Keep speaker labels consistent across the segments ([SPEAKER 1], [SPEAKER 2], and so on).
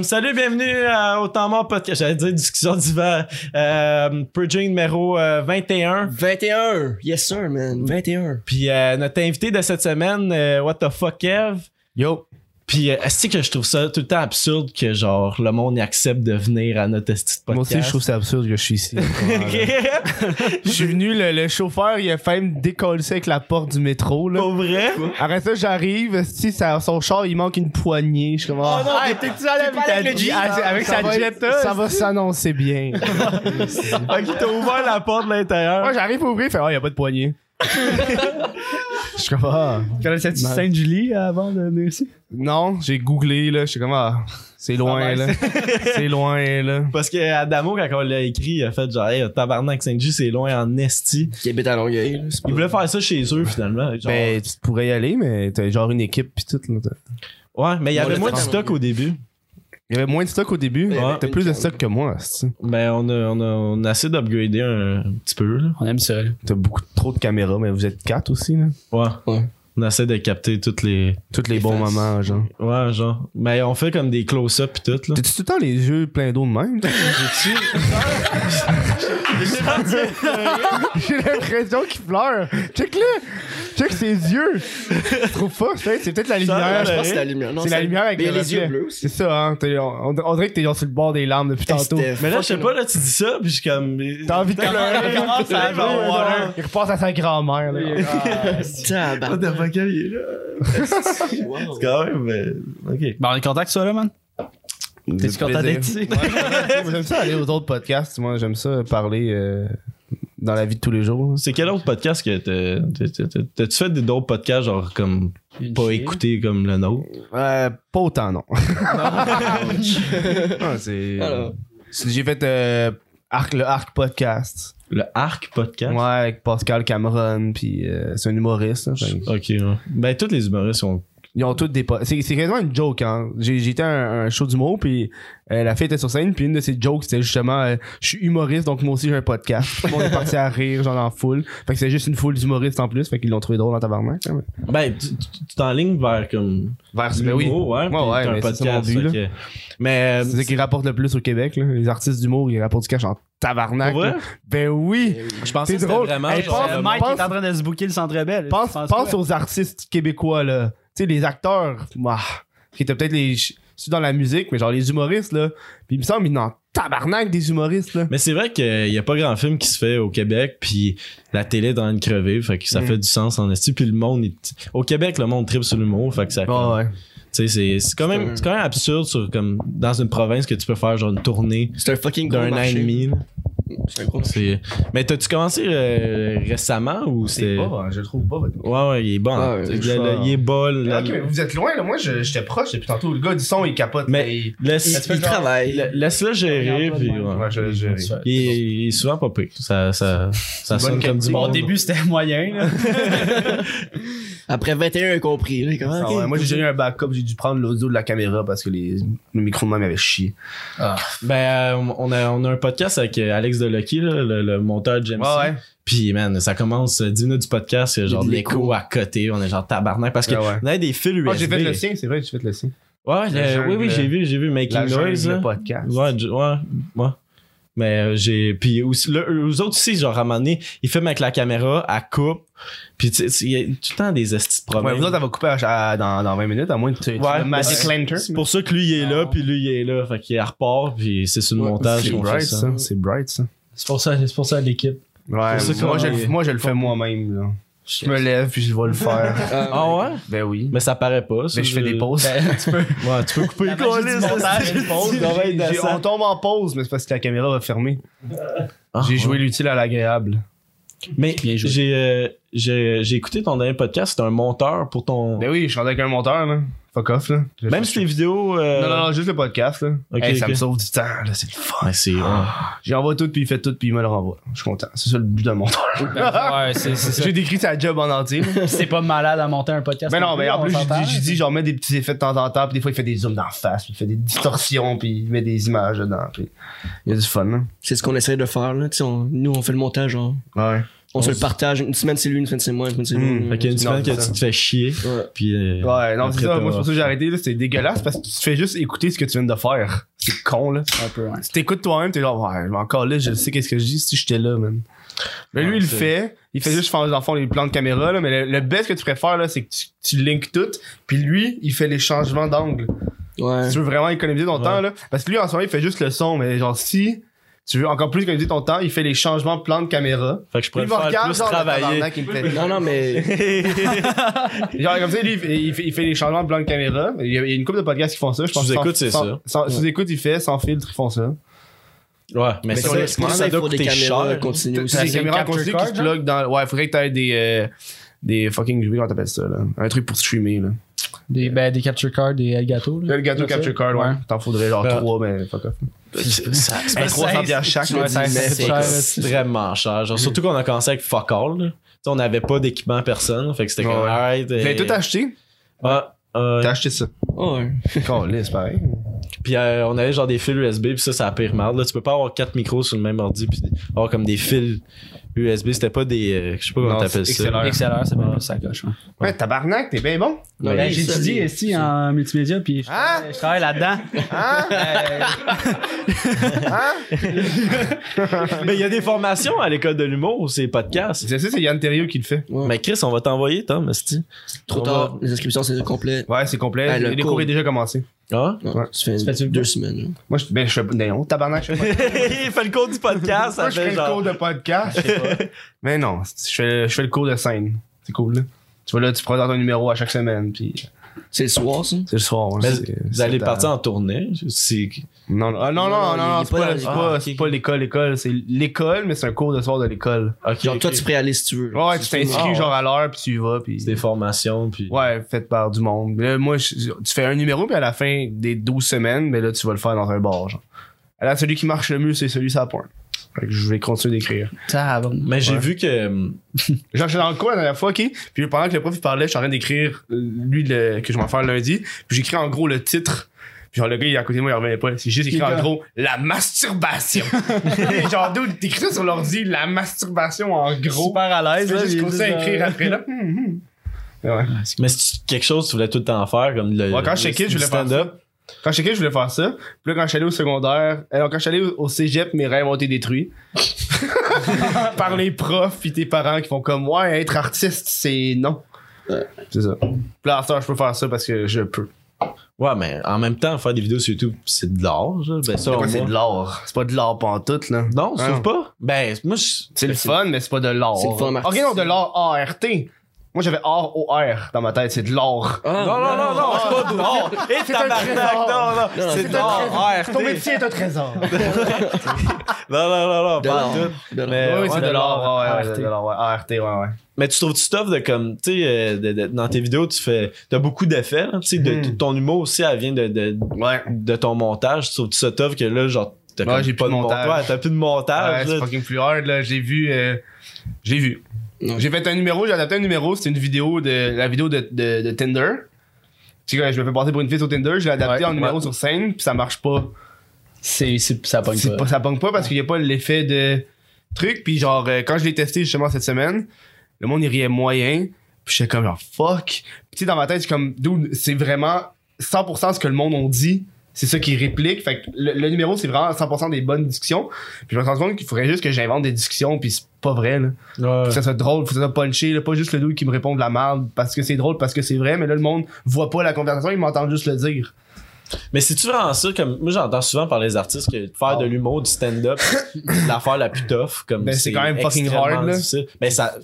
[SPEAKER 1] Salut, bienvenue à Autant Mort Podcast. J'allais dire discussion d'hiver. Euh, Purging numéro euh, 21.
[SPEAKER 2] 21! Yes, sir, man. 21.
[SPEAKER 1] Puis euh, notre invité de cette semaine, euh, What the fuck, Kev.
[SPEAKER 3] Yo,
[SPEAKER 1] Puis euh, est-ce que je trouve ça tout le temps absurde que genre le monde y accepte de venir à notre esti de podcast?
[SPEAKER 3] moi aussi je trouve ça absurde que je suis ici. je suis venu, le, le chauffeur il a failli me décoller avec la porte du métro. Là.
[SPEAKER 1] Pour vrai?
[SPEAKER 3] Après ça, j'arrive, si ça- son char il manque une poignée, je suis comme ah,
[SPEAKER 2] non, t'es tout seul
[SPEAKER 3] ah, ah, avec
[SPEAKER 2] ça
[SPEAKER 3] sa Jetta, ça va s'annoncer bien.
[SPEAKER 1] Fait qu'il t'a ouvert la porte de l'intérieur.
[SPEAKER 3] Moi j'arrive pour ouvrir, il fait oh y a pas de poignée. je suis comme ah.
[SPEAKER 4] Connaissais-tu
[SPEAKER 3] Mal.
[SPEAKER 4] Saint-Julie
[SPEAKER 3] euh,
[SPEAKER 4] avant de venir ici?
[SPEAKER 3] Non, j'ai googlé là, je suis comme ah, c'est loin là, c'est loin là.
[SPEAKER 1] Parce que Adamo, quand on l'a écrit, il a fait genre, hey, tabarnak, Saint-G, c'est loin en esti.
[SPEAKER 2] Qui habite à Longueuil. là, c'est pas-
[SPEAKER 1] Ils voulaient faire ça chez eux, finalement. Genre-
[SPEAKER 3] Ben tu pourrais y aller, mais t'as genre une équipe puis tout. là, t'as-
[SPEAKER 1] ouais, mais il y
[SPEAKER 2] on
[SPEAKER 1] avait
[SPEAKER 2] l'a
[SPEAKER 1] moins de
[SPEAKER 2] fait en
[SPEAKER 1] stock au début.
[SPEAKER 3] Il y avait moins de stock au début,
[SPEAKER 2] Il y avait
[SPEAKER 3] t'as
[SPEAKER 2] une
[SPEAKER 3] plus de
[SPEAKER 2] canne.
[SPEAKER 3] stock que moi. c'est-tu.
[SPEAKER 1] Ben, on a, on a, on a essayé d'upgrader un, petit peu, là.
[SPEAKER 4] On aime ça. là.
[SPEAKER 3] T'as beaucoup trop de caméras, mais vous êtes quatre aussi, là.
[SPEAKER 1] Ouais.
[SPEAKER 2] Ouais.
[SPEAKER 1] On essaie de capter toutes les.
[SPEAKER 3] Tous les, bons
[SPEAKER 2] faces.
[SPEAKER 3] moments, genre.
[SPEAKER 1] Ouais, genre. Mais on fait comme des close-up pis tout, là.
[SPEAKER 3] T'as-tu tout le temps les yeux pleins d'eau de même? J'ai l'impression qu'il pleure. Check-le! Check ses yeux! Tu trouves pas? C'est c'est peut-être la
[SPEAKER 1] a
[SPEAKER 3] lumière.
[SPEAKER 1] l'air-
[SPEAKER 2] Je pense que c'est la lumière. Non,
[SPEAKER 3] C'est la lumière avec
[SPEAKER 2] mais
[SPEAKER 3] le
[SPEAKER 2] les yeux
[SPEAKER 3] reflet.
[SPEAKER 2] bleus aussi.
[SPEAKER 3] C'est ça, hein. T'es- On, on dirait que t'es genre sur le bord des larmes depuis
[SPEAKER 2] Hey,
[SPEAKER 3] tantôt.
[SPEAKER 2] c'était
[SPEAKER 1] Mais là, je sais
[SPEAKER 2] fucking-
[SPEAKER 1] pas, là, tu dis ça pis je suis comme.
[SPEAKER 3] T'as envie de pleurer.
[SPEAKER 1] commence à avoir water.
[SPEAKER 3] Il repasse à sa grand-mère, là.
[SPEAKER 2] Tabarnak.
[SPEAKER 1] the fuck, il est là? C'est quand même. euh, Ok.
[SPEAKER 4] Ben, on est content que tu sois là, man. T'es-tu content d'être ici?
[SPEAKER 3] Moi, J'aime ça aller aux autres podcasts. Moi, j'aime ça parler euh, dans la vie de tous les jours.
[SPEAKER 1] C'est quel autre podcast que t'as- t'as- t'as- t'as- t'as-tu fait des- d'autres podcasts, genre, comme pas écoutés comme le nôtre?
[SPEAKER 3] Euh, pas autant, non. Non, c'est- euh,
[SPEAKER 2] Alors.
[SPEAKER 3] c'est- J'ai fait euh, Arc, le Arc Podcast.
[SPEAKER 1] Le Arc Podcast?
[SPEAKER 3] Ouais, avec Pascal Cameron, puis euh, c'est un humoriste. là, fait-
[SPEAKER 1] Ok, ouais. Ben, tous les humoristes ont.
[SPEAKER 3] ils ont tous des po- C'est c'est quasiment une joke, hein. J'ai- J'étais à un, un show d'humour, puis euh, la fille était sur scène, puis une de ses jokes, c'était justement euh, Je suis humoriste, donc moi aussi j'ai un podcast. Tout le monde est parti à rire, genre en foule. Fait que c'est juste une foule d'humoristes en plus, fait qu'ils l'ont trouvé drôle en tabarnak. hein, mais-
[SPEAKER 1] Ben, tu tu- tu t'enlignes vers ben comme.
[SPEAKER 3] Vers
[SPEAKER 1] l'humour, ouais.
[SPEAKER 3] ben ouais,
[SPEAKER 1] puis t'as un
[SPEAKER 3] ouais, mais c'est ça mon
[SPEAKER 1] podcast,
[SPEAKER 3] but, là.
[SPEAKER 1] fait que- Mais. euh,
[SPEAKER 3] C'est ce qui rapporte le plus au Québec, là. Les artistes d'humour, ils rapportent du cash en tabarnak.
[SPEAKER 1] Pour vrai?
[SPEAKER 3] là. Ben oui!
[SPEAKER 4] Je pensais
[SPEAKER 3] C'est
[SPEAKER 4] que c'était
[SPEAKER 3] drôle.
[SPEAKER 4] vraiment.
[SPEAKER 3] Hey,
[SPEAKER 4] genre,
[SPEAKER 3] pense-
[SPEAKER 4] euh, Mike
[SPEAKER 3] pense-
[SPEAKER 4] est en train de se booker le centre belle.
[SPEAKER 3] Pense, pense aux artistes québécois, là. Tu sais, les acteurs, bah, qui étaient peut-être les. Je suis dans la musique, mais genre les humoristes, là. Puis il me semble, ils en tabarnak des humoristes, là.
[SPEAKER 1] Mais c'est vrai qu'il n'y a pas grand film qui se fait au Québec, puis la télé est dans une crevée, fait que ça
[SPEAKER 3] Mm.
[SPEAKER 1] fait du sens en esti. Puis le monde, il- au Québec, le monde tripe sur l'humour, fait que ça.
[SPEAKER 3] Ah ouais.
[SPEAKER 1] Tu sais, c'est c'est quand même, c'est quand même absurde sur comme dans une province que tu peux faire genre une tournée
[SPEAKER 2] C'est un fucking gros
[SPEAKER 1] d'un an et
[SPEAKER 2] marché.
[SPEAKER 1] demi. là.
[SPEAKER 2] C'est un gros marché.
[SPEAKER 1] C'est- Mais t'as-tu commencé euh, récemment ou c'est hein,
[SPEAKER 3] je le trouve pas.
[SPEAKER 1] Ouais, ouais, il est bon.
[SPEAKER 2] Ah,
[SPEAKER 1] hein.
[SPEAKER 2] ouais,
[SPEAKER 1] Le-
[SPEAKER 2] je
[SPEAKER 1] le-
[SPEAKER 2] sais.
[SPEAKER 1] il est bon. le-
[SPEAKER 3] Ok, mais vous êtes loin, là. Moi, je- j'étais proche depuis tantôt. Le gars du son, il capote.
[SPEAKER 1] Mais-
[SPEAKER 3] il-
[SPEAKER 1] laisse-
[SPEAKER 2] Il, il travaille.
[SPEAKER 1] la- Laisse-le gérer. Puis, ouais.
[SPEAKER 3] Ouais, je l'ai géré.
[SPEAKER 1] Il, il est souvent pas pire. Ça, ça, ça
[SPEAKER 3] une
[SPEAKER 1] sonne
[SPEAKER 3] bonne
[SPEAKER 1] comme du
[SPEAKER 3] qualité.
[SPEAKER 4] Bon,
[SPEAKER 1] monde.
[SPEAKER 4] au début, c'était moyen, là.
[SPEAKER 2] Après 21, il a compris. là, comment-
[SPEAKER 3] Ah ouais, moi, j'ai déjà eu un backup. J'ai dû prendre l'audio de la caméra parce que les, le micro de main m'avait chié.
[SPEAKER 1] Ben, euh, on, a, on a un podcast avec euh, Alex Delucky, là, le, le monteur de James. C. Puis, man, ça commence euh, 10 minutes du podcast, il y a genre de
[SPEAKER 2] Il y a de
[SPEAKER 1] l'écho
[SPEAKER 2] l'écho.
[SPEAKER 1] à côté. On est genre tabarnak parce que
[SPEAKER 3] Ah ouais.
[SPEAKER 1] on a des fils USB.
[SPEAKER 3] Ah, j'ai fait le sien, c'est vrai, j'ai fait le sien.
[SPEAKER 1] Ouais, le-
[SPEAKER 3] La jungle.
[SPEAKER 1] oui, oui, j'ai vu, j'ai vu Making
[SPEAKER 3] La jungle,
[SPEAKER 1] Noise.
[SPEAKER 3] le
[SPEAKER 1] là.
[SPEAKER 3] podcast.
[SPEAKER 1] Ouais, j- ouais, ouais. Mais euh, j'ai. Puis, aussi, le- eux autres aussi, genre, à un moment donné, ils filment avec la caméra, à coupe. Puis, tu sais, il y a tout le temps des estis de
[SPEAKER 3] Ouais,
[SPEAKER 1] problèmes.
[SPEAKER 3] vous autres, elle va couper à- à- dans, dans 20 minutes, à moins que tu, tu
[SPEAKER 1] Ouais,
[SPEAKER 3] le Magic
[SPEAKER 1] mais-
[SPEAKER 3] Lantern.
[SPEAKER 1] c'est pour ça que lui, il est là, puis lui, il est là. Fait qu'il repart, puis c'est sur le
[SPEAKER 2] Ouais,
[SPEAKER 1] montage
[SPEAKER 3] C'est
[SPEAKER 1] qu'on fait
[SPEAKER 3] bright,
[SPEAKER 1] ça.
[SPEAKER 3] ça. C'est bright, ça.
[SPEAKER 4] C'est pour ça, c'est pour ça l'équipe.
[SPEAKER 3] Ouais,
[SPEAKER 1] C'est pour ça
[SPEAKER 3] moi,
[SPEAKER 1] qu'on-
[SPEAKER 3] je, le- moi, je le fais moi-même, là. Je me lève, puis je vais le faire.
[SPEAKER 2] Ah,
[SPEAKER 1] Ah ouais?
[SPEAKER 3] ben oui. Ben,
[SPEAKER 1] Mais ça paraît pas. ça,
[SPEAKER 3] Mais je fais des pauses.
[SPEAKER 1] Ouais,
[SPEAKER 4] tu peux.
[SPEAKER 1] tu peux couper
[SPEAKER 4] La magie du montage, une pause,
[SPEAKER 3] J'ai- j'ai- on tombe en pause, mais c'est parce que la caméra va fermer.
[SPEAKER 4] Ah,
[SPEAKER 3] J'ai joué l'utile à l'agréable.
[SPEAKER 1] Mais
[SPEAKER 4] Bien joué.
[SPEAKER 1] j'ai, euh, j'ai, j'ai écouté ton dernier podcast, c'est un monteur pour ton.
[SPEAKER 3] Ben oui, je suis rendu avec un monteur, là. Fuck off, là. Je-
[SPEAKER 1] Même
[SPEAKER 3] je-
[SPEAKER 1] si tes vidéos. euh,
[SPEAKER 3] Non, non, non, juste le podcast, là.
[SPEAKER 1] Ok,
[SPEAKER 3] Hey, Ça
[SPEAKER 1] ok.
[SPEAKER 3] me sauve du temps, là, c'est le fun.
[SPEAKER 1] Ouais, c'est. ouais.
[SPEAKER 3] Ah. J'envoie tout, puis il fait tout, puis il me le renvoie. Je suis content. C'est ça le but d'un monteur.
[SPEAKER 4] ouais, c'est c'est ça.
[SPEAKER 3] J'ai décrit sa job en entier, là.
[SPEAKER 4] C'est pas malade à monter un podcast.
[SPEAKER 3] Mais non, mais en
[SPEAKER 4] on
[SPEAKER 3] plus, j'ai
[SPEAKER 4] s'entend.
[SPEAKER 3] dit, j'ai dit, genre, mets des petits effets de temps en temps, puis des fois, il fait des zooms d'en face, puis il fait des distorsions, puis il met des images dedans, puis il y a du fun, hein.
[SPEAKER 2] C'est ce qu'on essaie de faire. Là. Tu sais, on- nous, on fait le montage. Genre.
[SPEAKER 3] Ouais.
[SPEAKER 2] On se le partage. Une semaine, c'est lui, une semaine, c'est moi, une semaine, c'est
[SPEAKER 3] Mm.
[SPEAKER 2] lui.
[SPEAKER 1] Fait qu'il y a une
[SPEAKER 3] Non,
[SPEAKER 1] semaine que
[SPEAKER 3] c'est ça.
[SPEAKER 1] tu te fais chier.
[SPEAKER 2] Ouais.
[SPEAKER 1] Puis, euh,
[SPEAKER 3] Ouais, non, c'est
[SPEAKER 1] après,
[SPEAKER 3] ça.
[SPEAKER 1] t'as-
[SPEAKER 3] Moi, c'est pour ça que j'ai arrêté. là. C'est dégueulasse parce que tu te fais juste écouter ce que tu viens de faire. C'est con, là.
[SPEAKER 4] Un peu, ouais.
[SPEAKER 3] Tu t'écoutes toi-même, t'es là, ouais, mais encore là, je sais qu'est-ce que je dis si j'étais là, man. Mais lui,
[SPEAKER 1] Ouais,
[SPEAKER 3] il le
[SPEAKER 1] c'est-
[SPEAKER 3] fait. Il fait juste, dans le fond, les plans de caméra, là. Mais le, le best que tu pourrais faire, là, c'est que tu, tu links tout. Puis lui, il fait les changements d'angle.
[SPEAKER 2] Ouais.
[SPEAKER 3] Si tu veux vraiment économiser ton
[SPEAKER 1] Ouais.
[SPEAKER 3] temps, là. Parce que lui, en ce moment, il fait juste le son. Mais genre, si tu veux encore plus économiser ton temps, il fait les changements de plan de caméra.
[SPEAKER 1] Fait que je pourrais
[SPEAKER 3] Lui,
[SPEAKER 1] le
[SPEAKER 3] il me
[SPEAKER 1] faire
[SPEAKER 3] regarde,
[SPEAKER 1] plus
[SPEAKER 3] genre,
[SPEAKER 1] travailler.
[SPEAKER 3] tabarnak, il me fait-
[SPEAKER 2] Non, non, mais.
[SPEAKER 3] Genre, comme ça, lui, il fait- il fait, il fait les changements de plan de caméra. Il y a, il y a une couple de podcasts qui font ça. Je pense que
[SPEAKER 1] Sous-écoute,
[SPEAKER 3] sans-
[SPEAKER 1] c'est
[SPEAKER 3] sans-
[SPEAKER 1] ça.
[SPEAKER 3] sans- Sous-écoute, il fait. Sans filtre, ils font ça.
[SPEAKER 1] Ouais, mais,
[SPEAKER 2] Mais
[SPEAKER 1] ça,
[SPEAKER 2] sur
[SPEAKER 1] ça,
[SPEAKER 2] les-
[SPEAKER 1] ça,
[SPEAKER 2] ça, il
[SPEAKER 1] doit
[SPEAKER 2] faut des
[SPEAKER 1] coûter
[SPEAKER 2] caméras
[SPEAKER 1] cher.
[SPEAKER 2] continues aussi.
[SPEAKER 3] T'as des
[SPEAKER 4] c'est
[SPEAKER 3] caméras
[SPEAKER 4] une capture
[SPEAKER 3] continues qui
[SPEAKER 4] card,
[SPEAKER 3] se
[SPEAKER 4] là?
[SPEAKER 3] plug dans. Ouais, faudrait que t'aies des. euh, des fucking. Comment t'appelles ça, là Un truc pour streamer, là.
[SPEAKER 4] Des, ben, des capture cards, des Elgato.
[SPEAKER 3] Le gâteau
[SPEAKER 4] Là, ça.
[SPEAKER 3] Capture Card, ouais.
[SPEAKER 4] Ouais.
[SPEAKER 3] T'en faudrait genre
[SPEAKER 1] Ben,
[SPEAKER 3] trois, mais fuck off.
[SPEAKER 1] Ça- c'est-
[SPEAKER 3] Ben, 300 bières chaque,
[SPEAKER 4] Ouais,
[SPEAKER 3] là,
[SPEAKER 4] ça,
[SPEAKER 2] dis, mais
[SPEAKER 4] c'est
[SPEAKER 2] c'est
[SPEAKER 4] cher.
[SPEAKER 1] C'est
[SPEAKER 4] là.
[SPEAKER 1] extrêmement cher. Genre, surtout qu'on a commencé avec fuck all. là. Tu sais, on n'avait pas d'équipement personne. Fait que c'était comme,
[SPEAKER 3] Ouais.
[SPEAKER 1] alright.
[SPEAKER 3] Mais
[SPEAKER 1] euh,
[SPEAKER 3] Ben, tout acheté
[SPEAKER 1] ah, euh,
[SPEAKER 3] T'as acheté ça.
[SPEAKER 2] Ouais.
[SPEAKER 3] Calais, c'est pareil.
[SPEAKER 1] Puis euh, on avait genre des fils USB, puis ça, c'est la pire merde. Là. Tu peux pas avoir quatre micros sur le même ordi, puis avoir comme des fils USB. C'était pas des. euh, je sais pas comment
[SPEAKER 3] Non,
[SPEAKER 1] t'appelles
[SPEAKER 3] c'est
[SPEAKER 1] ça.
[SPEAKER 3] excellent.
[SPEAKER 4] Excellent, c'est bien plus sa coche. ouais. Ben,
[SPEAKER 3] Ouais, tabarnak, t'es bien bon.
[SPEAKER 1] Mais-
[SPEAKER 2] Ouais,
[SPEAKER 4] J'ai
[SPEAKER 2] ça,
[SPEAKER 4] étudié
[SPEAKER 2] c'est-
[SPEAKER 4] ici en multimédia, puis je
[SPEAKER 3] Hein?
[SPEAKER 4] travaille- je travaille là-dedans.
[SPEAKER 3] Hein Hein
[SPEAKER 1] Mais il y a des formations à l'école de l'humour, c'est podcasts.
[SPEAKER 3] C'est ça, c'est Yann Terriot qui le fait.
[SPEAKER 2] Ouais.
[SPEAKER 1] Mais Chris, on va t'envoyer, Tom, Asti.
[SPEAKER 2] Trop
[SPEAKER 1] on
[SPEAKER 2] tard,
[SPEAKER 1] va-
[SPEAKER 2] les inscriptions, c'est complet.
[SPEAKER 3] Ouais, c'est complet.
[SPEAKER 2] Ah, le
[SPEAKER 3] les
[SPEAKER 2] cours.
[SPEAKER 3] cours est déjà commencé.
[SPEAKER 1] Ah?
[SPEAKER 2] Ouais,
[SPEAKER 3] Ouais.
[SPEAKER 2] Ça fait
[SPEAKER 4] fais-tu
[SPEAKER 2] deux
[SPEAKER 4] quoi?
[SPEAKER 2] semaines. là.
[SPEAKER 3] Moi, je, ben, je fais. Non, tabarnak, je fais pas.
[SPEAKER 1] il fait le cours du podcast. ça
[SPEAKER 3] Moi, je
[SPEAKER 1] fait
[SPEAKER 3] fais le cours
[SPEAKER 1] genre.
[SPEAKER 3] de podcast. je sais pas. mais non, je fais, je fais le cours de scène. C'est cool, là. Tu vois, là, tu présentes un numéro à chaque semaine, puis.
[SPEAKER 2] C'est le soir, ça?
[SPEAKER 3] C'est le soir. hein,
[SPEAKER 1] Mais
[SPEAKER 3] c'est-
[SPEAKER 1] vous
[SPEAKER 3] c'est
[SPEAKER 1] allez
[SPEAKER 3] dans-
[SPEAKER 1] partir en tournée. C'est.
[SPEAKER 3] Non, non, ah, non, non, non,
[SPEAKER 2] Non, non, il
[SPEAKER 3] non,
[SPEAKER 2] est
[SPEAKER 3] c'est
[SPEAKER 2] pas
[SPEAKER 3] pas,
[SPEAKER 2] dans-
[SPEAKER 3] c'est
[SPEAKER 2] ah,
[SPEAKER 3] pas, c'est
[SPEAKER 1] ok,
[SPEAKER 3] pas l'école, l'école. C'est l'école, mais c'est un cours de soir de l'école.
[SPEAKER 1] Ok,
[SPEAKER 2] Genre, toi,
[SPEAKER 1] ok.
[SPEAKER 2] tu pourrais aller si tu veux.
[SPEAKER 3] Ouais, ouais, tu
[SPEAKER 1] Ah,
[SPEAKER 3] t'inscris
[SPEAKER 1] ouais.
[SPEAKER 3] genre à l'heure, puis tu y vas, puis.
[SPEAKER 1] C'est des formations, puis.
[SPEAKER 3] Ouais, faites par du monde. Mais Là, moi, je- tu fais un numéro, puis à la fin des 12 semaines, mais là, tu vas le faire dans un bar, genre. Là, celui qui marche le mieux, c'est celui sur la pointe. Fait que je vais continuer d'écrire.
[SPEAKER 1] Mais j'ai
[SPEAKER 3] Ouais.
[SPEAKER 1] vu que. hum,
[SPEAKER 3] Genre, j'étais dans le cours la dernière fois, ok? Puis pendant que le prof il parlait, je suis en train d'écrire, euh, lui, le, que je vais en faire lundi. Puis j'écris en gros le titre. Puis genre, le gars, il est à côté de moi, il revenait pas. C'est juste écrit en
[SPEAKER 4] gars.
[SPEAKER 3] gros la masturbation. genre, dude, t'écris ça sur l'ordi, la masturbation en gros.
[SPEAKER 4] Super à
[SPEAKER 3] Tu
[SPEAKER 4] l'aise.
[SPEAKER 3] fais
[SPEAKER 4] là,
[SPEAKER 3] juste
[SPEAKER 4] j'ai
[SPEAKER 3] continuer à
[SPEAKER 4] juste, euh,
[SPEAKER 3] écrire après, là. Hum, hum. Ouais.
[SPEAKER 1] Mais c'est quelque chose que tu voulais tout le temps faire, comme le.
[SPEAKER 3] Ouais, quand
[SPEAKER 1] le-
[SPEAKER 3] j'étais kid, je voulais
[SPEAKER 1] le
[SPEAKER 3] faire ça.
[SPEAKER 1] stand-up.
[SPEAKER 3] Quand j'étais kid, je voulais faire ça. Puis là, quand je suis allé au secondaire, alors quand je suis allé au au cégep, mes rêves ont été détruits. Par les profs puis tes parents qui font comme, ouais, être artiste, c'est non. C'est ça. Puis là, à cette heure, je peux faire ça parce que je peux.
[SPEAKER 1] Ouais, mais en même temps, faire des vidéos sur YouTube, c'est de l'art, ça. Ben, ça,
[SPEAKER 3] C'est
[SPEAKER 1] au
[SPEAKER 3] quoi, c'est
[SPEAKER 1] moins.
[SPEAKER 3] de l'art. C'est pas de l'art pantoute, là.
[SPEAKER 1] Non, tu
[SPEAKER 3] Ah,
[SPEAKER 1] trouves pas? Ben, moi, je.
[SPEAKER 3] C'est le fun, mais c'est pas de l'art.
[SPEAKER 2] C'est le fun
[SPEAKER 3] Ok,
[SPEAKER 2] artistique.
[SPEAKER 3] non, de l'art ART. Moi, j'avais art OR dans ma tête. C'est de l'art.
[SPEAKER 2] Ah,
[SPEAKER 1] Non, non, non, non, c'est pas de l'art. Et
[SPEAKER 3] un
[SPEAKER 1] tabarnak,
[SPEAKER 3] trésor.
[SPEAKER 1] non, non.
[SPEAKER 2] Non,
[SPEAKER 1] C'est de
[SPEAKER 2] c'est
[SPEAKER 3] un
[SPEAKER 1] l'art, RT.
[SPEAKER 3] Ton métier est un trésor.
[SPEAKER 1] Non, non, non, non,
[SPEAKER 2] De
[SPEAKER 1] pas du
[SPEAKER 2] l'art.
[SPEAKER 1] tout.
[SPEAKER 2] De l'art.
[SPEAKER 1] Mais,
[SPEAKER 3] oui,
[SPEAKER 1] ouais,
[SPEAKER 3] c'est de
[SPEAKER 1] de l'art.
[SPEAKER 3] l'art. ouais,
[SPEAKER 4] ART.
[SPEAKER 3] ouais, de l'art, ouais. ART, ouais, ouais.
[SPEAKER 1] Mais tu trouves-tu tough de comme, tu sais, euh, de- de- dans tes vidéos, tu fais, t'as beaucoup d'effets, là, tu sais, de-
[SPEAKER 3] Hmm.
[SPEAKER 1] t- ton humour aussi, elle vient de, de,
[SPEAKER 3] Ouais.
[SPEAKER 1] de ton montage. Tu trouves-tu ça tough que là, genre, t'as
[SPEAKER 3] Ouais,
[SPEAKER 1] comme
[SPEAKER 3] j'ai plus de
[SPEAKER 1] mon-
[SPEAKER 3] montage.
[SPEAKER 1] Ouais, t'as plus de
[SPEAKER 4] Ah,
[SPEAKER 1] montage,
[SPEAKER 3] Ouais, c'est
[SPEAKER 1] là.
[SPEAKER 3] fucking plus hard, là. J'ai vu. euh, j'ai vu.
[SPEAKER 2] Non.
[SPEAKER 3] J'ai fait un numéro, j'ai adapté un numéro, c'était une vidéo de. La vidéo de, de, de Tinder. Tu sais, quand je me fais passer pour une fille sur Tinder, je l'ai adapté
[SPEAKER 4] Ouais,
[SPEAKER 3] en numéro
[SPEAKER 4] ouais.
[SPEAKER 3] sur scène, puis ça marche pas.
[SPEAKER 4] C'est, c'est, ça pogne
[SPEAKER 3] C'est
[SPEAKER 4] pas.
[SPEAKER 3] pas- ça pogne pas parce qu'il y a pas l'effet de truc, puis genre, euh, quand je l'ai testé justement cette semaine, le monde il riait moyen, puis j'étais comme genre fuck. Puis tu sais, dans ma tête, c'est comme, dude, c'est vraiment 100% ce que le monde ont dit. C'est ça qui réplique. Fait que le, le numéro, c'est vraiment 100% des bonnes discussions. Puis je me suis rendu compte qu'il faudrait juste que j'invente des discussions, puis c'est pas vrai, là. Faut que ça soit drôle, faut que ça soit punché, là, pas juste le dude qui me répond de la merde parce que c'est drôle, parce que c'est vrai, mais là, le monde voit pas la conversation, ils m'entendent juste le dire.
[SPEAKER 1] Mais c'est-tu vraiment ça, comme, moi, j'entends souvent par les artistes que faire de l'humour, du stand-up, c'est l'affaire la plus tough, comme,
[SPEAKER 3] Ah. Ben, c'est quand même fucking
[SPEAKER 1] extrêmement
[SPEAKER 3] hard, là.
[SPEAKER 1] difficile. Ben, ça,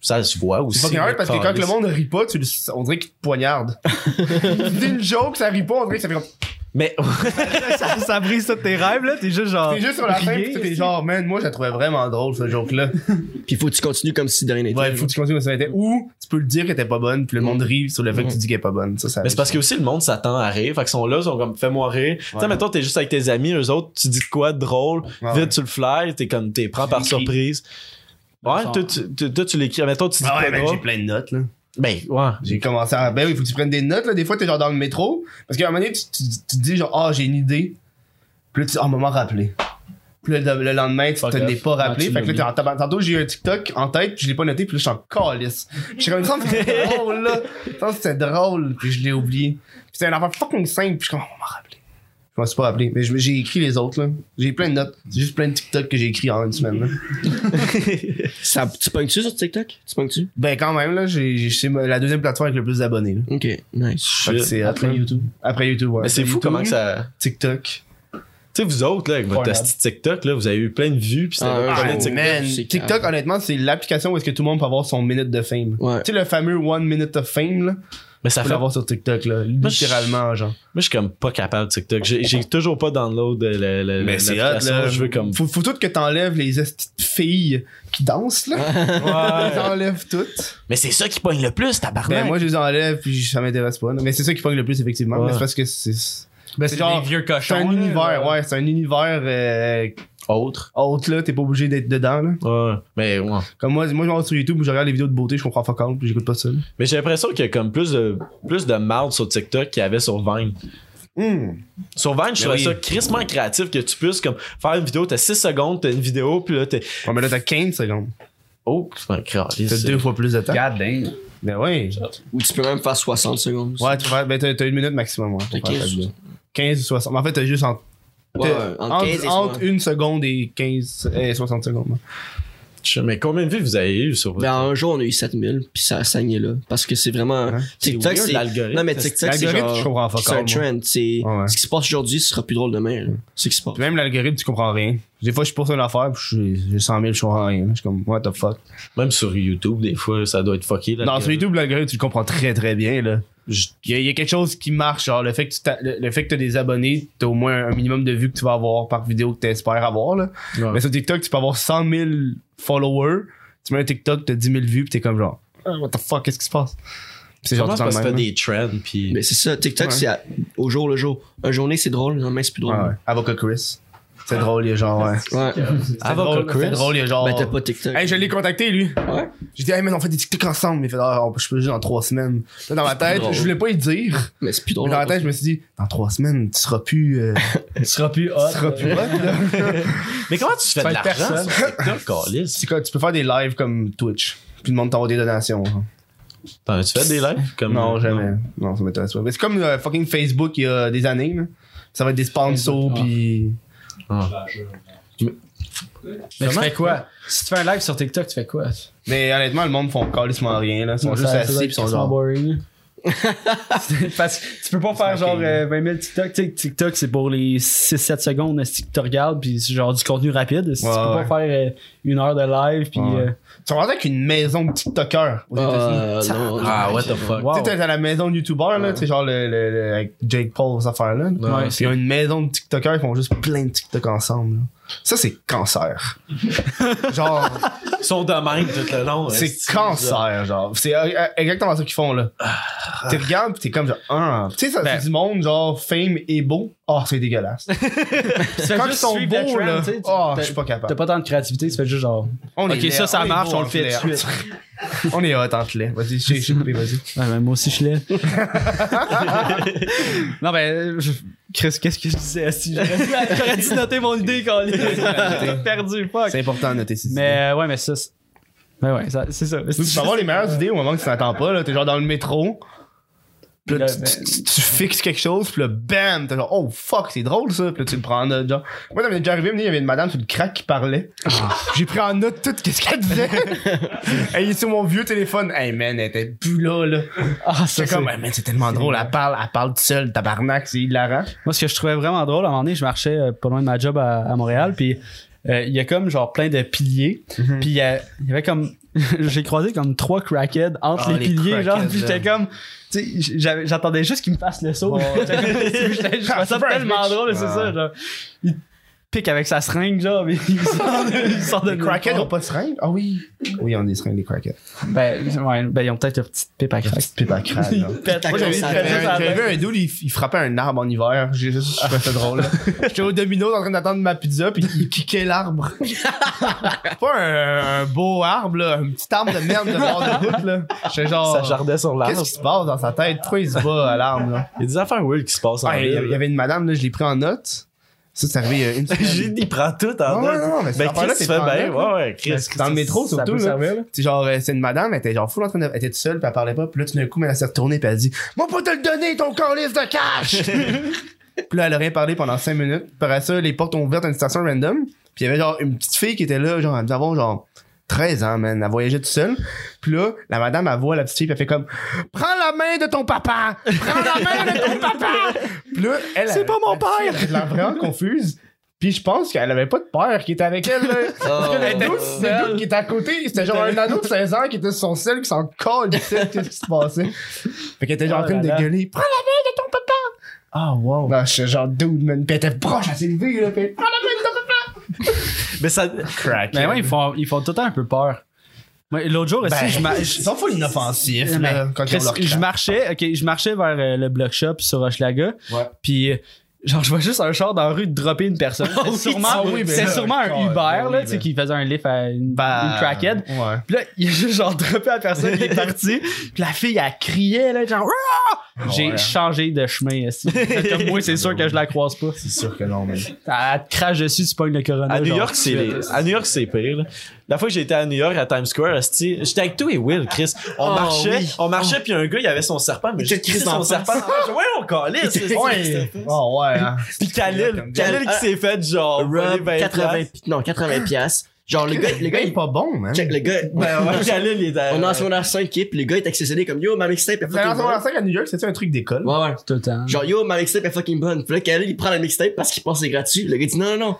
[SPEAKER 1] ça se voit aussi.
[SPEAKER 3] C'est fucking hard
[SPEAKER 1] là,
[SPEAKER 3] parce que quand
[SPEAKER 1] caliste.
[SPEAKER 3] le monde rit pas, tu le- on dirait qu'il te poignarde. tu dis une joke, ça rit pas, on dirait que ça fait comme.
[SPEAKER 1] Mais,
[SPEAKER 4] ça, ça brise tous tes rêves, là. T'es juste genre.
[SPEAKER 1] Ah,
[SPEAKER 3] T'es juste sur la fin,
[SPEAKER 4] riez,
[SPEAKER 3] pis
[SPEAKER 4] est-ce
[SPEAKER 3] t'es
[SPEAKER 4] que-
[SPEAKER 3] genre, man, moi, je la trouvais vraiment drôle, ce joke-là.
[SPEAKER 2] Puis faut que tu continues comme si de rien n'était.
[SPEAKER 3] Ouais, faut que tu continues comme ça était. Ou tu peux le dire qu'elle était pas bonne, puis le monde rit sur le fait que tu dis qu'elle est pas bonne. Ça, ça
[SPEAKER 1] Mm. Mais c'est parce que aussi le monde s'attend à rire. Fait qu'ils sont là, ils sont comme fais-moi rire. Tu sais, mettons, t'es juste avec tes amis, eux autres, tu dis de quoi de drôle,
[SPEAKER 3] Ouais, ouais.
[SPEAKER 1] vite tu le fly, t'es comme t'es prends par
[SPEAKER 3] l'écris.
[SPEAKER 1] surprise. Ouais,
[SPEAKER 4] Ça-
[SPEAKER 1] toi tu, toi, toi, tu l'écris. Mettons, tu dis
[SPEAKER 3] Ah
[SPEAKER 1] de
[SPEAKER 3] ouais,
[SPEAKER 1] quoi
[SPEAKER 3] man, j'ai
[SPEAKER 1] drôle.
[SPEAKER 3] plein de notes, là.
[SPEAKER 1] Ben, ouais.
[SPEAKER 3] J'ai commencé à. Ben oui, faut que tu prennes des notes, là. Des fois, t'es genre dans le métro. Parce qu'à un moment donné, tu, tu- tu te dis, genre, ah, j'ai une idée. Puis là, tu dis, ah, on m'a rappelé. Puis là, le, le lendemain, tu
[SPEAKER 4] Fuck
[SPEAKER 3] te l'es
[SPEAKER 4] off.
[SPEAKER 3] pas
[SPEAKER 4] Ah,
[SPEAKER 3] rappelé.
[SPEAKER 4] tu
[SPEAKER 3] fait que là,
[SPEAKER 4] l'as
[SPEAKER 3] t'es en tabarnak. Tantôt, j'ai eu un TikTok en tête, puis je l'ai pas noté, puis là, je suis en calice. J'ai comme, il me semble que c'était drôle, là. Il me semble que c'était drôle, puis je l'ai oublié. Puis c'était un affaire fucking simple, puis je suis comme, on m'a rappelé. Je m'en suis pas rappelé, mais je- j'ai écrit les autres, là. J'ai plein de notes. C'est juste plein de TikTok que j'ai écrit en une semaine, là.
[SPEAKER 2] Ça, tu pognes-tu sur TikTok? Tu pognes-tu?
[SPEAKER 3] Ben, quand même, là, j'ai, j'ai- c'est ma- la deuxième plateforme avec le plus d'abonnés, là.
[SPEAKER 2] Ok, nice.
[SPEAKER 3] Fait que
[SPEAKER 1] Shit.
[SPEAKER 3] c'est hot, là.
[SPEAKER 4] Après YouTube.
[SPEAKER 3] Après YouTube, ouais.
[SPEAKER 1] Mais c'est fou
[SPEAKER 3] YouTube,
[SPEAKER 1] comment que ça.
[SPEAKER 3] TikTok.
[SPEAKER 1] Tu sais, vous autres, là, avec votre
[SPEAKER 4] Pornhub.
[SPEAKER 1] asti TikTok, là, vous avez eu plein de vues. Puis c'était
[SPEAKER 2] Ah,
[SPEAKER 1] plein
[SPEAKER 3] Ah,
[SPEAKER 1] de
[SPEAKER 2] ouais.
[SPEAKER 1] TikTok.
[SPEAKER 2] TikTok,
[SPEAKER 3] man.
[SPEAKER 2] c'est
[SPEAKER 3] TikTok, honnêtement, c'est l'application où est-ce que tout le monde peut avoir son minute de fame.
[SPEAKER 2] Ouais.
[SPEAKER 3] Tu sais, le fameux One Minute of Fame, là.
[SPEAKER 1] Mais ça fait.
[SPEAKER 3] Tu peux
[SPEAKER 1] Moi,
[SPEAKER 3] l'avoir sur TikTok, là. Littéralement, genre.
[SPEAKER 1] je suis comme pas capable de TikTok. J'ai j'ai toujours pas download euh, le. le
[SPEAKER 3] Mais
[SPEAKER 1] le-
[SPEAKER 3] c'est hot,
[SPEAKER 1] l'application.
[SPEAKER 3] là.
[SPEAKER 1] Je veux comme.
[SPEAKER 3] Faut, faut tout que t'enlèves les esti de filles qui dansent, là. T'enlèves toutes.
[SPEAKER 1] Mais c'est ça qui pogne le plus,
[SPEAKER 3] Ben,
[SPEAKER 1] tabarnak.
[SPEAKER 3] moi, je les enlève, puis ça m'intéresse pas. là. Mais c'est ça qui pogne le plus, effectivement.
[SPEAKER 1] Ouais.
[SPEAKER 3] Mais c'est parce que c'est.
[SPEAKER 4] Ben,
[SPEAKER 3] c'est
[SPEAKER 4] c'est
[SPEAKER 3] genre-
[SPEAKER 4] des vieux
[SPEAKER 3] C'est
[SPEAKER 4] cochons.
[SPEAKER 3] un
[SPEAKER 4] là.
[SPEAKER 3] univers, ouais. C'est un univers euh,
[SPEAKER 1] Autre.
[SPEAKER 3] autre, là. T'es pas obligé d'être dedans, là.
[SPEAKER 1] Ouais. Mais ouais.
[SPEAKER 3] Comme moi, moi je rentre sur YouTube, je regarde les vidéos de beauté, je comprends fuck all, puis j'écoute pas ça. là.
[SPEAKER 1] Mais j'ai l'impression qu'il y a comme plus de, plus de marde sur TikTok qu'il y avait sur Vine.
[SPEAKER 3] Hmm.
[SPEAKER 1] Sur Vine, je
[SPEAKER 3] Mais
[SPEAKER 1] trouvais
[SPEAKER 3] oui.
[SPEAKER 1] ça crissement créatif que tu puisses comme faire une vidéo, t'as 6 secondes, t'as une vidéo, puis là t'es.
[SPEAKER 3] Ouais, mais là, t'as 15 secondes.
[SPEAKER 1] Oh, c'est un crâne.
[SPEAKER 3] T'as deux fois plus de temps.
[SPEAKER 4] God damn.
[SPEAKER 3] Ben oui.
[SPEAKER 2] Ou tu peux même faire 60 secondes. aussi.
[SPEAKER 3] Ouais, tu fais- ben, t'as t'as une minute maximum. Ouais, pour
[SPEAKER 2] T'as
[SPEAKER 3] faire ta
[SPEAKER 2] 15.
[SPEAKER 3] vidéo. 15 ou 60. Mais En fait, t'as juste entre,
[SPEAKER 2] Ouais,
[SPEAKER 3] t'as-
[SPEAKER 2] entre 15 et
[SPEAKER 3] entre
[SPEAKER 2] 60.
[SPEAKER 3] une seconde et 15 et 60 secondes.
[SPEAKER 1] Mais combien de vues vous avez eu sur
[SPEAKER 2] Ben, un jour, on a eu 7000, puis ça a saigné là. Parce que c'est vraiment.
[SPEAKER 3] Hein?
[SPEAKER 1] C'est
[SPEAKER 2] TikTok,
[SPEAKER 1] weird,
[SPEAKER 2] c'est.
[SPEAKER 1] l'algorithme.
[SPEAKER 2] Non, mais TikTok, c'est.
[SPEAKER 3] L'algorithme,
[SPEAKER 2] genre-
[SPEAKER 3] je comprends pas
[SPEAKER 2] C'est un
[SPEAKER 3] encore, moi.
[SPEAKER 2] trend. C'est.
[SPEAKER 3] Ouais, ouais.
[SPEAKER 2] Ce qui se passe aujourd'hui, ce sera plus drôle demain. là. C'est ce qui se passe.
[SPEAKER 3] Puis même l'algorithme, tu comprends rien. Des fois, je suis pour sur une affaire, puis je suis- j'ai 100 000, je comprends rien. Je suis comme, what the fuck.
[SPEAKER 1] Même sur YouTube, des fois, ça doit être fucké. là.
[SPEAKER 3] Non, sur YouTube, l'algorithme, tu le comprends très très bien. là. Il y, a- il y a quelque chose qui marche, genre le fait que tu t'a- le, le fait que t'as des abonnés, t'as au moins un minimum de vues que tu vas avoir par vidéo que t'espères avoir. Là.
[SPEAKER 1] Ouais.
[SPEAKER 3] Mais sur TikTok, tu peux avoir 100 000 followers, tu mets un TikTok, t'as 10 000 vues, pis t'es comme genre, Ah, what the fuck, qu'est-ce qui se passe? Puis C'est
[SPEAKER 1] Sûrement
[SPEAKER 3] genre tout
[SPEAKER 1] parce
[SPEAKER 3] le
[SPEAKER 1] que t'as
[SPEAKER 3] même.
[SPEAKER 1] des trends, puis.
[SPEAKER 2] Mais Ben, c'est ça, TikTok,
[SPEAKER 3] Ouais.
[SPEAKER 2] c'est à- au jour le jour. Un journée, c'est drôle, le lendemain, c'est plus drôle.
[SPEAKER 3] là. Ouais, ouais. Avocat Chris. C'est drôle, il est genre, Ah ouais.
[SPEAKER 2] ouais.
[SPEAKER 3] C'est
[SPEAKER 1] Avocat
[SPEAKER 3] drôle,
[SPEAKER 1] Chris?
[SPEAKER 3] c'est drôle, il est
[SPEAKER 1] Oh.
[SPEAKER 3] genre.
[SPEAKER 2] Ben, t'as pas TikTok.
[SPEAKER 3] Hey, je l'ai contacté, lui.
[SPEAKER 2] Ouais.
[SPEAKER 3] J'ai dit, hey, man, on fait des TikTok ensemble. Mais il fait, ah, je peux juste dans trois semaines. Là, dans ma tête,
[SPEAKER 2] drôle.
[SPEAKER 3] je voulais pas y dire.
[SPEAKER 2] Mais c'est plus
[SPEAKER 3] Mais
[SPEAKER 2] drôle.
[SPEAKER 3] dans ma tête, je me suis dit, dans trois semaines, tu seras plus. euh,
[SPEAKER 4] Tu seras plus hot.
[SPEAKER 3] tu seras plus. hot, là.
[SPEAKER 1] Mais comment tu fais de
[SPEAKER 4] Faites
[SPEAKER 1] l'argent
[SPEAKER 4] personne.
[SPEAKER 1] sur TikTok, câlisse?
[SPEAKER 3] C'est quoi, tu peux faire des lives comme Twitch. Puis le monde t'envoie des donations. genre.
[SPEAKER 1] T'en as-tu fait des lives? Comme...
[SPEAKER 3] Non, jamais. Non, ça m'intéresse pas. Mais c'est comme euh, fucking Facebook il y a des années. là. Ça va être des sponsors,
[SPEAKER 4] Facebook, ouais.
[SPEAKER 3] puis.
[SPEAKER 4] Mais tu
[SPEAKER 1] Comment?
[SPEAKER 4] fais quoi? Si tu fais un live sur TikTok, tu fais quoi? Ils
[SPEAKER 3] Mais honnêtement, le monde font calissement rien. Là. Ils sont juste assis, pis sont genre.
[SPEAKER 4] boring. Parce que tu peux pas faire genre
[SPEAKER 3] fucking-
[SPEAKER 4] euh, 20 000 TikTok. Tu sais, TikTok, c'est pour les 6-7 secondes esti, que tu regardes, puis c'est genre du contenu rapide. Si
[SPEAKER 3] Ouais,
[SPEAKER 4] tu peux
[SPEAKER 3] ouais.
[SPEAKER 4] pas faire euh, une heure de live, puis.
[SPEAKER 3] Ouais.
[SPEAKER 4] euh,
[SPEAKER 3] Ils sont rendus avec une maison de TikToker aux États-Unis.
[SPEAKER 2] Euh, non,
[SPEAKER 1] Ah,
[SPEAKER 2] non,
[SPEAKER 1] what the fuck?
[SPEAKER 4] wow.
[SPEAKER 3] Tu sais, t'es à la maison de YouTuber, là, tu sais, genre le, le- le- avec Jake Paul, cette affaire-là. Puis
[SPEAKER 4] Ouais,
[SPEAKER 3] il y a une maison de TikTokers, ils font juste plein de TikTok ensemble. là. Ça, c'est cancer. genre,
[SPEAKER 1] Ils sont de même tout le long.
[SPEAKER 3] c'est
[SPEAKER 1] esti.
[SPEAKER 3] cancer, genre. C'est euh, euh, exactement ça qu'ils font, là. Tu regardes, pis t'es comme genre, ah. Tu sais, ça,
[SPEAKER 4] Ben.
[SPEAKER 3] c'est du monde, genre, fame et beau. Oh, c'est dégueulasse.
[SPEAKER 4] tu fais
[SPEAKER 3] Quand ils
[SPEAKER 4] juste
[SPEAKER 3] sont
[SPEAKER 4] suivre le
[SPEAKER 3] beaux,
[SPEAKER 4] trend,
[SPEAKER 3] là.
[SPEAKER 4] tu sais, tu-
[SPEAKER 3] Oh, je
[SPEAKER 4] t'as-
[SPEAKER 3] suis pas
[SPEAKER 4] T'as
[SPEAKER 3] capable.
[SPEAKER 4] pas tant de créativité, tu fais juste genre.
[SPEAKER 3] On est
[SPEAKER 4] Ok,
[SPEAKER 3] laid,
[SPEAKER 4] ça, ça
[SPEAKER 3] on est
[SPEAKER 4] marche,
[SPEAKER 3] beau
[SPEAKER 4] on
[SPEAKER 3] en
[SPEAKER 4] le fait
[SPEAKER 3] flair.
[SPEAKER 4] tout de suite.
[SPEAKER 3] On est hot en te lait. Vas-y, j'ai j'ai coupé, vas-y.
[SPEAKER 4] Ouais, ben, moi aussi, je l'ai. non, ben, je- Chris, qu'est-ce que je disais? Si j'aurais dû- j'aurais dû noter mon idée quand j'ai perdu, fuck.
[SPEAKER 3] C'est important de noter ces idées.
[SPEAKER 4] Mais euh, ouais, mais ça. c'est- Ben ouais, ça- c'est ça.
[SPEAKER 3] Tu peux avoir les meilleures idées au moment que tu t'attends pas, là. T'es genre dans le métro. Puis là,
[SPEAKER 4] Là,
[SPEAKER 3] tu,
[SPEAKER 4] ben-
[SPEAKER 3] tu- tu- tu fixes quelque chose, puis là, bam, t'es genre, oh fuck, c'est drôle ça, puis là, tu le prends en note, genre. Moi, ça m'est déjà arrivé, il y avait une madame sur le crack qui parlait.
[SPEAKER 4] Ah.
[SPEAKER 3] J'ai pris en note tout, qu'est-ce qu'elle disait. Elle est sur mon vieux téléphone. Hey man, elle était plus là, là.
[SPEAKER 4] Ah, ça,
[SPEAKER 3] C'est
[SPEAKER 4] c'est-
[SPEAKER 3] comme, hey man, c'est tellement drôle, elle parle, elle parle toute seule, tabarnak, c'est hilarant.
[SPEAKER 4] Moi, ce que je trouvais vraiment drôle, à un moment donné, je marchais euh, pas loin de ma job à, à Montréal, puis euh, il y a comme genre plein de piliers,
[SPEAKER 3] Mhm.
[SPEAKER 4] puis il y, a- il y avait comme. J'ai croisé comme trois crackheads entre
[SPEAKER 3] Ah,
[SPEAKER 4] les,
[SPEAKER 3] les
[SPEAKER 4] piliers, genre,
[SPEAKER 3] crackheads,
[SPEAKER 4] puis j'étais comme. Tu sais, j'avais- j'attendais juste qu'ils me fassent le saut. J'étais comme- j'étais- Je trouvais ça
[SPEAKER 3] Surprise,
[SPEAKER 4] tellement
[SPEAKER 3] bitch.
[SPEAKER 4] drôle, c'est
[SPEAKER 3] Ouais.
[SPEAKER 4] ça, genre. Il pique avec sa seringue, genre, mais il sort de. Il sort de
[SPEAKER 3] Les
[SPEAKER 4] nulle
[SPEAKER 3] crackheads
[SPEAKER 4] part.
[SPEAKER 3] ont pas de seringue? Ah oui. Oui, on a des seringues, les crackheads.
[SPEAKER 4] Ben, ouais, ben, ils ont peut-être leur petite pipe à crack.
[SPEAKER 3] Petite pipe à crack, là.
[SPEAKER 4] Ils pètent
[SPEAKER 2] Moi,
[SPEAKER 3] Moi, j'avais
[SPEAKER 2] Ça
[SPEAKER 4] ils pètent juste à la
[SPEAKER 3] j'avais vu un dude, il, il frappait un arbre en hiver. J'ai juste trouvé ça drôle. là. J'étais au domino en train d'attendre ma pizza, puis il kickait l'arbre. Pas un, un beau arbre, là, un petit arbre de merde de bord de route. là. J'étais
[SPEAKER 1] Ça
[SPEAKER 3] genre,
[SPEAKER 1] jardait sur l'arbre.
[SPEAKER 3] qu'est-ce qui se passe dans sa tête? Pourquoi il se bat à l'arbre? là?
[SPEAKER 1] Il y a des affaires weird qui se passent en
[SPEAKER 3] Ah, Il
[SPEAKER 1] ligne.
[SPEAKER 3] y avait une madame, là, je l'ai pris en note. Ça, c'est arrivé euh, une semaine.
[SPEAKER 1] Gilles, il prend tout en
[SPEAKER 3] Non,
[SPEAKER 1] deux.
[SPEAKER 3] non, non,
[SPEAKER 1] Ben,
[SPEAKER 3] mais cette affaire-là,
[SPEAKER 1] Chris, tu
[SPEAKER 3] t'es
[SPEAKER 1] fais
[SPEAKER 3] pas
[SPEAKER 1] bien. Ouais,
[SPEAKER 3] là,
[SPEAKER 1] ouais, Chris.
[SPEAKER 3] dans le métro,
[SPEAKER 4] Ça
[SPEAKER 3] surtout,
[SPEAKER 4] peut
[SPEAKER 3] là.
[SPEAKER 4] servir, là.
[SPEAKER 3] Tu sais, genre, euh, c'est une madame, elle était genre full en train de. Elle était toute seule, puis elle parlait pas, puis là, tout d'un coup, mais elle s'est retournée, puis elle a dit Moi, pas te le donner, ton calice de cash Puis là, elle a rien parlé pendant 5 minutes. Par ça, les portes ont ouvert à une station random, puis il y avait genre une petite fille qui était là, genre, elle devait avoir genre 13 ans, man. Elle voyageait toute seule. Puis là, la madame, elle voit la petite fille, puis elle fait comme Prends la main de ton papa Prends la main de ton papa Puis là, elle. C'est pas mon père Elle l'a vraiment confuse. Puis je pense qu'elle avait pas de père qui était avec elle, là. Parce que le
[SPEAKER 2] Oh,
[SPEAKER 3] dude, le dude qui était à côté, c'était genre un ado de 16 ans qui était sur son sel, qui s'en colle, qui sait ce qui se passait. Fait qu'elle était genre en train
[SPEAKER 4] Oh
[SPEAKER 3] de
[SPEAKER 4] là là.
[SPEAKER 3] gueuler, prends la main de ton papa!
[SPEAKER 4] Ah, wow.
[SPEAKER 3] Non, j'étais genre dude, man. Pis elle était proche à s'élever, là. Pis elle, prends la main de ton papa!
[SPEAKER 1] Mais ça.
[SPEAKER 3] Crack. hein.
[SPEAKER 4] Mais ouais, ils font, ils font tout le temps un peu peur. Ouais, L'autre jour, aussi, Ben, je, ma- je-
[SPEAKER 3] Ben, Ils sont full inoffensifs, là, quand ils
[SPEAKER 4] Chris,
[SPEAKER 3] ont leur
[SPEAKER 4] je
[SPEAKER 3] crack.
[SPEAKER 4] marchais, ok, je marchais vers euh, le block shop sur Hochelaga.
[SPEAKER 3] Ouais.
[SPEAKER 4] Puis euh, genre je vois juste un char dans la rue dropper une personne. C'était
[SPEAKER 1] oui,
[SPEAKER 4] sûrement,
[SPEAKER 1] ah
[SPEAKER 3] oui, ben
[SPEAKER 4] c'était
[SPEAKER 3] là,
[SPEAKER 4] sûrement un
[SPEAKER 3] encore,
[SPEAKER 4] Uber
[SPEAKER 3] ben oui,
[SPEAKER 4] là, tu sais
[SPEAKER 3] ben.
[SPEAKER 4] qui faisait un lift à une, une crackhead.
[SPEAKER 3] Ouais.
[SPEAKER 4] Puis là, il a juste genre droppé la personne, il est parti. Puis la fille, elle criait, là, genre, Ah! J'ai
[SPEAKER 3] Ouais.
[SPEAKER 4] changé de chemin, aussi. Comme moi, c'est sûr que je la croise pas.
[SPEAKER 3] C'est sûr que non, mais.
[SPEAKER 4] Elle te crache dessus, tu pognes le corona.
[SPEAKER 1] À New
[SPEAKER 4] genre,
[SPEAKER 1] York,
[SPEAKER 4] tout
[SPEAKER 1] c'est
[SPEAKER 4] de
[SPEAKER 1] les-
[SPEAKER 4] suite.
[SPEAKER 1] à New York, c'est pire. là. La fois que j'étais à New York, à Times Square, esti, j'étais avec toi et Will, Chris. On
[SPEAKER 2] Oh,
[SPEAKER 1] marchait,
[SPEAKER 2] oui.
[SPEAKER 1] on marchait, puis un gars, il avait son serpent, mais
[SPEAKER 2] Il
[SPEAKER 1] j'ai
[SPEAKER 2] te
[SPEAKER 1] crissé
[SPEAKER 2] crisse dans
[SPEAKER 1] son
[SPEAKER 2] la face.
[SPEAKER 1] serpent. Ah, Ouais, on calait. c'est-
[SPEAKER 3] Ouais!
[SPEAKER 1] Ah,
[SPEAKER 3] Oh, ouais, hein.
[SPEAKER 1] Puis Khalil, Khalil qui s'est fait genre voler
[SPEAKER 2] Rob,
[SPEAKER 1] 20
[SPEAKER 2] 80,
[SPEAKER 1] piastres.
[SPEAKER 2] non, 80 piastres. Genre, le gars, le
[SPEAKER 3] Le gars,
[SPEAKER 2] gars,
[SPEAKER 3] il est
[SPEAKER 2] il
[SPEAKER 3] pas bon, man.
[SPEAKER 2] check, le gars,
[SPEAKER 1] Ben ouais, Khalil, il était.
[SPEAKER 2] on est en secondaire 5 qui, pis le gars est accessionné comme yo, ma mixtape est
[SPEAKER 3] Vous allez Ben, en
[SPEAKER 2] fucking
[SPEAKER 3] secondaire
[SPEAKER 2] bonne.
[SPEAKER 3] 5 à New York, c'était un truc d'école.
[SPEAKER 2] Ouais, ouais.
[SPEAKER 4] Tout le temps.
[SPEAKER 2] Genre, yo, ma mixtape est fucking bonne. Puis là, Khalil, il prend la mixtape parce qu'il pense que c'est gratuit. Le gars dit non, non, non.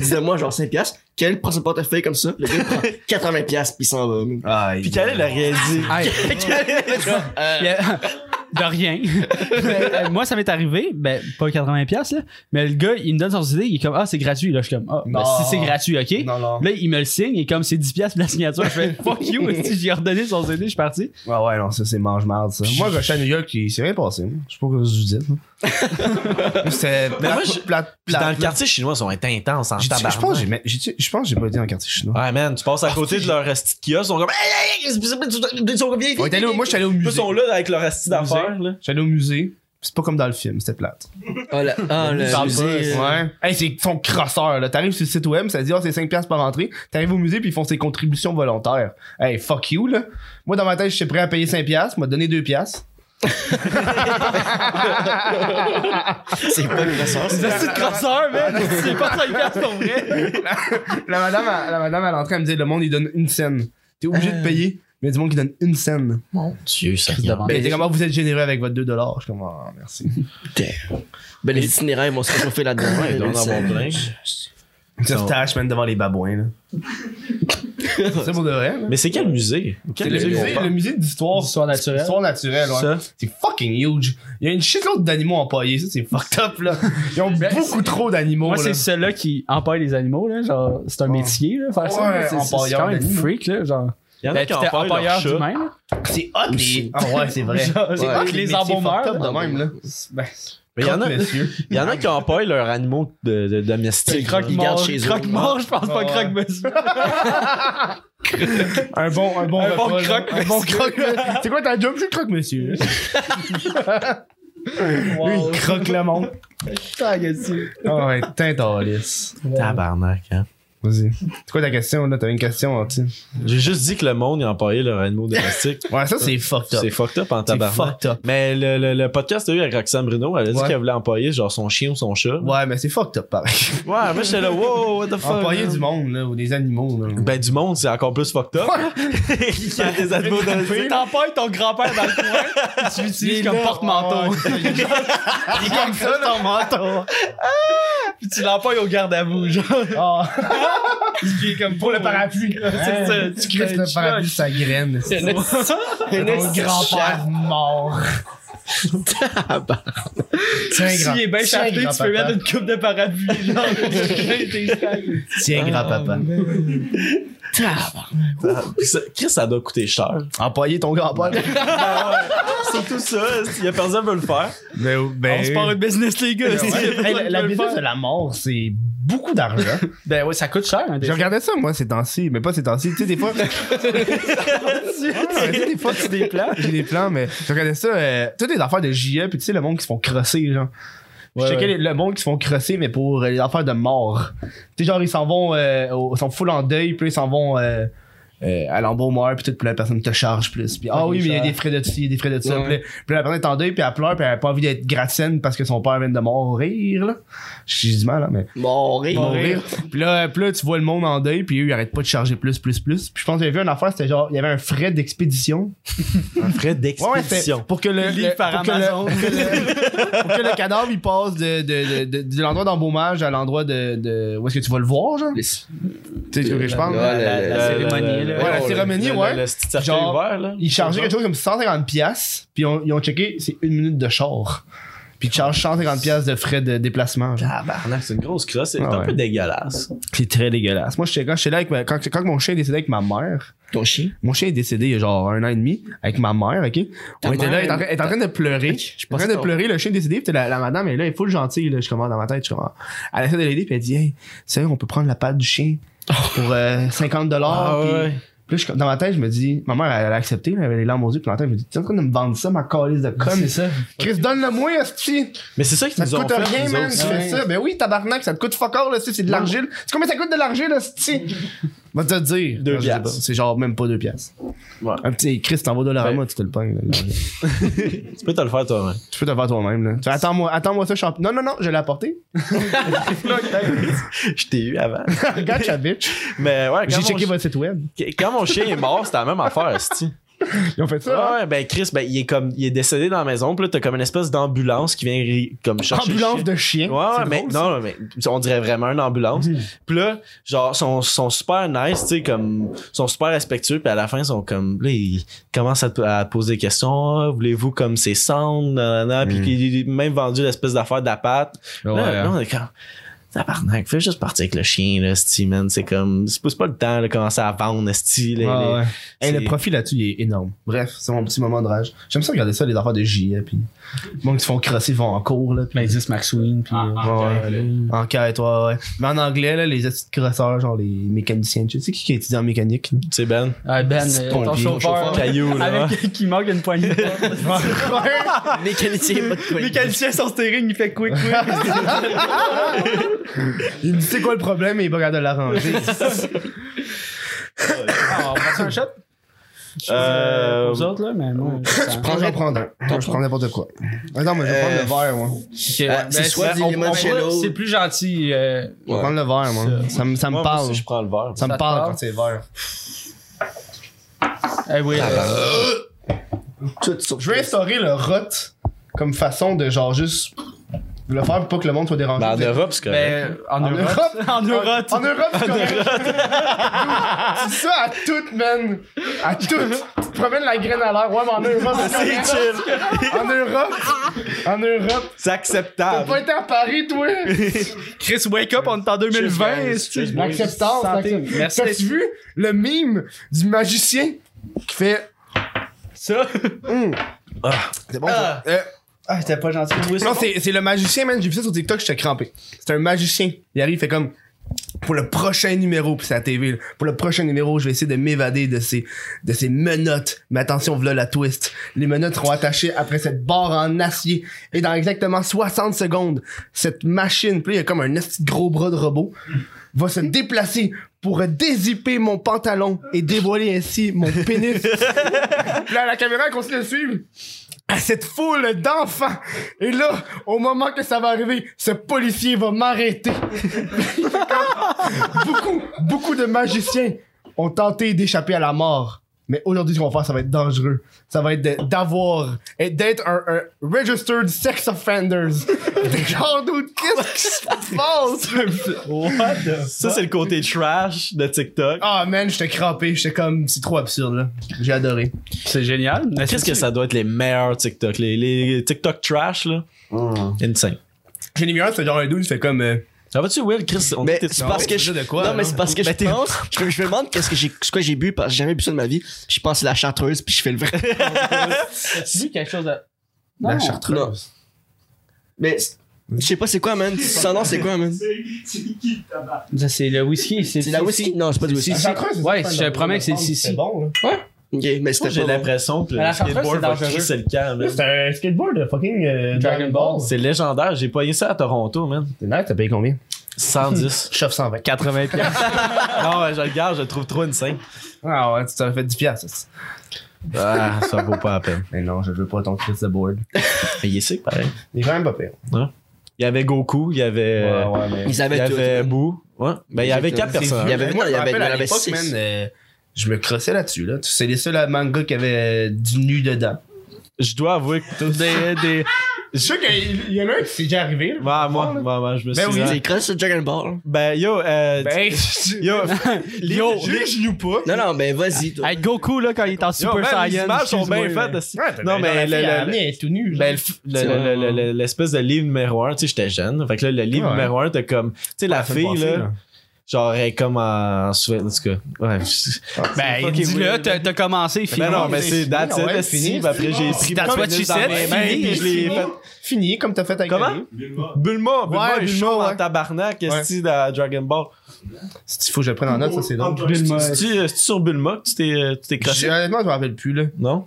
[SPEAKER 2] Dis-moi, genre 5 piastres. Khalil prend son portefeuille comme ça. Le gars, il prend 80 piastres pis il s'en va. man.
[SPEAKER 3] Ah,
[SPEAKER 1] Puis Khalil a réalisé.
[SPEAKER 2] Euh,
[SPEAKER 4] Hey, puis, euh, De rien. Mais, euh, moi, ça m'est arrivé, ben, pas 80$, piastres, là, mais le gars, il me donne son CD, il est comme, ah, c'est gratuit, là. Je suis comme, ah, ben,
[SPEAKER 3] Non.
[SPEAKER 4] si c'est gratuit, ok.
[SPEAKER 3] Non, non.
[SPEAKER 4] Là, il me le signe et comme c'est 10$ piastres de la signature, je fais fuck you. Si j'ai redonné son CD, je suis parti.
[SPEAKER 3] Ouais, ouais, non, ça, c'est mange-marde, ça. Moi, quand je suis à New York, il s'est rien passé. moi. Je sais pas que vous dites. là. C'était
[SPEAKER 1] Mais moi,
[SPEAKER 3] plate,
[SPEAKER 1] je-
[SPEAKER 3] plate,
[SPEAKER 1] Puis dans le
[SPEAKER 3] plate, là.
[SPEAKER 1] quartier chinois, ils sont intenses en
[SPEAKER 3] J'ai-
[SPEAKER 1] tabarnak.
[SPEAKER 3] Je pense que j'ai- mais j'ai je pense que j'ai pas été dans le quartier chinois.
[SPEAKER 1] Ouais, man, tu passes à côté de leur esti de kiosque, ils sont comme. Hey, hey, hey, ils sont revenus.
[SPEAKER 3] On est allé au- moi, je suis allé au
[SPEAKER 1] Ils
[SPEAKER 3] musée.
[SPEAKER 1] sont là avec leur esti d'affaires, là.
[SPEAKER 3] J'allais au musée. C'est pas comme dans le film, c'était plate.
[SPEAKER 2] Oh, la, oh, le
[SPEAKER 4] Parle
[SPEAKER 2] musée,
[SPEAKER 4] pas,
[SPEAKER 2] euh,
[SPEAKER 3] Ouais. Hey, c'est son crosseur, là. T'arrives sur le site web, ça dit, oh, c'est 5 piastres par entrée. T'arrives au musée, puis ils font ses contributions volontaires. Hey, fuck you, là. Moi, dans ma tête, je suis prêt à payer 5 piastres, m'a donné 2 piastres.
[SPEAKER 2] C'est pas une ressource.
[SPEAKER 4] C'est un crosseur, man. C'est pas 5$ pour vrai.
[SPEAKER 3] La madame, à, la madame à l'entrée, elle me dit, le monde, il donne une scène. T'es obligé
[SPEAKER 4] Euh.
[SPEAKER 3] de payer, mais il y a du monde qui donne une scène.
[SPEAKER 1] Mon Dieu, ça.
[SPEAKER 3] Ben, t'es comment vous êtes généreux avec votre 2 dollars. Je suis comme, Ah, merci.
[SPEAKER 2] Ben, les itinéraires vont se réchauffer là-dedans.
[SPEAKER 1] Ouais, ils doivent en avoir plein.
[SPEAKER 3] Ça se tâche même devant les babouins, là. c'est pour de vrai, là.
[SPEAKER 1] Mais c'est quel musée?
[SPEAKER 3] C'est
[SPEAKER 1] Quel
[SPEAKER 3] le
[SPEAKER 1] musée? qu'on
[SPEAKER 3] musée,
[SPEAKER 1] parle?
[SPEAKER 3] le musée d'histoire.
[SPEAKER 4] D'histoire naturelle.
[SPEAKER 3] Histoire naturelle, ouais.
[SPEAKER 4] Ça.
[SPEAKER 3] C'est fucking huge. Il y a une shitload d'animaux empaillés, ça c'est fucked up là. Ils ont beaucoup trop d'animaux
[SPEAKER 4] Moi,
[SPEAKER 3] là.
[SPEAKER 4] Ben, c'est celui-là qui empaille les animaux, là. Genre, c'est un
[SPEAKER 3] Ouais.
[SPEAKER 4] métier, là, faire ça.
[SPEAKER 3] Ouais,
[SPEAKER 4] là. C'est- C'est c'est
[SPEAKER 3] empailleur
[SPEAKER 4] quand même
[SPEAKER 3] d'animaux.
[SPEAKER 4] freak, là. Genre,
[SPEAKER 1] Il y en a
[SPEAKER 4] Ben,
[SPEAKER 1] qui
[SPEAKER 4] t'étais
[SPEAKER 1] en parlent leur
[SPEAKER 4] empailleur
[SPEAKER 1] chat.
[SPEAKER 4] d'humain, là.
[SPEAKER 3] C'est hot les. Ah ouais, c'est vrai.
[SPEAKER 4] Genre, c'est
[SPEAKER 2] Ouais.
[SPEAKER 4] hot, les
[SPEAKER 3] de
[SPEAKER 4] embaumeurs. là.
[SPEAKER 3] même là. Ben,
[SPEAKER 1] Mais il y en a-
[SPEAKER 3] monsieur.
[SPEAKER 1] Il y en a qui empaillent leurs animaux de, de-
[SPEAKER 4] C'est
[SPEAKER 1] domestiques.
[SPEAKER 2] Ils gardent
[SPEAKER 4] croque-mort,
[SPEAKER 2] chez eux.
[SPEAKER 4] croque-mort, je pense pas
[SPEAKER 3] Ouais.
[SPEAKER 4] croque-monsieur.
[SPEAKER 3] Un bon un bon
[SPEAKER 4] Un bon
[SPEAKER 3] repas, là.
[SPEAKER 4] croque,
[SPEAKER 3] un bon croque. C'est quoi ta job Je suis croque monsieur. Lui il croque le monde. Ah ouais, tintalis.
[SPEAKER 1] Tabarnak, hein.
[SPEAKER 3] Vas-y. C'est quoi ta question là T'avais une question hein, tu sais.
[SPEAKER 1] J'ai juste dit que le monde y empaillait leurs animaux domestiques.
[SPEAKER 3] Ouais, ça c'est fucked
[SPEAKER 1] C'est
[SPEAKER 3] up.
[SPEAKER 1] fucked up en
[SPEAKER 3] C'est
[SPEAKER 1] tabarnak.
[SPEAKER 3] fucked up.
[SPEAKER 1] Mais le, le, le podcast a eu avec Roxane Bruno, elle a dit
[SPEAKER 3] Ouais.
[SPEAKER 1] qu'elle voulait empailler genre son chien ou son chat. Ouais,
[SPEAKER 3] Ouais, mais c'est fucked up pareil.
[SPEAKER 1] moi j'étais là, wow, what the fuck.
[SPEAKER 3] Empailler
[SPEAKER 1] man?
[SPEAKER 3] du monde là ou des animaux là.
[SPEAKER 1] Ben, du monde, c'est encore plus fucked up. Il y a des animaux domestiques.
[SPEAKER 4] T'empailles ton grand-père dans le coin, tu l'utilises comme porte-manteau.
[SPEAKER 3] Il est comme ça, ton manteau.
[SPEAKER 4] Puis tu l'empailles au garde à vous, genre.
[SPEAKER 3] Ah.
[SPEAKER 4] Qui est comme
[SPEAKER 3] Pour le parapluie.
[SPEAKER 4] c'est ça.
[SPEAKER 3] Tu crisses le parapluie sa graine. C'est
[SPEAKER 2] Un
[SPEAKER 3] ton
[SPEAKER 2] esti-
[SPEAKER 3] grand-père mort. Tiens,
[SPEAKER 4] S'il est bien
[SPEAKER 3] tiens,
[SPEAKER 4] charté, tu peux
[SPEAKER 3] grand-papa.
[SPEAKER 4] mettre une coupe de parapluie, genre.
[SPEAKER 3] Tiens,
[SPEAKER 4] Ah,
[SPEAKER 3] grand-papa.
[SPEAKER 1] Puis ça- Chris, ça doit coûter cher.
[SPEAKER 3] Empailler ton grand-père.
[SPEAKER 1] Surtout ça, il y a personne qui veut le faire.
[SPEAKER 3] Ben, ben.
[SPEAKER 4] On se part une business, les gars. si y a personne qui
[SPEAKER 3] la
[SPEAKER 4] veut le
[SPEAKER 3] business
[SPEAKER 4] faire.
[SPEAKER 3] de la mort, c'est beaucoup d'argent.
[SPEAKER 4] Ben ouais, ça coûte cher. Hein,
[SPEAKER 3] Je regardais ça, moi, ces temps-ci, mais pas ces temps-ci. Ah, Tu sais, des fois, Ouais, tu sais, des fois, tu E, des plans. J'ai des plans, mais je regardais ça. euh, toutes les affaires de JE, puis tu sais, le monde qui se font crosser, genre. Je
[SPEAKER 4] Ouais,
[SPEAKER 3] checkais
[SPEAKER 4] ouais.
[SPEAKER 3] les- le monde qui se font crosser, mais pour euh, les affaires de mort. Tu sais, genre, ils s'en vont, euh, au- ils sont full en deuil, puis ils s'en vont euh, euh, à l'embaumeur, puis tout, puis la personne te charge plus. Puis, ah
[SPEAKER 4] Ok,
[SPEAKER 3] oui, mais il y a
[SPEAKER 4] cher.
[SPEAKER 3] des frais de ci, il y a des frais de ça.
[SPEAKER 2] Ouais.
[SPEAKER 3] Puis, là- puis là, la personne est en deuil, puis elle pleure, puis elle a pas envie d'être gratienne parce que son père vient de mourir, là. J'ai du mal, là, mais.
[SPEAKER 2] Bon, rire.
[SPEAKER 3] Mourir. Puis là, puis là, tu vois le monde en deuil, puis eux, ils arrêtent pas de charger plus, plus, plus. Puis je pense que j'avais vu une affaire, c'était genre, il y avait un frais d'expédition.
[SPEAKER 1] Un frais
[SPEAKER 3] Ouais, ouais, c'était
[SPEAKER 1] d'expédition.
[SPEAKER 3] pour que le,
[SPEAKER 4] Livré
[SPEAKER 3] le-
[SPEAKER 4] par
[SPEAKER 3] pour que le-
[SPEAKER 4] Amazon.
[SPEAKER 3] pour que le- pour que le cadavre il passe de, de, de, de, de l'endroit d'embaumage à l'endroit de, de où est-ce que tu vas le voir genre.
[SPEAKER 2] Les-
[SPEAKER 3] Tu sais ce que je parle.
[SPEAKER 2] Ouais,
[SPEAKER 4] la-
[SPEAKER 2] le-
[SPEAKER 4] la
[SPEAKER 2] le-
[SPEAKER 4] cérémonie, là.
[SPEAKER 3] Ouais, la cérémonie,
[SPEAKER 1] Le-
[SPEAKER 3] ouais.
[SPEAKER 1] Le, le petit cercueil
[SPEAKER 3] Genre,
[SPEAKER 1] ouvert, là.
[SPEAKER 3] Ils chargeaient quelque chose comme 150 pièces, puis on- ils ont checké c'est une minute de char. Puis ils te chargent 150 pièces de frais de déplacement. genre.
[SPEAKER 1] Tabarnak, c'est une grosse crosse. C'est
[SPEAKER 3] Ah
[SPEAKER 1] un
[SPEAKER 3] ouais.
[SPEAKER 1] peu dégueulasse.
[SPEAKER 3] C'est très dégueulasse. Moi j'étais quand j'étais là avec ma- quand, quand mon chien est décédé avec ma mère.
[SPEAKER 2] Ton chien.
[SPEAKER 3] Mon chien est décédé il y a genre un an et demi avec ma mère, ok?
[SPEAKER 2] Ta
[SPEAKER 3] on était là,
[SPEAKER 2] mère-
[SPEAKER 3] elle est en train- elle est en train de pleurer. Je en
[SPEAKER 2] pensais
[SPEAKER 3] train de
[SPEAKER 2] qu'on-
[SPEAKER 3] pleurer, le chien est décédé, puis la, la madame est là, elle est full gentille, là, je commence dans ma tête, je commence. Elle essaie de l'aider, puis elle dit, hey, sérieux, on peut prendre la patte du chien pour euh, 50 dollars. puis, puis là, je- dans ma tête, je me dis, ma mère, elle, a accepté, là, elle avait les larmes aux yeux, puis dans ma tête, elle me dit, t'es en train de me vendre ça, ma calice de com.
[SPEAKER 4] ça.
[SPEAKER 3] Chris, donne-le moi, esti!
[SPEAKER 1] Mais c'est ça qu'ils
[SPEAKER 3] Ça
[SPEAKER 1] nous
[SPEAKER 3] te
[SPEAKER 1] ont
[SPEAKER 3] coûte
[SPEAKER 1] fait.
[SPEAKER 3] rien,
[SPEAKER 1] nous
[SPEAKER 3] man,
[SPEAKER 1] autres.
[SPEAKER 3] tu fais ça. Ben oui, tabarnak, ça te coûte fuck all, là, c'est c'est de l'argile. C'est combien ça coûte de l'argile, là, esti? Va te le dire.
[SPEAKER 1] Deux
[SPEAKER 3] Non, je sais
[SPEAKER 1] piastres.
[SPEAKER 3] pas, C'est genre même pas deux piastres.
[SPEAKER 1] Ouais. Ben.
[SPEAKER 3] Un petit Chris, t'en vas au Dollarama, tu te le pognes. là.
[SPEAKER 1] Tu peux te le faire toi-même.
[SPEAKER 3] tu peux te le faire toi-même. là. Tu fais, Attends-moi attends ça, champion. Non, non, non, je l'ai apporté.
[SPEAKER 1] Je t'ai eu avant.
[SPEAKER 3] Gotcha, bitch.
[SPEAKER 1] Mais ouais, quand,
[SPEAKER 3] J'ai
[SPEAKER 1] mon,
[SPEAKER 3] checké votre site web.
[SPEAKER 1] chi- quand mon chien est mort, c'était la même affaire, esti.
[SPEAKER 3] Ils ont fait ça. hein?
[SPEAKER 1] Ouais, ben Chris, ben il est comme il est décédé dans la maison, puis là t'as comme une espèce d'ambulance qui vient ri- comme chercher. le
[SPEAKER 3] Ambulance
[SPEAKER 1] chien.
[SPEAKER 3] de chien.
[SPEAKER 1] Ouais, ouais,
[SPEAKER 3] C'est
[SPEAKER 1] mais
[SPEAKER 3] drôle, ça. Mm.
[SPEAKER 1] non, mais on dirait vraiment une ambulance. Puis là, genre, sont, sont super nice, tu sais, comme, sont super respectueux, puis à la fin, ils sont comme, là, ils commencent à te, à te poser des questions. Ah, Voulez-vous comme ces cendres, nanana,
[SPEAKER 3] Mm.
[SPEAKER 1] puis qu'ils ont même vendu l'espèce d'affaire d'appât.
[SPEAKER 3] Oh,
[SPEAKER 1] là, là, on est comme, tabarnak, fais juste partir avec le chien, là, esti, man. C'est comme, c'est pas c'est pas le temps de commencer à vendre, esti, les-
[SPEAKER 3] Ouais,
[SPEAKER 1] les-
[SPEAKER 3] ouais.
[SPEAKER 1] c'est-
[SPEAKER 3] Hey, le profit là-dessus il est énorme. Bref, c'est mon petit moment de rage. J'aime ça regarder ça, les affaires de J. hein, Puis, les gens qui se font crosser ils vont en cours. Là, puis-
[SPEAKER 4] Mais ils disent Max Ween, puis. euh,
[SPEAKER 3] Ouais, ouais. Enquête, ouais, ouais. Mais en anglais, là, les astuces crosseurs, genre les mécaniciens. Tu sais qui qui a étudié en mécanique? là?
[SPEAKER 1] Tu sais, Ben,
[SPEAKER 4] Ah, ben,
[SPEAKER 3] C'est
[SPEAKER 4] euh,
[SPEAKER 3] ton
[SPEAKER 4] ton
[SPEAKER 3] pied,
[SPEAKER 4] chauffeur,
[SPEAKER 3] chauffeur.
[SPEAKER 4] là,
[SPEAKER 1] caillou, là.
[SPEAKER 4] avec qui manque une poignée de porte.
[SPEAKER 2] Mécanicien, pas de quoi.
[SPEAKER 4] Mécanicien son steering, il fait quick quick.
[SPEAKER 3] Il me dit c'est quoi le problème et il va regarder l'arranger.
[SPEAKER 4] Ah, on prend un shot
[SPEAKER 1] Euh,
[SPEAKER 4] pour vous autres, là, mais moi.
[SPEAKER 3] Je prends, j'en prends un. Moi, je prends n'importe quoi. Ah non, mais je vais
[SPEAKER 2] Euh,
[SPEAKER 3] prendre le verre, moi.
[SPEAKER 2] Ah, c'est soit du limoncello.
[SPEAKER 4] C'est plus gentil. euh,
[SPEAKER 3] Je vais prendre le verre, moi. Ça, me- ça me
[SPEAKER 1] Moi, moi
[SPEAKER 3] parle.
[SPEAKER 1] aussi, je prends le verre.
[SPEAKER 3] Ça me
[SPEAKER 4] Ça te
[SPEAKER 3] parle
[SPEAKER 4] parle?
[SPEAKER 3] quand c'est vert.
[SPEAKER 4] eh oui, euh,
[SPEAKER 2] Tout sur.
[SPEAKER 3] Je veux instaurer le rot comme façon de genre juste le faire pour pas que le monde soit dérangé.
[SPEAKER 1] Ben, en
[SPEAKER 3] C'est-
[SPEAKER 1] Europe, c'est correct.
[SPEAKER 4] ben, en
[SPEAKER 3] En
[SPEAKER 4] Europe.
[SPEAKER 3] Europe?
[SPEAKER 4] En Europe.
[SPEAKER 3] En Europe, c'est correct. Tu dis ça à toutes, man. À toutes. Tu promènes la graine à l'air. Ouais, mais en Europe, c'est correct.
[SPEAKER 1] chill.
[SPEAKER 3] En Europe, en Europe.
[SPEAKER 1] C'est
[SPEAKER 3] T'as pas
[SPEAKER 1] acceptable.
[SPEAKER 3] été à Paris, toi.
[SPEAKER 4] Chris, wake up, on est en 2020. est-ce que-
[SPEAKER 1] Cheers, boys.
[SPEAKER 3] L'acceptance.
[SPEAKER 4] Santé.
[SPEAKER 3] l'acceptance.
[SPEAKER 4] Merci.
[SPEAKER 3] T'as-tu vu le mime du magicien qui fait
[SPEAKER 4] Ça.
[SPEAKER 3] C'est bon. ça. Euh,
[SPEAKER 4] Ah, c'était pas gentil.
[SPEAKER 3] Non, c'est c'est le magicien, man. J'ai vu ça sur TikTok, j'étais crampé. C'est un magicien. Il arrive, il fait comme. Pour le prochain numéro, puis c'est à la TV, là. pour le prochain numéro, je vais essayer de m'évader de ces, de ces menottes. Mais attention, voilà la twist. Les menottes seront attachées après cette barre en acier. Et dans exactement 60 secondes, cette machine, puis là, il y a comme un esti de gros bras de robot, va se déplacer pour dézipper mon pantalon et dévoiler ainsi mon pénis. Puis là, la caméra elle continue de suivre à cette foule d'enfants. Et là, au moment que ça va arriver, ce policier va m'arrêter. Comme beaucoup, beaucoup de magiciens ont tenté d'échapper à la mort. Mais aujourd'hui, ce qu'on va faire, ça va être dangereux. Ça va être de- d'avoir, et d'être un, un registered sex offenders. Genre, dude, qu'est-ce qui se passe?
[SPEAKER 4] What the
[SPEAKER 1] Ça, c'est le côté trash de TikTok.
[SPEAKER 3] Ah, man, j'étais crampé. J'étais comme, c'est trop absurde, là. J'ai adoré.
[SPEAKER 4] C'est génial. mais
[SPEAKER 1] Qu'est-ce
[SPEAKER 4] c'est-
[SPEAKER 1] que ça doit être les meilleurs TikTok? Les, les TikTok trash, là?
[SPEAKER 2] Ah.
[SPEAKER 1] Insane.
[SPEAKER 3] J'en ai mis un, c'est genre un dude, il fait comme, euh,
[SPEAKER 1] Ça va-tu, Will, Chris? On
[SPEAKER 2] Mais
[SPEAKER 1] t'es-
[SPEAKER 2] c'est parce
[SPEAKER 3] ouais,
[SPEAKER 2] que
[SPEAKER 3] tu
[SPEAKER 2] je.
[SPEAKER 3] dis de quoi,
[SPEAKER 2] non,
[SPEAKER 3] là?
[SPEAKER 2] mais c'est parce que je
[SPEAKER 1] Ben, t'es-
[SPEAKER 2] pense. Je, je me demande qu'est-ce que j'ai, ce que j'ai bu parce que j'ai jamais bu ça de ma vie. Je pense que c'est la chartreuse puis je fais le vrai.
[SPEAKER 4] T'as-tu vu quelque chose de.
[SPEAKER 3] la
[SPEAKER 4] Non.
[SPEAKER 3] chartreuse.
[SPEAKER 2] Mais c'est- je sais pas c'est quoi, man. Son nom c'est quoi, man
[SPEAKER 4] Ça, C'est le whisky.
[SPEAKER 2] C'est la whisky Non, c'est pas du
[SPEAKER 3] La
[SPEAKER 2] whisky.
[SPEAKER 3] chartreuse, c'est
[SPEAKER 4] Ouais,
[SPEAKER 3] ça,
[SPEAKER 4] je
[SPEAKER 3] la-
[SPEAKER 4] te promets que c'est le
[SPEAKER 3] C'est
[SPEAKER 4] Sissi.
[SPEAKER 3] bon, là.
[SPEAKER 2] Ok, mais
[SPEAKER 1] Moi,
[SPEAKER 2] c'était
[SPEAKER 1] J'ai
[SPEAKER 2] pas bon.
[SPEAKER 1] l'impression que
[SPEAKER 5] Mais la
[SPEAKER 1] le
[SPEAKER 5] chanteuse,
[SPEAKER 1] skateboard
[SPEAKER 5] c'est
[SPEAKER 1] va
[SPEAKER 5] dangereux.
[SPEAKER 1] crisser le camp, man.
[SPEAKER 3] C'est un skateboard de fucking euh,
[SPEAKER 5] Dragon Ball.
[SPEAKER 1] C'est légendaire. J'ai payé ça à Toronto, man.
[SPEAKER 3] T'es nice, t'as payé combien
[SPEAKER 1] 110.
[SPEAKER 3] Chef 120. 80 piastres.
[SPEAKER 1] non, ouais, je le garde, je le trouve trop insane.
[SPEAKER 3] ah ouais, tu t'aurais fait 10 piastres. ça.
[SPEAKER 1] Ah, ça vaut pas la peine.
[SPEAKER 3] Mais non, je veux pas ton Chris de board.
[SPEAKER 1] Mais il est sick, pareil.
[SPEAKER 3] Il est quand même pas pire.
[SPEAKER 1] Il y avait Goku, il y avait. euh,
[SPEAKER 3] ouais, mais.
[SPEAKER 2] Ils
[SPEAKER 1] il y
[SPEAKER 2] avaient tout.
[SPEAKER 1] avait Boo. Ouais. Ben, il y avait quatre personnes.
[SPEAKER 2] Il y avait-
[SPEAKER 3] moi,
[SPEAKER 2] il y
[SPEAKER 3] je me
[SPEAKER 2] avait-
[SPEAKER 3] rappelle
[SPEAKER 2] il y
[SPEAKER 3] à
[SPEAKER 2] avait
[SPEAKER 3] l'époque,
[SPEAKER 2] six.
[SPEAKER 3] man, euh, je me crossais là-dessus. Là. C'est les seuls mangas qui avaient euh, du nu dedans.
[SPEAKER 1] Je dois avouer que. Des, des...
[SPEAKER 3] Je suis sûr qu'il y en a un qui s'est déjà arrivé.
[SPEAKER 1] Ouais, moi, moi, moi, je me
[SPEAKER 3] Ben
[SPEAKER 1] suis.
[SPEAKER 3] oui.
[SPEAKER 1] dit-
[SPEAKER 2] J'ai crossé sur Dragon Ball.
[SPEAKER 1] Ben, yo, euh, yo,
[SPEAKER 3] yo, juge-nous pas.
[SPEAKER 2] Non, non, ben vas-y, toi.
[SPEAKER 4] Hey, Goku, là, quand il est en
[SPEAKER 1] yo,
[SPEAKER 4] Super
[SPEAKER 1] man, les
[SPEAKER 4] Saiyan.
[SPEAKER 1] images sont bien
[SPEAKER 4] excuse-moi,
[SPEAKER 1] faites.
[SPEAKER 4] là.
[SPEAKER 1] aussi.
[SPEAKER 3] ben,
[SPEAKER 1] non, mais le- le- le-
[SPEAKER 3] elle est tout nue.
[SPEAKER 1] ben, le f- le-
[SPEAKER 2] C'est
[SPEAKER 1] le-
[SPEAKER 2] vrai.
[SPEAKER 1] le- le- l'espèce de livre numéro 1, tu sais, j'étais jeune. Fait que là, le livre
[SPEAKER 3] Ouais.
[SPEAKER 1] numéro 1, t'as comme. Tu sais, la fille, là, genre, elle est comme en. en Suède, en tout cas. Ouais.
[SPEAKER 4] Ben,
[SPEAKER 1] fucking
[SPEAKER 4] dis-le,
[SPEAKER 1] weird.
[SPEAKER 4] t'as t'as commencé, fini.
[SPEAKER 1] Ben non, mais c'est. That's
[SPEAKER 3] fini,
[SPEAKER 1] it,
[SPEAKER 3] ouais,
[SPEAKER 1] esti,
[SPEAKER 3] fini,
[SPEAKER 1] puis Après,
[SPEAKER 3] c'est
[SPEAKER 1] j'ai
[SPEAKER 3] bon.
[SPEAKER 1] écrit
[SPEAKER 4] That's what
[SPEAKER 1] Peppermint
[SPEAKER 4] she
[SPEAKER 1] dans
[SPEAKER 4] said,
[SPEAKER 1] mes
[SPEAKER 4] fini,
[SPEAKER 1] mains, puis ben, je l'ai fait.
[SPEAKER 3] Fini, comme t'as fait avec
[SPEAKER 1] Comment?
[SPEAKER 3] Oli.
[SPEAKER 1] Bulma, Bulma
[SPEAKER 3] Ouais,
[SPEAKER 1] est
[SPEAKER 3] Bulma,
[SPEAKER 1] chaud
[SPEAKER 3] ouais.
[SPEAKER 1] en tabarnak, esti, dans Dragon Ball.
[SPEAKER 3] Si tu faut que je le prenne en note, ça c'est drôle.
[SPEAKER 1] C'est-tu euh, c'est-tu sur Bulma que tu t'es euh, tu t'es
[SPEAKER 3] Je-
[SPEAKER 1] craché?
[SPEAKER 3] Honnêtement, je me rappelle plus, là.
[SPEAKER 1] Non?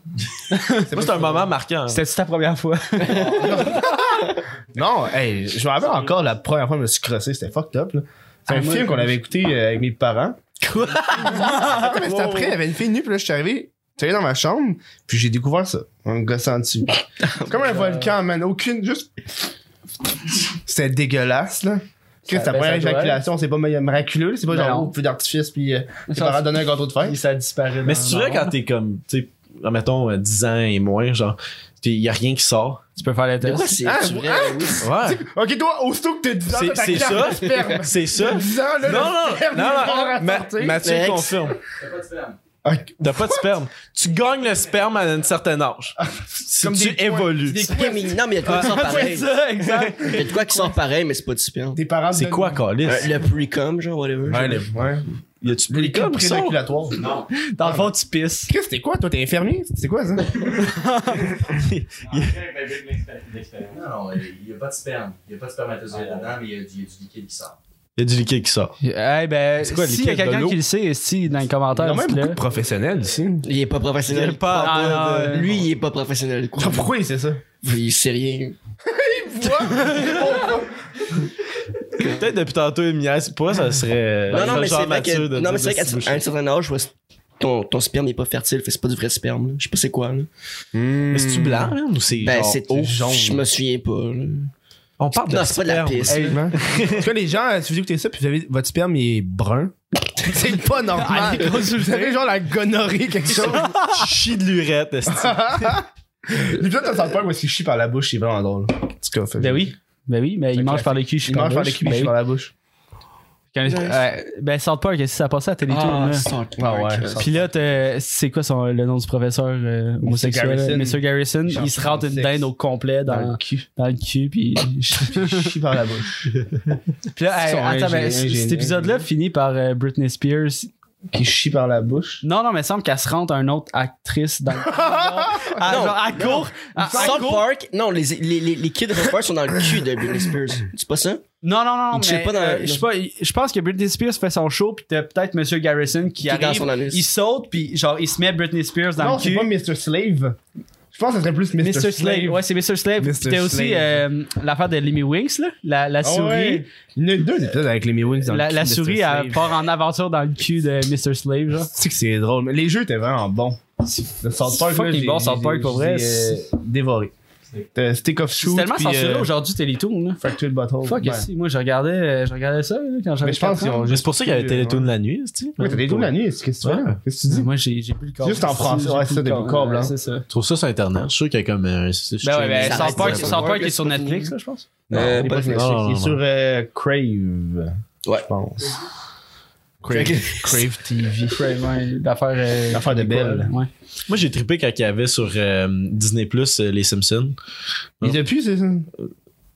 [SPEAKER 1] Moi, c'est un moment marquant. hein.
[SPEAKER 5] C'était-tu ta première fois?
[SPEAKER 3] Non, hey, je me rappelle encore la première fois que je me suis crossé, c'était fucked up, là. C'est
[SPEAKER 5] Ah,
[SPEAKER 3] un
[SPEAKER 5] moi,
[SPEAKER 3] film
[SPEAKER 5] je-
[SPEAKER 3] qu'on avait écouté euh, avec mes parents. Quoi? mais c'était après, il y avait une fille nue, puis là, je suis arrivé, je suis allé dans ma chambre, puis j'ai découvert ça, en me gossant dessus.
[SPEAKER 5] Oh
[SPEAKER 3] C'est comme un volcan, man, aucune, juste... C'était dégueulasse, là. Chris,
[SPEAKER 5] Ça
[SPEAKER 3] ta première
[SPEAKER 5] baisse la
[SPEAKER 3] éjaculation, c'est pas mi- miraculeux, là, c'est pas
[SPEAKER 5] Ben
[SPEAKER 3] genre
[SPEAKER 5] non.
[SPEAKER 3] un feu d'artifice, puis euh, tes
[SPEAKER 5] Ça,
[SPEAKER 3] parents
[SPEAKER 5] c'est-
[SPEAKER 3] donnaient un gâteau de fer.
[SPEAKER 5] ça disparaît.
[SPEAKER 1] Mais c'est vrai quand t'es comme, tu sais, admettons, euh, 10 ans et moins, genre, il y a rien qui sort.
[SPEAKER 4] Tu peux faire le
[SPEAKER 2] Mais
[SPEAKER 4] test.
[SPEAKER 2] quoi, c'est
[SPEAKER 3] Ah,
[SPEAKER 2] c'est vrai, oui.
[SPEAKER 1] Ouais.
[SPEAKER 3] Ok, toi, aussitôt que t'es 10 ans,
[SPEAKER 1] C'est-
[SPEAKER 3] t'as
[SPEAKER 1] c'est
[SPEAKER 3] ta carte de
[SPEAKER 1] ça?
[SPEAKER 3] sperme.
[SPEAKER 1] C'est ça?
[SPEAKER 3] T'as
[SPEAKER 1] Non,
[SPEAKER 3] 10 ans, là,
[SPEAKER 1] non,
[SPEAKER 3] le
[SPEAKER 1] non,
[SPEAKER 3] sperme est encore
[SPEAKER 1] non.
[SPEAKER 3] à
[SPEAKER 1] Ma-
[SPEAKER 3] sortir.
[SPEAKER 1] Mathieu
[SPEAKER 2] Next.
[SPEAKER 1] confirme.
[SPEAKER 3] Ok.
[SPEAKER 1] T'as pas de sperme. Tu gagnes le sperme à un certain âge. Si
[SPEAKER 3] Ah, Comme
[SPEAKER 1] tu
[SPEAKER 3] des
[SPEAKER 1] évolues.
[SPEAKER 3] points.
[SPEAKER 2] Ouais, mais non, mais il y a de quoi qui sort pareil.
[SPEAKER 1] ça, exact.
[SPEAKER 2] Il y a de quoi qui sort pareil, mais c'est pas du sperme.
[SPEAKER 3] Tes parents
[SPEAKER 1] C'est
[SPEAKER 3] donnent-
[SPEAKER 1] quoi, Calis?
[SPEAKER 2] Euh, Le pre-com, genre, whatever.
[SPEAKER 3] Ouais, les ouais.
[SPEAKER 1] Y a-tu
[SPEAKER 3] Les
[SPEAKER 1] plus
[SPEAKER 3] cas
[SPEAKER 1] comme ça?
[SPEAKER 3] préjaculatoire.
[SPEAKER 4] Dans le fond, tu pisses.
[SPEAKER 3] Chris, t'es quoi? Toi, t'es infirmier? C'est quoi ça?
[SPEAKER 6] Non, non, il n'y a pas de sperme. Il n'y a pas de
[SPEAKER 3] Ah
[SPEAKER 6] spermatozoïde dedans, mais il y, a du- il y a du liquide qui sort.
[SPEAKER 1] Y a du liquide qui sort.
[SPEAKER 4] Eh ben,
[SPEAKER 1] quoi, le
[SPEAKER 4] s'il y
[SPEAKER 1] liquide
[SPEAKER 4] a
[SPEAKER 1] de
[SPEAKER 4] quelqu'un
[SPEAKER 1] l'eau?
[SPEAKER 4] qui le sait, si, dans les commentaires, dis-le.
[SPEAKER 3] professionnels ici.
[SPEAKER 2] Il est pas
[SPEAKER 1] Il
[SPEAKER 2] professionnel.
[SPEAKER 1] est pas-
[SPEAKER 4] Ah, non, euh,
[SPEAKER 2] Lui, il est pas professionnel. quoi.
[SPEAKER 3] Pourquoi il sait ça?
[SPEAKER 2] Il sait rien.
[SPEAKER 1] Peut-être depuis tantôt, une miasse. Pour moi, ça serait.
[SPEAKER 2] Non, non,
[SPEAKER 1] le Ben, genre
[SPEAKER 2] mais c'est vrai
[SPEAKER 1] Mathieu
[SPEAKER 2] que-
[SPEAKER 1] de
[SPEAKER 2] non, mais
[SPEAKER 1] dire
[SPEAKER 2] c'est vrai
[SPEAKER 1] de se
[SPEAKER 2] qu'à
[SPEAKER 1] boucher.
[SPEAKER 2] un certain âge, ouais, c'est- ton, ton sperme n'est pas fertile, fait que c'est pas du vrai sperme. là. Je sais pas c'est quoi. là.
[SPEAKER 1] Mais c'est-tu blanc, hein, ou c'est.
[SPEAKER 2] Ben,
[SPEAKER 1] genre
[SPEAKER 2] c'est
[SPEAKER 1] haut?
[SPEAKER 3] jaune.
[SPEAKER 2] Je me souviens pas. là.
[SPEAKER 1] On parle de.
[SPEAKER 2] Non, c'est pas de la
[SPEAKER 1] sperme.
[SPEAKER 2] pisse.
[SPEAKER 3] Hey, man. Est-ce que les gens, euh, si vous écoutez ça, puis vous avez, votre sperme il est brun? C'est pas normal. vous avez genre la gonorrhée, quelque chose.
[SPEAKER 1] Chie de l'urette, esti.
[SPEAKER 3] L'épisode de South Park, parce qu'il chie par la bouche, c'est vraiment drôle. En tout cas, fait-
[SPEAKER 4] Ben oui. Ben oui, mais il
[SPEAKER 3] Fait
[SPEAKER 4] mange
[SPEAKER 3] que-
[SPEAKER 4] par les culs, je suis
[SPEAKER 3] Il mange par le cul, mais il chie par la bouche. ben
[SPEAKER 4] Ben, South Park, si ça passait à Télétoon, là.
[SPEAKER 2] Ah, South
[SPEAKER 3] Ah
[SPEAKER 2] Park.
[SPEAKER 3] ouais.
[SPEAKER 4] Puis là, t'as- c'est quoi son, le nom du professeur euh, homosexuel?
[SPEAKER 3] Garrison.
[SPEAKER 4] Monsieur Garrison.
[SPEAKER 3] Genre
[SPEAKER 4] il se rentre une
[SPEAKER 3] sexe.
[SPEAKER 4] dinde au complet dans,
[SPEAKER 3] Dans le
[SPEAKER 4] dans, le cul, puis...
[SPEAKER 3] Il chie par la bouche.
[SPEAKER 4] Puis là,
[SPEAKER 3] Ils sont
[SPEAKER 4] euh, attends,
[SPEAKER 3] ingénieux,
[SPEAKER 4] mais c- cet
[SPEAKER 3] ingénieux.
[SPEAKER 4] épisode-là finit par euh, Britney Spears.
[SPEAKER 3] Qui chie par la bouche.
[SPEAKER 4] Non, non, mais il semble qu'elle se rentre à une autre actrice dans le Ah,
[SPEAKER 2] Non,
[SPEAKER 4] genre, à court.
[SPEAKER 2] Ah, South Park, non, les, les, les, les kids rappers sont dans le cul de Britney Spears. C'est pas ça?
[SPEAKER 4] Non, non, non,
[SPEAKER 2] Il
[SPEAKER 4] mais,
[SPEAKER 2] check pas dans-
[SPEAKER 4] euh, je sais pas, il- je pense que Britney Spears fait son show, puis t'as peut-être Monsieur Garrison qui,
[SPEAKER 2] est
[SPEAKER 4] arrive,
[SPEAKER 2] dans son anus.
[SPEAKER 4] il saute, puis genre, il se met Britney Spears dans
[SPEAKER 3] Non,
[SPEAKER 4] le
[SPEAKER 3] c'est
[SPEAKER 4] cul.
[SPEAKER 3] pas Mr. Slave. Je pense que ça serait plus Mr.
[SPEAKER 4] Mr. Slave.
[SPEAKER 3] Slave.
[SPEAKER 4] Ouais, c'est Mr. Slave.
[SPEAKER 3] Mr.
[SPEAKER 4] C'était aussi
[SPEAKER 3] Slave.
[SPEAKER 4] euh, l'affaire de Lemmy Winks, là, la, la
[SPEAKER 3] Ah
[SPEAKER 4] souris.
[SPEAKER 3] ouais. Il y en a deux épisodes avec les Mewings dans
[SPEAKER 4] La,
[SPEAKER 3] le cul
[SPEAKER 4] la
[SPEAKER 3] de Mr.
[SPEAKER 4] souris, elle
[SPEAKER 3] Slave.
[SPEAKER 4] part en aventure dans le cul de Mr. Slave, genre.
[SPEAKER 3] Tu sais que c'est drôle, mais les jeux étaient vraiment bons. Le South Park,
[SPEAKER 4] Fucking
[SPEAKER 3] là,
[SPEAKER 4] bon,
[SPEAKER 3] j'ai-
[SPEAKER 4] South Park,
[SPEAKER 3] j'ai-
[SPEAKER 4] pour vrai,
[SPEAKER 3] j'ai, euh,
[SPEAKER 4] c'est-
[SPEAKER 3] dévoré. T'as Stick of Shoot.
[SPEAKER 4] C'est tellement
[SPEAKER 3] puis,
[SPEAKER 4] censuré
[SPEAKER 3] euh,
[SPEAKER 4] aujourd'hui, Télétoon, là.
[SPEAKER 3] Fractured Butthole.
[SPEAKER 4] Fuck,
[SPEAKER 3] Ouais.
[SPEAKER 4] si, moi, je regardais, euh, je regardais ça, là, quand j'avais
[SPEAKER 3] Mais je pense
[SPEAKER 4] 4
[SPEAKER 3] qu'ils
[SPEAKER 4] ans.
[SPEAKER 3] ont
[SPEAKER 1] Mais
[SPEAKER 3] juste.
[SPEAKER 1] c'est pour ça qu'il y avait
[SPEAKER 3] Ouais.
[SPEAKER 1] Télétoon la nuit, esti.
[SPEAKER 3] Ouais, t'as des doux la nuit, qu'est-ce que tu fais là? Qu'est-ce que tu dis?
[SPEAKER 4] Moi, j'ai j'ai plus le corps.
[SPEAKER 3] Juste en français, ouais, c'est ça,
[SPEAKER 4] des
[SPEAKER 3] t'as plus le corps blanc.
[SPEAKER 4] C'est ça.
[SPEAKER 1] Je trouve ça sur Internet. Je suis sûr qu'il y a comme un.
[SPEAKER 4] Ben ouais, ben,
[SPEAKER 2] Ça
[SPEAKER 4] South
[SPEAKER 2] reste
[SPEAKER 4] Park,
[SPEAKER 2] un
[SPEAKER 4] South
[SPEAKER 3] peu
[SPEAKER 4] Park
[SPEAKER 3] moins
[SPEAKER 4] est sur
[SPEAKER 3] que ce
[SPEAKER 4] Netflix, là, je pense.
[SPEAKER 2] Euh,
[SPEAKER 3] Il est
[SPEAKER 2] pas
[SPEAKER 3] pas
[SPEAKER 2] de-
[SPEAKER 3] sur Netflix,
[SPEAKER 1] non, non,
[SPEAKER 3] il est
[SPEAKER 1] non.
[SPEAKER 3] sur euh, Crave.
[SPEAKER 2] Ouais.
[SPEAKER 3] Je pense. Crave, Crave TV.
[SPEAKER 4] Crave, ouais, l'affaire. euh,
[SPEAKER 3] L'affaire de Belle.
[SPEAKER 4] Ouais.
[SPEAKER 1] Moi, j'ai trippé quand il y avait sur euh, Disney Plus les Simpsons.
[SPEAKER 3] Il y a plus, c'est ça?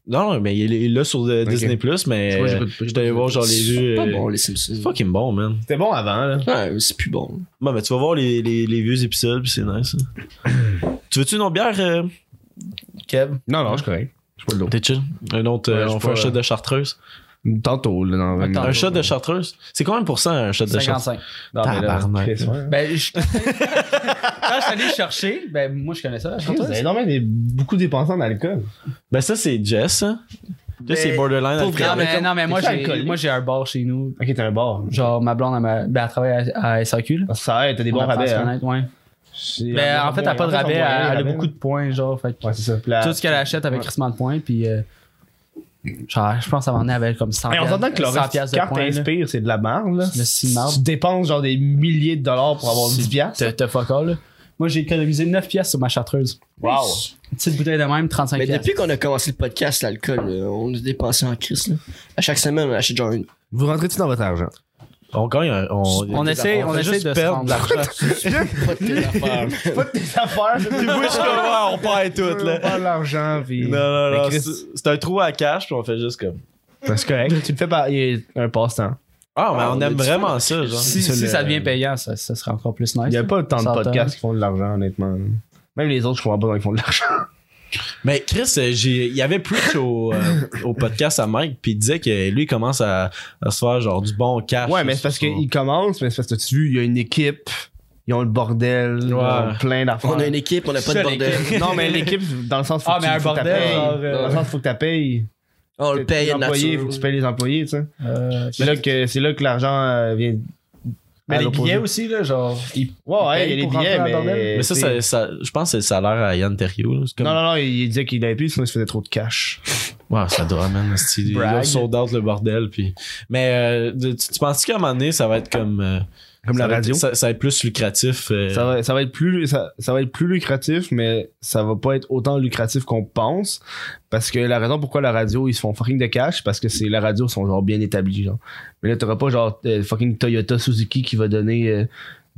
[SPEAKER 1] Non, non, mais il est il est là sur euh,
[SPEAKER 3] Ok.
[SPEAKER 1] Disney Plus, mais euh, j'étais allé voir genre les vieux.
[SPEAKER 2] C'est pas
[SPEAKER 1] euh,
[SPEAKER 2] bon, les
[SPEAKER 1] C'est
[SPEAKER 2] Simpsons.
[SPEAKER 1] fucking bon, man.
[SPEAKER 3] C'était bon avant, là.
[SPEAKER 2] Ouais, c'est plus bon.
[SPEAKER 1] Bon, mais tu vas voir les, les, les vieux épisodes, puis c'est nice. hein. tu veux-tu une autre bière? euh?
[SPEAKER 3] Non, non, je suis correct. Je suis pas de l'eau.
[SPEAKER 1] T'es chill. Un autre, euh,
[SPEAKER 3] Ouais, je
[SPEAKER 1] on
[SPEAKER 3] sais
[SPEAKER 1] fait un
[SPEAKER 3] pas,
[SPEAKER 1] shot
[SPEAKER 3] euh.
[SPEAKER 1] de chartreuse.
[SPEAKER 3] Tantôt, là, dans 20 minutes.
[SPEAKER 1] Un shot de chartreuse? C'est combien de pourcent un shot de chartreuse?
[SPEAKER 4] 55.
[SPEAKER 3] Non, mais là,
[SPEAKER 1] Tabarnak.
[SPEAKER 3] Chris, ouais.
[SPEAKER 4] Ben, je... quand je suis allé chercher, ben, moi, je connais ça. la
[SPEAKER 3] Chris, Vous
[SPEAKER 4] chanteuse.
[SPEAKER 3] avez énormément des- beaucoup dépensé en alcool.
[SPEAKER 1] Ben, ça, c'est Jess. hein. Jess, c'est borderline
[SPEAKER 2] pour
[SPEAKER 1] alcool.
[SPEAKER 4] Non, Ben, mais, non, mais moi,
[SPEAKER 3] t'es
[SPEAKER 4] j'ai,
[SPEAKER 3] alcoolique.
[SPEAKER 4] moi, j'ai un bar chez nous.
[SPEAKER 3] Ok, t'as un bar.
[SPEAKER 4] Genre, ma blonde, elle, m'a- ben, elle travaille à, à SAQ. Là.
[SPEAKER 3] Ça aide, t'as des bons
[SPEAKER 4] On apprend à
[SPEAKER 3] rabais.
[SPEAKER 4] se
[SPEAKER 3] hein.
[SPEAKER 4] connaître, ouais.
[SPEAKER 3] C'est-
[SPEAKER 4] Mais en fait, elle n'a pas de
[SPEAKER 3] en on
[SPEAKER 4] rabais,
[SPEAKER 3] voit rien,
[SPEAKER 4] elle, elle a
[SPEAKER 3] rabais.
[SPEAKER 4] beaucoup de points, genre. Fait que
[SPEAKER 3] hein? Ouais, c'est ça. puis la-
[SPEAKER 4] tout ce qu'elle achète avec crissement de points, puis. euh, genre, je pense qu'elle en est avec comme 100
[SPEAKER 3] Mais on s'entend que le
[SPEAKER 4] 100
[SPEAKER 3] reste,
[SPEAKER 4] piastres de
[SPEAKER 3] quand
[SPEAKER 4] points. là.
[SPEAKER 3] t'inspires, c'est de la merde. là.
[SPEAKER 4] Le six marbre.
[SPEAKER 3] Tu dépenses genre des milliers de dollars pour avoir 10 piastres.
[SPEAKER 4] T'as- T'as fuck all, là. Moi, j'ai économisé 9 piastres sur ma chartreuse.
[SPEAKER 3] Wow.
[SPEAKER 4] Une petite bouteille de même, 35
[SPEAKER 2] Mais
[SPEAKER 4] piastres.
[SPEAKER 2] depuis qu'on a commencé le podcast, l'alcool, euh, on est dépensé en crise. là. À chaque semaine, on achète genre une.
[SPEAKER 3] Vous rentrez-tu dans votre argent?
[SPEAKER 1] On gagne un- On,
[SPEAKER 4] On essaie, on
[SPEAKER 1] fait
[SPEAKER 4] essaie
[SPEAKER 1] juste
[SPEAKER 4] de se
[SPEAKER 1] perdre
[SPEAKER 4] rendre.
[SPEAKER 1] de l'argent.
[SPEAKER 2] Pas de telle affaire.
[SPEAKER 3] Pas de tes affaires.
[SPEAKER 1] Puis moi, je suis comme, ouais, on perd tout, là.
[SPEAKER 3] Pas de l'argent, puis...
[SPEAKER 1] Non, non,
[SPEAKER 3] Mais
[SPEAKER 1] non.
[SPEAKER 3] Chris,
[SPEAKER 1] c'est- C'est un trou à cash, puis on fait juste comme.
[SPEAKER 3] C'est correct. Tu le fais par il y a un passe-temps.
[SPEAKER 1] Ah, mais
[SPEAKER 2] Ah,
[SPEAKER 1] on
[SPEAKER 2] on a
[SPEAKER 1] aime
[SPEAKER 2] du
[SPEAKER 1] vraiment ça, genre.
[SPEAKER 4] Si,
[SPEAKER 3] C'est
[SPEAKER 4] si
[SPEAKER 3] le-
[SPEAKER 4] ça devient payant, ça, ça serait encore plus nice.
[SPEAKER 3] Il y a pas tant de
[SPEAKER 4] Ça entend.
[SPEAKER 3] podcasts qui font de l'argent, honnêtement. Même les autres, je comprends pas comment ils font de l'argent.
[SPEAKER 1] Mais Chris, euh, j'ai- il y avait Preach au, euh, au podcast à Mike, puis il disait que lui, il commence à, à se faire genre du bon cash.
[SPEAKER 3] Ouais, mais c'est parce qu'ils commencent, mais c'est parce que tu vu, il y a une équipe, ils ont le bordel, ils ont
[SPEAKER 1] Ouais.
[SPEAKER 3] plein d'affaires.
[SPEAKER 2] On a une équipe, on n'a pas de
[SPEAKER 4] Seule
[SPEAKER 2] bordel.
[SPEAKER 3] Non, mais l'équipe, dans le sens, faut
[SPEAKER 4] Ah,
[SPEAKER 3] que
[SPEAKER 4] mais
[SPEAKER 3] tu
[SPEAKER 4] un
[SPEAKER 3] faut que t'as
[SPEAKER 4] bordel,
[SPEAKER 3] payes.
[SPEAKER 4] genre,
[SPEAKER 3] Dans
[SPEAKER 4] euh,
[SPEAKER 3] le sens, faut que tu payes.
[SPEAKER 2] On le paye
[SPEAKER 3] Les
[SPEAKER 2] à
[SPEAKER 3] employés, faut
[SPEAKER 2] nature.
[SPEAKER 3] que tu payes les employés, tu sais.
[SPEAKER 4] Euh,
[SPEAKER 3] C'est là que, c'est là que l'argent euh, vient. à
[SPEAKER 4] mais les
[SPEAKER 3] l'opposé.
[SPEAKER 4] billets aussi, là, genre. ils-
[SPEAKER 3] Ouais, ouais, il y
[SPEAKER 4] payent
[SPEAKER 3] a les
[SPEAKER 4] pour rentrer
[SPEAKER 3] billets,
[SPEAKER 4] dans le
[SPEAKER 3] mais.
[SPEAKER 4] bordel.
[SPEAKER 1] Mais ça, ça, ça- je pense que c'est le salaire à Yann Terriot. là. C'est Comme...
[SPEAKER 3] Non, non, non, il disait qu'il avait plus, sinon il se faisait trop de cash.
[SPEAKER 1] Ouais, ça doit, man. c'est- Ils ont
[SPEAKER 3] Brag.
[SPEAKER 1] sold out le bordel. Puis... Mais euh, tu, tu penses qu'à un moment donné, ça va être comme. euh,
[SPEAKER 3] Comme
[SPEAKER 1] ça
[SPEAKER 3] la
[SPEAKER 1] va être-
[SPEAKER 3] radio.
[SPEAKER 1] ça, ça va être plus lucratif. euh,
[SPEAKER 3] Ça va, ça va être plus, ça, ça va être plus lucratif, mais ça va pas être autant lucratif qu'on pense. Parce que la raison pourquoi la radio, ils se font fucking de cash, c'est parce que c'est, la radio sont genre bien établis, genre. Mais là, t'auras pas genre euh, fucking Toyota Suzuki qui va donner euh,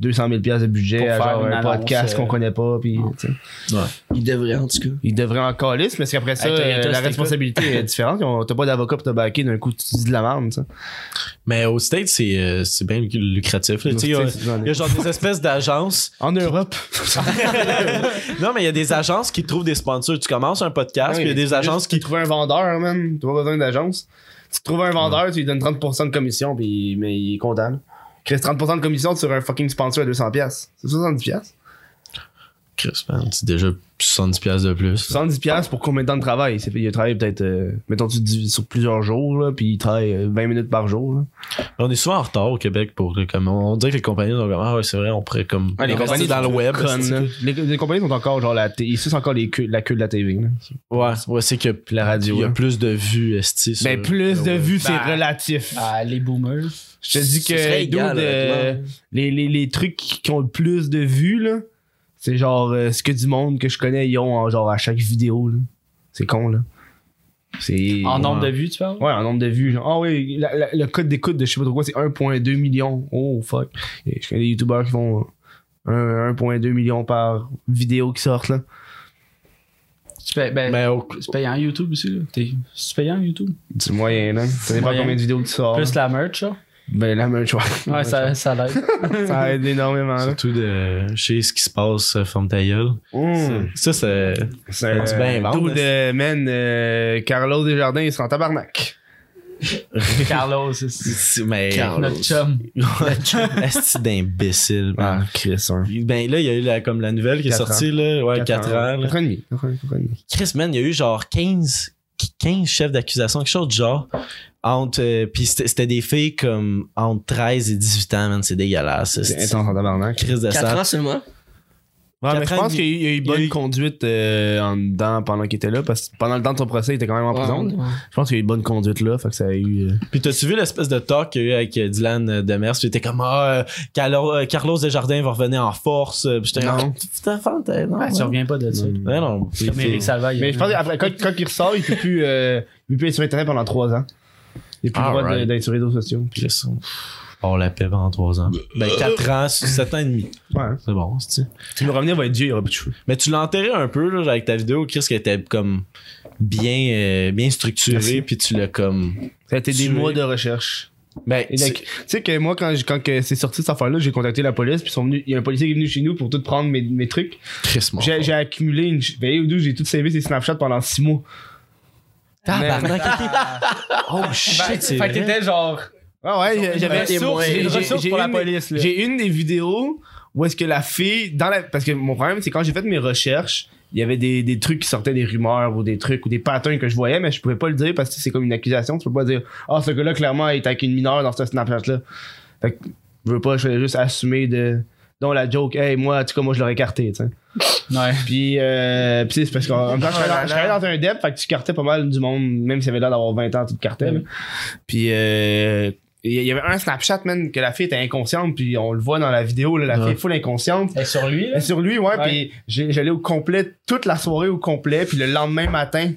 [SPEAKER 3] 200 000 piastres de budget
[SPEAKER 4] Pour
[SPEAKER 3] à
[SPEAKER 4] faire
[SPEAKER 3] genre
[SPEAKER 4] une
[SPEAKER 3] un
[SPEAKER 4] annonce,
[SPEAKER 3] podcast
[SPEAKER 4] euh,
[SPEAKER 3] qu'on connaît pas, puis
[SPEAKER 4] non.
[SPEAKER 3] tu sais.
[SPEAKER 2] Il devrait, en tout cas.
[SPEAKER 3] Ils devraient en calice, mais c'est qu'après ça,
[SPEAKER 4] Hey, Toyota,
[SPEAKER 3] euh, la
[SPEAKER 4] c'était
[SPEAKER 3] responsabilité est différente. Ils ont- T'as pas d'avocat pour te baquer, d'un coup, tu dis de la merde, tu sais.
[SPEAKER 1] Mais au States, c'est euh, c'est bien lucratif. là. Tu sais, Il y, a- il y a genre des espèces d'agences.
[SPEAKER 3] En Europe.
[SPEAKER 1] Non, mais il y a des agences qui trouvent des sponsors. Tu commences un
[SPEAKER 3] Ah
[SPEAKER 1] podcast, puis il y a des agences qui.
[SPEAKER 3] trouvent un vendeur, même. T'as pas besoin d'agence. Tu trouves un vendeur, tu lui donnes 30% de commission, puis mais il est content. là. Chris, 30% de commission sur un fucking sponsor à 200$. piastres. C'est 70$. piastres.
[SPEAKER 1] Chris, man, c'est déjà 70$ piastres de plus.
[SPEAKER 3] 70$ piastres pour combien de temps de travail C'est- Il a travaillé peut-être, euh, mettons, tu divises sur plusieurs jours, là, puis il travaille euh, 20 minutes par jour. là.
[SPEAKER 1] On est souvent en retard au Québec pour. là, Comme, on dirait que les compagnies sont comme Ah ouais, c'est vrai, on pourrait comme.
[SPEAKER 3] les
[SPEAKER 1] investir
[SPEAKER 3] compagnies
[SPEAKER 1] dans le web.
[SPEAKER 3] Conne, là. les, les compagnies sont encore, genre, la, t- ils sucent encore les queues- la queue de la TV. là.
[SPEAKER 1] Ouais, ouais c'est que
[SPEAKER 3] la radio,
[SPEAKER 1] Il y a
[SPEAKER 3] hein.
[SPEAKER 1] plus de vues, esti. sur-
[SPEAKER 3] Ben, plus de vues, c'est
[SPEAKER 4] Bah.
[SPEAKER 3] relatif.
[SPEAKER 4] Ah, les boomers.
[SPEAKER 3] Je te dis
[SPEAKER 2] Ce
[SPEAKER 3] que
[SPEAKER 2] serait égal,
[SPEAKER 3] dude, euh,
[SPEAKER 2] honnêtement.
[SPEAKER 3] les, les, les trucs qui qui ont le plus de vues, là, c'est genre euh, ce que du monde que je connais, ils ont en, genre à chaque vidéo. là. C'est con, là. C'est.
[SPEAKER 4] En nombre
[SPEAKER 1] ouais.
[SPEAKER 4] de vues, tu parles?
[SPEAKER 3] Ouais, en nombre de vues. genre, Ah oui, la- la- le code d'écoute de je sais pas trop quoi, c'est 1.2 million. Oh fuck. Et je connais des youtubeurs qui font euh, un- 1.2 million par vidéo qui sortent, là.
[SPEAKER 4] Tu payes, ben,
[SPEAKER 1] Mais au-
[SPEAKER 4] tu payes en YouTube aussi, là. T'es tu payes en YouTube.
[SPEAKER 3] C'est moyen, là. Ça dépend
[SPEAKER 4] moyen.
[SPEAKER 3] combien de vidéos tu sors.
[SPEAKER 4] Plus la merch, là.
[SPEAKER 3] Ben, la même chose.
[SPEAKER 4] Ouais, ça, ça l'aide.
[SPEAKER 3] Ça aide énormément, là.
[SPEAKER 1] Surtout de chez ce qui se passe, euh, Forme ta gueule.
[SPEAKER 3] Mm.
[SPEAKER 1] Ça, c'est.
[SPEAKER 3] C'est
[SPEAKER 1] Ben, tu bien vendre,
[SPEAKER 3] Mmh. dude, euh, man, euh, Carlos Desjardins, il sera en tabarnak.
[SPEAKER 4] Carlos, c'est- c'est
[SPEAKER 1] c'est- Mais.
[SPEAKER 2] Carl.
[SPEAKER 4] notre chum.
[SPEAKER 1] Esti d'imbécile, man.
[SPEAKER 3] Chris, hein.
[SPEAKER 1] Ben là, il y a eu la, comme la nouvelle qui est
[SPEAKER 3] Quatre
[SPEAKER 1] sortie, là. Ouais, 4 ans. là.
[SPEAKER 3] 4 ans et demi. Quatre ans, quatre ans et demi.
[SPEAKER 1] Chris, man, il y a eu genre 15, 15 chefs d'accusation, quelque chose du genre. Entre, euh, puis c'était c'était des filles comme entre 13 et 18 ans, man, c'est dégueulasse.
[SPEAKER 3] C'est
[SPEAKER 1] C'est
[SPEAKER 3] intense en tabarnak.
[SPEAKER 1] Chris de
[SPEAKER 2] 4
[SPEAKER 1] sang.
[SPEAKER 2] ans seulement.
[SPEAKER 3] Ouais, mais
[SPEAKER 1] Quatre
[SPEAKER 3] je
[SPEAKER 1] ans
[SPEAKER 3] pense
[SPEAKER 1] et
[SPEAKER 3] qu'il y a eu
[SPEAKER 1] il
[SPEAKER 3] bonne
[SPEAKER 1] y a eu-
[SPEAKER 3] conduite euh, en dedans pendant qu'il était là, parce que pendant le temps de son procès, il était quand même en prison.
[SPEAKER 2] Ouais, ouais.
[SPEAKER 3] Je pense qu'il y a eu bonne conduite là, fait que ça a eu. euh,
[SPEAKER 1] Puis t'as-tu vu l'espèce de talk qu'il y a eu avec euh, Dylan euh, Demers? Puis était comme, ah, euh, Carlo- euh, Carlos Desjardins va revenir en force. euh, Puis j'étais
[SPEAKER 3] Non.
[SPEAKER 1] comme, tu t'infantais, non?
[SPEAKER 4] Ouais, tu reviens pas de ça.
[SPEAKER 1] Ouais, non. c'est-
[SPEAKER 4] Comme Eric Salva. il-
[SPEAKER 3] Mais je pense qu'après, quand, quand il ressort, il peut plus, euh, il peut plus être sur Internet pendant 3 ans. Il n'a plus le droit de-
[SPEAKER 1] Alright.
[SPEAKER 3] d'être sur les réseaux sociaux.
[SPEAKER 1] Chris, on- Oh, la paix pendant 3
[SPEAKER 3] Euh,
[SPEAKER 1] ans. Ben, 4 ans, 7 ans et demi.
[SPEAKER 3] Ouais. hein.
[SPEAKER 1] C'est bon, c'est
[SPEAKER 3] Tu veux revenir, il va être vieux, il aura plus de cheveux.
[SPEAKER 1] Mais tu l'as enterré un peu là, avec ta vidéo, Chris, qui était comme bien, euh, bien structurée,
[SPEAKER 3] Merci.
[SPEAKER 1] puis tu l'as comme.
[SPEAKER 3] Ça a été des
[SPEAKER 1] Sué.
[SPEAKER 3] mois de recherche.
[SPEAKER 1] Ben,
[SPEAKER 3] Et donc,
[SPEAKER 1] tu-
[SPEAKER 3] Tu sais que moi, quand, j'ai- quand que c'est sorti cette affaire-là, j'ai contacté la police, puis ils sont venus- il y a un policier qui est venu chez nous pour tout prendre mes, mes trucs.
[SPEAKER 1] Chris, mon
[SPEAKER 3] J'ai j'ai accumulé une. ch- Ben, ou deux, j'ai tout sauvé ces Snapchats pendant six mois.
[SPEAKER 1] Tabarnak.
[SPEAKER 4] Oh
[SPEAKER 1] shit, c'est
[SPEAKER 4] Fait
[SPEAKER 1] vrai.
[SPEAKER 4] que t'étais genre.
[SPEAKER 3] Ah ouais,
[SPEAKER 4] J'avais
[SPEAKER 3] j'avais
[SPEAKER 4] une
[SPEAKER 2] témoin.
[SPEAKER 4] ressource, j'ai une
[SPEAKER 2] J'ai-
[SPEAKER 4] ressource
[SPEAKER 3] j'ai
[SPEAKER 4] pour la
[SPEAKER 3] une-
[SPEAKER 4] police. là.
[SPEAKER 3] J'ai une des vidéos où est-ce que la fille, dans la, parce que mon problème, c'est quand j'ai fait mes recherches, il y avait des, des trucs qui sortaient, des rumeurs ou des trucs ou des patterns que je voyais, mais je pouvais pas le dire parce que c'est comme une accusation. Tu peux pas dire, ah, ce gars-là, clairement, est avec une mineure dans ce Snapchat-là. Fait que, je veux pas, je voulais juste assumer de, dont la joke, hey, moi, en tout cas, moi, je l'aurais carté, tu sais.
[SPEAKER 4] Ouais.
[SPEAKER 3] Puis, euh, puis c'est parce qu'en en même temps, je travaillais dans- je travaillais dans un dep, fait que tu cartais pas mal du monde, même s'il avait l'air d'avoir 20 ans, tu te cartais. là. Puis, euh, il y- il y avait un Snapchat, man, que la fille était inconsciente, puis on le voit dans la vidéo, là, la fille est full inconsciente.
[SPEAKER 4] Et sur lui,
[SPEAKER 3] Mais
[SPEAKER 4] là.
[SPEAKER 3] Sur lui, ouais,
[SPEAKER 4] Ouais.
[SPEAKER 3] puis j'ai- j'allais au complet toute la soirée au complet, puis le lendemain matin.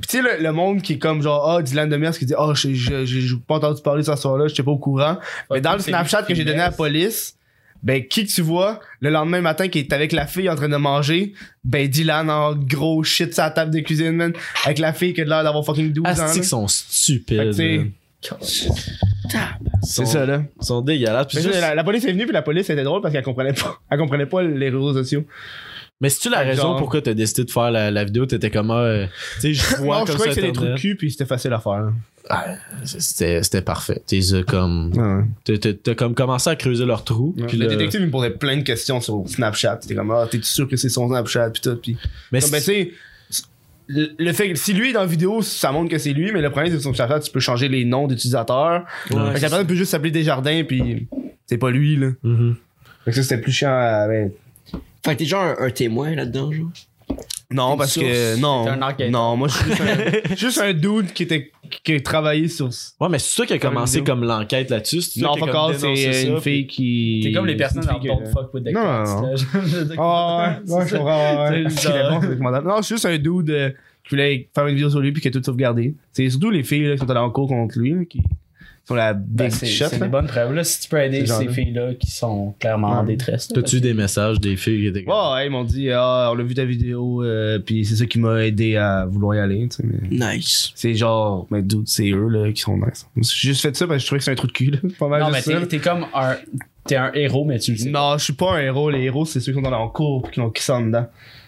[SPEAKER 3] Puis tu sais, le, le monde qui est comme genre, ah, Dylan Demers qui dit, ah, je je- je- j'ai pas entendu parler ce soir-là, j'étais pas au courant. Mais dans le
[SPEAKER 4] c'est
[SPEAKER 3] Snapchat
[SPEAKER 4] lui
[SPEAKER 3] que
[SPEAKER 4] qui
[SPEAKER 3] j'ai donné à la police, ben, qui que tu vois le lendemain matin qui est avec la fille en train de manger, ben, Dylan en gros shit sa table de cuisine, man, avec la fille qui a l'air d'avoir fucking 12 ans.
[SPEAKER 1] Astiques
[SPEAKER 3] là.
[SPEAKER 1] sont stupides.
[SPEAKER 3] Fait que, tu sais,
[SPEAKER 1] man. Ils sont-
[SPEAKER 3] C'est ça, là.
[SPEAKER 1] Ils sont dégueulasses. Puis
[SPEAKER 3] Fait que
[SPEAKER 1] juste-
[SPEAKER 3] La, la police est venue, puis la police était drôle parce qu'elle comprenait pas, elle comprenait pas les réseaux sociaux.
[SPEAKER 1] Mais c'est-tu la
[SPEAKER 3] Fait que
[SPEAKER 1] raison
[SPEAKER 3] genre-
[SPEAKER 1] pourquoi t'as décidé de faire la, la vidéo? T'étais comme, ah, euh, tu sais, je vois
[SPEAKER 3] non, je
[SPEAKER 1] comme
[SPEAKER 3] crois
[SPEAKER 1] ça
[SPEAKER 3] que c'est des trucs
[SPEAKER 1] Internet.
[SPEAKER 3] de cul, puis c'était facile à faire. là.
[SPEAKER 1] C'était c'était parfait. T'es euh, comme... t'as- T'as t'as comme commencé à creuser leur trou. puis
[SPEAKER 3] le
[SPEAKER 1] là-
[SPEAKER 3] détective il me posait plein de questions sur Snapchat. C'était comme ah t'es sûr que c'est son Snapchat puis tout puis.
[SPEAKER 1] Mais
[SPEAKER 3] Comme, ben, tu sais, le le fait que si lui est dans la vidéo ça montre que c'est lui mais le problème c'est que son Snapchat tu peux changer les noms d'utilisateurs.
[SPEAKER 1] Ouais.
[SPEAKER 3] Fait que la personne peut juste s'appeler Desjardins puis c'est pas lui là.
[SPEAKER 1] Mhm.
[SPEAKER 3] Fait que ça c'était plus chiant. à- ben,
[SPEAKER 2] Fait que t'es genre un, un témoin là-dedans, genre.
[SPEAKER 3] Non parce que non
[SPEAKER 4] T'es un enquêteur.
[SPEAKER 3] non moi je suis juste un, juste un dude qui était qui travaillait sur.
[SPEAKER 1] Ouais, mais c'est ça qui a
[SPEAKER 3] Comme
[SPEAKER 1] commencé
[SPEAKER 3] une vidéo.
[SPEAKER 1] comme l'enquête là-dessus. c'est ça
[SPEAKER 3] Non
[SPEAKER 1] qui a
[SPEAKER 3] pas
[SPEAKER 1] comme
[SPEAKER 3] encore
[SPEAKER 1] dénoncé
[SPEAKER 3] c'est
[SPEAKER 1] ça,
[SPEAKER 3] une
[SPEAKER 1] puis-
[SPEAKER 3] fille qui.
[SPEAKER 4] T'es comme les personnes
[SPEAKER 3] c'est une
[SPEAKER 4] dans
[SPEAKER 3] fille
[SPEAKER 4] Don't
[SPEAKER 3] que-
[SPEAKER 4] Fuck with the
[SPEAKER 3] Non, non, non. Ah ouais, ouais, je comprends, ouais, ouais.
[SPEAKER 4] C'est
[SPEAKER 3] Parce qu'il est bon, Ah, c'est recommandable. Non, c'est juste un dude euh, qui voulait faire une vidéo sur lui puis qui a tout sauvegardé. C'est surtout les filles là, qui sont allées en cours contre lui, là, qui sont la big shot.
[SPEAKER 4] Ben, C'est
[SPEAKER 3] là.
[SPEAKER 4] des bonnes preuves. Là, si tu peux aider
[SPEAKER 3] hein. C'est genre
[SPEAKER 4] ces
[SPEAKER 3] là.
[SPEAKER 4] filles-là qui sont clairement en
[SPEAKER 3] Ouais.
[SPEAKER 4] détresse. là,
[SPEAKER 1] T'as-tu eu des messages des filles qui étaient comme-
[SPEAKER 3] Ouais, ouais, ils m'ont dit, ah, on a vu ta vidéo, euh, puis c'est ça qui m'a aidé à vouloir y aller. tu sais, mais
[SPEAKER 2] Nice.
[SPEAKER 3] C'est genre, mais dude, c'est eux là, qui sont nice. J'ai juste fait ça parce que je trouvais que c'est un trou de cul. là. Pas mal
[SPEAKER 4] Non, mais
[SPEAKER 3] juste ça.
[SPEAKER 4] t'es- t'es comme un. T'es un héros, mais tu le sais.
[SPEAKER 3] Non, je suis pas un héros. Les héros, c'est ceux qui sont dans en cours puis qui ont- qui sont dedans.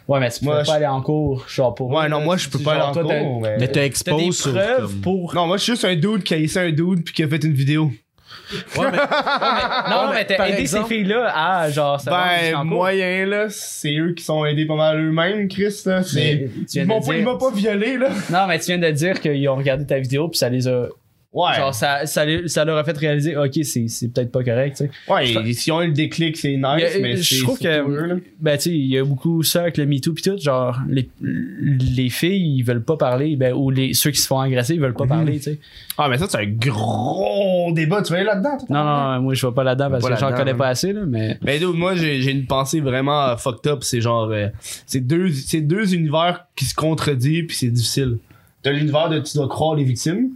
[SPEAKER 4] Ouais, mais tu peux
[SPEAKER 3] Moi,
[SPEAKER 4] pas
[SPEAKER 3] je-
[SPEAKER 4] aller en cours. Genre pour.
[SPEAKER 3] Ouais, non, moi, je
[SPEAKER 4] Tu-
[SPEAKER 3] peux
[SPEAKER 4] tu-
[SPEAKER 3] pas aller
[SPEAKER 4] genre,
[SPEAKER 3] en
[SPEAKER 4] toi, t'as-
[SPEAKER 3] cours. mais-
[SPEAKER 1] Mais t'as
[SPEAKER 4] T'as des
[SPEAKER 1] exposé sur.
[SPEAKER 4] preuves
[SPEAKER 1] comme-
[SPEAKER 4] pour.
[SPEAKER 3] Non, moi, je suis juste un dude qui a essayé un dude puis qui a fait une vidéo.
[SPEAKER 4] Non, mais
[SPEAKER 1] par
[SPEAKER 4] t'as aidé ces
[SPEAKER 1] exemple-
[SPEAKER 4] filles-là à genre. savoir si c'est en
[SPEAKER 3] Ben,
[SPEAKER 4] cours.
[SPEAKER 3] moyen, là. C'est eux qui sont aidés pas mal eux-mêmes, Chris, là.
[SPEAKER 4] Mais
[SPEAKER 3] C'est.
[SPEAKER 4] tu viens
[SPEAKER 3] Ils
[SPEAKER 4] de
[SPEAKER 3] m'ont pas-
[SPEAKER 4] dire-
[SPEAKER 3] il m'a pas violé, là.
[SPEAKER 4] Non, mais tu viens de dire qu'ils ont regardé ta vidéo puis ça les a.
[SPEAKER 3] Ouais.
[SPEAKER 4] Genre, ça, ça, les- ça leur a fait réaliser, ok, c'est c'est peut-être pas correct, tu sais.
[SPEAKER 3] ouais, ils- s'ils ont eu le déclic, c'est
[SPEAKER 4] Il y
[SPEAKER 3] nice,
[SPEAKER 4] a-
[SPEAKER 3] mais c'est.
[SPEAKER 4] je trouve
[SPEAKER 3] c'est tout eux, là.
[SPEAKER 4] que ben tu sais il y a beaucoup ça avec le MeToo pis tout genre les, les filles ils veulent pas parler ben ou les ceux qui se font agresser ils veulent
[SPEAKER 3] Mmh.
[SPEAKER 4] pas parler tu sais
[SPEAKER 3] Ah, mais ça, c'est un gros débat. Tu vas aller là-dedans, toi?
[SPEAKER 4] non non non, moi je vais pas là-dedans parce
[SPEAKER 3] Pas
[SPEAKER 4] que j'en
[SPEAKER 3] là-dedans,
[SPEAKER 4] connais
[SPEAKER 3] hein.
[SPEAKER 4] pas assez là mais
[SPEAKER 3] Ben, dude, moi, j'ai j'ai une pensée vraiment euh, fucked up. C'est genre. euh, c'est deux, c'est deux univers qui se contredisent, puis c'est difficile. T'as l'univers de tu dois croire les victimes,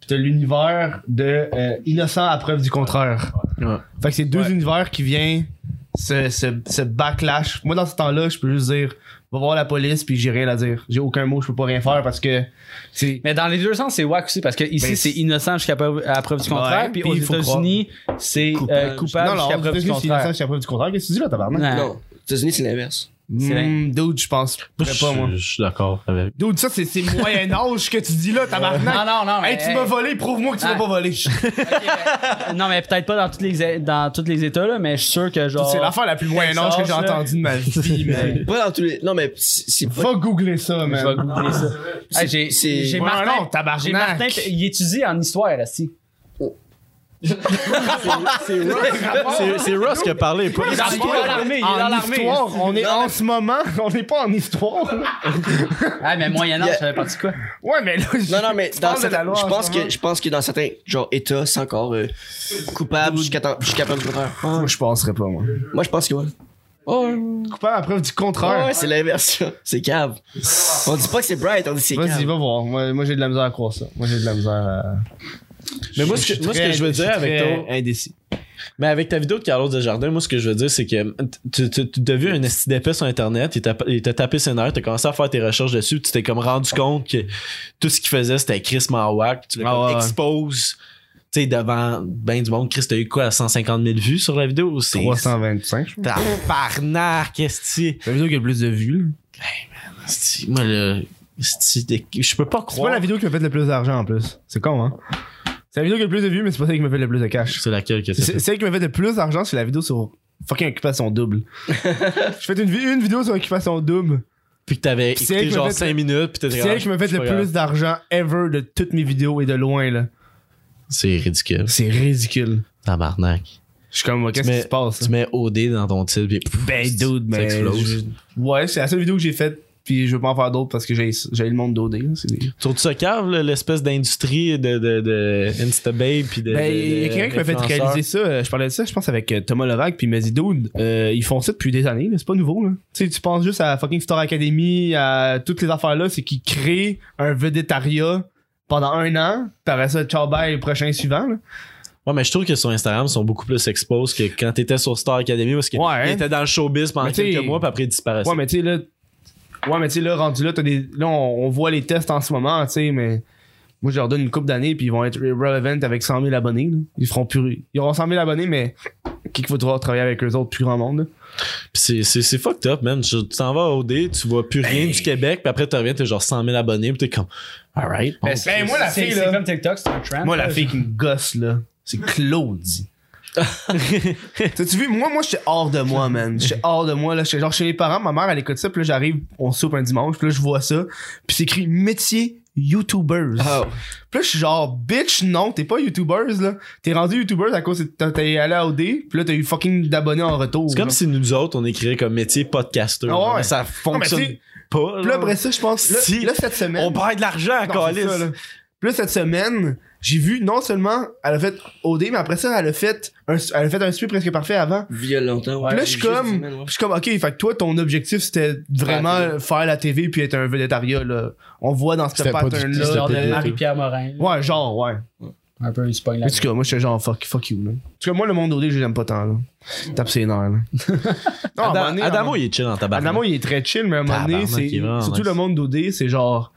[SPEAKER 3] puis t'as l'univers de euh, innocent à preuve du contraire.
[SPEAKER 1] Ouais.
[SPEAKER 3] Fait que c'est deux univers qui viennent ce, ce, ce backlash. Moi, dans ce temps-là, je peux juste dire va voir la police, puis j'ai rien à dire. J'ai aucun mot, je peux pas rien faire parce que c'est.
[SPEAKER 4] mais dans les deux sens c'est wack aussi parce que ici
[SPEAKER 3] Ben,
[SPEAKER 4] c'est
[SPEAKER 3] c'est-
[SPEAKER 4] innocent jusqu'à preuve, à preuve du
[SPEAKER 3] Ouais,
[SPEAKER 4] contraire puis
[SPEAKER 3] puis
[SPEAKER 4] aux
[SPEAKER 3] il faut
[SPEAKER 4] États-Unis c'est euh, coupable,
[SPEAKER 3] non, non,
[SPEAKER 4] jusqu'à
[SPEAKER 3] aux
[SPEAKER 4] preuve du
[SPEAKER 3] États-Unis, c'est innocent
[SPEAKER 4] contraire
[SPEAKER 3] jusqu'à preuve du contraire. Qu'est-ce que tu dis là, tabarnak?
[SPEAKER 4] Ouais.
[SPEAKER 2] Non. Aux États-Unis, c'est l'inverse.
[SPEAKER 4] C'est vrai.
[SPEAKER 3] Hmm, dude, je pense. Je
[SPEAKER 1] Je
[SPEAKER 3] pourrais pas, moi.
[SPEAKER 1] je suis d'accord avec.
[SPEAKER 3] Dude, ça, c'est, c'est Moyen-Âge que tu dis là,
[SPEAKER 4] non
[SPEAKER 3] tabarnak.
[SPEAKER 4] non non mais,
[SPEAKER 3] Hey, tu m'as volé, prouve-moi que tu
[SPEAKER 4] Ah.
[SPEAKER 3] m'as pas volé. C'est
[SPEAKER 4] non mais peut-être pas dans tous les dans tous les États là mais je suis sûr que genre
[SPEAKER 3] l'affaire la plus Moyen-Âge que j'ai
[SPEAKER 4] Texas, là.
[SPEAKER 3] entendue de ma vie, man.
[SPEAKER 2] Pas dans tous les. Non, mais c'est c'est pas.
[SPEAKER 3] Va googler ça,
[SPEAKER 4] je vais
[SPEAKER 3] man.
[SPEAKER 4] googler ça Hey, j'ai
[SPEAKER 2] c'est-
[SPEAKER 4] j'ai
[SPEAKER 3] Ouais,
[SPEAKER 4] Martin
[SPEAKER 3] non, tabarnak.
[SPEAKER 4] j'ai Martin il étudie en histoire là si
[SPEAKER 1] C'est c'est Ross qui a parlé, pas
[SPEAKER 4] Il est dans l'armée, il est
[SPEAKER 3] En
[SPEAKER 4] dans l'armée.
[SPEAKER 3] histoire, on est en ce moment, on n'est pas en histoire.
[SPEAKER 4] Ah, mais Moyen-Âge,
[SPEAKER 2] Yeah.
[SPEAKER 4] ça fait partie de quoi?
[SPEAKER 3] Ouais, mais là, je-
[SPEAKER 2] Non, non, mais
[SPEAKER 3] tu
[SPEAKER 2] dans
[SPEAKER 3] parles de la
[SPEAKER 2] certains-
[SPEAKER 3] loi
[SPEAKER 2] je
[SPEAKER 3] en
[SPEAKER 2] pense
[SPEAKER 3] ce
[SPEAKER 2] que
[SPEAKER 3] moment.
[SPEAKER 2] je pense que dans certains genre États, c'est encore euh, coupable jusqu'à temps- jusqu'à preuve du contraire.
[SPEAKER 3] Moi, je penserais pas, moi.
[SPEAKER 2] Moi, je pense que ouais. Oh,
[SPEAKER 3] Coupable à preuve du
[SPEAKER 2] ouais,
[SPEAKER 3] contraire.
[SPEAKER 2] c'est l'inverse. ça. C'est cave. On dit pas que c'est bright, on dit que c'est
[SPEAKER 3] Vas-y,
[SPEAKER 2] cave.
[SPEAKER 3] va voir. Moi, moi, j'ai de la misère à croire ça. Moi, j'ai de la misère à.
[SPEAKER 1] Mais moi, ce que, moi, ce que je veux dire avec toi.
[SPEAKER 3] Indécis.
[SPEAKER 1] Mais avec ta vidéo de Carlos Desjardins, moi, ce que je veux dire, c'est que tu, tu, tu devais un esti d'épais sur Internet, il t'a il t'a tapé ses nerfs, t'as commencé à faire tes recherches dessus, puis tu t'es comme rendu compte que tout ce qu'il faisait, c'était Chris Marwack, tu l'as
[SPEAKER 3] Ah
[SPEAKER 1] comme
[SPEAKER 3] ouais.
[SPEAKER 1] expose, tu sais, devant ben du monde. Chris, t'as eu quoi, 150 000 vues sur la vidéo? C'est-
[SPEAKER 3] 325, je pense.
[SPEAKER 1] Tabarnak, esti.
[SPEAKER 3] C'est la vidéo qui a le plus de vues, là.
[SPEAKER 1] Esti, Moi, là, c'est- Je peux pas
[SPEAKER 3] C'est pas la
[SPEAKER 1] croire.
[SPEAKER 3] vidéo qui m'a fait le plus d'argent en plus. C'est con, hein? C'est la vidéo qui a le plus de vues, mais c'est pas celle qui m'a fait le plus de cash.
[SPEAKER 1] C'est laquelle que
[SPEAKER 3] C'est
[SPEAKER 1] c'est.
[SPEAKER 3] celle qui m'a fait le plus d'argent, c'est la vidéo sur fucking Occupation Double. je fais une, vi- une vidéo sur Occupation Double.
[SPEAKER 1] Puis que t'avais
[SPEAKER 3] Puis c'est elle
[SPEAKER 1] écouté
[SPEAKER 3] qui
[SPEAKER 1] genre
[SPEAKER 3] m'a fait
[SPEAKER 1] 5 minutes, puis t'as dit,
[SPEAKER 3] C'est elle qui m'a fait
[SPEAKER 1] C'est
[SPEAKER 3] le
[SPEAKER 1] pas
[SPEAKER 3] plus
[SPEAKER 1] grave.
[SPEAKER 3] d'argent ever de toutes mes vidéos et de loin, là.
[SPEAKER 1] C'est ridicule.
[SPEAKER 3] C'est ridicule.
[SPEAKER 1] Tabarnak.
[SPEAKER 3] Je suis comme, ouais, qu'est-ce
[SPEAKER 1] Mais-
[SPEAKER 3] qui se passe?
[SPEAKER 1] Tu mets OD dans ton titre, puis pff,
[SPEAKER 3] Ben, dude,
[SPEAKER 1] ça
[SPEAKER 3] mais.
[SPEAKER 1] explose.
[SPEAKER 3] je- Ouais, c'est la seule vidéo que j'ai faite, puis je veux pas en faire d'autres parce que j'ai j'ai le monde d'OD. là. C'est des-
[SPEAKER 1] Trouves-tu ça cave, là, l'espèce d'industrie de, de, de Instababe puis de.
[SPEAKER 3] Ben,
[SPEAKER 1] de-
[SPEAKER 3] il y a
[SPEAKER 1] de-
[SPEAKER 3] quelqu'un qui m'a fait
[SPEAKER 1] d'influenceurs?
[SPEAKER 3] réaliser ça. euh, Je parlais de ça, je pense, avec euh, Thomas Levac, puis il m'a dit, dude, euh, ils font ça depuis des années, là, c'est pas nouveau. Là. Tu sais, tu penses juste à fucking Star Academy, à toutes les affaires-là, c'est qu'ils créent un végétariat pendant un an, t'aurais ça, ciao, bye, prochain suivant. Là.
[SPEAKER 1] Ouais, mais je trouve que sur Instagram, ils sont beaucoup plus exposés que quand t'étais sur Star Academy, parce qu'ils
[SPEAKER 3] Ouais, hein.
[SPEAKER 1] étaient dans le showbiz pendant
[SPEAKER 3] Mais t'sais-
[SPEAKER 1] quelques mois, puis après ils disparaissaient.
[SPEAKER 3] Ouais, mais tu sais, là, ouais, mais tu sais, là, rendu là, t'as des, là, on, on voit les tests en ce moment, tu sais, mais moi, je leur donne une coupe d'années, puis ils vont être relevant avec 100 000 abonnés. là. Ils feront plus, ils auront 100 000 abonnés, mais qui qu'il faut devoir travailler avec eux autres, plus grand monde. là.
[SPEAKER 1] Puis c'est- c'est c'est fucked up, man. Tu tu t'en vas au D, tu vois plus rien
[SPEAKER 3] Ben.
[SPEAKER 1] du Québec, puis après tu reviens, t'as genre 100 000 abonnés, puis t'es comme, alright. bon.
[SPEAKER 3] Ben, moi, la
[SPEAKER 4] C'est-
[SPEAKER 3] fille,
[SPEAKER 4] C'est
[SPEAKER 3] là.
[SPEAKER 4] comme TikTok, c'est un trend.
[SPEAKER 3] Moi, la
[SPEAKER 4] là.
[SPEAKER 3] fille qui me gosse, là, c'est Claudie. T'as-tu vu? Moi, moi, j'étais hors de moi, man. J'étais hors de moi, là. J'étais genre chez mes parents, ma mère, elle écoute ça, puis là, j'arrive, on soupe un dimanche, puis là, je vois ça, puis c'est écrit métier YouTubers.
[SPEAKER 2] Ah,
[SPEAKER 3] Puis là, je suis genre, bitch, non, t'es pas YouTubers, là. T'es rendu YouTubers à cause de t'as- t'es allé à OD, puis là, t'as eu fucking d'abonnés en retour.
[SPEAKER 1] C'est comme
[SPEAKER 3] genre.
[SPEAKER 1] si nous autres, on écrirait comme métier podcaster.
[SPEAKER 3] Ah ouais.
[SPEAKER 1] Mais Ça
[SPEAKER 3] Non, mais tu
[SPEAKER 1] fonctionne
[SPEAKER 3] sais,
[SPEAKER 1] pas.
[SPEAKER 3] Puis là,
[SPEAKER 1] là.
[SPEAKER 3] après ça, je pense, là,
[SPEAKER 1] Si.
[SPEAKER 3] là, cette semaine.
[SPEAKER 1] on perd de l'argent à
[SPEAKER 3] Non, c'est ça, là.
[SPEAKER 1] Calis.
[SPEAKER 3] Puis là, cette semaine, j'ai vu non seulement elle a fait OD, mais après ça, elle a fait un, elle a fait un suivi presque parfait avant.
[SPEAKER 2] Violentant, ouais.
[SPEAKER 3] Puis là, je suis comme, puis je suis comme, ok, fait que toi, ton objectif, c'était vraiment
[SPEAKER 2] Faire
[SPEAKER 3] faire la TV puis être un végétariat, là. On voit dans ce
[SPEAKER 7] C'était pas du
[SPEAKER 4] C'est
[SPEAKER 7] tout,
[SPEAKER 3] pattern-là.
[SPEAKER 4] genre
[SPEAKER 7] c'était
[SPEAKER 4] de
[SPEAKER 7] des-
[SPEAKER 4] Marie-Pierre Morin.
[SPEAKER 3] Ouais, genre, ouais.
[SPEAKER 4] Un peu, il se pogne la
[SPEAKER 3] En tout cas, moi, j'étais genre, fuck, fuck you, là. En tout cas, moi, le monde OD, je l'aime pas tant, là. Tape ses nerfs, là. non, Ah, à un moment
[SPEAKER 1] Adam-
[SPEAKER 3] donné, à un
[SPEAKER 1] Adamo,
[SPEAKER 3] moment-
[SPEAKER 1] il est chill en tabac.
[SPEAKER 3] Adamo, il est très chill, mais à un moment donné,
[SPEAKER 1] Tabarnak,
[SPEAKER 3] c'est,
[SPEAKER 1] il est vraiment
[SPEAKER 3] surtout
[SPEAKER 1] nice.
[SPEAKER 3] le monde d'OD, c'est genre,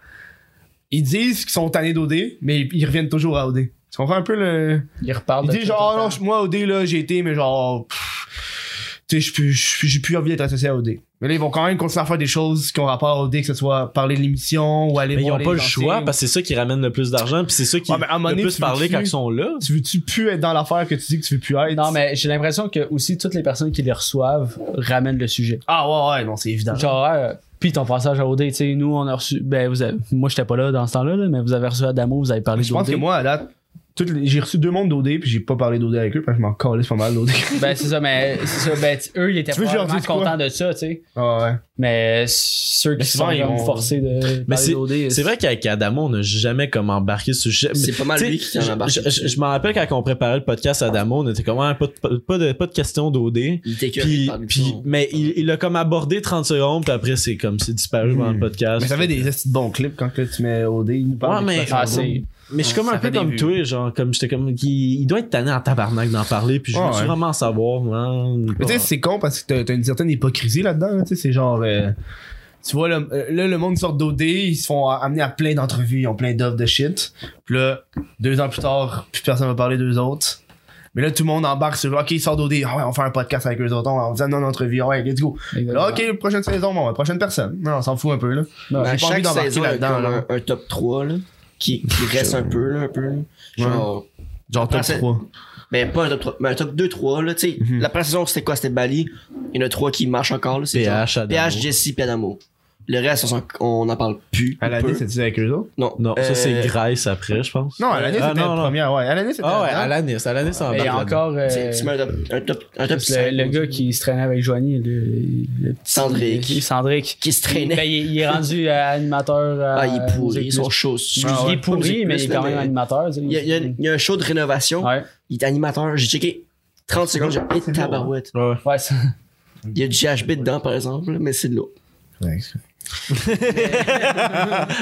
[SPEAKER 3] ils disent qu'ils sont tannés d'OD, mais ils ils reviennent toujours à OD. Tu comprends un peu le,
[SPEAKER 4] Il reparle
[SPEAKER 3] Il
[SPEAKER 4] de
[SPEAKER 3] dit genre, Ah non, je- moi, OD, là, j'ai été, mais genre, pff, tu sais, j'ai plus- j'ai plus- j'ai plus envie d'être associé à OD. Mais là, ils vont quand même continuer à faire des choses qui ont rapport à OD, que ce soit parler de l'émission ou aller
[SPEAKER 1] Mais ils
[SPEAKER 3] voir
[SPEAKER 1] ont
[SPEAKER 3] les
[SPEAKER 1] pas le
[SPEAKER 3] anciens.
[SPEAKER 1] choix parce que c'est ça qui ramène le plus d'argent, puis c'est ça qui
[SPEAKER 3] Ouais, mais à un moment
[SPEAKER 1] le
[SPEAKER 3] donné,
[SPEAKER 1] plus
[SPEAKER 3] tu
[SPEAKER 1] parler
[SPEAKER 3] veux-tu-
[SPEAKER 1] quand ils sont là.
[SPEAKER 3] Tu veux-tu plus être dans l'affaire que tu dis que tu veux plus être?
[SPEAKER 4] Non, mais j'ai l'impression que aussi toutes les personnes qui les reçoivent ramènent le sujet.
[SPEAKER 3] Ah, ouais, ouais, non, c'est évident.
[SPEAKER 4] Genre, euh, puis ton passage à OD, tu sais, nous, on a reçu. Ben, vous avez- moi, j'étais pas là dans ce temps-là, là, mais vous avez reçu Adamo, vous avez parlé
[SPEAKER 3] je pense
[SPEAKER 4] d'OD.
[SPEAKER 3] que moi, à date, toutes les- j'ai reçu deux mondes d'OD, puis j'ai pas parlé d'OD avec eux, parce que je m'en calais pas mal d'OD.
[SPEAKER 4] Ben, c'est ça, mais c'est ça, ben, t- eux, ils étaient
[SPEAKER 3] Tu veux que je leur
[SPEAKER 4] vraiment
[SPEAKER 3] dise quoi?
[SPEAKER 4] contents de ça, tu sais.
[SPEAKER 3] ah, ouais.
[SPEAKER 4] Mais ceux qui
[SPEAKER 3] Mais
[SPEAKER 4] se
[SPEAKER 3] souvent,
[SPEAKER 4] sont
[SPEAKER 3] ils
[SPEAKER 4] comme
[SPEAKER 3] vont-
[SPEAKER 4] forcés de.
[SPEAKER 1] Mais
[SPEAKER 4] parler d'OD,
[SPEAKER 1] C'est vrai qu'avec Adamo, on n'a jamais comme embarqué sur le sujet.
[SPEAKER 2] C'est pas mal
[SPEAKER 1] T'sais,
[SPEAKER 2] lui qui en
[SPEAKER 1] je-
[SPEAKER 2] a embarqué.
[SPEAKER 1] Je, je- je m'en rappelle quand on préparait le podcast Adamo, on était comme Ah, pas de, pas, pas de, pas de question d'OD.
[SPEAKER 2] Il était que.
[SPEAKER 1] Puis, puis- mais il, il a comme abordé 30 secondes, puis après c'est comme c'est disparu dans le podcast.
[SPEAKER 3] Hmm. Mais ça fait des esti de bons clips quand que tu mets OD, ils nous parlent
[SPEAKER 1] Ouais, mais-
[SPEAKER 3] d'occupation
[SPEAKER 4] Ah,
[SPEAKER 3] double.
[SPEAKER 4] c'est-
[SPEAKER 1] Mais je suis comme
[SPEAKER 3] Ça
[SPEAKER 1] un peu
[SPEAKER 3] fait des
[SPEAKER 1] comme
[SPEAKER 3] vues.
[SPEAKER 1] toi, genre comme j'étais comme il, il doit être tanné en tabarnak d'en parler, puis je
[SPEAKER 3] Ouais,
[SPEAKER 1] veux
[SPEAKER 3] ouais.
[SPEAKER 1] vraiment en savoir. man.
[SPEAKER 3] Mais tu sais, c'est con parce que t'as- t'as une certaine hypocrisie là-dedans. là, tu sais, c'est genre. euh, tu vois, le- euh, là, le monde sort d'OD, ils se font amener à plein d'entrevues, ils ont plein d'offres de shit. Puis là, deux ans plus tard, plus personne va parler d'eux autres. Mais là, tout le monde embarque sur OK, ils sortent d'OD, ah ouais, on fait un podcast avec eux autres, on va en entrevue, ah ouais, let's go.
[SPEAKER 4] Exactement.
[SPEAKER 3] Là, Ah, OK, prochaine saison, bon, ouais, prochaine personne. Non, on s'en fout un peu, là.
[SPEAKER 4] Ouais,
[SPEAKER 2] à
[SPEAKER 3] j'ai pas envie
[SPEAKER 2] chaque
[SPEAKER 3] d'embarquer
[SPEAKER 2] saison, il y a
[SPEAKER 3] là-dedans,
[SPEAKER 2] comme
[SPEAKER 3] là.
[SPEAKER 2] un, un top 3 là, qui, qui reste un peu, là, un peu. là. Genre,
[SPEAKER 3] Genre top
[SPEAKER 2] Ah, c'est-
[SPEAKER 3] 3.
[SPEAKER 2] mais pas un top 3, mais un top 2-3, là, tu sais.
[SPEAKER 3] Mhm.
[SPEAKER 2] La première saison, c'était quoi? C'était Bali. Il y en a 3 qui marchent encore, là. c'est
[SPEAKER 1] PH,
[SPEAKER 2] genre
[SPEAKER 1] Adamo.
[SPEAKER 2] PH, Jesse, puis Adamo. Le reste, on s'en- on n'en parle plus.
[SPEAKER 3] À
[SPEAKER 2] peu.
[SPEAKER 3] l'année, c'était avec eux autres?
[SPEAKER 2] Non,
[SPEAKER 1] Non, ça c'est
[SPEAKER 2] euh,
[SPEAKER 1] Grace après, je pense.
[SPEAKER 3] Non, à l'année,
[SPEAKER 1] Ah,
[SPEAKER 3] c'était
[SPEAKER 1] non,
[SPEAKER 3] la
[SPEAKER 1] non.
[SPEAKER 3] première, ouais. À l'année, c'était.
[SPEAKER 1] Ah ouais,
[SPEAKER 3] là-dedans.
[SPEAKER 1] Alanis, Alanis en
[SPEAKER 3] Ah, ben,
[SPEAKER 4] Et
[SPEAKER 1] parle
[SPEAKER 4] encore. euh,
[SPEAKER 2] tu sais, Tu mets un top, un top, un top
[SPEAKER 4] le,
[SPEAKER 2] cinq,
[SPEAKER 4] le
[SPEAKER 2] on
[SPEAKER 4] gars
[SPEAKER 2] dit.
[SPEAKER 4] qui se traînait avec Joanie, le, le petit
[SPEAKER 2] Sandrick.
[SPEAKER 4] le- Sandrick.
[SPEAKER 2] qui se
[SPEAKER 4] Ben,
[SPEAKER 2] traînait.
[SPEAKER 4] il, il est rendu euh, animateur. à-
[SPEAKER 2] Ah, il est pourri,
[SPEAKER 4] Musique
[SPEAKER 2] ils sont
[SPEAKER 4] Plus.
[SPEAKER 2] chauds. Ah,
[SPEAKER 4] il est pourri, mais il est quand même animateur. tu sais.
[SPEAKER 2] Il y, a, il y a- il y a un show de rénovation,
[SPEAKER 4] Ouais,
[SPEAKER 2] il est animateur. J'ai checké 30 secondes, j'ai hé tabarouette.
[SPEAKER 1] Ouais.
[SPEAKER 4] ouais, ça.
[SPEAKER 2] Il y a du GHB dedans, par exemple, mais c'est de l'eau.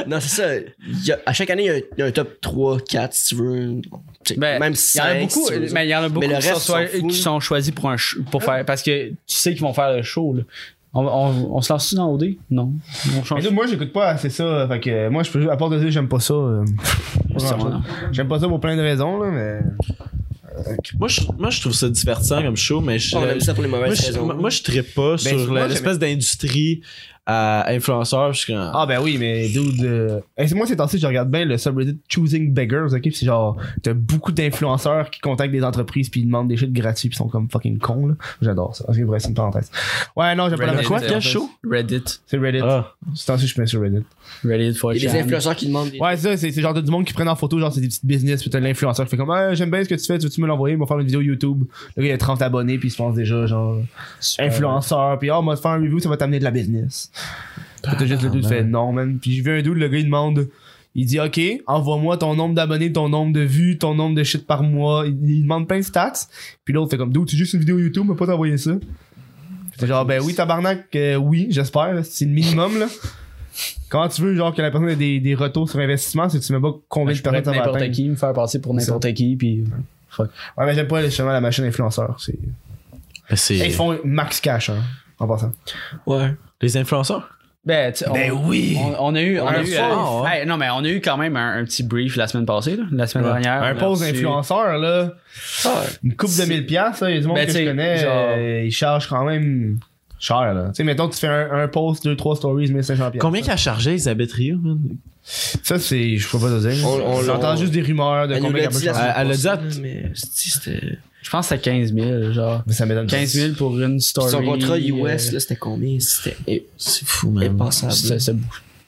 [SPEAKER 2] non, c'est ça. Il y a- à chaque année, il y a un- il y, a un top 3, 4, si tu veux. Tu sais,
[SPEAKER 4] Ben,
[SPEAKER 2] même
[SPEAKER 4] Il y en a
[SPEAKER 2] 5,
[SPEAKER 4] beaucoup, mais il y en a beaucoup
[SPEAKER 2] le
[SPEAKER 4] qui, sont,
[SPEAKER 2] reste,
[SPEAKER 4] soit-
[SPEAKER 2] ils s'en foutent.
[SPEAKER 4] qui sont choisis pour un ch- pour faire parce que tu sais qu'ils vont faire le show. là. On, on- on se lance dans OD Non. On
[SPEAKER 3] Mais
[SPEAKER 4] change.
[SPEAKER 3] là, moi, j'écoute pas assez ça. Fait que euh, moi, je peux, à part de dire, j'aime pas ça. euh, pas
[SPEAKER 4] Ça,
[SPEAKER 3] grand-chose.
[SPEAKER 4] non.
[SPEAKER 3] J'aime pas ça pour plein de raisons, là, mais.
[SPEAKER 1] Moi je, moi, je trouve ça divertissant comme show, mais je.
[SPEAKER 2] on aime ça pour les
[SPEAKER 1] moi,
[SPEAKER 2] mauvaises
[SPEAKER 1] je,
[SPEAKER 2] raisons.
[SPEAKER 1] moi, je trippe pas sur
[SPEAKER 3] moi,
[SPEAKER 1] la- l'espèce d'industrie à influenceurs. Je suis comme,
[SPEAKER 3] Ah ben oui, mais dude. euh, hey, c'est- moi, ces temps-ci, je regarde bien le subreddit Choosing Beggars, ok? Puis c'est genre, t'as beaucoup d'influenceurs qui contactent des entreprises puis ils demandent des shit gratuits puis sont comme fucking cons, là. J'adore ça. Ok, bref, c'est une parenthèse. Ouais, non, j'ai pas la
[SPEAKER 8] Reddit,
[SPEAKER 3] Quoi?
[SPEAKER 8] euh,
[SPEAKER 3] Quel show?
[SPEAKER 8] Reddit.
[SPEAKER 3] C'est Reddit.
[SPEAKER 1] ah.
[SPEAKER 3] C'est temps-ci, je suis bien sur Reddit.
[SPEAKER 8] Reddit for
[SPEAKER 2] Il y a des
[SPEAKER 8] chan.
[SPEAKER 2] influenceurs qui demandent des.
[SPEAKER 3] Ouais, c'est ça, c'est c'est genre du monde qui prennent en photo, genre c'est des petites business, puis t'as l'influenceur qui fait comme, ah, j'aime bien ce que tu fais, tu veux-tu me l'envoyer, il va faire une vidéo YouTube. Le gars, il a 30 abonnés, puis il se pense déjà, genre, influenceur, puis ah, on va te faire un review, ça va t'amener de la business. Puis t'as juste le dude qui fait non, man. Puis j'ai vu un dude, le gars, il demande, il dit, ok, envoie-moi ton nombre d'abonnés, ton nombre de vues, ton nombre de shit par mois. Il, il demande plein de stats, puis l'autre fait comme, dude, c'est juste une vidéo YouTube, mais pas t'envoyer ça. Puis t'es genre, ben oui, tabarnak, euh, oui, j'espère, c'est le minimum, là. Quand tu veux, genre, que la personne ait des, des retours sur investissement, c'est que tu sais même pas combien de
[SPEAKER 8] Je pourrais
[SPEAKER 3] personnes
[SPEAKER 8] être
[SPEAKER 3] ça va
[SPEAKER 8] n'importe
[SPEAKER 3] atteindre.
[SPEAKER 8] qui, me faire passer pour n'importe qui,
[SPEAKER 4] euh,
[SPEAKER 8] puis
[SPEAKER 3] Ouais, mais j'aime pas justement la machine influenceur. c'est-
[SPEAKER 1] Ben, c'est-
[SPEAKER 3] Ils font max cash, hein, en passant.
[SPEAKER 2] Ouais.
[SPEAKER 1] Les influenceurs?
[SPEAKER 8] Ben, tu sais, on,
[SPEAKER 1] oui!
[SPEAKER 8] on, on a eu, on a
[SPEAKER 1] Un
[SPEAKER 8] eu,
[SPEAKER 1] fort,
[SPEAKER 8] euh,
[SPEAKER 1] hein.
[SPEAKER 8] hey, non mais on a eu quand même un, un petit brief la semaine passée, là, la semaine
[SPEAKER 1] Ouais.
[SPEAKER 8] dernière.
[SPEAKER 3] Un
[SPEAKER 8] on a
[SPEAKER 3] pause
[SPEAKER 8] reçu-
[SPEAKER 3] influenceur, là,
[SPEAKER 4] Ah,
[SPEAKER 2] Ah,
[SPEAKER 3] une coupe de
[SPEAKER 8] C'est-
[SPEAKER 3] 1000 piastres, là, il y a du monde
[SPEAKER 8] Ben,
[SPEAKER 3] que
[SPEAKER 8] tu
[SPEAKER 3] je
[SPEAKER 8] sais,
[SPEAKER 3] connais,
[SPEAKER 8] genre-
[SPEAKER 3] euh, ils chargent quand même cher, là. Tu sais, mettons, tu fais un, un post, deux, trois stories, 1500 piastres.
[SPEAKER 1] Combien qu'elle a chargé Isabelle Rio? man?
[SPEAKER 3] Ça, c'est, je peux pas te dire.
[SPEAKER 2] On- on-
[SPEAKER 3] J'entends
[SPEAKER 2] on-
[SPEAKER 3] juste des rumeurs de
[SPEAKER 2] Elle nous
[SPEAKER 3] combien
[SPEAKER 2] l'a
[SPEAKER 3] qu'elle peut
[SPEAKER 2] dit la
[SPEAKER 3] charger.
[SPEAKER 1] Elle- elle a dit à-
[SPEAKER 2] semaine passée, mais si, c'était.
[SPEAKER 8] Je pense que c'était 15 000, genre.
[SPEAKER 3] Mais ça m'étonne.
[SPEAKER 8] 15 000 pour une story.
[SPEAKER 2] Son contrat US,
[SPEAKER 8] euh,
[SPEAKER 2] là, c'était combien C'était
[SPEAKER 1] C'est fou,
[SPEAKER 2] impensable.
[SPEAKER 8] c'est- c'est-
[SPEAKER 3] Ça, mais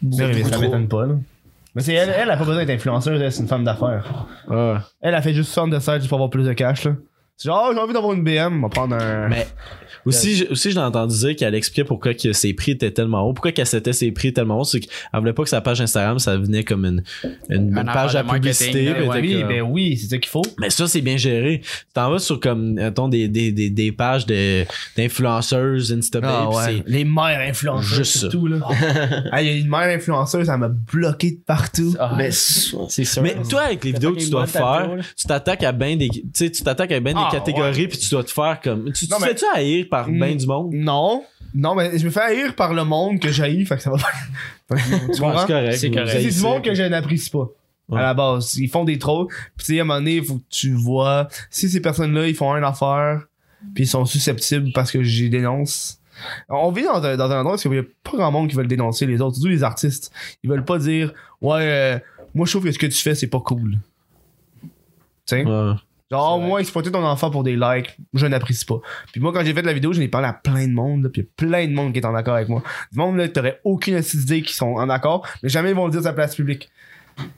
[SPEAKER 2] beaucoup
[SPEAKER 3] ça
[SPEAKER 2] trop.
[SPEAKER 3] m'étonne pas, là. Mais c'est, elle, elle a pas besoin d'être influenceuse, elle, c'est une femme d'affaires.
[SPEAKER 1] Ah.
[SPEAKER 3] Elle a fait juste son de juste pour avoir plus de cash là. C'est genre, oh, j'ai envie d'avoir une BM, on va prendre un.
[SPEAKER 1] Mais aussi, j'ai- aussi j'ai entendu dire qu'elle expliquait pourquoi que ses prix étaient tellement hauts. Pourquoi qu'elle s'était ses prix tellement hauts. C'est qu'elle voulait pas que sa page Instagram, ça venait comme une, une,
[SPEAKER 8] Un
[SPEAKER 1] une page à
[SPEAKER 8] affaire de marketing,
[SPEAKER 1] publicité.
[SPEAKER 8] là,
[SPEAKER 1] puis elle
[SPEAKER 8] ouais.
[SPEAKER 1] était
[SPEAKER 3] oui,
[SPEAKER 1] comme-
[SPEAKER 3] ben oui, c'est ça qu'il faut.
[SPEAKER 1] Mais ça, c'est bien géré. Tu t'en vas sur comme, mettons, des, des, des, des pages de- d'influenceuses, Insta
[SPEAKER 3] Ah,
[SPEAKER 1] babe,
[SPEAKER 3] ouais.
[SPEAKER 1] c'est-
[SPEAKER 3] Les mères influenceuses.
[SPEAKER 1] Juste ça.
[SPEAKER 3] surtout, là. Ah, Il y a une mère influenceuse, elle m'a bloqué de partout.
[SPEAKER 8] Ah,
[SPEAKER 2] Mais ça,
[SPEAKER 8] c'est sûr.
[SPEAKER 1] Mais toi, avec les vidéos que tu dois
[SPEAKER 8] fucking bonne
[SPEAKER 1] faire,
[SPEAKER 8] tattoo, là.
[SPEAKER 1] tu t'attaques à ben des, tu sais, tu t'attaques à ben
[SPEAKER 3] Ah,
[SPEAKER 1] des catégories puis tu dois te faire comme, tu, tu
[SPEAKER 3] Non,
[SPEAKER 1] te
[SPEAKER 3] mais-
[SPEAKER 1] fais-tu haïr par ben
[SPEAKER 3] Mm.
[SPEAKER 1] du monde?
[SPEAKER 3] Non. Non, mais je me fais haïr par le monde que j'haïs, fait que ça va pas. tu comprends?
[SPEAKER 1] correct.
[SPEAKER 8] C'est
[SPEAKER 1] vous
[SPEAKER 8] correct.
[SPEAKER 1] haïssez.
[SPEAKER 3] C'est du monde que je n'apprécie pas.
[SPEAKER 1] Ouais.
[SPEAKER 3] À la base, ils font des trolls. Puis tu sais, à un moment donné, il faut que tu vois si ces personnes-là, ils font une affaire, puis ils sont susceptibles parce que j'y dénonce. On vit dans un, dans un endroit où il n'y a pas grand monde qui veulent dénoncer les autres, surtout les artistes. Ils veulent pas dire Ouais, euh, moi je trouve que ce que tu fais, c'est pas cool. Tu sais?
[SPEAKER 1] Ouais.
[SPEAKER 3] Genre, moi, exploiter ton enfant pour des likes, je n'apprécie pas. Puis moi, quand j'ai fait la vidéo, j'en ai parlé à plein de monde, là, puis il y a plein de monde qui est en accord avec moi. Du monde, là, que t'aurais aucune astuce idée qui sont en accord, mais jamais ils vont le dire sur la place publique.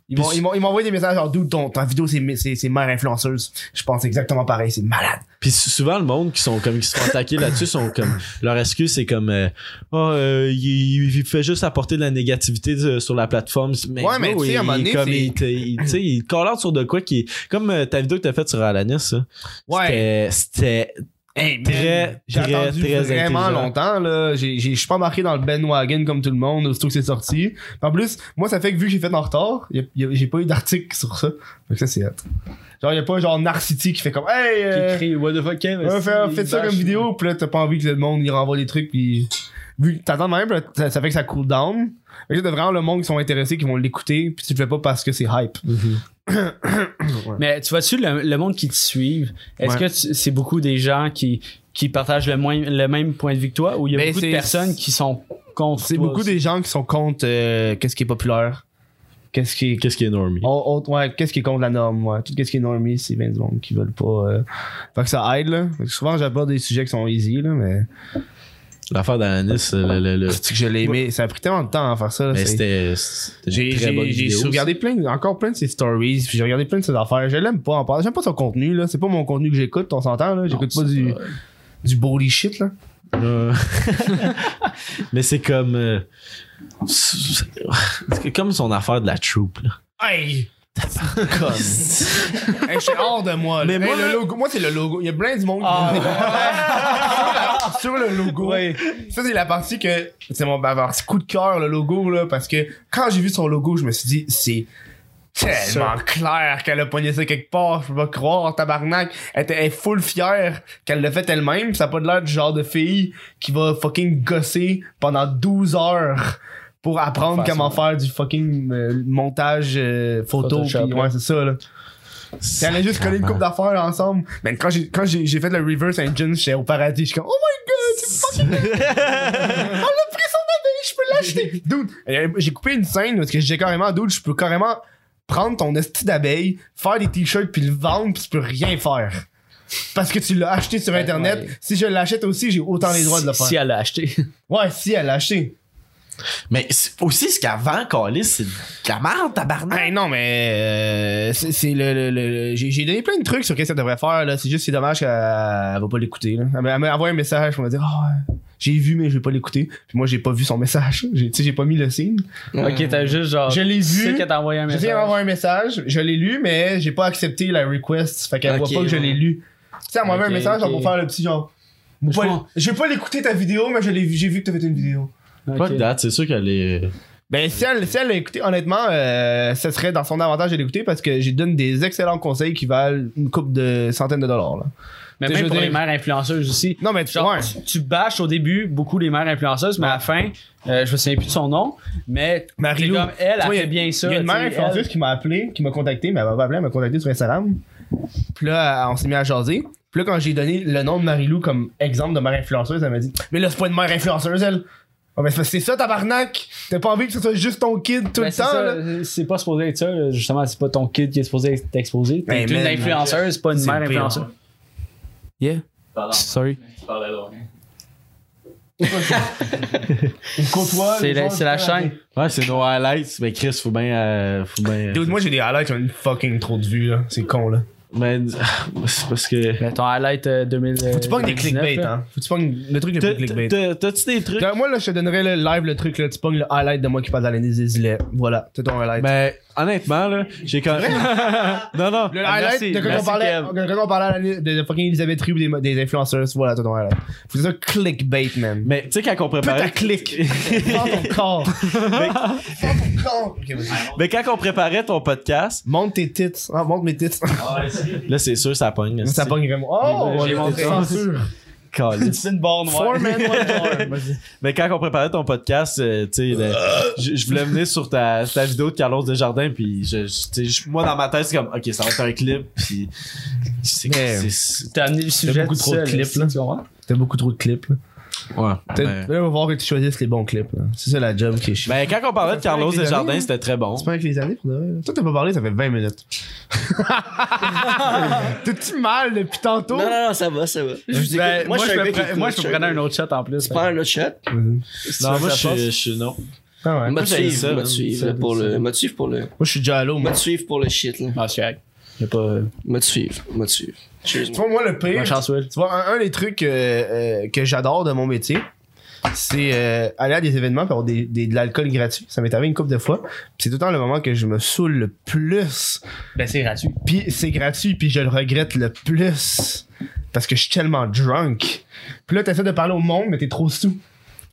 [SPEAKER 3] Ils m'ont-
[SPEAKER 1] Puis-
[SPEAKER 3] ils m'ont ils m'ont envoyé des messages genre, d'où ton, ta vidéo, c'est- c'est c'est mère influenceuse. Je pense exactement pareil, c'est malade.
[SPEAKER 1] Puis sou- souvent le monde qui sont comme qui se font attaquer là-dessus sont comme leur excuse c'est comme euh, Ah, euh, il, il fait juste apporter de la négativité euh, sur la plateforme. Mais
[SPEAKER 3] Ouais, mais
[SPEAKER 1] gros,
[SPEAKER 3] tu sais, à un
[SPEAKER 1] il-
[SPEAKER 3] moment donné,
[SPEAKER 1] comme
[SPEAKER 3] c'est-
[SPEAKER 1] il, te- il- tu sais, il call out sur de quoi qui est- comme euh, ta vidéo que t'as faite sur Alanis. ça. C'était- C'était
[SPEAKER 3] Hey,
[SPEAKER 1] Très,
[SPEAKER 3] man, j'ai
[SPEAKER 1] très,
[SPEAKER 3] attendu
[SPEAKER 1] très
[SPEAKER 3] vraiment
[SPEAKER 1] intelligent.
[SPEAKER 3] longtemps. là. J'ai- j'ai- Je suis pas embarqué dans le Ben Wagon comme tout le monde, aussitôt que c'est sorti. En plus, moi, ça fait que vu que j'ai fait en retard, y a- y a- j'ai pas eu d'article sur ça. Fait que ça, c'est hot. Genre, y a pas genre Narcity qui fait comme Hey, euh,
[SPEAKER 4] écrit What the fuck, Kev?
[SPEAKER 3] ouais, fais-
[SPEAKER 4] Il
[SPEAKER 3] faites ça
[SPEAKER 4] bâche.
[SPEAKER 3] comme vidéo, pis là, t'as pas envie que le monde il renvoie les trucs, pis vu que t'attends de même, là, ça, ça fait que ça cool down. Fait que t'as vraiment le monde qui sont intéressés, qui vont l'écouter, pis tu le fais pas parce que c'est hype.
[SPEAKER 8] Mais tu vois-tu le, le monde qui te suivent, est-ce
[SPEAKER 3] Ouais.
[SPEAKER 8] que tu- c'est beaucoup des gens qui, qui partagent le, moins, le même point de vue que toi ou il y a
[SPEAKER 3] Ben,
[SPEAKER 8] beaucoup de
[SPEAKER 3] c'est-
[SPEAKER 8] personnes qui sont contre
[SPEAKER 3] C'est
[SPEAKER 8] toi
[SPEAKER 3] beaucoup
[SPEAKER 8] aussi?
[SPEAKER 3] des gens qui sont contre euh, qu'est-ce qui est populaire, qu'est-ce qui est
[SPEAKER 1] qu'est-ce qui est normé.
[SPEAKER 3] On- on- Oh, ouais, qu'est-ce qui est contre la norme, ouais. Tout ce qui est normé, c'est bien du monde qui veulent pas. euh. Fait que ça aide, là. Fait que souvent, j'aborde des sujets qui sont easy, là, mais.
[SPEAKER 1] L'affaire d'Alanis euh, le, le- le-
[SPEAKER 3] C'est que je l'ai aimé. Ça a pris tellement de temps à faire ça, là.
[SPEAKER 1] mais
[SPEAKER 3] c'est-
[SPEAKER 1] c'était c'était une
[SPEAKER 3] J'ai,
[SPEAKER 1] très bonne
[SPEAKER 3] j'ai,
[SPEAKER 1] vidéo,
[SPEAKER 3] j'ai
[SPEAKER 1] ça.
[SPEAKER 3] regardé plein, encore plein de ses stories, puis j'ai regardé plein de ses affaires. Je l'aime pas en part. J'aime pas son contenu, là. C'est pas mon contenu que j'écoute, on s'entend, là. J'écoute pas du, du body shit, là.
[SPEAKER 1] Euh, mais c'est comme euh, c'est- c'est comme son affaire de la troupe là.
[SPEAKER 3] Hey! hey, je suis hors de moi, là.
[SPEAKER 1] Mais
[SPEAKER 3] Hey,
[SPEAKER 1] moi,
[SPEAKER 3] le logo, moi, c'est le logo. Il y a plein du monde qui- sur le logo. Ça, c'est la partie que c'est mon ma partie coup de cœur, le logo, là, parce que quand j'ai vu son logo, je me suis dit, c'est tellement clair qu'elle a pogné ça quelque part, je peux pas croire, tabarnak. Elle était elle est full fière qu'elle l'a fait elle-même, ça a pas de l'air du genre de fille qui va fucking gosser pendant 12 heures pour apprendre comment faire du fucking euh, montage euh, photo.
[SPEAKER 8] Photoshop,
[SPEAKER 3] puis ouais, c'est ça, là. Puis elle a juste collé une coupe d'affaires ensemble. Mais quand j'ai, quand j'ai, j'ai fait le reverse engine, j'étais au paradis. Je suis comme, oh my god, c'est fucking. On a pris son bébé, je peux j'étais- dude, euh, j'ai coupé une scène parce que j'ai carrément, dude, je peux carrément prendre ton esti d'abeille, faire des t-shirts puis le vendre puis tu peux rien faire. Parce que tu l'as acheté sur internet. Si je l'achète aussi, j'ai autant les droits de le faire.
[SPEAKER 8] Ben Si elle l'a acheté.
[SPEAKER 3] Ouais, si elle l'a acheté.
[SPEAKER 1] Mais c'est- aussi, ce qu'avant, Calis, c'est de la merde, tabarnak.
[SPEAKER 3] Hey, Ben non, mais euh, c'est c'est le. le- le- le- j'ai j'ai donné plein de trucs sur qu'est-ce qu'elle devrait faire. là. C'est juste c'est dommage qu'elle elle va pas l'écouter. là. Elle m'a- elle m'a envoyé un message pour me dire Ah, ouais, j'ai vu, mais je vais pas l'écouter. Puis moi, j'ai pas vu son message. J'ai- Tu sais, j'ai pas mis le signe.
[SPEAKER 8] ok, t'as juste genre.
[SPEAKER 3] Je l'ai
[SPEAKER 8] tu sais
[SPEAKER 3] vu.
[SPEAKER 8] qu'elle t'a envoyé
[SPEAKER 4] Ah,
[SPEAKER 8] un
[SPEAKER 3] J'ai essayé
[SPEAKER 8] message.
[SPEAKER 3] d'envoyer un message, je l'ai lu, mais j'ai pas accepté la request. Fait qu'elle
[SPEAKER 2] Ok,
[SPEAKER 3] voit pas que je
[SPEAKER 2] ouais.
[SPEAKER 3] l'ai lu. Tu sais, elle m'a envoyé
[SPEAKER 8] Ok,
[SPEAKER 3] un message genre,
[SPEAKER 8] ok.
[SPEAKER 3] pour faire le petit genre. Je vais pas- Je vais pas l'écouter ta vidéo, mais je l'ai vu- j'ai vu que t'as fait une vidéo.
[SPEAKER 1] Pas de
[SPEAKER 8] Ok.
[SPEAKER 1] date, c'est sûr qu'elle est.
[SPEAKER 3] Ben, si elle, si elle l'a écouté, honnêtement, euh, ce serait dans son avantage de l'écouter parce que j'ai donne des excellents conseils qui valent une coupe de centaines de dollars. Là.
[SPEAKER 8] Mais
[SPEAKER 3] Je
[SPEAKER 8] même
[SPEAKER 3] veux
[SPEAKER 8] pour
[SPEAKER 3] dire-
[SPEAKER 8] les mères influenceuses aussi.
[SPEAKER 3] Non, mais tu
[SPEAKER 8] Genre,
[SPEAKER 3] ouais.
[SPEAKER 8] tu, tu bâches au début beaucoup les mères influenceuses, mais à la fin, euh, je me souviens plus de son nom, mais c'est
[SPEAKER 3] Marie-Lou.
[SPEAKER 8] comme elle,
[SPEAKER 3] Tu vois,
[SPEAKER 8] elle
[SPEAKER 3] il y
[SPEAKER 8] fait
[SPEAKER 3] a-
[SPEAKER 8] bien ça.
[SPEAKER 3] Il y a une
[SPEAKER 8] tu sais,
[SPEAKER 3] mère influenceuse
[SPEAKER 8] elle-
[SPEAKER 3] qui m'a appelé, qui m'a contacté, mais elle m'a pas appelé, elle m'a contacté sur Instagram. Puis là, on s'est mis à jaser. Puis là, quand j'ai donné le nom de Marie-Lou comme exemple de mère influenceuse, elle m'a dit Mais là, c'est pas une mère influenceuse, elle. Ah, ben, c'est- c'est ça, tabarnak. T'as pas envie que ce soit juste ton kid tout
[SPEAKER 8] Ben,
[SPEAKER 3] le
[SPEAKER 8] c'est
[SPEAKER 3] temps,
[SPEAKER 8] ça,
[SPEAKER 3] là.
[SPEAKER 8] euh, C'est pas supposé être ça, là. justement, c'est pas ton kid qui est supposé être exposé. T'es
[SPEAKER 3] Ben,
[SPEAKER 8] une
[SPEAKER 3] man,
[SPEAKER 8] influenceuse, pas une
[SPEAKER 3] c'est
[SPEAKER 8] mère
[SPEAKER 3] le pire.
[SPEAKER 8] influenceuse.
[SPEAKER 6] Pardon,
[SPEAKER 8] Sorry.
[SPEAKER 6] tu parlais loin.
[SPEAKER 8] C'est la, c'est la chaîne.
[SPEAKER 1] Ouais, c'est nos highlights. Mais Chris, faut bien. euh, faut bien.
[SPEAKER 3] Dude, moi, j'ai des highlights qui ont une fucking trop de vues, là. C'est con, là.
[SPEAKER 1] Mais c'est parce que.
[SPEAKER 8] Mais ton highlight euh, 2000.
[SPEAKER 3] Faut que tu pognes des clickbait, hein. Faut que tu pognes le truc le plus clickbait.
[SPEAKER 1] T'as- T'as-tu des trucs?
[SPEAKER 3] Regarde, moi, là, je te donnerais le live, le truc, là, tu pognes le highlight de moi qui passe dans l'année des îlets. Voilà, c'est ton highlight.
[SPEAKER 1] Ben, honnêtement, là, j'ai quand même. non, non.
[SPEAKER 3] le highlight de quand on
[SPEAKER 1] Merci,
[SPEAKER 3] parlait,
[SPEAKER 1] Kev.
[SPEAKER 3] de quand on parlait à l'année de, de fucking Elisabeth Rue des, des influenceuses. Voilà, c'est ton highlight. Faut que ça clickbait, man.
[SPEAKER 1] Mais tu sais, quand on préparait.
[SPEAKER 3] Putaclic. Prends ton corps.
[SPEAKER 1] Mais quand on préparait ton podcast,
[SPEAKER 3] Monte tes tits. Ah, monte mes tits.
[SPEAKER 1] là, c'est sûr, ça pogne.
[SPEAKER 3] ça pogne vraiment. Oh,
[SPEAKER 8] J'ai montré.
[SPEAKER 3] Censure.
[SPEAKER 1] Calisse.
[SPEAKER 8] une barre
[SPEAKER 3] Four men, one door.
[SPEAKER 1] Mais quand on préparait ton podcast, euh, tu sais, le- je je voulais venir sur ta, ta vidéo de Carlos Desjardins, puis je, je- tu sais, je- moi, dans ma tête, c'est comme, OK, ça va être un clip, puis c'est
[SPEAKER 3] Mais-
[SPEAKER 1] c'est- c'est-
[SPEAKER 8] T'as amené le sujet.
[SPEAKER 3] beaucoup
[SPEAKER 8] tout
[SPEAKER 3] trop de
[SPEAKER 8] seul,
[SPEAKER 3] clips,
[SPEAKER 8] est-ce
[SPEAKER 3] là.
[SPEAKER 8] que tu comprends?
[SPEAKER 3] T'as beaucoup trop de clips, là.
[SPEAKER 1] Ouais.
[SPEAKER 3] T'as-
[SPEAKER 1] Ben,
[SPEAKER 3] Là, on va voir que tu choisisses les bons clips, là. C'est ça la job qui est chiant.
[SPEAKER 1] ben, quand on parlait de
[SPEAKER 3] Ça fait
[SPEAKER 1] Carlos
[SPEAKER 3] avec les
[SPEAKER 1] Desjardins,
[SPEAKER 3] années,
[SPEAKER 1] c'était très bon.
[SPEAKER 3] C'est pas avec les années pour de vrai. là. Toi, t'as pas parlé, ça fait 20 minutes. T'es-tu mal depuis tantôt?
[SPEAKER 2] Non, non, non, ça va, ça va. Je vous
[SPEAKER 4] Ben,
[SPEAKER 2] écoute.
[SPEAKER 4] moi, je
[SPEAKER 2] suis un
[SPEAKER 4] me
[SPEAKER 2] mec qui
[SPEAKER 4] prenais-
[SPEAKER 2] écoute.
[SPEAKER 4] moi, je me
[SPEAKER 2] suis
[SPEAKER 4] prenais un
[SPEAKER 2] mec
[SPEAKER 4] autre shot en plus.
[SPEAKER 2] qui prends un autre chat.
[SPEAKER 1] Non, moi, je suis- je suis non.
[SPEAKER 3] Ah ouais.
[SPEAKER 2] M'a
[SPEAKER 1] Moi, j'aime ça,
[SPEAKER 2] suivre,
[SPEAKER 1] man.
[SPEAKER 2] m'a suivre
[SPEAKER 1] Ça,
[SPEAKER 2] pour
[SPEAKER 1] ça.
[SPEAKER 2] le. M'a suivre pour le.
[SPEAKER 3] Moi, je suis jaloux, moi.
[SPEAKER 2] M'a suivre pour le shit, là.
[SPEAKER 8] Ah, c'est correct. Y'a pas. euh,
[SPEAKER 2] M'a suivre, m'a suivre. Cheers,
[SPEAKER 3] Tu
[SPEAKER 2] man.
[SPEAKER 3] vois, moi, le pire.
[SPEAKER 8] Ma chance, Will.
[SPEAKER 3] Tu vois, un, un des trucs euh, euh, que j'adore de mon métier, c'est euh, aller à des événements pour avoir des, des- de l'alcool gratuit. Ça m'est arrivé une couple de fois. Puis c'est tout le temps le moment que je me saoule le plus.
[SPEAKER 8] Ben, c'est gratuit.
[SPEAKER 3] Puis c'est gratuit, puis je le regrette le plus. Parce que je suis tellement drunk. Puis là, t'essaies de parler au monde, mais t'es trop sous.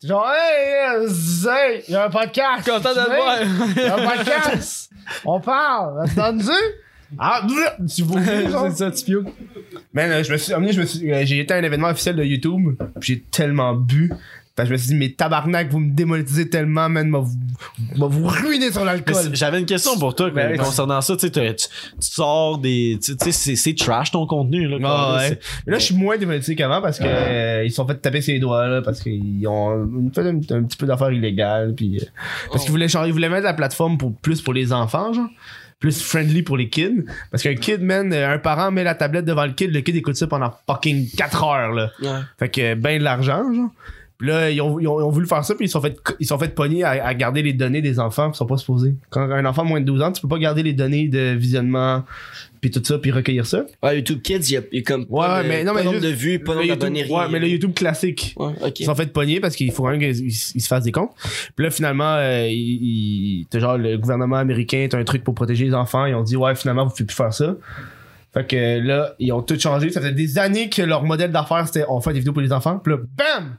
[SPEAKER 3] T'es Genre, hey, yes, hey, il y a un podcast.
[SPEAKER 8] Content de
[SPEAKER 3] Hey,
[SPEAKER 8] le voir.
[SPEAKER 3] il y a un podcast. On parle. Entendu? Ah, bleu, tu vomis, genre.
[SPEAKER 8] C'est ça, tu pioules.
[SPEAKER 3] Man, euh, je me suis amené, je me suis, euh, j'ai été à un événement officiel de YouTube, puis j'ai tellement bu. Fait que je me suis dit, mais tabarnak, vous me démonétisez tellement, man, m'a vous, m'a vous ruiner sur
[SPEAKER 1] Mais
[SPEAKER 3] l'alcool.
[SPEAKER 1] c'est- J'avais une question pour toi
[SPEAKER 3] Ben,
[SPEAKER 1] mais concernant ça. Tu, sais, t'as- tu, tu sors des. Tu tu sais, c'est- c'est trash ton contenu. Là,
[SPEAKER 3] Ah,
[SPEAKER 1] Carlis.
[SPEAKER 3] ouais. Mais là, je suis moins démonétisé qu'avant parce que euh, ils se sont fait taper ses doigts, là, parce qu'ils ont fait un, un petit peu d'affaires illégales, puis. euh, parce qu'ils voulaient, changer- ils voulaient mettre la plateforme pour, plus pour les enfants, genre. Plus friendly pour les kids. Parce qu'un kid, man, euh, un parent met la tablette devant le kid, le kid écoute ça pendant fucking 4 heures, là.
[SPEAKER 2] Ouais.
[SPEAKER 3] Fait que euh, ben de l'argent, genre. Puis là, ils ont, ils, ont, ils ont voulu faire ça, puis ils se sont fait, ils se sont fait pogner à, à garder les données des enfants qui sont pas supposés. Quand un enfant de moins de 12 ans, tu peux pas garder les données de visionnement, puis tout ça, puis recueillir ça.
[SPEAKER 2] Ouais, YouTube Kids, il y a, il y a comme.
[SPEAKER 3] Ouais,
[SPEAKER 2] pas
[SPEAKER 3] ouais,
[SPEAKER 2] de-
[SPEAKER 3] mais non,
[SPEAKER 2] pas
[SPEAKER 3] mais
[SPEAKER 2] nombre
[SPEAKER 3] juste
[SPEAKER 2] de vues, pas
[SPEAKER 3] Le
[SPEAKER 2] nombre
[SPEAKER 3] YouTube-
[SPEAKER 2] d'abonnés.
[SPEAKER 3] ouais, mais le YouTube classique.
[SPEAKER 2] Ouais, ok.
[SPEAKER 3] Ils se sont fait pogner parce qu'il faut quand même qu'ils ils se fassent des comptes. Puis là, finalement, euh, ils- ils- t'as genre, le gouvernement américain, t'as un truc pour protéger les enfants. Ils ont dit, ouais, finalement, vous pouvez plus faire ça. Fait que euh, là, ils ont tout changé. Ça fait des années que leur modèle d'affaires, c'était on fait des vidéos pour les enfants. Puis là, bam!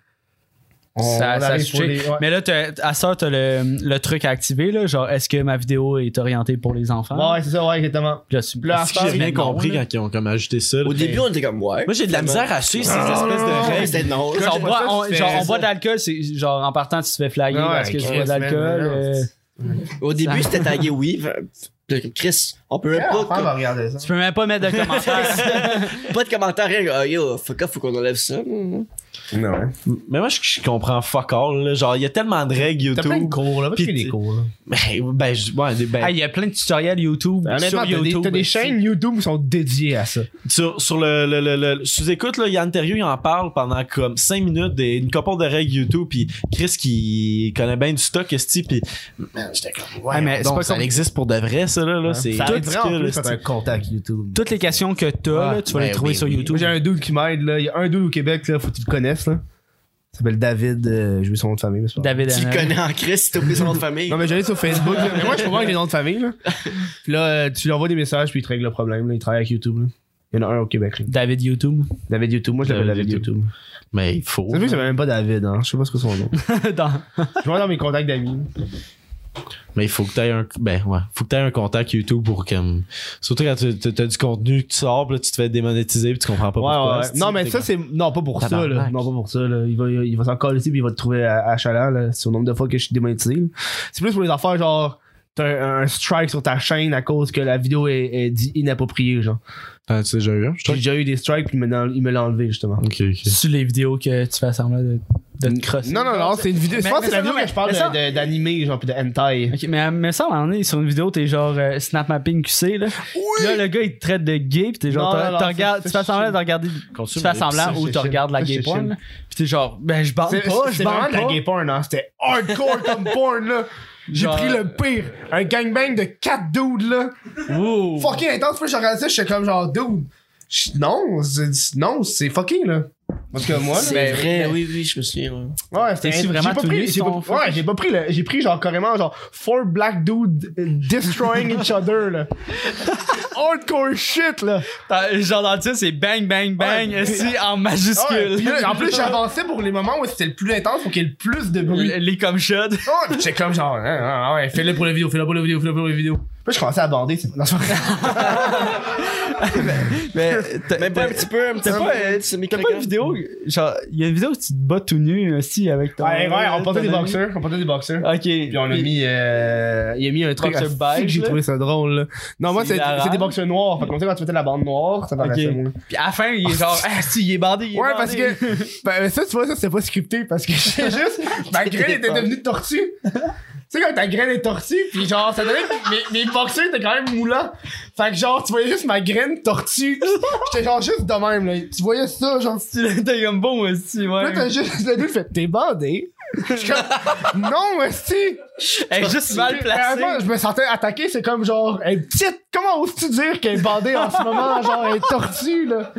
[SPEAKER 8] Ça- ça a
[SPEAKER 3] arrive
[SPEAKER 8] switché.
[SPEAKER 3] pour les- ouais.
[SPEAKER 4] Mais là, t'as- à ça, t'as le, le truc à activer, là. Genre, est-ce que ma vidéo est orientée pour les enfants?
[SPEAKER 3] Ouais, c'est ça, ouais, exactement.
[SPEAKER 4] Puis là, tu-
[SPEAKER 3] Puis là,
[SPEAKER 1] Est-ce que j'ai bien compris quand ils ont comme ajouté ça. là?
[SPEAKER 2] Au début, on était comme, ouais.
[SPEAKER 1] Moi, j'ai de la misère à suivre ces espèces de
[SPEAKER 2] Ouais,
[SPEAKER 1] règles.
[SPEAKER 2] C'était drôle.
[SPEAKER 4] Genre, on
[SPEAKER 3] j'ai pas
[SPEAKER 4] boit,
[SPEAKER 3] ça,
[SPEAKER 4] on-
[SPEAKER 3] tu fais
[SPEAKER 4] genre, on
[SPEAKER 3] ça.
[SPEAKER 4] boit de l'alcool, c'est genre
[SPEAKER 2] Ah
[SPEAKER 4] en partant, tu te fais flaguer
[SPEAKER 3] Ouais,
[SPEAKER 4] parce que tu
[SPEAKER 3] Chris,
[SPEAKER 4] bois de
[SPEAKER 3] man,
[SPEAKER 4] l'alcool. euh,
[SPEAKER 2] Au début,
[SPEAKER 4] Ça-
[SPEAKER 2] c'était tagué oui. Puis comme, Chris, on peut même pas.
[SPEAKER 3] on va regarder ça.
[SPEAKER 4] Tu peux même pas mettre de commentaires.
[SPEAKER 2] Pas de commentaires, rien. Ah, yo, fuck off, faut qu'on enlève ça.
[SPEAKER 3] Non, ouais.
[SPEAKER 1] Mais moi, je, je comprends fuck all. là. Genre, il y a tellement de règles
[SPEAKER 3] T'as plein de
[SPEAKER 1] YouTube.
[SPEAKER 3] cours, là. Parce
[SPEAKER 1] Puis
[SPEAKER 3] qu'il y a des
[SPEAKER 1] tu-
[SPEAKER 3] cours, là.
[SPEAKER 1] Ben, ben, je- ouais, des- ben,
[SPEAKER 4] Ah, Il y a plein de tutoriels YouTube.
[SPEAKER 3] Ben, Honnêtement,
[SPEAKER 4] Sur
[SPEAKER 3] t'as des,
[SPEAKER 4] YouTube.
[SPEAKER 3] t'as des chaînes YouTube qui sont dédiées à ça.
[SPEAKER 1] sur, sur le, le, le, le- le- sous-écoute, là, Yann Terrieux, il en parle pendant comme 5 minutes, des, une couple de règles YouTube, puis Chris qui connaît bien du stock, esti, puis
[SPEAKER 2] ben,
[SPEAKER 1] man, j'étais comme, ouais,
[SPEAKER 4] Ouais, mais
[SPEAKER 1] mais
[SPEAKER 4] c'est
[SPEAKER 1] donc,
[SPEAKER 4] pas
[SPEAKER 1] ça
[SPEAKER 4] comme-
[SPEAKER 1] existe pour de vrai, ça, là, là c'est
[SPEAKER 3] hein. Ça aide vraiment en
[SPEAKER 1] ridicule,
[SPEAKER 3] plus
[SPEAKER 1] esti.
[SPEAKER 3] quand t'as un contact YouTube.
[SPEAKER 4] Toutes les questions que t'as,
[SPEAKER 3] Ouais.
[SPEAKER 4] là, tu vas les
[SPEAKER 1] Ben
[SPEAKER 4] trouver
[SPEAKER 1] oui,
[SPEAKER 4] sur
[SPEAKER 1] oui.
[SPEAKER 4] YouTube.
[SPEAKER 3] Moi, j'ai un dude qui m'aide, là. Il y a un dude au Québec, là. Faut que tu le connaisses, là. Il s'appelle David. euh, je vais son nom de famille, mais c'est pas grave.
[SPEAKER 4] David euh,
[SPEAKER 2] Tu le
[SPEAKER 4] Hanel.
[SPEAKER 2] connais en Chris, si t'as oublié son nom de famille.
[SPEAKER 3] Non, mais j'allais sur Facebook, là. Mais moi, je peux voir avec les noms de famille, là. Puis là, euh, tu lui envoies des messages, puis il te règle le problème, là. Il travaille avec YouTube, là. Il y en a un au Québec, là.
[SPEAKER 4] David YouTube.
[SPEAKER 3] David YouTube. Moi, je l'appelle
[SPEAKER 1] David
[SPEAKER 3] David YouTube.
[SPEAKER 1] Mais il faut.
[SPEAKER 3] Ça se fait que j'appelle même pas David, hein. Je sais pas ce que son nom.
[SPEAKER 4] Dans-
[SPEAKER 3] Je vois dans mes contacts d'amis.
[SPEAKER 1] Mais il faut que t'aies un, ben, ouais, faut que t'aies un contact YouTube pour comme, surtout quand tu- tu- t'as du contenu que tu sors, puis là, tu te fais démonétiser, puis tu comprends pas pourquoi. esti,
[SPEAKER 3] Non, mais
[SPEAKER 1] t'es
[SPEAKER 3] ça,
[SPEAKER 1] comme-
[SPEAKER 3] c'est. Non, pas pour ça, là.
[SPEAKER 1] Tabarnak.
[SPEAKER 3] Non, pas pour ça, là. Il va, il va s'en coller ici, puis il va te trouver à, à Chaland, là. C'est au nombre de fois que je suis démonétisé. là. C'est plus pour les affaires, genre. T'as un, un strike sur ta chaîne à cause que la vidéo est, est dit inappropriée, genre.
[SPEAKER 1] T'en as-tu Ah, déjà eu un?
[SPEAKER 3] J'ai déjà eu des strikes, puis il me l'a- il me l'a enlevé, justement.
[SPEAKER 1] Ok, ok.
[SPEAKER 4] Sur les vidéos que tu fais semblant de, de te crosser.
[SPEAKER 3] Non, non, non, c'est une vidéo. Je
[SPEAKER 4] Mais-
[SPEAKER 3] pense que
[SPEAKER 4] mais
[SPEAKER 3] c'est la
[SPEAKER 4] ça,
[SPEAKER 3] vidéo
[SPEAKER 4] non,
[SPEAKER 3] que je parle
[SPEAKER 4] mais
[SPEAKER 3] de-
[SPEAKER 4] ça-
[SPEAKER 3] de- d'animé, genre, puis de hentai.
[SPEAKER 4] Ok, mais, euh, mais ça, à un moment donné, sur une vidéo, t'es genre euh, snap mapping QC, là. Puis Là, le gars, il te traite de gay, pis t'es genre,
[SPEAKER 3] Non,
[SPEAKER 4] t'en-
[SPEAKER 3] non, non,
[SPEAKER 4] t'en
[SPEAKER 3] ça,
[SPEAKER 4] regardes-
[SPEAKER 3] ça,
[SPEAKER 4] tu
[SPEAKER 3] ça,
[SPEAKER 4] fais semblant
[SPEAKER 3] je-
[SPEAKER 4] de regarder, tu
[SPEAKER 1] Continue,
[SPEAKER 4] fais
[SPEAKER 1] mais-
[SPEAKER 4] semblant
[SPEAKER 3] ça,
[SPEAKER 4] ou
[SPEAKER 3] je
[SPEAKER 4] tu
[SPEAKER 3] chine.
[SPEAKER 4] regardes la
[SPEAKER 3] Ça, je
[SPEAKER 4] gay porn,
[SPEAKER 3] chine.
[SPEAKER 4] là. Pis t'es genre, ben, je bande
[SPEAKER 3] C'est
[SPEAKER 4] pas,
[SPEAKER 3] c'est
[SPEAKER 4] je
[SPEAKER 3] vraiment
[SPEAKER 4] bande
[SPEAKER 3] de la
[SPEAKER 4] pas.
[SPEAKER 3] gay porn, hein. C'était hardcore comme porn, là. J'ai
[SPEAKER 4] Genre-
[SPEAKER 3] pris le pire. Un gangbang de 4 dudes, là.
[SPEAKER 4] Ouh.
[SPEAKER 3] Fucking intense. Puis je regardais ça, j'étais comme genre, dude. je- Non, c'est- non, c'est fucking, là. Parce que moi, là,
[SPEAKER 2] C'est vrai, oui, oui, je me souviens. ouais.
[SPEAKER 3] ouais, c'était
[SPEAKER 4] T'es-tu
[SPEAKER 3] j'ai
[SPEAKER 4] vraiment
[SPEAKER 3] pas
[SPEAKER 4] tous
[SPEAKER 3] pris,
[SPEAKER 4] nus,
[SPEAKER 3] j'ai pas,
[SPEAKER 4] ton fuck?
[SPEAKER 3] ouais, j'ai pas pris le, j'ai pris genre carrément genre four black dudes euh, destroying each other là, hardcore shit là.
[SPEAKER 4] T'as- Genre, dans le titre, c'est bang, bang, bang,
[SPEAKER 3] Ouais.
[SPEAKER 4] si, en
[SPEAKER 3] Ouais,
[SPEAKER 4] majuscule.
[SPEAKER 3] puis là, en plus j'avançais pour les moments où c'était le plus intense pour qu'il y ait le plus de bruit.
[SPEAKER 4] Les comme shot.
[SPEAKER 3] Oh, puis j'étais comme genre, hein, hein, ouais, fais-le pour la vidéo, fais-le pour la vidéo, fais-le pour la vidéo. Puis je commençais à bander. c'est- Non, c'est pas vrai.
[SPEAKER 4] Mais
[SPEAKER 2] Même pas un petit peu, un petit
[SPEAKER 4] t'as
[SPEAKER 2] peu.
[SPEAKER 4] pas, euh,
[SPEAKER 2] c'est
[SPEAKER 4] T'as pas une vidéo, genre, il y a une vidéo où tu te bats tout nu aussi avec ton.
[SPEAKER 3] Ouais, ouais, on portait des
[SPEAKER 4] ton ami.
[SPEAKER 3] boxeurs, on portait des boxeurs.
[SPEAKER 4] Ok.
[SPEAKER 3] Puis on a mis, euh, il a mis un truc
[SPEAKER 4] Boxer
[SPEAKER 3] à
[SPEAKER 4] beige,
[SPEAKER 3] fou que j'ai
[SPEAKER 4] là.
[SPEAKER 3] trouvé ça drôle. Là. Non, moi,
[SPEAKER 4] C'est
[SPEAKER 3] c'est
[SPEAKER 4] hilarant.
[SPEAKER 3] c'est des boxeurs noirs. Fait que comme ça, quand tu mettais la bande noire, ça paraissait
[SPEAKER 4] Ok.
[SPEAKER 3] moins.
[SPEAKER 4] Puis à la fin, il est genre, ah, si, il est bandé, il est
[SPEAKER 3] Ouais,
[SPEAKER 4] bandé.
[SPEAKER 3] parce que ben, ça, tu vois, ça, c'était pas scripté parce que j'ai juste. Ma graine était devenue tortue. tu sais, quand ta graine est tortue, puis genre, ça donnait. Mes, mes boxeurs étaient quand même moulants. Fait que genre, tu voyais juste ma graine tortue. J'étais genre juste de même, là. Tu voyais ça, genre.
[SPEAKER 4] que. T'es comme bon aussi,
[SPEAKER 3] Là,
[SPEAKER 4] ouais.
[SPEAKER 3] t'as juste le dude fait T'es bandé. Je suis comme, non, esti!
[SPEAKER 4] Elle est juste mal placée.
[SPEAKER 3] Ah, Vraiment, je me sentais attaqué, c'est comme genre, elle est petite, comment oses-tu dire qu'elle est bandée en ce moment, genre, elle est tortue, là.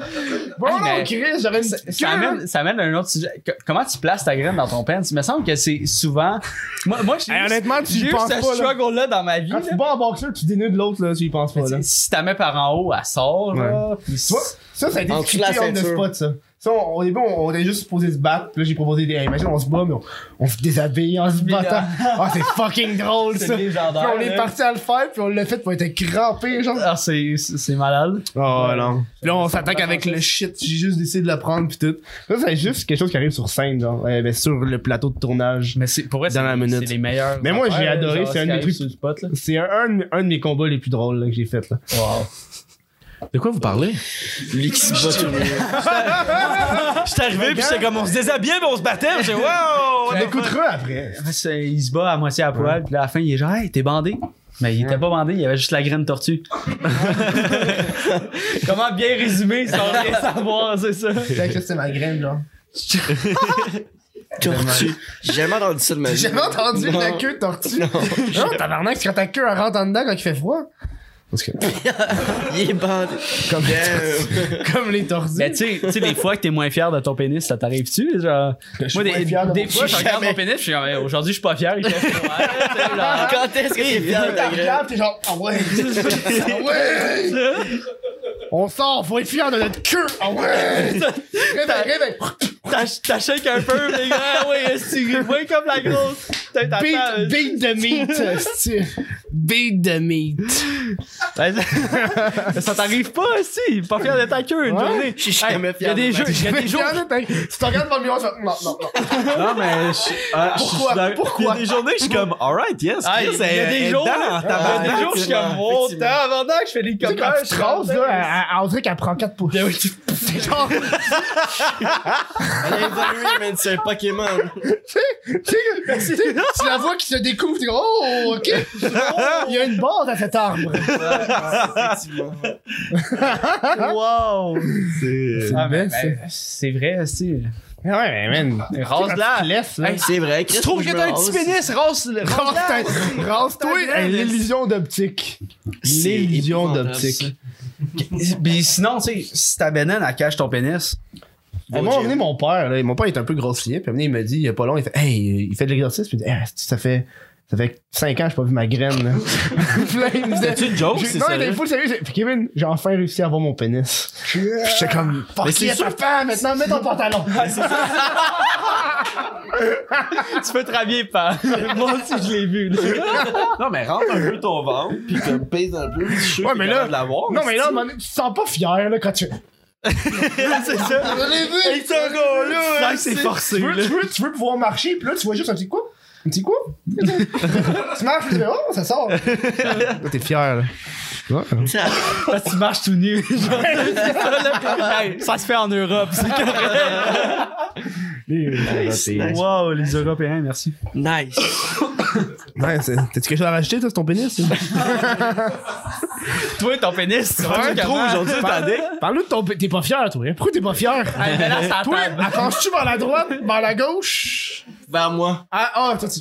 [SPEAKER 3] Bon,
[SPEAKER 4] Hey,
[SPEAKER 3] non,
[SPEAKER 4] mais-
[SPEAKER 3] Chris, j'aurais une
[SPEAKER 4] Ça
[SPEAKER 3] gueule.
[SPEAKER 4] amène, ça amène à un autre sujet. Co- comment tu places ta graine dans ton pants? Il me semble que c'est souvent. Moi, moi j'ai
[SPEAKER 3] Hey,
[SPEAKER 4] eu-
[SPEAKER 3] honnêtement, tu
[SPEAKER 4] j'ai
[SPEAKER 3] y
[SPEAKER 4] eu
[SPEAKER 3] penses pas,
[SPEAKER 4] ce
[SPEAKER 3] là.
[SPEAKER 4] struggle-là dans ma vie.
[SPEAKER 3] Quand tu
[SPEAKER 4] là.
[SPEAKER 3] bats en boxeur, tu dénudes l'autre, là, tu y penses pas, là.
[SPEAKER 4] Si tu la mets par en haut, elle sort. Là, puis
[SPEAKER 3] Tu vois, ça, ça a été
[SPEAKER 2] En dessous de la
[SPEAKER 3] discuté on the
[SPEAKER 2] ceinture.
[SPEAKER 3] spot, ça. Ça, on, au début, on, on était juste supposé se battre. Puis là, j'ai proposé des. hey, imagine, on se bat, mais on, on se déshabille en se battant. Ah, c'est fucking drôle,
[SPEAKER 4] c'est
[SPEAKER 3] ça. Puis
[SPEAKER 4] légendaire.
[SPEAKER 3] on est
[SPEAKER 4] là.
[SPEAKER 3] parti à le faire, puis on l'a fait, puis on était crampé, genre.
[SPEAKER 4] Ah, c'est c'est malade.
[SPEAKER 3] Oh non. Là, on s'attaque avec le shit. J'ai juste décidé de le prendre pis tout. Ça, c'est juste quelque chose qui arrive sur scène, genre. Euh, ben, sur le plateau de tournage.
[SPEAKER 4] Mais c'est- pour vrai,
[SPEAKER 3] Dans la minute.
[SPEAKER 4] c'est c'est les meilleurs.
[SPEAKER 3] Mais moi, j'ai
[SPEAKER 4] affaires,
[SPEAKER 3] adoré,
[SPEAKER 4] genre,
[SPEAKER 3] c'est un
[SPEAKER 4] ce
[SPEAKER 3] des
[SPEAKER 4] qui
[SPEAKER 3] trucs-
[SPEAKER 4] arrive sur le spot, là.
[SPEAKER 3] C'est un, un, de- un de mes combats les plus drôles là, que j'ai fait là.
[SPEAKER 1] De quoi vous parlez?
[SPEAKER 2] Lui qui se bat tout nu.
[SPEAKER 3] Ah,
[SPEAKER 1] J'étais arrivé, puis j'étais comme, on se déshabillait, mais on se battait, j'ai wow!
[SPEAKER 3] On l'écoutera après.
[SPEAKER 4] C'est- Il se bat à moitié à poil, puis là, à la fin, il est genre, hey, t'es bandé. Mais il était pas bandé, il avait juste la graine tortue. Comment bien résumer sans rien savoir, c'est ça?
[SPEAKER 3] C'est que c'est ma graine, genre.
[SPEAKER 2] Tortue. J'ai jamais entendu ça de ma
[SPEAKER 3] J'ai
[SPEAKER 2] vie.
[SPEAKER 3] jamais entendu
[SPEAKER 2] Non.
[SPEAKER 3] la queue de tortue. Non, tabarnak, c'est quand ta queue elle rentre en dedans quand il fait froid. Parce que,
[SPEAKER 2] Il est bandé.
[SPEAKER 3] comme,
[SPEAKER 2] Damn.
[SPEAKER 3] comme les tortues.
[SPEAKER 4] Mais tu sais- tu sais, des fois que t'es moins fier de ton pénis, ça t'arrive-tu? Genre, moi,
[SPEAKER 3] moins
[SPEAKER 4] des,
[SPEAKER 3] fier de
[SPEAKER 4] des
[SPEAKER 3] mon
[SPEAKER 4] fois, je
[SPEAKER 2] pénis.
[SPEAKER 4] regarde mon pénis, je suis genre, Eh, aujourd'hui, je suis pas fier. Il fait, Ouais, tu sais, genre,
[SPEAKER 2] Quand est-ce que t'es
[SPEAKER 3] Là,
[SPEAKER 2] fier de
[SPEAKER 3] t'as
[SPEAKER 2] ta graine?
[SPEAKER 3] regardes, t'es genre, ah ouais! ah ouais! On sort, faut être fier de notre queue! Ah ouais! Réveille, réveille!
[SPEAKER 4] t'ach- T'achèques un peu, les gars, oui, est-ce que tu vois comme la grosse? Putain, t'attends,
[SPEAKER 3] Beat,
[SPEAKER 4] euh,
[SPEAKER 3] beat the meat! esti.
[SPEAKER 9] Big the meat.
[SPEAKER 4] ça t'arrive pas aussi. Pas fier de ta queue une
[SPEAKER 3] Ouais.
[SPEAKER 4] journée.
[SPEAKER 2] Je suis jamais
[SPEAKER 4] Il y
[SPEAKER 2] fier.
[SPEAKER 4] a des
[SPEAKER 2] de ma-
[SPEAKER 4] jeux, il y a des jours.
[SPEAKER 3] Si tu regardes dans le miroir, tu fais non, non, non.
[SPEAKER 1] Non, mais. je- ah, je-
[SPEAKER 3] Pourquoi?
[SPEAKER 1] je- je-
[SPEAKER 3] Pourquoi?
[SPEAKER 1] Il y a des journées que je suis comme, alright, yes.
[SPEAKER 4] Ah, il
[SPEAKER 1] Chris,
[SPEAKER 4] y a
[SPEAKER 1] elle-
[SPEAKER 4] des
[SPEAKER 1] elle
[SPEAKER 4] jours,
[SPEAKER 1] dent en
[SPEAKER 4] là.
[SPEAKER 1] tabarnak.
[SPEAKER 4] Il y a des jours, je suis comme, oh,
[SPEAKER 2] effectivement.
[SPEAKER 4] tabarnak, je fais des
[SPEAKER 3] Tu sais, quand
[SPEAKER 4] copains.
[SPEAKER 3] tu te rases, là, à- à- on dirait qu'elle prend 4 pouces. C'est genre, tu
[SPEAKER 2] Elle a évolué, man, c'est un Pokémon.
[SPEAKER 3] sais, tu sais, tu la vois qui se découvre, tu dis, oh, ok. Oh, Il y a une base à cet arbre.
[SPEAKER 2] Effectivement.
[SPEAKER 4] Wow!
[SPEAKER 1] C'est-
[SPEAKER 4] Ah,
[SPEAKER 3] hein? belle, Ah,
[SPEAKER 4] ben, ben, c'est vrai, c'est.
[SPEAKER 3] ben. Ouais, mais man.
[SPEAKER 4] Rase-la!
[SPEAKER 3] Laisse,
[SPEAKER 2] Hey, c'est vrai. Chris,
[SPEAKER 4] Tu trouves
[SPEAKER 2] je
[SPEAKER 4] que
[SPEAKER 2] me
[SPEAKER 4] t'as un
[SPEAKER 2] rase.
[SPEAKER 4] petit pénis? Rase-le!
[SPEAKER 3] Rase-toi, rase-toi hey, l'illusion d'optique.
[SPEAKER 2] C'est
[SPEAKER 3] L'illusion
[SPEAKER 2] épouvantable,
[SPEAKER 3] d'optique.
[SPEAKER 4] Puis sinon, tu sais, si ta banane, elle cache ton pénis.
[SPEAKER 3] Hey, moi, on venait mon père, là, et mon père est un peu grossier, puis un moment donné, il me dit, il y a pas long, il fait, hey, il fait de l'exercice, puis il dit, hey, ça fait, ça fait 5 ans que j'ai pas vu ma graine, là. Puis là, il me disait,
[SPEAKER 1] C'est une joke,
[SPEAKER 3] J'ai-
[SPEAKER 1] c'est
[SPEAKER 3] non,
[SPEAKER 1] ça. hein?
[SPEAKER 3] il était full sérieux. j'ai- Puis Kevin, j'ai enfin réussi à voir mon pénis. Puis J'étais comme, fuck
[SPEAKER 1] Mais c'est
[SPEAKER 3] yeah,
[SPEAKER 1] sûr- Ah,
[SPEAKER 3] papa, maintenant, mets ton pantalon.
[SPEAKER 4] Tu peux travailler pas. Moi aussi, je l'ai vu.
[SPEAKER 1] Non, mais rentre un peu ton ventre, puis comme pèse un peu. Je suis
[SPEAKER 3] Ouais, mais là-
[SPEAKER 1] de la voir.
[SPEAKER 3] non, mais là, à un moment donné, tu te sens pas fier, là, quand tu.
[SPEAKER 4] c'est ça.
[SPEAKER 3] Je l'ai vu!
[SPEAKER 1] Hey, ce gars-là, hein,
[SPEAKER 4] c'est
[SPEAKER 1] c'est-
[SPEAKER 4] forcé,
[SPEAKER 3] Tu veux,
[SPEAKER 4] là.
[SPEAKER 3] tu, veux, tu veux pouvoir marcher, puis là, tu vois juste un petit quoi? Un petit quoi? tu marches, puis tu fais, oh, ça sort. Là, t'es fier, là.
[SPEAKER 4] Parce que tu marches tout nu. Genre, c'est ça, là. Hey, ça se fait en Europe, c'est correct.
[SPEAKER 3] euh,
[SPEAKER 4] wow, les Européens, merci.
[SPEAKER 2] Nice.
[SPEAKER 3] Ouais, c'est- t'as-tu quelque chose à rajouter, toi, sur ton pénis?
[SPEAKER 4] Toi, ton pénis, tu
[SPEAKER 1] Tu
[SPEAKER 4] vois
[SPEAKER 1] le trouves aujourd'hui, t'as dit?
[SPEAKER 3] Parle-nous de ton pénis. T'es pas fier, toi. hein? Pourquoi t'es pas fier?
[SPEAKER 4] là, ça
[SPEAKER 3] Toi,
[SPEAKER 4] table.
[SPEAKER 3] avances-tu vers la droite, vers la gauche?
[SPEAKER 2] Vers moi.
[SPEAKER 3] Ah, ah, toi, tu.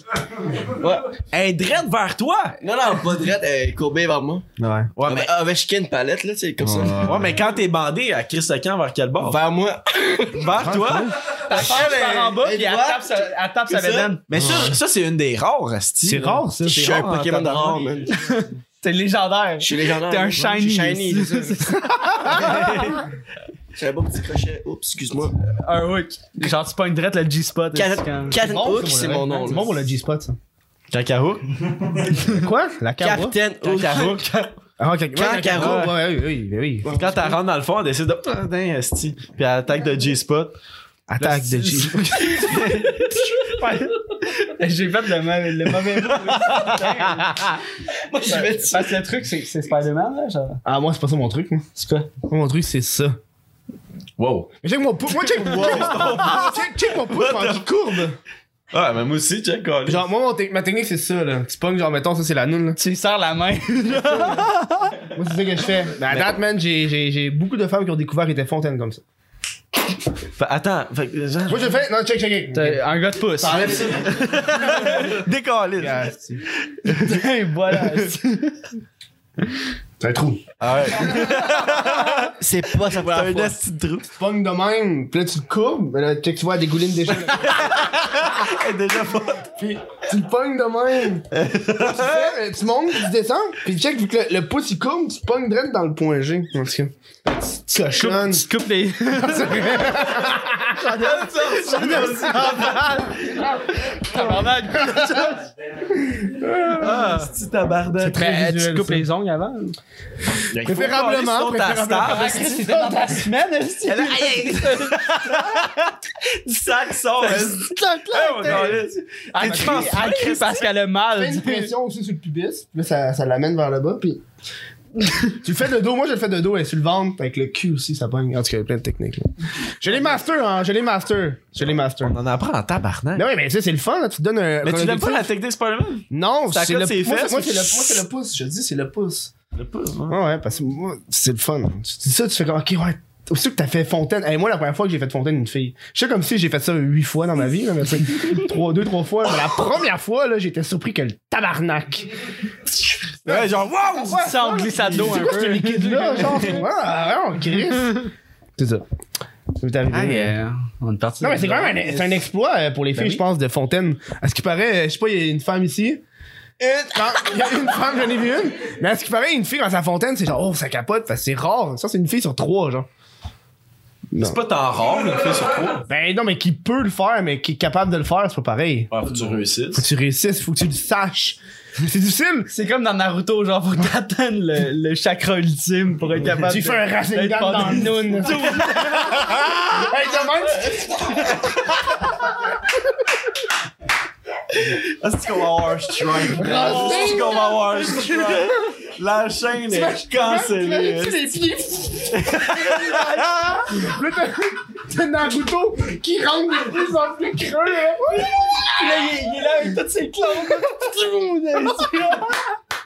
[SPEAKER 1] Hey, drette vers toi!
[SPEAKER 2] Non, non, pas de droite, elle est courbée vers moi.
[SPEAKER 3] Ouais.
[SPEAKER 1] Ouais,
[SPEAKER 2] Ah, mais,
[SPEAKER 1] mais,
[SPEAKER 2] ah, ben, je quitte une palette, là, tu sais, comme ça.
[SPEAKER 1] ouais, mais quand t'es bandé, à Chris Lecan, vers quel bord?
[SPEAKER 2] Vers moi.
[SPEAKER 1] Vers toi?
[SPEAKER 4] Elle marche par en bas,
[SPEAKER 2] elle
[SPEAKER 4] puis elle
[SPEAKER 2] doit-
[SPEAKER 4] tape sa- elle tape sa
[SPEAKER 2] C'est ça.
[SPEAKER 4] bédaine.
[SPEAKER 1] Mais ça, ça c'est une des rares, Asti.
[SPEAKER 3] C'est rare, ça.
[SPEAKER 2] Je suis un
[SPEAKER 1] rare,
[SPEAKER 2] Pokémon
[SPEAKER 1] hein,
[SPEAKER 2] de rare, man.
[SPEAKER 4] C'est légendaire.
[SPEAKER 2] Je suis légendaire.
[SPEAKER 4] T'es un
[SPEAKER 2] man. Je suis
[SPEAKER 4] shiny.
[SPEAKER 2] shiny, c'est ça. J'ai un beau petit crochet. Oups, excuse-moi.
[SPEAKER 4] Un hook. Genre, tu pognes direct le G-spot.
[SPEAKER 2] Cat
[SPEAKER 4] est-ce que-
[SPEAKER 2] Cat and Hook, c'est mon nom.
[SPEAKER 3] C'est
[SPEAKER 2] là.
[SPEAKER 3] bon pour le G-spot, ça.
[SPEAKER 1] Cacao?
[SPEAKER 3] Quoi? La cabra?
[SPEAKER 2] Captain Hook.
[SPEAKER 3] Ah, ok. Ouais, la
[SPEAKER 2] Cacaro.
[SPEAKER 3] cabra. Ouais, ouais, oui, oui, oui.
[SPEAKER 1] Quand t'as rentre dans le fond, elle décide de. Ah, dang, Asti. Puis elle attaque de G-spot.
[SPEAKER 3] Attaque de G.
[SPEAKER 4] J'ai fait le, ma- le mauvais mot.
[SPEAKER 2] Moi, je vais
[SPEAKER 4] Parce que le truc, c'est c'est Spider-Man, là. Genre.
[SPEAKER 3] Ah, moi, c'est pas ça mon truc, moi.
[SPEAKER 4] C'est quoi?
[SPEAKER 3] Moi, Mon truc, c'est ça.
[SPEAKER 1] Wow.
[SPEAKER 3] Mais check mon pouce. Moi, check check- check mon pouce pendant qu'il courbe.
[SPEAKER 1] Ah, mais moi aussi, check, Colin.
[SPEAKER 3] Genre, moi, mon te- ma technique, c'est ça, là. Tu pognes, genre, mettons, ça, c'est la noune, là.
[SPEAKER 4] Tu lui serres la main.
[SPEAKER 3] Moi, c'est ça que je fais. Mais à date, man, j'ai- j'ai j'ai beaucoup de femmes qui ont découvert qu'elles étaient fontaines comme ça.
[SPEAKER 1] Fait- attends, fait que, euh, genre.
[SPEAKER 3] Moi, je fais. Non, check, check, check.
[SPEAKER 4] T'as Euh, un gars de pouce.
[SPEAKER 1] Décollé.
[SPEAKER 3] Ah, c'est-
[SPEAKER 4] Et voilà.
[SPEAKER 3] C'est un trou.
[SPEAKER 1] Ah ouais.
[SPEAKER 2] C'est pas sa
[SPEAKER 1] T'as
[SPEAKER 2] première
[SPEAKER 1] un
[SPEAKER 2] fois.
[SPEAKER 1] asti de trou.
[SPEAKER 3] Tu pognes de même, puis là, tu le courbes, mais là, check, tu vois, elle dégouline déjà. là.
[SPEAKER 1] Hey, déjà pas.
[SPEAKER 3] Puis tu le pognes de même. tu, fais, euh, tu montes, tu descends. Puis check, vu que le, le pouce il courbe, tu pognes direct dans le point G. En tout cas. Tu cochonnes.
[SPEAKER 4] Tu coupes les.
[SPEAKER 1] Asti tabarnak.
[SPEAKER 4] Mais Ben, tu coupes les ongles avant.
[SPEAKER 3] Préférablement, Ah,
[SPEAKER 1] Ils sont à
[SPEAKER 3] préférablement.
[SPEAKER 1] stable.
[SPEAKER 4] C'est dans ta semaine, aussi.
[SPEAKER 1] Du sac sort, hein. asti. Hey, mon Colin.
[SPEAKER 4] Elle crie, elle crie parce qu'elle a
[SPEAKER 3] Tu
[SPEAKER 4] mal.
[SPEAKER 3] fais une pression aussi sur le pubis. Puis là, ça, ça l'amène vers le bas. Puis tu le fais de dos. Moi, je le fais de dos. Et sur le ventre, avec le cul aussi, ça pogne. En tout cas, il y a plein de techniques. là. Je les master, hein. Je les master. Je les master.
[SPEAKER 1] On en apprend en tabarnak.
[SPEAKER 3] Mais oui, mais ça, c'est le fun. là, Tu te donnes un.
[SPEAKER 1] Mais
[SPEAKER 3] un
[SPEAKER 1] tu l'aimes pas
[SPEAKER 3] objectif.
[SPEAKER 1] la technique Spider-Man?
[SPEAKER 3] Non,
[SPEAKER 1] Ça
[SPEAKER 3] c'est
[SPEAKER 1] cote
[SPEAKER 3] le
[SPEAKER 1] ses
[SPEAKER 3] moi,
[SPEAKER 1] fesses.
[SPEAKER 3] c'est- Moi, c'est le, moi, c'est le pouce. Je te dis, c'est le pouce.
[SPEAKER 1] Le pouce, hein.
[SPEAKER 3] Ouais, ouais, parce que moi, c'est le fun. Tu dis ça, tu fais comme, ok, ouais. Aussi que t'as fait Fontaine. et moi, la première fois que j'ai fait Fontaine, une fille. Je sais comme si j'ai fait ça huit fois dans ma vie, là, mais tu sais, trois, deux, trois fois. Mais la première fois, là, j'étais surpris que le tabarnak.
[SPEAKER 1] Ouais, genre, wow!
[SPEAKER 4] Ça, en glissade d'eau
[SPEAKER 3] C'est
[SPEAKER 4] un
[SPEAKER 3] quoi ce
[SPEAKER 4] peu.
[SPEAKER 3] liquide-là? Genre, c'est quoi? Ah, ouais, on crisse. C'est ça. Ça m'est arrivé.
[SPEAKER 4] euh, on est parti.
[SPEAKER 3] Non, mais c'est quand même un, c'est un exploit euh, pour les
[SPEAKER 4] Ben
[SPEAKER 3] filles, je pense, de Fontaine. À ce qui paraît, euh, je sais pas, il y a une femme ici. Une- Non, Il y a une femme, j'en ai vu une. Mais à ce qui paraît, une fille dans sa fontaine, c'est genre, oh, ça capote, parce que c'est rare. Ça, c'est une fille sur trois, genre.
[SPEAKER 1] C'est pas tant rare, une fille sur trois.
[SPEAKER 3] Ben non, mais qui peut le faire, mais qui est capable de le faire, c'est pas pareil.
[SPEAKER 1] Ouais, faut que tu
[SPEAKER 3] Faut
[SPEAKER 1] réussisses.
[SPEAKER 3] que tu réussisses, faut que tu le saches. C'est difficile.
[SPEAKER 4] C'est comme dans Naruto, genre, faut que t'atteignes le, le chakra ultime pour être capable
[SPEAKER 3] Tu
[SPEAKER 4] de-
[SPEAKER 3] fais un Rasengan
[SPEAKER 4] d'être
[SPEAKER 3] dans le noun. hey, demain, tu-
[SPEAKER 1] Est-ce qu'on va avoir un strike? Est-ce qu'on va avoir un strike? La chaîne est cancellée.
[SPEAKER 3] Tu les pieds. là, t'as- t'as Naruto qui rentre de plus en plus creux. hein.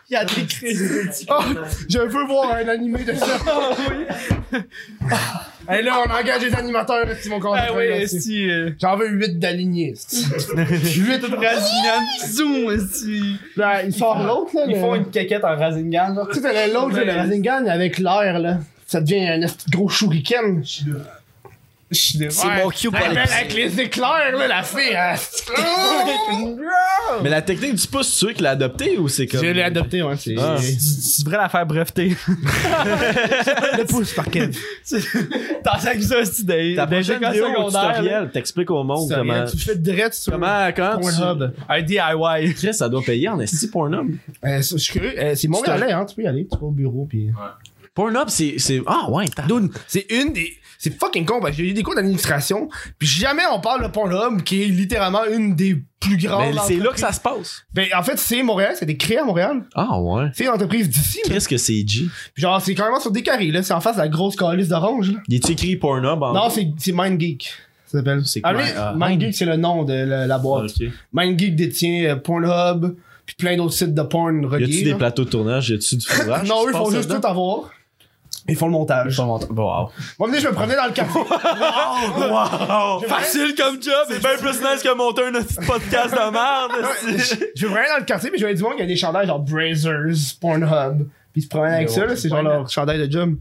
[SPEAKER 4] Il y a des crises.
[SPEAKER 3] Ah, je veux voir un animé de ça. Ah. Hey, là, on engage les animateurs, c'est mon corps.
[SPEAKER 4] Ah oui, si. euh,
[SPEAKER 3] J'en veux 8 d'alignés. 8
[SPEAKER 4] Rasengan, zoom, esti.
[SPEAKER 3] Là, Ben, il sort l'autre, là.
[SPEAKER 4] Ils
[SPEAKER 3] le-
[SPEAKER 4] font une caquette en Rasengan, genre.
[SPEAKER 3] Tu sais, t'as l'autre, là, le Rasengan avec l'air, là. Ça devient un esti de gros shuriken.
[SPEAKER 1] C'est mon cue pour
[SPEAKER 3] Elle,
[SPEAKER 1] l'épisode.
[SPEAKER 3] avec les éclairs, là, la fille, hein. elle-
[SPEAKER 1] Mais la technique du pouce, tu veux qu'il l'a adoptée ou c'est comme.
[SPEAKER 3] Je l'ai adopté, ouais. C'est
[SPEAKER 1] Ah.
[SPEAKER 4] Tu devrais la faire breveter.
[SPEAKER 3] le pouce par Ken.
[SPEAKER 4] T'en sais que ça, c'est des
[SPEAKER 1] Ta
[SPEAKER 4] des
[SPEAKER 1] prochaine
[SPEAKER 4] séquences
[SPEAKER 1] vidéo au
[SPEAKER 4] secondaires, là.
[SPEAKER 1] tutoriel, t'expliques au monde comment.
[SPEAKER 3] Tu fais direct sur
[SPEAKER 1] Comment, comment tu.
[SPEAKER 3] Pornhub.
[SPEAKER 4] Un DIY.
[SPEAKER 1] Chris, ça doit payer en esti Pornhub.
[SPEAKER 3] Euh, Je suis curieux. euh, C'est Montréalais, hein. Tu peux y aller. Tu vas au bureau, puis.
[SPEAKER 1] Pornhub, c'est. c'est- Ah ouais, t'as.
[SPEAKER 3] Dude, c'est une des. C'est fucking con, parce que j'ai eu des cours d'administration, puis jamais on parle de Pornhub, qui est littéralement une des plus grandes.
[SPEAKER 1] Ben, c'est là que ça se passe.
[SPEAKER 3] Ben, en fait, c'est Montréal, c'était créé à Montréal.
[SPEAKER 1] Ah ouais.
[SPEAKER 3] C'est une entreprise d'ici, là.
[SPEAKER 1] Qu'est-ce que c'est G?
[SPEAKER 3] Puis Genre, c'est carrément sur des carrés, là. C'est en face de la grosse calice d'orange, là.
[SPEAKER 1] Il est écrit Pornhub en.
[SPEAKER 3] Non, c'est c'est MindGeek. Ça s'appelle.
[SPEAKER 1] C'est
[SPEAKER 3] Ah,
[SPEAKER 1] quoi,
[SPEAKER 3] oui,
[SPEAKER 1] euh,
[SPEAKER 3] MindGeek, c'est le nom de la, la
[SPEAKER 1] Ah,
[SPEAKER 3] boîte.
[SPEAKER 1] ok.
[SPEAKER 3] MindGeek détient euh, Pornhub, puis plein d'autres sites de porn
[SPEAKER 1] Y
[SPEAKER 3] reliés.
[SPEAKER 1] a-tu des
[SPEAKER 3] là.
[SPEAKER 1] plateaux de tournage? Y a-tu du fourrage?
[SPEAKER 3] Non,
[SPEAKER 1] qui se
[SPEAKER 3] eux, font
[SPEAKER 1] passe
[SPEAKER 3] juste
[SPEAKER 1] là-dedans?
[SPEAKER 3] tout avoir. Ils font le montage. Moi,
[SPEAKER 1] Wow.
[SPEAKER 3] venez, je me promenais dans le café.
[SPEAKER 1] Wow! Facile comme job! C'est bien plus nice que monter un petit podcast de merde!
[SPEAKER 3] je vais vraiment dans le quartier, puis je vais du monde qui a des chandails genre Brazers, Pornhub. Puis ils se promènent avec ça, là, c'est genre leur chandail de job.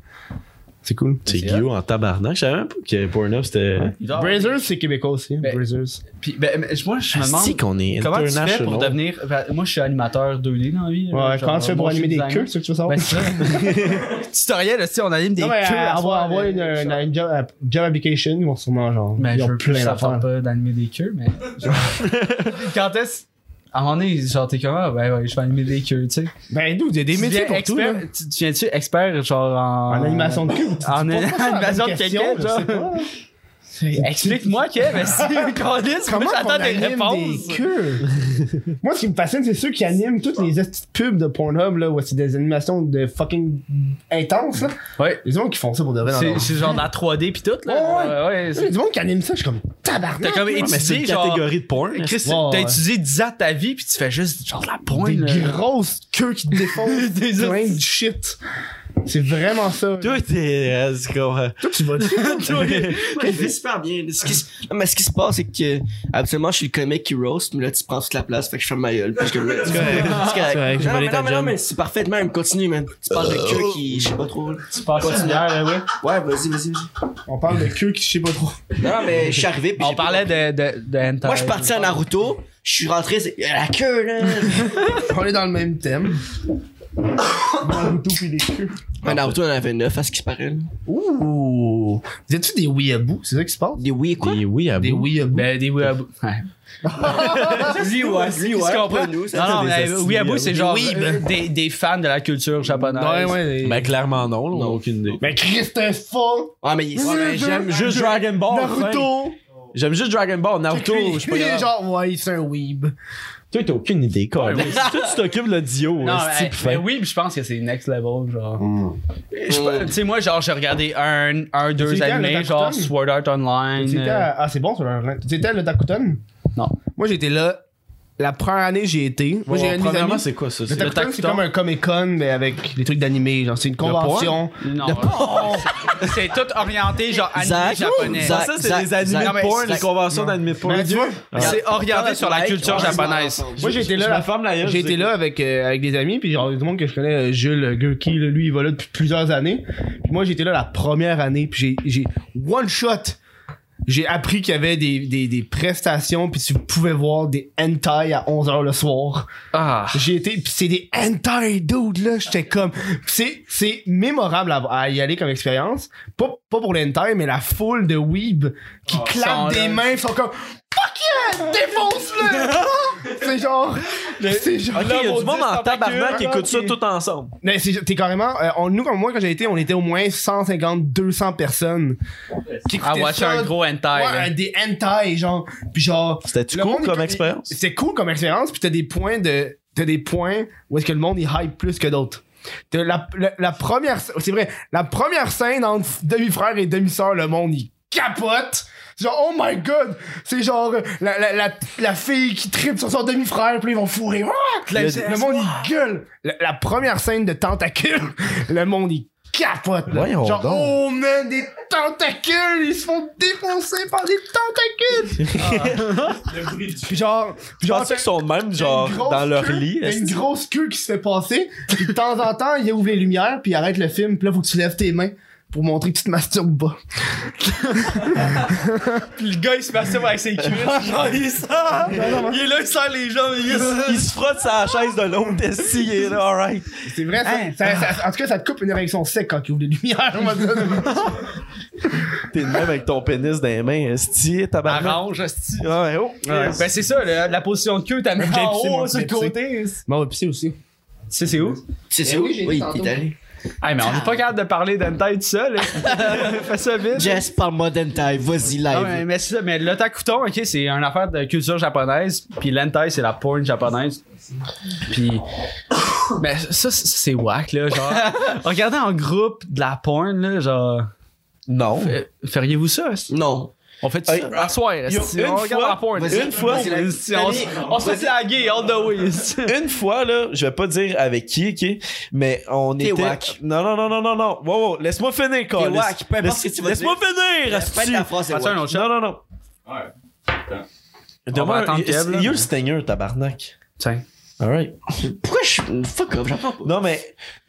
[SPEAKER 3] C'est cool.
[SPEAKER 1] C'est Guillaume en tabarnak. Je savais même pas que Pornhub c'était.
[SPEAKER 3] Brazers, c'est québécois aussi.
[SPEAKER 4] Ah,
[SPEAKER 3] hein,
[SPEAKER 4] Ben-
[SPEAKER 3] Brazers.
[SPEAKER 4] Puis, ben, mais moi, je me
[SPEAKER 1] Si
[SPEAKER 4] demande.
[SPEAKER 1] qu'on est
[SPEAKER 4] Comment tu fais pour
[SPEAKER 1] international.
[SPEAKER 4] devenir. ben, Moi, je suis animateur 2D dans la vie.
[SPEAKER 3] Ouais, comment tu fais pour animer des queues, c'est ça que tu veux savoir?
[SPEAKER 4] Ben, c'est ça. Tutoriel, là, si on anime des
[SPEAKER 3] non, mais
[SPEAKER 4] queues. à
[SPEAKER 3] euh, envoie,
[SPEAKER 4] soir,
[SPEAKER 3] envoie
[SPEAKER 4] là,
[SPEAKER 3] une,
[SPEAKER 4] genre.
[SPEAKER 3] une- une job, app- job application, ils vont sûrement genre.
[SPEAKER 4] Mais
[SPEAKER 3] ils
[SPEAKER 4] Ben, je
[SPEAKER 3] ont
[SPEAKER 4] veux
[SPEAKER 3] plein
[SPEAKER 4] plus
[SPEAKER 3] d'affaires.
[SPEAKER 4] savoir pas d'animer des queues, mais. genre, Quand est-ce. À un moment donné, genre, t'es comme, ah, ben ouais, je vais animer des queues, tu sais.
[SPEAKER 3] Ben, d'où? Il y a des
[SPEAKER 4] Tu
[SPEAKER 3] métiers
[SPEAKER 4] deviens
[SPEAKER 3] pour tout, là.
[SPEAKER 4] expert- Tu tu viens-tu expert, genre, en.
[SPEAKER 3] En animation de cul. tu- tu poses
[SPEAKER 4] En
[SPEAKER 3] pas ça dans la
[SPEAKER 4] animation de
[SPEAKER 3] bonne question,
[SPEAKER 4] quelqu'un,
[SPEAKER 3] je sais
[SPEAKER 4] genre.
[SPEAKER 3] pas.
[SPEAKER 4] Explique-moi, que, mais si, Calice, moi,
[SPEAKER 3] Comment
[SPEAKER 4] j'attends
[SPEAKER 3] qu'on
[SPEAKER 4] des
[SPEAKER 3] anime
[SPEAKER 4] réponses.
[SPEAKER 3] des queues? Moi, ce qui me fascine, c'est ceux qui animent toutes les petites pubs de Pornhub, là, où c'est des animations de fucking intenses, là.
[SPEAKER 4] Ouais.
[SPEAKER 3] Les gens qui font ça pour de vrai dans leur-
[SPEAKER 4] C'est c'est genre de la 3D pis tout,
[SPEAKER 3] Ouais, ouais.
[SPEAKER 4] là. Ouais, ouais.
[SPEAKER 3] Tu
[SPEAKER 4] c'est-
[SPEAKER 3] sais, Du monde qui anime ça, je suis comme
[SPEAKER 4] T'as
[SPEAKER 3] tabarnak.
[SPEAKER 4] comme
[SPEAKER 3] là.
[SPEAKER 1] Mais c'est
[SPEAKER 4] étudié,
[SPEAKER 1] une
[SPEAKER 4] genre.
[SPEAKER 1] catégorie de porn.
[SPEAKER 4] Chris,
[SPEAKER 3] Ouais,
[SPEAKER 4] t'as
[SPEAKER 3] ouais.
[SPEAKER 4] étudié 10 ans de ta vie pis tu fais juste genre de la
[SPEAKER 3] Des
[SPEAKER 4] pointe. là.
[SPEAKER 3] grosses queues qui te défoncent.
[SPEAKER 4] Des
[SPEAKER 3] plein de shit. C'est vraiment ça.
[SPEAKER 1] Toi, t'es. euh, c'est comme, euh,
[SPEAKER 3] Toi, tu vas
[SPEAKER 2] Moi, je fais super bien. Ce qui se- non, mais ce qui se passe, c'est que absolument, je suis le comic qui roast, mais là, tu prends toute la place, fait que je ferme ma gueule. Parce que là, c'est correct. C'est correct.
[SPEAKER 3] correct, j'ai
[SPEAKER 2] Non,
[SPEAKER 3] volé
[SPEAKER 2] mais
[SPEAKER 3] ta
[SPEAKER 2] non, mais
[SPEAKER 3] job.
[SPEAKER 2] non, mais c'est parfait, même. Continue, man. Tu parles de queue qui, je sais pas trop. Tu parles
[SPEAKER 4] Ouais, ouais.
[SPEAKER 2] Ouais, vas-y, vas-y, vas-y.
[SPEAKER 3] On parle de queues qui je sais pas trop.
[SPEAKER 2] Non, non, mais je suis arrivé. puis
[SPEAKER 4] On
[SPEAKER 2] j'ai pas-
[SPEAKER 4] parlait de, de, de hentai.
[SPEAKER 2] Moi, je suis parti à Naruto. Je suis rentré, c'est la queue, là.
[SPEAKER 3] On est dans le même thème. Naruto pis les queues.
[SPEAKER 2] Mais Naruto, on en avait neuf à ce qui se paraît. là.
[SPEAKER 3] Ouh! Vous êtes-tu des weeaboo? C'est ça qui se passe?
[SPEAKER 2] Des oui et quoi?
[SPEAKER 1] Des oui à
[SPEAKER 3] Des
[SPEAKER 1] bout.
[SPEAKER 3] weeaboo.
[SPEAKER 4] Ben, des weeaboo. Ouais. Lui, ouais, lui, ouais.
[SPEAKER 2] Pas nous, ça.
[SPEAKER 4] Non, non,
[SPEAKER 1] Des
[SPEAKER 4] mais
[SPEAKER 1] hosties
[SPEAKER 4] weeaboo, c'est genre
[SPEAKER 3] weeb.
[SPEAKER 4] euh, des, des fans de la culture japonaise.
[SPEAKER 3] ouais, ouais. Ben, les-
[SPEAKER 1] Ben, clairement non, là, on a aucune idée.
[SPEAKER 3] Mais Christophe!
[SPEAKER 2] Ah, mais il
[SPEAKER 3] Oui,
[SPEAKER 2] est
[SPEAKER 3] mais
[SPEAKER 1] J'aime juste Dragon
[SPEAKER 2] Oh,
[SPEAKER 1] Ball.
[SPEAKER 3] Naruto!
[SPEAKER 1] fin. J'aime juste Dragon Ball. Naruto,
[SPEAKER 3] Lui,
[SPEAKER 1] je suis pas
[SPEAKER 3] lui, il est
[SPEAKER 1] grave.
[SPEAKER 3] genre, ouais, c'est un weeb.
[SPEAKER 1] Toi, t'as aucune idée, quoi. Toi, tu t'occupes le dio.
[SPEAKER 4] Non,
[SPEAKER 1] hein,
[SPEAKER 4] mais,
[SPEAKER 1] c'est-tu,
[SPEAKER 4] mais
[SPEAKER 1] fin.
[SPEAKER 4] oui, mais je pense que c'est next level, genre. Je sais pas,
[SPEAKER 2] Ouais.
[SPEAKER 4] Tu sais, moi, genre, j'ai regardé un, un
[SPEAKER 3] C'est
[SPEAKER 4] deux
[SPEAKER 3] quand,
[SPEAKER 4] animés,
[SPEAKER 3] le
[SPEAKER 4] genre
[SPEAKER 3] Takuton?
[SPEAKER 4] Sword Art Online.
[SPEAKER 3] C'était
[SPEAKER 4] euh,
[SPEAKER 3] à- Ah, c'est bon, sur le C'était le Takuton?
[SPEAKER 4] Non.
[SPEAKER 3] Moi, j'étais là. La première année, j'ai été. Moi, j'ai
[SPEAKER 1] Bon,
[SPEAKER 3] un de mes
[SPEAKER 1] Premièrement,
[SPEAKER 3] amis-
[SPEAKER 1] c'est quoi ça?
[SPEAKER 3] Le
[SPEAKER 1] c'est-
[SPEAKER 3] Takuton, c'est
[SPEAKER 4] Takuton.
[SPEAKER 3] comme un Comic-Con, mais avec des trucs d'animé. Genre, c'est une convention.
[SPEAKER 4] euh, Non.
[SPEAKER 3] De-
[SPEAKER 4] c'est tout orienté, genre animé
[SPEAKER 2] Zach,
[SPEAKER 4] japonais.
[SPEAKER 2] Zach,
[SPEAKER 1] Ça, c'est
[SPEAKER 2] Zach,
[SPEAKER 1] des animés
[SPEAKER 2] Zach,
[SPEAKER 1] de porn,
[SPEAKER 2] Zach,
[SPEAKER 1] les conventions d'animés de porn.
[SPEAKER 3] Ben, tu vois,
[SPEAKER 4] C'est orienté
[SPEAKER 2] Regarde
[SPEAKER 4] sur la culture japonaise.
[SPEAKER 3] moi, j'ai été là. la-
[SPEAKER 1] femme, la gueule,
[SPEAKER 3] J'ai
[SPEAKER 1] Ah. je
[SPEAKER 3] été
[SPEAKER 1] sais
[SPEAKER 3] là
[SPEAKER 1] pas.
[SPEAKER 3] avec, euh, avec des amis, puis genre, tout le monde que je connais, euh, Jules euh, Gurki, là, lui, il va là depuis plusieurs années. Puis moi, j'étais là la première année, puis j'ai- j'ai one shot j'ai appris qu'il y avait des, des, des prestations, puis tu pouvais voir des hentai à 11h le soir.
[SPEAKER 1] Ah.
[SPEAKER 3] J'ai été, pis c'est des hentai dude là, j'étais comme, pis c'est, c'est mémorable à, à y aller comme expérience. Pas, pas pour les hentai, mais la foule de weeb qui
[SPEAKER 4] Oh, sont
[SPEAKER 3] clapent des
[SPEAKER 4] là.
[SPEAKER 3] mains, sont comme, fuck yeah, défonce-le! c'est genre, c'est genre.
[SPEAKER 1] Ok, il y a du monde en tabarnak qui
[SPEAKER 3] Ah,
[SPEAKER 1] écoute ça
[SPEAKER 3] ok.
[SPEAKER 1] tout ensemble.
[SPEAKER 3] Mais c'est, t'es carrément, euh, on, nous comme moi quand j'ai été, on était au moins 150, 200 personnes qui
[SPEAKER 4] À
[SPEAKER 3] écoutaient
[SPEAKER 4] watcher
[SPEAKER 3] ça.
[SPEAKER 4] Ah, un gros hentai.
[SPEAKER 3] Ouais,
[SPEAKER 4] là.
[SPEAKER 3] un- des hentai genre, pis genre.
[SPEAKER 1] C'était-tu
[SPEAKER 3] Le
[SPEAKER 1] cool
[SPEAKER 3] monde,
[SPEAKER 1] comme
[SPEAKER 3] il-
[SPEAKER 1] expérience?
[SPEAKER 3] C'est cool comme expérience, puis t'as des points de. T'as des points où est-ce que le monde il hype plus que d'autres. T'as la, la, la première. C'est vrai, la première scène entre demi-frère et demi-sœur, le monde il capote. C'est genre, oh my god! C'est genre euh, la, la, la, la fille qui tripe sur son demi-frère, puis là, ils vont fourrer. Ah!
[SPEAKER 1] Le-
[SPEAKER 3] le monde il gueule. La, la première scène de tentacules, le monde il capote. là.
[SPEAKER 1] Voyons
[SPEAKER 3] Genre,
[SPEAKER 1] donc.
[SPEAKER 3] oh man, des tentacules! Ils se font défoncer par des tentacules! Puis genre, puis
[SPEAKER 1] Je
[SPEAKER 3] genre,
[SPEAKER 1] pensais qu'ils
[SPEAKER 3] t'as-
[SPEAKER 1] sont de même,
[SPEAKER 3] t'as une
[SPEAKER 1] genre,
[SPEAKER 3] grosse
[SPEAKER 1] dans leur
[SPEAKER 3] queue,
[SPEAKER 1] lit.
[SPEAKER 3] t'as une
[SPEAKER 1] est-ce que-
[SPEAKER 3] grosse queue qui se fait passer, puis de temps en temps, il ouvre les lumières, puis il arrête le film, puis là, faut que tu lèves tes mains pour montrer que tu te masturbes pas.
[SPEAKER 4] Puis le gars, il se masturbe avec ses cuisses.
[SPEAKER 1] Genre, il sort!
[SPEAKER 4] il est là, il serre les jambes.
[SPEAKER 1] Il, s- il se frotte sa chaise de l'autre testi, il est là, alright.
[SPEAKER 3] C'est vrai, ça,
[SPEAKER 4] Hein,
[SPEAKER 3] ça- ça- en tout cas, ça te coupe une érection sec quand il ouvre les lumières. on va dire.
[SPEAKER 1] T'es de même avec ton pénis dans les mains, esti, tabarnak.
[SPEAKER 4] Arrange, hostie.
[SPEAKER 1] Ouais, oh.
[SPEAKER 4] Ben, c'est ça, le- la position de queue, t'as mis en haut sur le côté. Tu
[SPEAKER 3] Bon, Ben, on va pisser aussi.
[SPEAKER 4] sais, c'est où?
[SPEAKER 2] C'est
[SPEAKER 3] Eh
[SPEAKER 2] sûr,
[SPEAKER 3] oui,
[SPEAKER 2] oui,
[SPEAKER 3] j'ai dit tantôt.
[SPEAKER 2] il est allé.
[SPEAKER 4] Hey, mais on n'est pas capable de parler d'hentai tout seul. hein. Fais ça vite.
[SPEAKER 2] Jess, parle-moi d'hentai, vas-y live.
[SPEAKER 4] Ah, mais, mais c'est ça, mais le takuton, ok, c'est une affaire de culture japonaise, puis l'hentai, c'est la porn japonaise. Puis. mais ça, c'est- c'est whack, là, genre. Regardez en groupe de la porn, là, genre.
[SPEAKER 1] Non.
[SPEAKER 4] euh, Feriez-vous ça? est-ce-
[SPEAKER 2] Non.
[SPEAKER 4] On fait
[SPEAKER 1] Hey,
[SPEAKER 4] ça? À soir, est-ce-
[SPEAKER 1] yo, une
[SPEAKER 4] on regarde
[SPEAKER 1] fois-
[SPEAKER 4] la porn.
[SPEAKER 2] Vas-y,
[SPEAKER 1] Une fois,
[SPEAKER 2] vas-y,
[SPEAKER 4] on
[SPEAKER 2] live.
[SPEAKER 4] se- on se- on se fait la gay, all the way. est-ce.
[SPEAKER 1] Une fois, là, je vais pas dire avec qui, ok, mais on
[SPEAKER 2] T'es
[SPEAKER 1] était.
[SPEAKER 2] whack.
[SPEAKER 1] Non, non, non, non, non, non. Wow, wow, laisse-moi finir, Carl.
[SPEAKER 2] whack, peu importe ce que tu vas
[SPEAKER 1] Laisse-moi finir,
[SPEAKER 2] Pas de
[SPEAKER 1] esti.
[SPEAKER 2] la France, c'est
[SPEAKER 4] Fais-tu un
[SPEAKER 2] ouais.
[SPEAKER 4] autre shot?
[SPEAKER 1] Non, non, non.
[SPEAKER 6] Ouais.
[SPEAKER 4] On va
[SPEAKER 1] Demain,
[SPEAKER 4] attendre Kev, là.
[SPEAKER 1] il y a le stinger, tabarnak.
[SPEAKER 4] Tiens.
[SPEAKER 1] Alright.
[SPEAKER 2] Pourquoi je. Fuck off, j'apprends pas.
[SPEAKER 1] Non, mais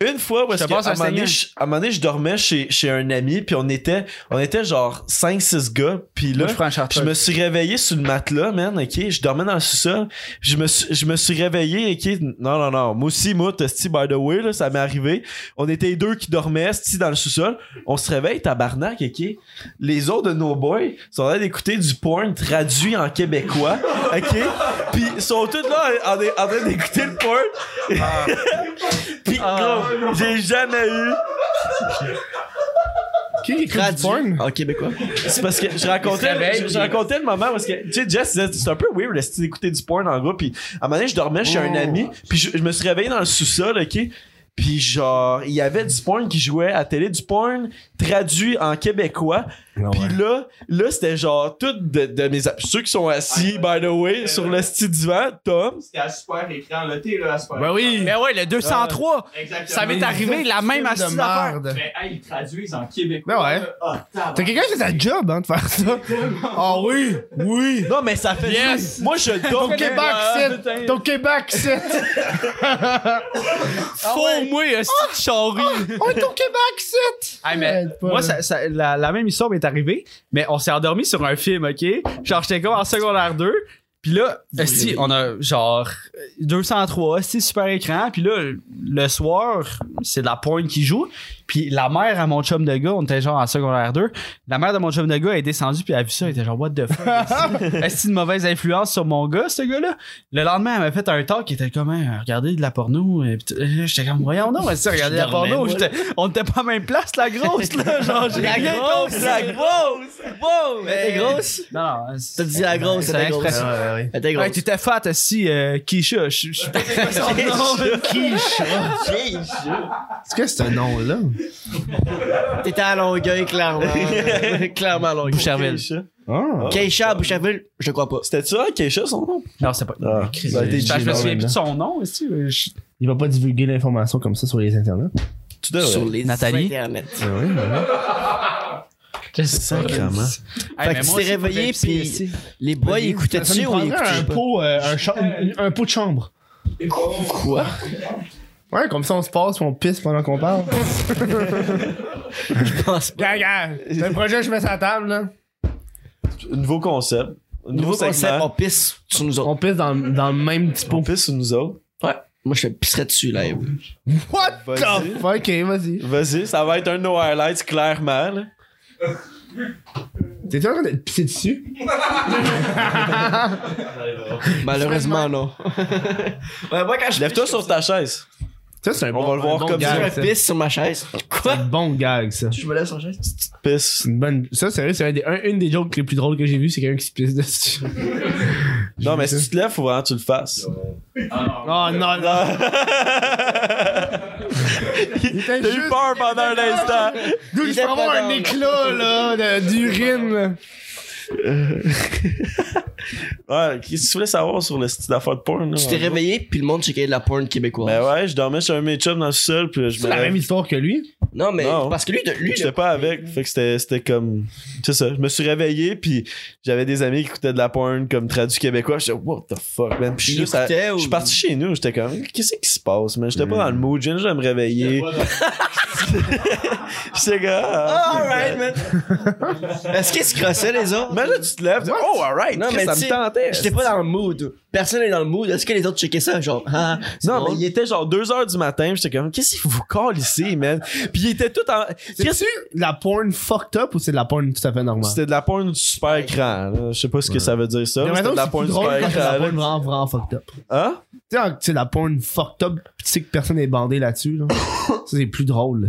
[SPEAKER 1] une fois, parce
[SPEAKER 4] Je te
[SPEAKER 1] que,
[SPEAKER 4] passe
[SPEAKER 1] à, un
[SPEAKER 4] un
[SPEAKER 1] moment donné,
[SPEAKER 4] Stinger.
[SPEAKER 1] je- à un moment donné, je dormais chez, chez un ami, puis on était, on était genre 5-6 gars, puis là,
[SPEAKER 4] Moi, je prends un
[SPEAKER 1] je
[SPEAKER 4] charter.
[SPEAKER 1] me suis réveillé sur le matelas, man, ok? Je dormais dans le sous-sol. Je me suis, je me suis réveillé, ok? Non, non, non. Moi aussi, moi, Tosti, by the way, là, ça m'est arrivé. On était les deux qui dormaient, Tosti, dans le sous-sol. On se réveille, tabarnak, ok? Les autres de nos boys sont là d'écouter du porn traduit en québécois, ok? Puis ils sont tous là en, en- en train d'écouter le porn. Puis, gros, j'ai jamais eu.
[SPEAKER 3] Qui écrit du
[SPEAKER 2] Traduit
[SPEAKER 3] porn?
[SPEAKER 2] En québécois.
[SPEAKER 1] C'est parce que je
[SPEAKER 4] Il
[SPEAKER 1] racontais,
[SPEAKER 4] se réveille,
[SPEAKER 1] je, je
[SPEAKER 4] puis-
[SPEAKER 1] racontais le moment parce que, tu sais, Jess, disait, c'est un peu weird esti, d'écouter du porn en groupe. Puis à un moment donné, je dormais chez
[SPEAKER 4] Oh.
[SPEAKER 1] un ami, puis je, je me suis réveillé dans le sous-sol, ok? Puis genre, il y avait du porn qui jouait à télé, du porn traduit en québécois. Puis là, là, c'était genre tout de, de mes... am- Ceux qui sont assis,
[SPEAKER 4] Ah
[SPEAKER 1] by the way, sur le petit divan, Tom,
[SPEAKER 6] C'était à super écran, là, t'es là à super.
[SPEAKER 3] oui!
[SPEAKER 4] Mais Ben ouais, le 203,
[SPEAKER 6] Exactement.
[SPEAKER 4] ça m'est arrivé, la même
[SPEAKER 3] de
[SPEAKER 4] astuce d'affaires.
[SPEAKER 3] Euh, merde.
[SPEAKER 6] Mais hey, ils traduisent en Québec.
[SPEAKER 3] Ben ouais. T'as quelqu'un qui fait sa job, hein, de faire ça? Ah oui! Oui!
[SPEAKER 1] Non, mais ça fait.
[SPEAKER 4] Yes!
[SPEAKER 1] Moi, je dors.
[SPEAKER 3] Ton Québec, c'est... Ton Québec, c'est... Ah
[SPEAKER 4] Faux, moi, est-ce que je charrie.
[SPEAKER 3] Oh, ton Québec, c'est...
[SPEAKER 4] Hey, mais
[SPEAKER 3] Arrête Ah! pas,
[SPEAKER 4] moi,
[SPEAKER 3] là.
[SPEAKER 4] ça- ça- la, la même histoire m'est arrivée, mais on s'est endormi sur un film, ok? Genre, j'étais comme en secondaire 2. Puis là, si on a genre 203, c'est super écran. Puis là, le soir, c'est de la pointe qui joue. Puis la mère à mon chum de gars, on était genre en secondaire 2. La mère de mon chum de gars est descendue, puis elle a vu ça, elle était genre, what the fuck? Est-ce que c'est une mauvaise influence sur mon gars, ce gars-là? Le lendemain, elle m'a fait un talk qui était comme, Hein, regardez de la porno. Et puis t- euh, j'étais comme, voyons, non, elle regardez de la
[SPEAKER 2] dormais,
[SPEAKER 4] porno.
[SPEAKER 2] moi,
[SPEAKER 4] J'étais- on était pas à la même place, la grosse, là. Genre, j'ai
[SPEAKER 2] La
[SPEAKER 4] rien
[SPEAKER 2] grosse,
[SPEAKER 4] compris.
[SPEAKER 2] la
[SPEAKER 4] grosse! Wow!
[SPEAKER 2] Elle était grosse?
[SPEAKER 4] Non, non.
[SPEAKER 2] T'as dit la grosse,
[SPEAKER 4] c'est
[SPEAKER 2] elle était grosse.
[SPEAKER 4] l'expression.
[SPEAKER 2] Elle était
[SPEAKER 4] Ouais,
[SPEAKER 2] grosse.
[SPEAKER 4] t'étais fat aussi, euh, Keisha. Je je- je-
[SPEAKER 3] Est-ce que c'est un nom-là?
[SPEAKER 2] T'étais à Longueuil, clairement. clairement à Longueuil.
[SPEAKER 4] Boucherville.
[SPEAKER 1] Keisha.
[SPEAKER 3] Ah!
[SPEAKER 2] Keisha à Boucherville, je crois pas.
[SPEAKER 1] C'était ça, Keisha, son nom?
[SPEAKER 4] Non, c'est pas.
[SPEAKER 1] Ah, ça a été
[SPEAKER 4] Je je me
[SPEAKER 1] Gina,
[SPEAKER 4] souviens
[SPEAKER 1] là.
[SPEAKER 3] hein.
[SPEAKER 4] plus de son nom, aussi. mais je-
[SPEAKER 3] Il va pas divulguer l'information comme ça sur les internets.
[SPEAKER 1] Tu devrais.
[SPEAKER 2] Sur les
[SPEAKER 4] Nathalie?
[SPEAKER 2] Internet.
[SPEAKER 1] Sacrement.
[SPEAKER 4] Hey,
[SPEAKER 2] que tu
[SPEAKER 4] mais moi
[SPEAKER 2] t'es
[SPEAKER 4] aussi,
[SPEAKER 2] réveillé,
[SPEAKER 4] je me fais
[SPEAKER 2] puis les boys
[SPEAKER 3] Ça
[SPEAKER 2] écoutaient-tu
[SPEAKER 3] nous
[SPEAKER 2] ou ils
[SPEAKER 3] prendrait un
[SPEAKER 2] écoutaient pas?
[SPEAKER 3] pot, euh, un, cha- une- un pot de chambre.
[SPEAKER 2] Quoi?
[SPEAKER 3] Ouais, comme ça on se passe, on pisse pendant qu'on parle.
[SPEAKER 2] Je pense pas.
[SPEAKER 3] Gaga! C'est un projet que je mets sur la table, là.
[SPEAKER 1] nouveau concept. Nouveau,
[SPEAKER 2] Nouveau concept,
[SPEAKER 1] segment.
[SPEAKER 2] on pisse sur nous autres.
[SPEAKER 3] On pisse dans, dans le même petit
[SPEAKER 1] On
[SPEAKER 3] pot.
[SPEAKER 1] pisse sur nous autres.
[SPEAKER 2] Moi, je te pisserais dessus, là. oui.
[SPEAKER 3] What
[SPEAKER 1] Vas-y.
[SPEAKER 3] Ok, vas-y.
[SPEAKER 1] Vas-y, ça va être un de nos highlights, clairement. là.
[SPEAKER 3] T'es-tu en train de te pisser dessus?
[SPEAKER 2] Malheureusement, non. ouais, moi, quand je
[SPEAKER 1] Lève-toi sur ta chaise.
[SPEAKER 3] Ça, c'est un
[SPEAKER 1] On
[SPEAKER 3] bon
[SPEAKER 1] va le voir
[SPEAKER 3] un bon
[SPEAKER 1] comme
[SPEAKER 2] je
[SPEAKER 3] gag,
[SPEAKER 2] me
[SPEAKER 3] ça.
[SPEAKER 2] pisse sur ma chaise.
[SPEAKER 3] C'est
[SPEAKER 2] Quoi?
[SPEAKER 3] un bon gag, ça.
[SPEAKER 2] Je me laisse en chaise.
[SPEAKER 1] Pisse.
[SPEAKER 3] C'est une bonne. Ça, sérieux, c'est un des- un- une des jokes les plus drôles que j'ai vu, c'est quelqu'un qui se pisse dessus.
[SPEAKER 1] Non, mais si tu te lèves, faut vraiment que tu le fasses.
[SPEAKER 3] Oh non, non.
[SPEAKER 1] T'as eu peur pendant un instant.
[SPEAKER 3] Dude, je peux avoir un éclat, là, de- d'urine, là.
[SPEAKER 1] Ouais, qu'est-ce que tu voulais savoir sur le style d'affaires de porn? là,
[SPEAKER 2] Tu t'es
[SPEAKER 1] en gros?
[SPEAKER 2] réveillé, puis le monde checkait de la porn québécoise.
[SPEAKER 1] Ben ouais, je dormais sur un match-up dans le sol, puis je
[SPEAKER 3] C'est
[SPEAKER 1] me
[SPEAKER 3] la
[SPEAKER 1] lève.
[SPEAKER 3] même histoire que lui.
[SPEAKER 2] Non, mais
[SPEAKER 1] Non.
[SPEAKER 2] parce que lui, de, lui
[SPEAKER 1] J'étais pas avec, fait que c'était c'était comme. C'est ça, je me suis réveillé, puis j'avais des amis qui écoutaient de la porn comme traduit québécois. J'étais, what the fuck, man. Puis je suis
[SPEAKER 2] Ils
[SPEAKER 1] juste à-
[SPEAKER 2] écoutaient
[SPEAKER 1] je suis
[SPEAKER 2] ou-
[SPEAKER 1] parti chez nous, j'étais comme, qu'est-ce qui se passe, man? J'étais pas dans le mood, j'ai juste à me réveiller. J'étais comme, ah,
[SPEAKER 2] Alright, man. Est-ce qu'ils se crossaient, les autres?
[SPEAKER 1] Imagine, tu te lèves, tu dis, oh, alright,
[SPEAKER 2] Non,
[SPEAKER 1] Chris,
[SPEAKER 2] mais
[SPEAKER 1] ça
[SPEAKER 2] tu
[SPEAKER 1] me
[SPEAKER 2] sais,
[SPEAKER 1] tentait.
[SPEAKER 2] J'étais pas dans le mood. Personne n'est dans le mood. Est-ce que les autres checkaient ça? Genre, ah, c'est
[SPEAKER 1] Non,
[SPEAKER 2] drôle.
[SPEAKER 1] mais il était genre 2h du matin, pis j'étais comme, qu'est-ce que vous colle ici, man? Puis il était tout en. Qu'est-ce
[SPEAKER 3] C'est-tu de la porn fucked up ou c'est de la porn tout à fait normale?
[SPEAKER 1] C'était de la porn du super écran. là. Je sais pas ce que ça veut dire ça.
[SPEAKER 3] Mais
[SPEAKER 1] mais C'était de
[SPEAKER 3] mettons que
[SPEAKER 1] la
[SPEAKER 3] c'est
[SPEAKER 1] porn du
[SPEAKER 3] plus drôle
[SPEAKER 1] super
[SPEAKER 3] quand c'est de la
[SPEAKER 1] écran.
[SPEAKER 3] porn
[SPEAKER 1] là.
[SPEAKER 3] vraiment, vraiment fucked up.
[SPEAKER 1] Hein?
[SPEAKER 3] Tu sais, quand c'est de la porn fucked up, pis tu sais que personne n'est bandé là-dessus, là. ça, c'est plus drôle. là.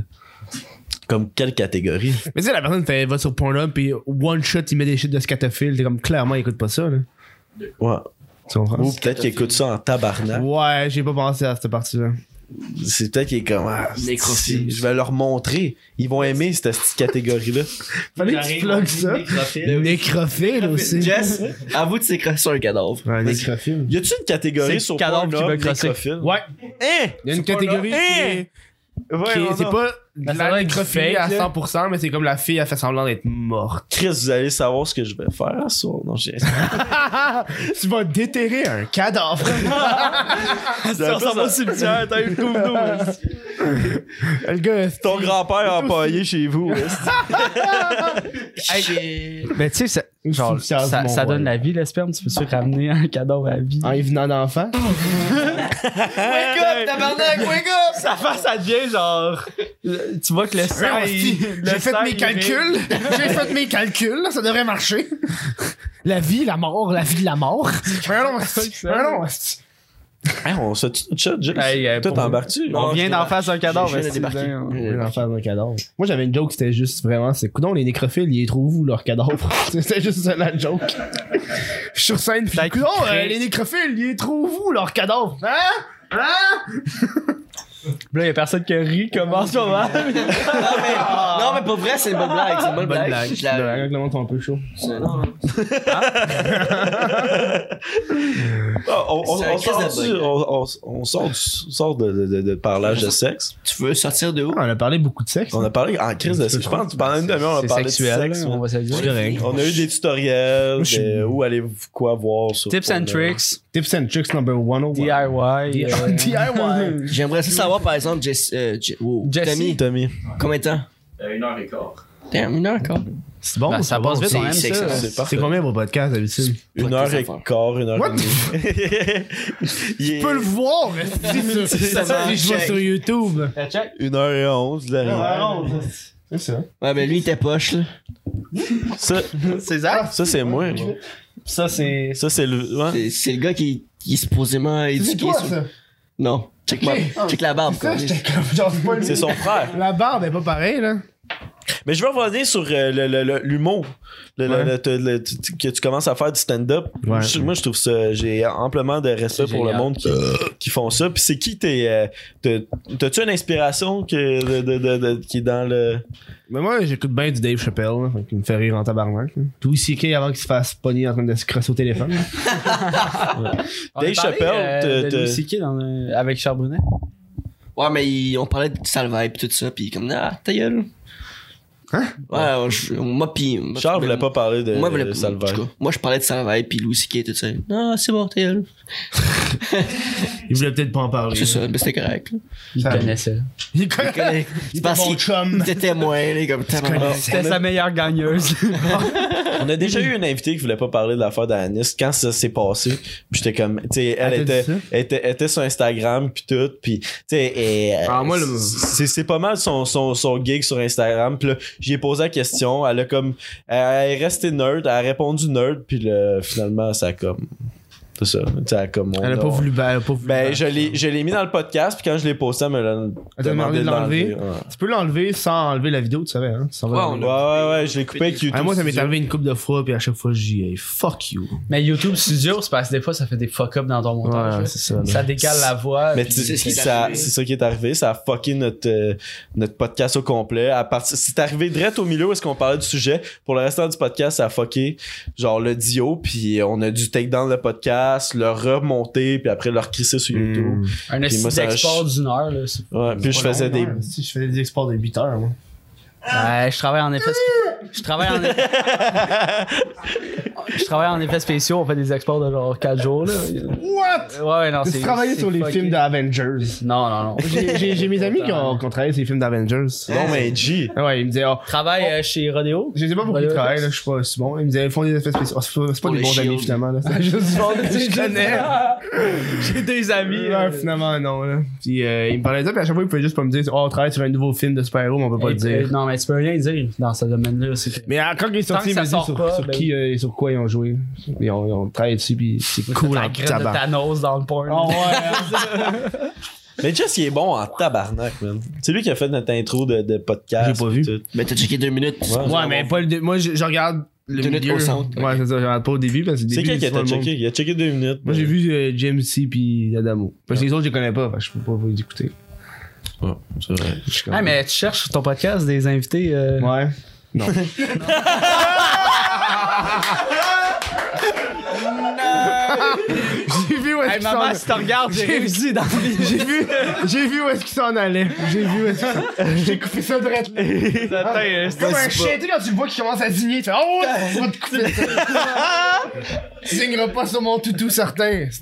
[SPEAKER 1] Comme quelle catégorie?
[SPEAKER 3] Mais tu sais, la personne fait, va sur Pornhub pis one shot, il met des shit de scatophile. T'es comme, clairement, il écoute pas ça, là.
[SPEAKER 1] Ouais.
[SPEAKER 3] Tu comprends?
[SPEAKER 1] Ou peut-être qu'il écoute ça en tabarnak.
[SPEAKER 3] Ouais, j'ai pas pensé à cette partie-là.
[SPEAKER 1] C'est peut-être qu'il est comme. Ah,
[SPEAKER 2] Nécrophile.
[SPEAKER 1] si, Je vais leur montrer. Ils vont aimer cette, petite catégorie-là.
[SPEAKER 3] Fallait que tu plugues ça.
[SPEAKER 2] Ben oui.
[SPEAKER 3] Nécrophile aussi.
[SPEAKER 2] Jess, avoue que tu t'es crossé sur un cadavre.
[SPEAKER 3] Ouais, nécrophile.
[SPEAKER 1] Y a-tu une catégorie
[SPEAKER 4] C'est
[SPEAKER 1] sur
[SPEAKER 4] cadavre qui
[SPEAKER 1] Pornhub
[SPEAKER 4] veut crosser.
[SPEAKER 1] nécrophile?
[SPEAKER 3] Ouais,
[SPEAKER 1] Hein?
[SPEAKER 3] il y a une catégorie qui est- qui est-
[SPEAKER 1] Ouais,
[SPEAKER 3] c'est pas
[SPEAKER 4] Ben, Ça
[SPEAKER 3] de
[SPEAKER 4] a l'air
[SPEAKER 3] la
[SPEAKER 4] du
[SPEAKER 3] nécrophilie
[SPEAKER 4] fake,
[SPEAKER 3] à
[SPEAKER 4] là.
[SPEAKER 3] 100%, mais c'est comme la fille a fait semblant d'être morte.
[SPEAKER 1] Chris, vous allez savoir ce que je vais faire ce soir. Non, j'ai.
[SPEAKER 3] Tu vas déterrer un cadavre.
[SPEAKER 1] Ça ressemble au cimetière, t'as eu tout
[SPEAKER 3] le gars, c'est-
[SPEAKER 1] Ton grand-père a empaillé chez vous.
[SPEAKER 2] Shit.
[SPEAKER 4] Mais tu sais, ça, genre,
[SPEAKER 3] Sous- sous-
[SPEAKER 4] Ah, ça,
[SPEAKER 3] mon
[SPEAKER 4] ça
[SPEAKER 3] roi.
[SPEAKER 4] donne la vie, le sperme. Tu peux-tu ramener un cadavre à vie?
[SPEAKER 3] en y venant d'enfant.
[SPEAKER 2] Wake up, tabarnak, wake up!
[SPEAKER 4] Sa face, ça devient genre. le- Tu vois que le sang.
[SPEAKER 3] Ah, J'ai
[SPEAKER 4] il- le
[SPEAKER 3] fait
[SPEAKER 4] sang,
[SPEAKER 3] mes
[SPEAKER 4] il
[SPEAKER 3] calculs. J'ai fait mes calculs. là, Ça devrait marcher. La vie, la mort, la vie, la mort. Mais non, c'est- mais non, c'est-
[SPEAKER 1] on se tue chat, Jess?
[SPEAKER 4] Hey, euh,
[SPEAKER 1] Toi,
[SPEAKER 4] pour-
[SPEAKER 1] t'embarques-tu?
[SPEAKER 4] On vient d'en face d'un cadavre.
[SPEAKER 2] Je viens de
[SPEAKER 4] esti,
[SPEAKER 2] débarquer.
[SPEAKER 4] ben,
[SPEAKER 3] On est en face d'un cadavre. Moi, j'avais une joke, c'était juste vraiment, c'est coudon les nécrophiles, ils trouvent où leur cadavre? c'était juste ça, la joke. Je suis sur scène, puis
[SPEAKER 4] T'as
[SPEAKER 3] coudon, euh,
[SPEAKER 4] écrit-
[SPEAKER 3] les nécrophiles, ils trouvent où leur cadavre? Hein? Hein?
[SPEAKER 4] Là, il y a personne qui rit comme en ce moment.
[SPEAKER 2] Non, mais, non, mais pour vrai, c'est une bonne blague. C'est une bonne, blague. Je la-
[SPEAKER 3] Le monde sont un peu chaud.
[SPEAKER 2] c'est- non, non.
[SPEAKER 1] Ah, on, on-
[SPEAKER 2] C'est un
[SPEAKER 1] on sort
[SPEAKER 2] Christ de
[SPEAKER 1] du- on- on- on sort du- on sort de, de- de- de parlage de sexe.
[SPEAKER 2] Tu veux sortir de où?
[SPEAKER 3] On a parlé beaucoup de sexe.
[SPEAKER 1] On a parlé en crise de sexe. Je pense que pendant une demi-heure, on a
[SPEAKER 4] C'est
[SPEAKER 1] parlé
[SPEAKER 4] sexuel, hein,
[SPEAKER 1] de sexe.
[SPEAKER 4] on va se le dire.
[SPEAKER 1] On a eu des tutoriels
[SPEAKER 3] je suis-
[SPEAKER 1] de où aller quoi voir sur
[SPEAKER 4] Tips and
[SPEAKER 1] Pornhub.
[SPEAKER 4] tricks,
[SPEAKER 3] Tips and tricks number 101.
[SPEAKER 4] DIY. euh,
[SPEAKER 3] E. DIY.
[SPEAKER 2] J'aimerais ça savoir, par exemple, Jess, euh, Je- wow.
[SPEAKER 4] Jesse.
[SPEAKER 2] Tommy,
[SPEAKER 1] Tommy.
[SPEAKER 2] combien de temps?
[SPEAKER 6] Euh, Une heure et quart.
[SPEAKER 2] Damn, une heure encore.
[SPEAKER 3] C'est bon,
[SPEAKER 4] Ben,
[SPEAKER 3] c'est
[SPEAKER 4] ça
[SPEAKER 3] bon.
[SPEAKER 4] passe vite,
[SPEAKER 2] c'est-
[SPEAKER 4] on aime
[SPEAKER 2] c'est
[SPEAKER 4] ça.
[SPEAKER 2] excellent.
[SPEAKER 1] C'est parfait.
[SPEAKER 3] C'est combien vos podcasts d'habitude?
[SPEAKER 1] Une
[SPEAKER 2] Pas
[SPEAKER 1] heure
[SPEAKER 2] tes
[SPEAKER 1] et
[SPEAKER 2] affaires.
[SPEAKER 1] quart, une heure
[SPEAKER 3] What
[SPEAKER 1] et demie. Il est
[SPEAKER 3] voir, mais
[SPEAKER 2] ça, ça,
[SPEAKER 3] si je vois
[SPEAKER 2] check.
[SPEAKER 3] sur YouTube.
[SPEAKER 1] Une heure et onze, là.
[SPEAKER 3] C'est ça.
[SPEAKER 2] Ouais, mais lui, il était poche, là.
[SPEAKER 1] Ça,
[SPEAKER 3] C'est ça?
[SPEAKER 1] ça c'est moi.
[SPEAKER 4] Ça, c'est.
[SPEAKER 1] Ça, c'est le. ouais.
[SPEAKER 2] C'est- C'est le gars qui, qui est supposément
[SPEAKER 3] C'est
[SPEAKER 2] éduqué.
[SPEAKER 3] toi,
[SPEAKER 2] sur-
[SPEAKER 3] ça.
[SPEAKER 2] Non, check, ma-
[SPEAKER 3] Ok.
[SPEAKER 2] check la barbe,
[SPEAKER 3] C'est ça,
[SPEAKER 2] quoi.
[SPEAKER 3] j'étais comme, genre, c'est pas lui.
[SPEAKER 1] C'est son frère.
[SPEAKER 3] La barbe est pas pareille, là.
[SPEAKER 1] Mais je veux revenir sur euh, le- le- le- l'humour. Le- le-
[SPEAKER 3] Ouais.
[SPEAKER 1] le- te- le- tu- tu- que tu commences à faire du stand-up.
[SPEAKER 3] Ouais.
[SPEAKER 1] Je- Moi, je trouve ça. J'ai amplement de respect
[SPEAKER 4] C'est
[SPEAKER 1] pour le
[SPEAKER 4] génial.
[SPEAKER 1] monde qui, qui font ça. Puis c'est qui t'es. euh, t'as- T'as-tu une inspiration que, de, de- de- de- qui est dans le.
[SPEAKER 3] Mais moi, j'écoute bien du Dave Chappelle, là, qui me fait rire en tabarnak. là. Tout ici, qu'il y a avant qu'il se fasse pogner en train de se crosser au téléphone.
[SPEAKER 4] On a
[SPEAKER 1] Dave
[SPEAKER 4] parlé,
[SPEAKER 1] Chappelle,
[SPEAKER 4] euh,
[SPEAKER 1] te-
[SPEAKER 4] de Louis
[SPEAKER 1] te-
[SPEAKER 4] C.K. dans le- avec Charbonnet.
[SPEAKER 2] Ouais, mais ils- on parlait de salvaille pis tout ça, pis comme, ah, ta gueule. Hein? Ouais, je- moi pis. moi,
[SPEAKER 1] Charles
[SPEAKER 2] ben,
[SPEAKER 1] voulait pas parler de
[SPEAKER 2] Moi, je voulais-
[SPEAKER 1] de
[SPEAKER 2] en
[SPEAKER 1] Salvaire.
[SPEAKER 2] tout cas, moi, je parlais de Salvaille pis Louis C.K. et tout ça. Non, c'est bon, ta gueule.
[SPEAKER 3] Il voulait peut-être pas en parler.
[SPEAKER 2] C'est ça, mais c'était correct. là.
[SPEAKER 4] Il
[SPEAKER 3] Ça-
[SPEAKER 4] connaissait.
[SPEAKER 3] Il connaît.
[SPEAKER 2] C'est
[SPEAKER 3] Il est
[SPEAKER 2] parce
[SPEAKER 3] mon
[SPEAKER 2] qu'il
[SPEAKER 3] chum.
[SPEAKER 2] était témoin, là, comme, tabarnak.
[SPEAKER 4] C'était sa meilleure gagneuse.
[SPEAKER 1] On a déjà eu une invitée qui voulait pas parler de l'affaire d'Anis. Quand ça s'est passé, puis j'étais comme, tu sais, elle
[SPEAKER 3] Elle t'a
[SPEAKER 1] était,
[SPEAKER 3] dit ça?
[SPEAKER 1] elle était, elle était sur Instagram puis tout, puis tu sais, et,
[SPEAKER 2] Ah, moi, le-
[SPEAKER 1] c'est c'est pas mal son son son gig sur Instagram. Puis là, j'ai posé la question, elle a comme, elle est restée nerd, elle a répondu nerd, puis là, finalement, ça a comme, c'est ça, tu sais, elle a comme, on
[SPEAKER 3] Elle a pas voulu. Ben, elle a pas voulu-
[SPEAKER 1] Ben, je l'ai, je l'ai mis dans le podcast, puis quand je l'ai posté, elle me l'a
[SPEAKER 3] Elle t'a demandé de l'enlever.
[SPEAKER 1] ouais.
[SPEAKER 3] Tu peux l'enlever sans enlever la vidéo, tu savais, hein? Tu s'en vas
[SPEAKER 2] Ouais, on
[SPEAKER 3] dans-
[SPEAKER 1] Ouais, ouais, ouais, je l'ai coupé avec YouTube.
[SPEAKER 3] Ah, moi, ça m'est
[SPEAKER 1] Studio.
[SPEAKER 3] arrivé une couple de fois, puis à chaque fois, j'y ai fuck you.
[SPEAKER 8] Mais YouTube Studio, c'est parce que des fois, ça fait des fuck-up dans ton montage.
[SPEAKER 3] Ouais,
[SPEAKER 8] là.
[SPEAKER 3] c'est ça. là.
[SPEAKER 8] ça décale la
[SPEAKER 4] Ah,
[SPEAKER 8] voix.
[SPEAKER 1] Mais
[SPEAKER 8] puis-
[SPEAKER 1] tu-
[SPEAKER 2] c'est ce qui est
[SPEAKER 1] ça-
[SPEAKER 2] arrivé.
[SPEAKER 1] c'est ça qui est arrivé, ça a fucké notre, euh, notre podcast au complet. À partir, c'est arrivé direct au milieu où est-ce qu'on parlait du sujet. Pour le restant du podcast, ça a fucké genre le dio, puis on a dû take down le podcast, le remonter, puis après le recrisser sur YouTube.
[SPEAKER 3] Mm.
[SPEAKER 8] un
[SPEAKER 1] puis moi,
[SPEAKER 8] essai
[SPEAKER 1] ça-
[SPEAKER 8] d'export d'une heure. Là, c'est-
[SPEAKER 1] Ouais, puis je faisais des...
[SPEAKER 3] Si je faisais des exports de 8 heures, moi.
[SPEAKER 8] Ouais, je travaille en effet. Je travaille en effet. Je travaille en effets spéciaux, on fait des exports de genre 4 jours. Là.
[SPEAKER 3] What?
[SPEAKER 8] Ouais, ouais, non, Ah, c'est.
[SPEAKER 3] J'ai travaillé
[SPEAKER 8] c'est
[SPEAKER 3] sur les
[SPEAKER 8] fucké.
[SPEAKER 3] films d'Avengers.
[SPEAKER 8] Non, non, non.
[SPEAKER 3] J'ai j'ai- j'ai mes amis qui ont,
[SPEAKER 8] Attends.
[SPEAKER 3] qui ont travaillé sur les films d'Avengers.
[SPEAKER 1] Non, mais G.
[SPEAKER 3] Ah Ouais, ils me disaient, oh,
[SPEAKER 8] Je travaille euh, chez Rodeo.
[SPEAKER 3] je sais pas pourquoi ils
[SPEAKER 8] Ouais,
[SPEAKER 3] travaillent, là, je suis pas si bon. Ils me disaient, ils font des effets spéciaux. Oh, c'est pas- c'est pas
[SPEAKER 2] Pour
[SPEAKER 3] des
[SPEAKER 2] les
[SPEAKER 3] bons
[SPEAKER 2] shields.
[SPEAKER 3] amis, finalement. Là. C'est juste du monde que tu connais.
[SPEAKER 8] J'ai des amis. euh.
[SPEAKER 3] Ouais, finalement, non. Là. Puis euh, ils me parlaient de ça, puis à chaque fois, ils pouvaient juste pas me dire, oh, on travaille sur un nouveau film de super-héros, mais on peut pas le dire.
[SPEAKER 8] euh, Non, mais tu peux rien dire dans ce domaine-là. c'est-
[SPEAKER 3] Mais euh, quand ils sont
[SPEAKER 8] Tant que
[SPEAKER 3] sortis, ils
[SPEAKER 8] ça
[SPEAKER 3] me disaient
[SPEAKER 8] sort
[SPEAKER 3] sur,
[SPEAKER 8] pas,
[SPEAKER 3] sur
[SPEAKER 8] ben
[SPEAKER 3] qui euh, et sur quoi ils ont joué. Ils ont, ils ont travaillé dessus, puis c'est cool
[SPEAKER 8] la
[SPEAKER 3] en
[SPEAKER 8] graine de
[SPEAKER 3] tabac.
[SPEAKER 8] Thanos dans le porn.
[SPEAKER 3] Ah,
[SPEAKER 1] Mais Jess, il est bon en tabarnak, man. C'est lui qui a fait notre intro de, de podcast.
[SPEAKER 3] J'ai pas vu.
[SPEAKER 1] tout.
[SPEAKER 2] Mais t'as checké deux minutes pour
[SPEAKER 1] Ouais,
[SPEAKER 3] Ouais, mais pas le dé- Moi, je, je regarde le
[SPEAKER 2] Deux minutes
[SPEAKER 3] milieu.
[SPEAKER 2] au centre,
[SPEAKER 3] Ouais, c'est ça, je regarde pas au début, parce que le
[SPEAKER 1] C'est
[SPEAKER 3] début,
[SPEAKER 1] qui qui
[SPEAKER 3] pas
[SPEAKER 1] a
[SPEAKER 3] le monde.
[SPEAKER 1] checké? Il a checké deux minutes.
[SPEAKER 3] Moi, j'ai
[SPEAKER 1] mais-
[SPEAKER 3] vu euh, James C. puis Adamo. Parce que les autres, je les connais pas, fait que je peux pas vous les écouter.
[SPEAKER 1] Ouais, c'est vrai.
[SPEAKER 3] Je suis comme-
[SPEAKER 8] Ah, mais tu cherches sur ton podcast des invités. euh,
[SPEAKER 3] Ouais. Non. J'ai vu où est-ce
[SPEAKER 8] Hey,
[SPEAKER 3] qu'il s'en
[SPEAKER 8] maman, si tu regardes, j'ai réussi dans la vie.
[SPEAKER 3] J'ai vu, j'ai vu où est-ce qu'il s'en allait. J'ai vu où est-ce qu'il J'ai coupé ça de C'est comme un chien, tu sais, quand tu le vois qui commence à signer, tu fais Oh, tu vas te couper ça. Tu signeras pas sur mon toutou, certain.
[SPEAKER 1] Ouch.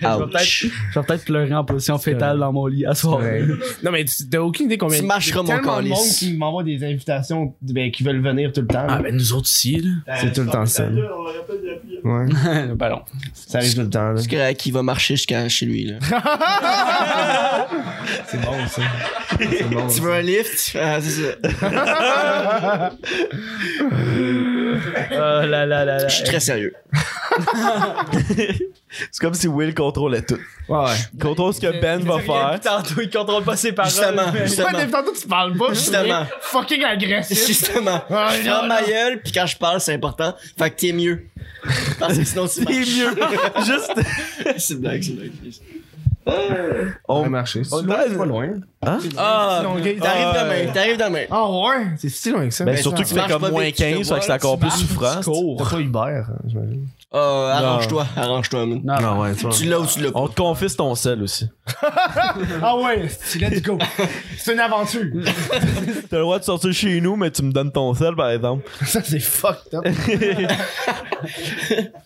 [SPEAKER 8] Je vais peut-être pleurer en position fétale dans mon lit à
[SPEAKER 4] Oh.
[SPEAKER 8] soir.
[SPEAKER 3] Non, mais tu- t'as aucune idée combien
[SPEAKER 2] Tu mâcheras
[SPEAKER 3] il y a
[SPEAKER 2] mon
[SPEAKER 3] tellement de monde
[SPEAKER 2] calice.
[SPEAKER 3] qui m'envoie des invitations ben, qui veulent venir tout le temps. là.
[SPEAKER 8] ben nous autres ici, là.
[SPEAKER 3] c'est tout le temps Euh, ça. là. Ouais.
[SPEAKER 8] ben non.
[SPEAKER 3] Ça arrive tout le temps. là.
[SPEAKER 2] Parce que qui va marcher jusqu'à chez lui, là.
[SPEAKER 3] C'est bon, ça. C'est bon.
[SPEAKER 2] tu veux un lift? Ah, c'est ça.
[SPEAKER 8] Oh là là là là.
[SPEAKER 2] Je suis très sérieux.
[SPEAKER 1] C'est comme si Will contrôlait tout.
[SPEAKER 3] Ouais, ouais.
[SPEAKER 1] Contrôle ce que Ben va faire.
[SPEAKER 8] Tantôt, il contrôle pas ses paroles.
[SPEAKER 2] Justement,
[SPEAKER 3] Pas
[SPEAKER 2] justement.
[SPEAKER 3] depuis tantôt, tu parles pas. puis tu
[SPEAKER 2] Justement.
[SPEAKER 3] deviens Fucking agressif.
[SPEAKER 2] Justement.
[SPEAKER 8] Ah,
[SPEAKER 3] Ouais,
[SPEAKER 2] Je
[SPEAKER 3] non,
[SPEAKER 2] ferme ma gueule, pis quand je parle, c'est important. Fait que t'es mieux. Parce que sinon, tu marches.
[SPEAKER 1] mieux. Juste.
[SPEAKER 2] C'est une blague, c'est une blague.
[SPEAKER 3] Ça a
[SPEAKER 1] On...
[SPEAKER 3] marché.
[SPEAKER 1] on-
[SPEAKER 3] C'est pas loin.
[SPEAKER 2] Ah,
[SPEAKER 3] Sinon, ok,
[SPEAKER 2] t'arrives
[SPEAKER 1] Ah,
[SPEAKER 2] demain, t'arrives demain.
[SPEAKER 3] Ah ouais, c'est si loin que ça.
[SPEAKER 1] Ben,
[SPEAKER 2] Ben,
[SPEAKER 1] surtout
[SPEAKER 2] ça
[SPEAKER 1] que c'était
[SPEAKER 2] marche
[SPEAKER 1] comme
[SPEAKER 2] pas
[SPEAKER 1] moins
[SPEAKER 2] dès que tu te
[SPEAKER 1] 15, fait
[SPEAKER 2] vois,
[SPEAKER 1] que c'est encore plus souffrant.
[SPEAKER 3] T'as pas Uber, hein, j'imagine.
[SPEAKER 2] Ah, arrange-toi, arrange-toi, man.
[SPEAKER 8] Non,
[SPEAKER 1] Non, ouais,
[SPEAKER 2] Tu l'as ou tu l'as pas.
[SPEAKER 1] On te confisque ton sel aussi.
[SPEAKER 3] Ah ouais, c'est- let's go. C'est une aventure.
[SPEAKER 1] T'as le droit de sortir chez nous, mais tu me donnes ton sel, par exemple.
[SPEAKER 3] ça, c'est fucked up.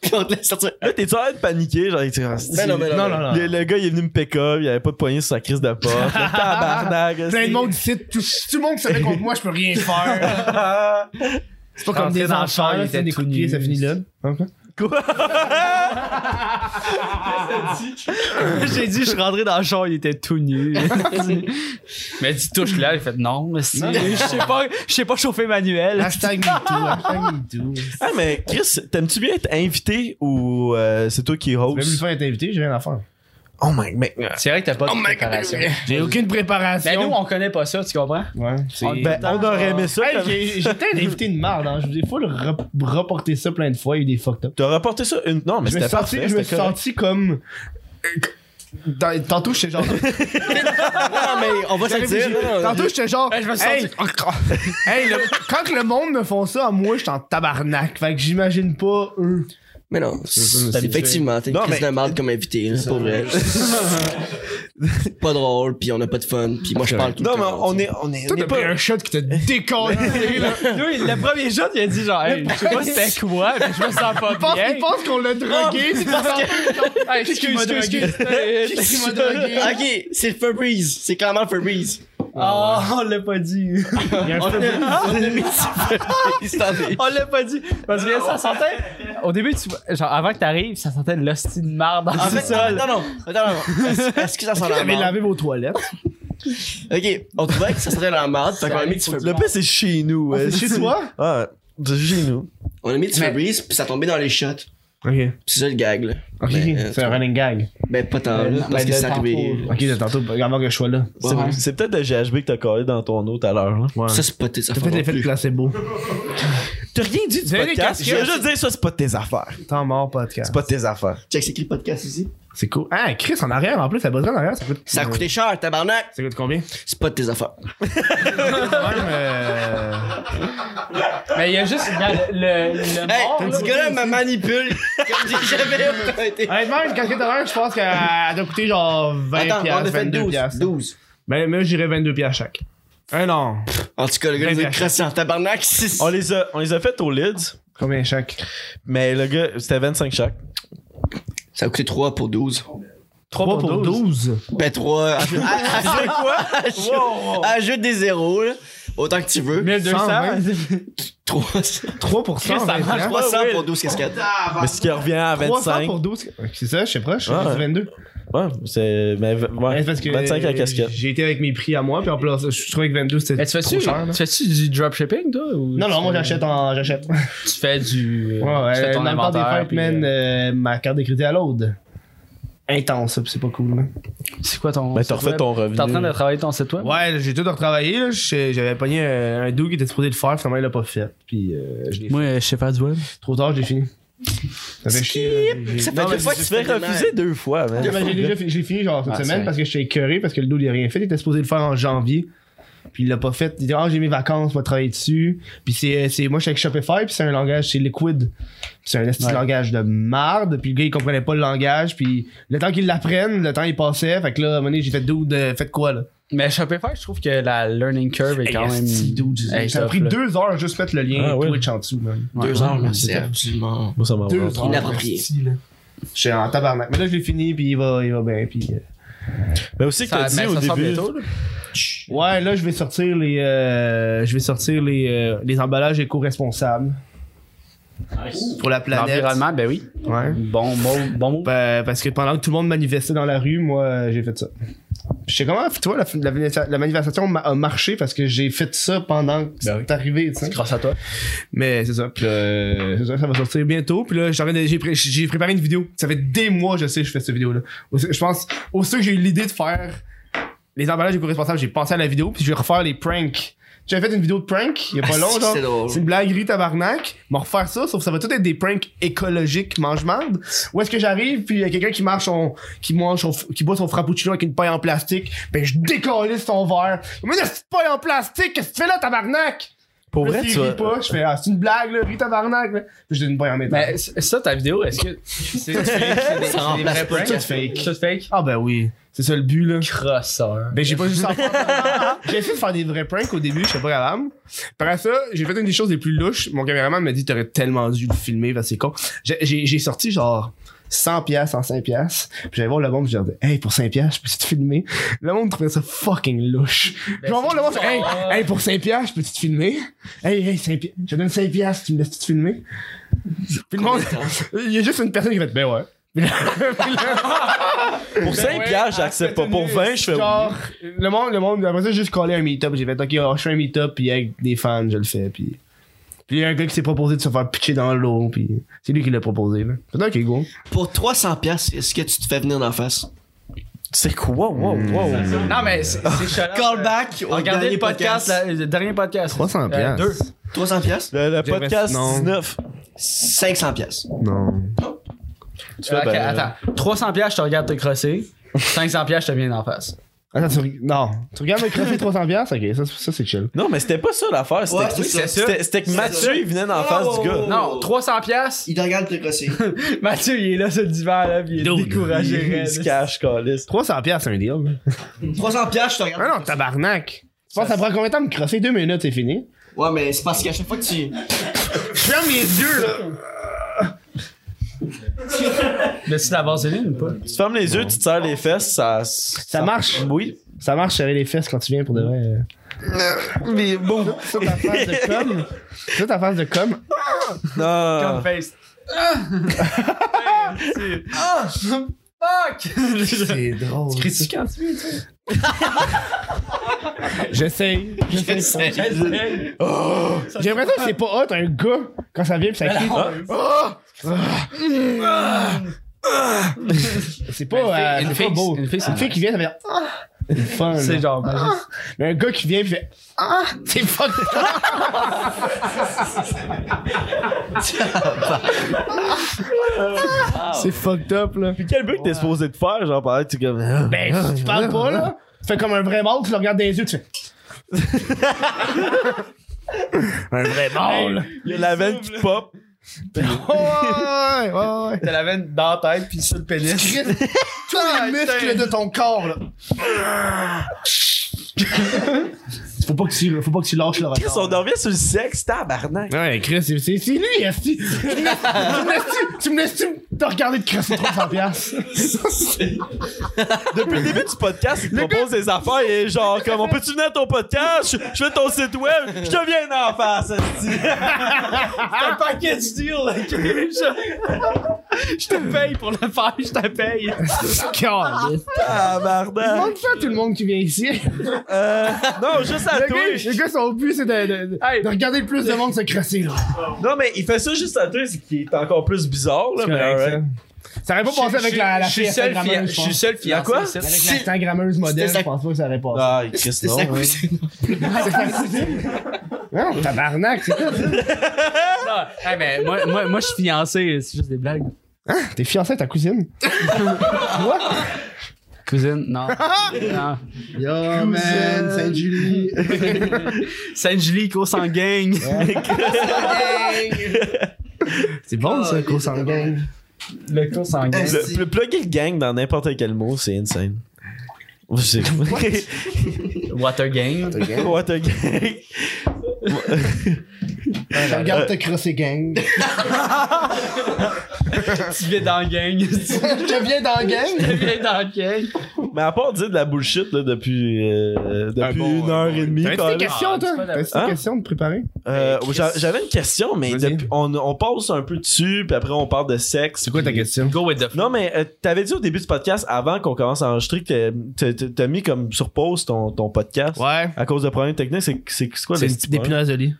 [SPEAKER 2] Puis on te laisse sortir.
[SPEAKER 1] Là, t'es-tu en train de paniquer? Genre, tu
[SPEAKER 2] Ben non, ben non, ben non.
[SPEAKER 1] Le, le gars, il est venu me pick-up, il avait pas de poignée sur sa crise de porte. Le Tabarnak.
[SPEAKER 3] Plein
[SPEAKER 1] c'est-
[SPEAKER 3] de monde ici, tout, tout le monde savait contre moi, je peux rien faire.
[SPEAKER 1] Ah,
[SPEAKER 3] C'est pas comme
[SPEAKER 8] Rentrer
[SPEAKER 3] des
[SPEAKER 8] dans le
[SPEAKER 3] enfants,
[SPEAKER 8] char, il
[SPEAKER 3] là,
[SPEAKER 8] était
[SPEAKER 3] c'est des
[SPEAKER 8] tout
[SPEAKER 3] coups de pied,
[SPEAKER 8] nu.
[SPEAKER 3] ça finit là.
[SPEAKER 8] J'ai dit, je rentrais dans le char, il était tout nu. Mais dit, touche là, il fait non, mais si, Ah, je sais pas, je sais pas chauffer manuel.
[SPEAKER 3] Hashtag MeToo, hashtag MeToo.
[SPEAKER 1] Ah, mais Chris, t'aimes-tu bien être invité ou euh, c'est toi qui
[SPEAKER 3] Même une
[SPEAKER 1] host?
[SPEAKER 3] fois être invité, j'ai rien à faire.
[SPEAKER 1] Oh my, mais.
[SPEAKER 8] C'est vrai que t'as pas de préparation.
[SPEAKER 3] Oh J'ai aucune préparation.
[SPEAKER 8] Mais nous, on connaît pas ça, tu comprends?
[SPEAKER 3] Ouais, c'est...
[SPEAKER 1] Ben, on aurait aimé ça.
[SPEAKER 3] Hey,
[SPEAKER 1] comme-
[SPEAKER 3] j'ai- J'étais un invité de marde, hein. je vous ai full rep- reporté ça plein de fois, il y a eu des fucked up.
[SPEAKER 1] T'as rapporté ça une. Non, mais
[SPEAKER 3] je me
[SPEAKER 1] c'était
[SPEAKER 3] suis senti,
[SPEAKER 1] parfait.
[SPEAKER 3] je me
[SPEAKER 1] c'était
[SPEAKER 3] suis
[SPEAKER 1] correct.
[SPEAKER 3] senti comme. euh, Dans- tantôt, j'étais genre.
[SPEAKER 2] Non, mais on va se le dire. non, non, non.
[SPEAKER 3] tantôt, j'étais genre.
[SPEAKER 8] je me suis
[SPEAKER 3] hey,
[SPEAKER 4] Oh,
[SPEAKER 3] hey, le- quand que le monde me font ça, moi, je suis en tabarnak. Fait que j'imagine pas eux.
[SPEAKER 2] Mais non,
[SPEAKER 3] ça,
[SPEAKER 2] effectivement, t'es une
[SPEAKER 1] Non,
[SPEAKER 2] crise
[SPEAKER 1] mais-
[SPEAKER 2] de marde comme invité, là, c'est pas vrai. pas drôle, pis on a pas de fun, pis moi je parle tout le
[SPEAKER 1] Non,
[SPEAKER 2] temps.
[SPEAKER 1] mais on est. On est, on
[SPEAKER 3] Toi,
[SPEAKER 1] est
[SPEAKER 3] t'as pris un shot qui t'a décollé. là.
[SPEAKER 8] le premier jour, il a dit genre, hey, je sais pas c'était quoi, mais je me sens pas
[SPEAKER 3] Je pense,
[SPEAKER 8] bien.
[SPEAKER 3] il pense qu'on l'a drogué. c'est parce que... excuse, excuse, excuse. Ah,
[SPEAKER 2] Ok, c'est le Febreze, c'est clairement le Febreze.
[SPEAKER 4] Oh, on l'a pas dit.
[SPEAKER 3] Il y a un
[SPEAKER 2] On
[SPEAKER 3] peu-
[SPEAKER 2] a mis
[SPEAKER 4] on l'a pas dit. Parce que ça sentait. Au début, tu- genre, avant que t'arrives, ça sentait de l'hostie de marde dans
[SPEAKER 2] En
[SPEAKER 4] le
[SPEAKER 2] fait,
[SPEAKER 4] sol.
[SPEAKER 2] non, non, attends, non. Est-ce est-ce que ça sent la merde?
[SPEAKER 3] vos toilettes.
[SPEAKER 2] Ok, on trouvait que ça serait la merde, fait qu'on a mis du Febreze.
[SPEAKER 1] Le pire, c'est chez nous. ouais.
[SPEAKER 3] c'est chez toi?
[SPEAKER 1] Ouais, de chez nous.
[SPEAKER 2] On a mis du Febreze, pis ça tombait dans les shots.
[SPEAKER 3] Ok.
[SPEAKER 2] C'est ça le gag, là.
[SPEAKER 3] Ok,
[SPEAKER 2] Ben,
[SPEAKER 3] c'est
[SPEAKER 8] euh,
[SPEAKER 3] un running gag.
[SPEAKER 2] Ben, pas tant, là, parce que c'est arrivé.
[SPEAKER 3] Ok, de tantôt, avant que je sois là.
[SPEAKER 1] C'est- C'est peut-être le GHB que t'as collé dans ton eau tout à l'heure. hein. là.
[SPEAKER 2] Ça, c'est pas tes
[SPEAKER 3] T'as fait l'effet de placebo.
[SPEAKER 1] T'as rien dit du
[SPEAKER 3] avez des
[SPEAKER 1] podcast. Je veux
[SPEAKER 3] casquettes?
[SPEAKER 1] juste dire, ça, c'est pas tes affaires.
[SPEAKER 3] Temps mort podcast.
[SPEAKER 1] C'est pas tes affaires.
[SPEAKER 2] Check, c'est qui le podcast ici?
[SPEAKER 3] C'est cool. Ah, Chris en arrière, en plus, la buzzerie en arrière, ça coûte.
[SPEAKER 2] Ça a coûté cher, tabarnak!
[SPEAKER 3] Ça coûte combien?
[SPEAKER 2] C'est pas de tes affaires.
[SPEAKER 3] euh,
[SPEAKER 4] Mais il y a juste. regarde, le, le
[SPEAKER 2] Hey,
[SPEAKER 4] mort, là,
[SPEAKER 2] ce gars-là me manipule comme j'ai jamais autant été.
[SPEAKER 3] Honnêtement, une casquette d'horreur, je pense qu'elle doit coûter genre 20
[SPEAKER 2] Attends, on a
[SPEAKER 3] piastres,
[SPEAKER 2] fait
[SPEAKER 3] 22
[SPEAKER 2] 12.
[SPEAKER 3] piastres.
[SPEAKER 2] 12.
[SPEAKER 3] Mais moi, j'irais 22 piastres chaque. Un an.
[SPEAKER 2] En tout cas, le gars,
[SPEAKER 3] Ben,
[SPEAKER 2] il est
[SPEAKER 3] bien.
[SPEAKER 2] crassé en tabarnak. c'est-
[SPEAKER 1] On les a, on les a faites au Lids,
[SPEAKER 3] Combien chaque?
[SPEAKER 1] mais le gars, c'était 25 chaque.
[SPEAKER 2] Ça a coûté 3 pour 12.
[SPEAKER 3] 3 pour 12.
[SPEAKER 2] Ben, 3. Ajoute quoi? ah, Ajoute des zéros, là. Autant que tu veux.
[SPEAKER 3] 1200?
[SPEAKER 2] 300
[SPEAKER 3] 3 pour 100.
[SPEAKER 4] ça marche pas.
[SPEAKER 2] 300 pour 12 cascades.
[SPEAKER 1] Mais ce qui revient à
[SPEAKER 3] 300
[SPEAKER 1] 25.
[SPEAKER 3] pour 12. C'est ça, je sais pas, je suis
[SPEAKER 1] Ouais.
[SPEAKER 3] rendu 22.
[SPEAKER 1] Ouais, c'est. Mais, v- ouais,
[SPEAKER 3] Ouais, c'est parce que
[SPEAKER 1] 25 à
[SPEAKER 3] euh,
[SPEAKER 1] la casquette.
[SPEAKER 3] J'ai été avec mes prix à moi, puis en plus, je trouvais que 22 c'était
[SPEAKER 4] Mais tu
[SPEAKER 3] trop
[SPEAKER 4] fais-tu
[SPEAKER 3] cher. là.
[SPEAKER 4] tu fais-tu du dropshipping, toi? ou
[SPEAKER 3] Non,
[SPEAKER 4] tu
[SPEAKER 3] non, moi
[SPEAKER 4] fais-
[SPEAKER 3] j'achète en. J'achète. Ouais,
[SPEAKER 4] Tu fais du. tu fais
[SPEAKER 3] ouais.
[SPEAKER 4] ton
[SPEAKER 3] Dans le temps des
[SPEAKER 4] inventaire,
[SPEAKER 3] fêtes,
[SPEAKER 4] puis,
[SPEAKER 3] man,
[SPEAKER 4] euh,
[SPEAKER 3] euh, ma carte de crédit à l'aude. Intense, ça, puis c'est pas cool, là.
[SPEAKER 4] C'est quoi ton.
[SPEAKER 1] Mais
[SPEAKER 4] site
[SPEAKER 1] Ben, t'as refait
[SPEAKER 4] web?
[SPEAKER 1] ton revenu.
[SPEAKER 4] T'es en train de travailler ton site web?
[SPEAKER 3] Ouais, là, j'ai tout retravaillé. là. Je- J'avais pogné euh, un doux qui était supposé le faire, finalement il l'a pas fait. Puis euh, je l'ai
[SPEAKER 4] Moi, euh, je sais faire du web.
[SPEAKER 3] fait. Trop tard, je l'ai fini. Ça fait chier. là. J'ai-
[SPEAKER 2] Ça
[SPEAKER 3] j'ai-
[SPEAKER 2] fait
[SPEAKER 1] Non, mais
[SPEAKER 2] deux fois que
[SPEAKER 1] tu
[SPEAKER 2] tu
[SPEAKER 1] te fais
[SPEAKER 2] fais des
[SPEAKER 1] refuser deux fois, man.
[SPEAKER 3] Ouais, ben, J'ai déjà fi- j'ai fini genre cette
[SPEAKER 4] Ah, c'est
[SPEAKER 3] semaine
[SPEAKER 4] vrai.
[SPEAKER 3] parce que j'étais écœuré parce que le doux il a rien fait. Il était supposé le faire en janvier. Puis il l'a pas fait. Il dit Ah, j'ai mes vacances, on va travailler dessus. Puis c'est, euh, c'est moi, je suis avec Shopify, puis c'est un langage, c'est Liquid. Puis c'est un esti de
[SPEAKER 4] Ouais.
[SPEAKER 3] langage de marde. Puis le gars, il comprenait pas le langage. Puis le temps qu'il l'apprenne, le temps il passait. Fait que là, à un moment donné, j'ai fait dude, euh, faites quoi là
[SPEAKER 4] Mais Shopify, je trouve que la learning curve est
[SPEAKER 3] Hey,
[SPEAKER 4] quand même.
[SPEAKER 3] esti, dude,
[SPEAKER 4] Hey,
[SPEAKER 3] Ça a
[SPEAKER 4] tough,
[SPEAKER 3] pris
[SPEAKER 4] là.
[SPEAKER 3] deux heures juste mettre le lien
[SPEAKER 1] Ah, ouais.
[SPEAKER 3] Twitch en dessous, man.
[SPEAKER 2] Deux heures, là, c'est absolument.
[SPEAKER 1] Moi, ça m'en va.
[SPEAKER 3] Deux heures.
[SPEAKER 2] Inapproprié.
[SPEAKER 3] esti, là. Je suis en tabarnak. Mais là, je l'ai fini, puis il va, il va bien. Puis, euh,
[SPEAKER 1] Mais aussi que
[SPEAKER 4] Ça,
[SPEAKER 1] t'as
[SPEAKER 4] mais
[SPEAKER 1] dit au
[SPEAKER 4] ça sort
[SPEAKER 1] début.
[SPEAKER 4] bientôt, là.
[SPEAKER 3] Ouais, là, je vais sortir les, euh, je vais sortir les, euh, les emballages éco-responsables. Pour la planète.
[SPEAKER 4] L'environnement, ben oui.
[SPEAKER 3] Ouais.
[SPEAKER 4] Bon mot. Bon mot.
[SPEAKER 3] Ben, parce que pendant que tout le monde manifestait dans la rue, moi, euh, j'ai fait ça. Je sais comment, tu vois, la, la- la manifestation ma- a marché parce que j'ai fait ça pendant que
[SPEAKER 4] Ben oui.
[SPEAKER 3] c'est arrivé, tu sais.
[SPEAKER 4] C'est grâce à toi.
[SPEAKER 3] Mais c'est ça, puis là, euh, c'est ça, ça va sortir bientôt. Puis là, j'ai envie de- j'ai pré- j'ai préparé une vidéo. Ça fait des mois, je sais, que je fais cette vidéo-là. Au- Je pense, aussitôt que j'ai eu l'idée de faire les emballages éco-responsables, j'ai pensé à la vidéo, puis je vais refaire les pranks. J'avais fait une vidéo de prank, il y a pas
[SPEAKER 2] Ah,
[SPEAKER 3] longtemps.
[SPEAKER 2] si, c'est drôle.
[SPEAKER 3] C'est une blaguerie tabarnak. M'en refaire ça, sauf que ça va tout être des pranks écologiques, mange-marde. Où est-ce que j'arrive, puis il y a quelqu'un qui marche son, qui mange son, qui boit son frappuccino avec une paille en plastique, ben je décolle son verre. Mais c'est une paille en plastique, qu'est-ce que tu fais là, tabarnak?
[SPEAKER 1] Pour
[SPEAKER 3] Là,
[SPEAKER 1] vrai,
[SPEAKER 3] s'il
[SPEAKER 1] tu
[SPEAKER 3] rit
[SPEAKER 1] vas-
[SPEAKER 3] pas, je fais, ah, c'est une blague, là, ris tabarnak, là. Puis je donne une paille en métal.
[SPEAKER 4] Mais c- ça, ta vidéo, est-ce que. C'est c'est- c'est des
[SPEAKER 2] Ça remplace pas le
[SPEAKER 4] pranks?
[SPEAKER 2] café.
[SPEAKER 4] Tout fake.
[SPEAKER 3] Ah, ben oui. C'est ça le but, là.
[SPEAKER 4] Crosseur.
[SPEAKER 3] Ben, j'ai pas juste en faire- J'ai essayé de faire des vrais pranks au début, je sais pas capable. Après ça, j'ai fait une des choses les plus louches. Mon caméraman m'a dit, t'aurais tellement dû le filmer, parce que c'est con. J'ai- J'ai j'ai sorti genre 100 piastres en 5 piastres. Puis j'allais voir le monde, puis j'ai dit, hey, pour 5 piastres, je peux te filmer? Le monde trouvait ça fucking louche. je vais voir le monde, hey, hey, pour 5 piastres, je peux te filmer? Hey, hey, 5 piastres, je te donne 5 piastres, tu me laisses te filmer? Puis le monde, il y a juste une personne qui fait, ben ouais. Puis là- puis là-
[SPEAKER 1] Pour 5 piastres, j'accepte pas. Pour 20, je fais.
[SPEAKER 3] Genre, le monde, le monde, après ça, j'ai juste collé un meet-up. J'ai fait, ok, alors, je fais un meet-up, puis avec des fans, je le fais, puis. Puis il y a un gars qui s'est proposé de se faire pitcher dans l'eau, puis c'est lui qui l'a proposé, là. Fait ok, go.
[SPEAKER 2] Pour 300 piastres, est-ce que tu te fais venir d'en face?
[SPEAKER 1] C'est quoi? Wow, wow.
[SPEAKER 4] Non, mais c'est
[SPEAKER 1] Ah.
[SPEAKER 4] c'est chalant.
[SPEAKER 2] Callback au
[SPEAKER 4] Regardez
[SPEAKER 2] dernier
[SPEAKER 4] le podcast. la- Le dernier podcast.
[SPEAKER 3] 300
[SPEAKER 4] Euh,
[SPEAKER 3] piastres.
[SPEAKER 4] Deux.
[SPEAKER 2] 300 piastres?
[SPEAKER 1] Le, le
[SPEAKER 3] J'aimerais-
[SPEAKER 1] podcast
[SPEAKER 3] non.
[SPEAKER 1] 19.
[SPEAKER 2] 500 piastres.
[SPEAKER 3] Non.
[SPEAKER 1] Tu
[SPEAKER 4] Euh,
[SPEAKER 1] fais, ben,
[SPEAKER 4] Attends. 300 piastres, je te regarde te crosser. 500 piastres, je te viens d'en face.
[SPEAKER 3] Attends, Ah, tu, reg- non. tu regardes le crochet 300 piastres, ok, ça, ça c'est chill.
[SPEAKER 1] Non, mais c'était pas ça l'affaire. C'était
[SPEAKER 2] Ouais,
[SPEAKER 1] que-
[SPEAKER 2] c'est
[SPEAKER 1] c'était-
[SPEAKER 2] ça.
[SPEAKER 1] c'était- c'était que Mathieu, il venait d'en face du gars.
[SPEAKER 4] Non, 300 piastres.
[SPEAKER 2] Il te regarde te crosser.
[SPEAKER 4] Mathieu, il est là ce divan là, puis il est découragé.
[SPEAKER 1] Il
[SPEAKER 4] raide.
[SPEAKER 1] se cache, calice.
[SPEAKER 3] 300 piastres, c'est un deal, là.
[SPEAKER 2] 300 piastres, je te
[SPEAKER 3] Ah
[SPEAKER 2] regarde.
[SPEAKER 3] non, tabarnak. Tu penses, ça prend combien de temps de me crosser? Deux minutes, c'est fini.
[SPEAKER 2] Ouais, mais c'est parce qu'à chaque fois que tu.
[SPEAKER 3] Je ferme les yeux, là.
[SPEAKER 4] Mais c'est de la vaseline ou pas?
[SPEAKER 1] Tu fermes les yeux, tu te serres les fesses, ça.
[SPEAKER 3] Ça marche.
[SPEAKER 1] Oui.
[SPEAKER 3] Ça marche serrer les fesses quand tu viens pour de vrai. euh. Mais bon, ça ta phase de com. Ça ta phase de com.
[SPEAKER 1] Non.
[SPEAKER 8] Comme face.
[SPEAKER 3] C'est drôle.
[SPEAKER 8] Critique quand tu veux.
[SPEAKER 3] J'essaye. J'essaye. Oh! J'ai l'impression que c'est pas hot un gars quand ça vient pis ça crie. Ah! Ah! Ah! C'est pas, euh,
[SPEAKER 8] Une
[SPEAKER 3] c'est pas
[SPEAKER 8] fille,
[SPEAKER 3] beau.
[SPEAKER 8] une fille, c'est
[SPEAKER 3] Une fille qui vient, ça fait. Ah! C'est fun. là.
[SPEAKER 8] C'est genre. ben,
[SPEAKER 3] Mais un gars qui vient pis fait. Ah! C'est fun. C'est fucked up là.
[SPEAKER 1] Ah. Puis quel but que t'es supposé te faire, genre, pendant que tu comme. ah,
[SPEAKER 3] Ben, si tu parles pas, là, tu fais comme un vrai mâle, tu le regardes dans les yeux, tu fais. un vrai mâle!
[SPEAKER 1] Il y a la veine qui te pop.
[SPEAKER 3] ouais, Ben, ouais, ouais, ouais.
[SPEAKER 8] T'as la veine dans la tête puis sur le pénis.
[SPEAKER 3] Chris, tous les muscles de ton corps, là. faut, pas que tu, faut pas que tu lâches le
[SPEAKER 1] Chris, on en revient sur le sexe, tabarnak.
[SPEAKER 3] Ouais, Chris, c'est, c'est, c'est lui, esti. Tu me laisses- tu me laisses- Tu me laisses-tu t'as regardé de crasser 300 piastres?
[SPEAKER 1] Depuis le début du podcast, il te propose des affaires et genre, comme, on peut-tu venir à ton podcast? Je, je fais ton site web, je te viens d'en face, esti.
[SPEAKER 8] un package deal, ok? Je, je te paye pour le faire, je te paye.
[SPEAKER 3] Calme.
[SPEAKER 1] Tabarnak.
[SPEAKER 3] Demande Ah, ça à tout le monde qui vient ici.
[SPEAKER 1] Euh, non, juste à
[SPEAKER 3] Le
[SPEAKER 1] toi.
[SPEAKER 3] gars, les gars, son but, c'est de, de- de- de regarder le plus de monde se crasser, là.
[SPEAKER 1] Non, mais il fait ça juste à toi, c'est qui est encore plus bizarre, là. Mais alright.
[SPEAKER 3] Ça aurait pas passé avec la, la
[SPEAKER 8] Je suis
[SPEAKER 3] fille
[SPEAKER 8] seul fia-
[SPEAKER 3] Instagrammeuse,
[SPEAKER 8] je
[SPEAKER 3] je
[SPEAKER 8] suis
[SPEAKER 3] pense.
[SPEAKER 8] seul fiancé.
[SPEAKER 1] quoi?
[SPEAKER 8] ici.
[SPEAKER 3] Avec
[SPEAKER 2] Si-
[SPEAKER 3] l'Instagrammeuse modèle,
[SPEAKER 2] C'était
[SPEAKER 3] je pense pas que ça aurait passé.
[SPEAKER 1] Ah, Chris,
[SPEAKER 2] C'est sa
[SPEAKER 1] non. ouais.
[SPEAKER 2] cousine.
[SPEAKER 3] Non, tabarnak, c'est quoi? ça?
[SPEAKER 8] Hey, mais moi, moi, moi, je suis fiancé, c'est juste des blagues.
[SPEAKER 3] T'es fiancé à ta cousine? Quoi?
[SPEAKER 8] Cousine, non. non.
[SPEAKER 3] Yo, man, Sainte-Julie.
[SPEAKER 8] Saint-Julie, course en gang.
[SPEAKER 3] C'est bon, ça, gros sanguin.
[SPEAKER 8] Le course en gang.
[SPEAKER 1] Le, pl- plugger le gang dans n'importe quel mot, c'est insane. Je sais pas.
[SPEAKER 8] Water gang.
[SPEAKER 1] What a gang.
[SPEAKER 3] Je regarde te crosser gang.
[SPEAKER 8] Tu viens dans la gang. Tu
[SPEAKER 3] Je viens dans la gang.
[SPEAKER 8] viens dans la gang.
[SPEAKER 1] Mais à part dire de la bullshit là, depuis, euh, depuis
[SPEAKER 2] bon,
[SPEAKER 1] une
[SPEAKER 2] un
[SPEAKER 1] heure et demie.
[SPEAKER 3] T'as
[SPEAKER 1] quand
[SPEAKER 3] des
[SPEAKER 1] même.
[SPEAKER 3] questions, toi? T'as des
[SPEAKER 1] Hein?
[SPEAKER 3] questions de préparer?
[SPEAKER 1] Euh, j'a- J'avais une question, mais
[SPEAKER 3] Vas-y.
[SPEAKER 1] depuis- on, on passe un peu dessus, puis après on parle de sexe. puis-
[SPEAKER 3] question?
[SPEAKER 8] Go with the
[SPEAKER 1] Non, mais euh, t'avais dit au début du podcast, avant qu'on commence à enregistrer, que t'as- t'as- t'as mis comme sur pause ton, ton podcast.
[SPEAKER 3] Ouais.
[SPEAKER 1] À cause de problèmes techniques, c'est c'est- c'est quoi le petit problème?
[SPEAKER 3] punaises de lit.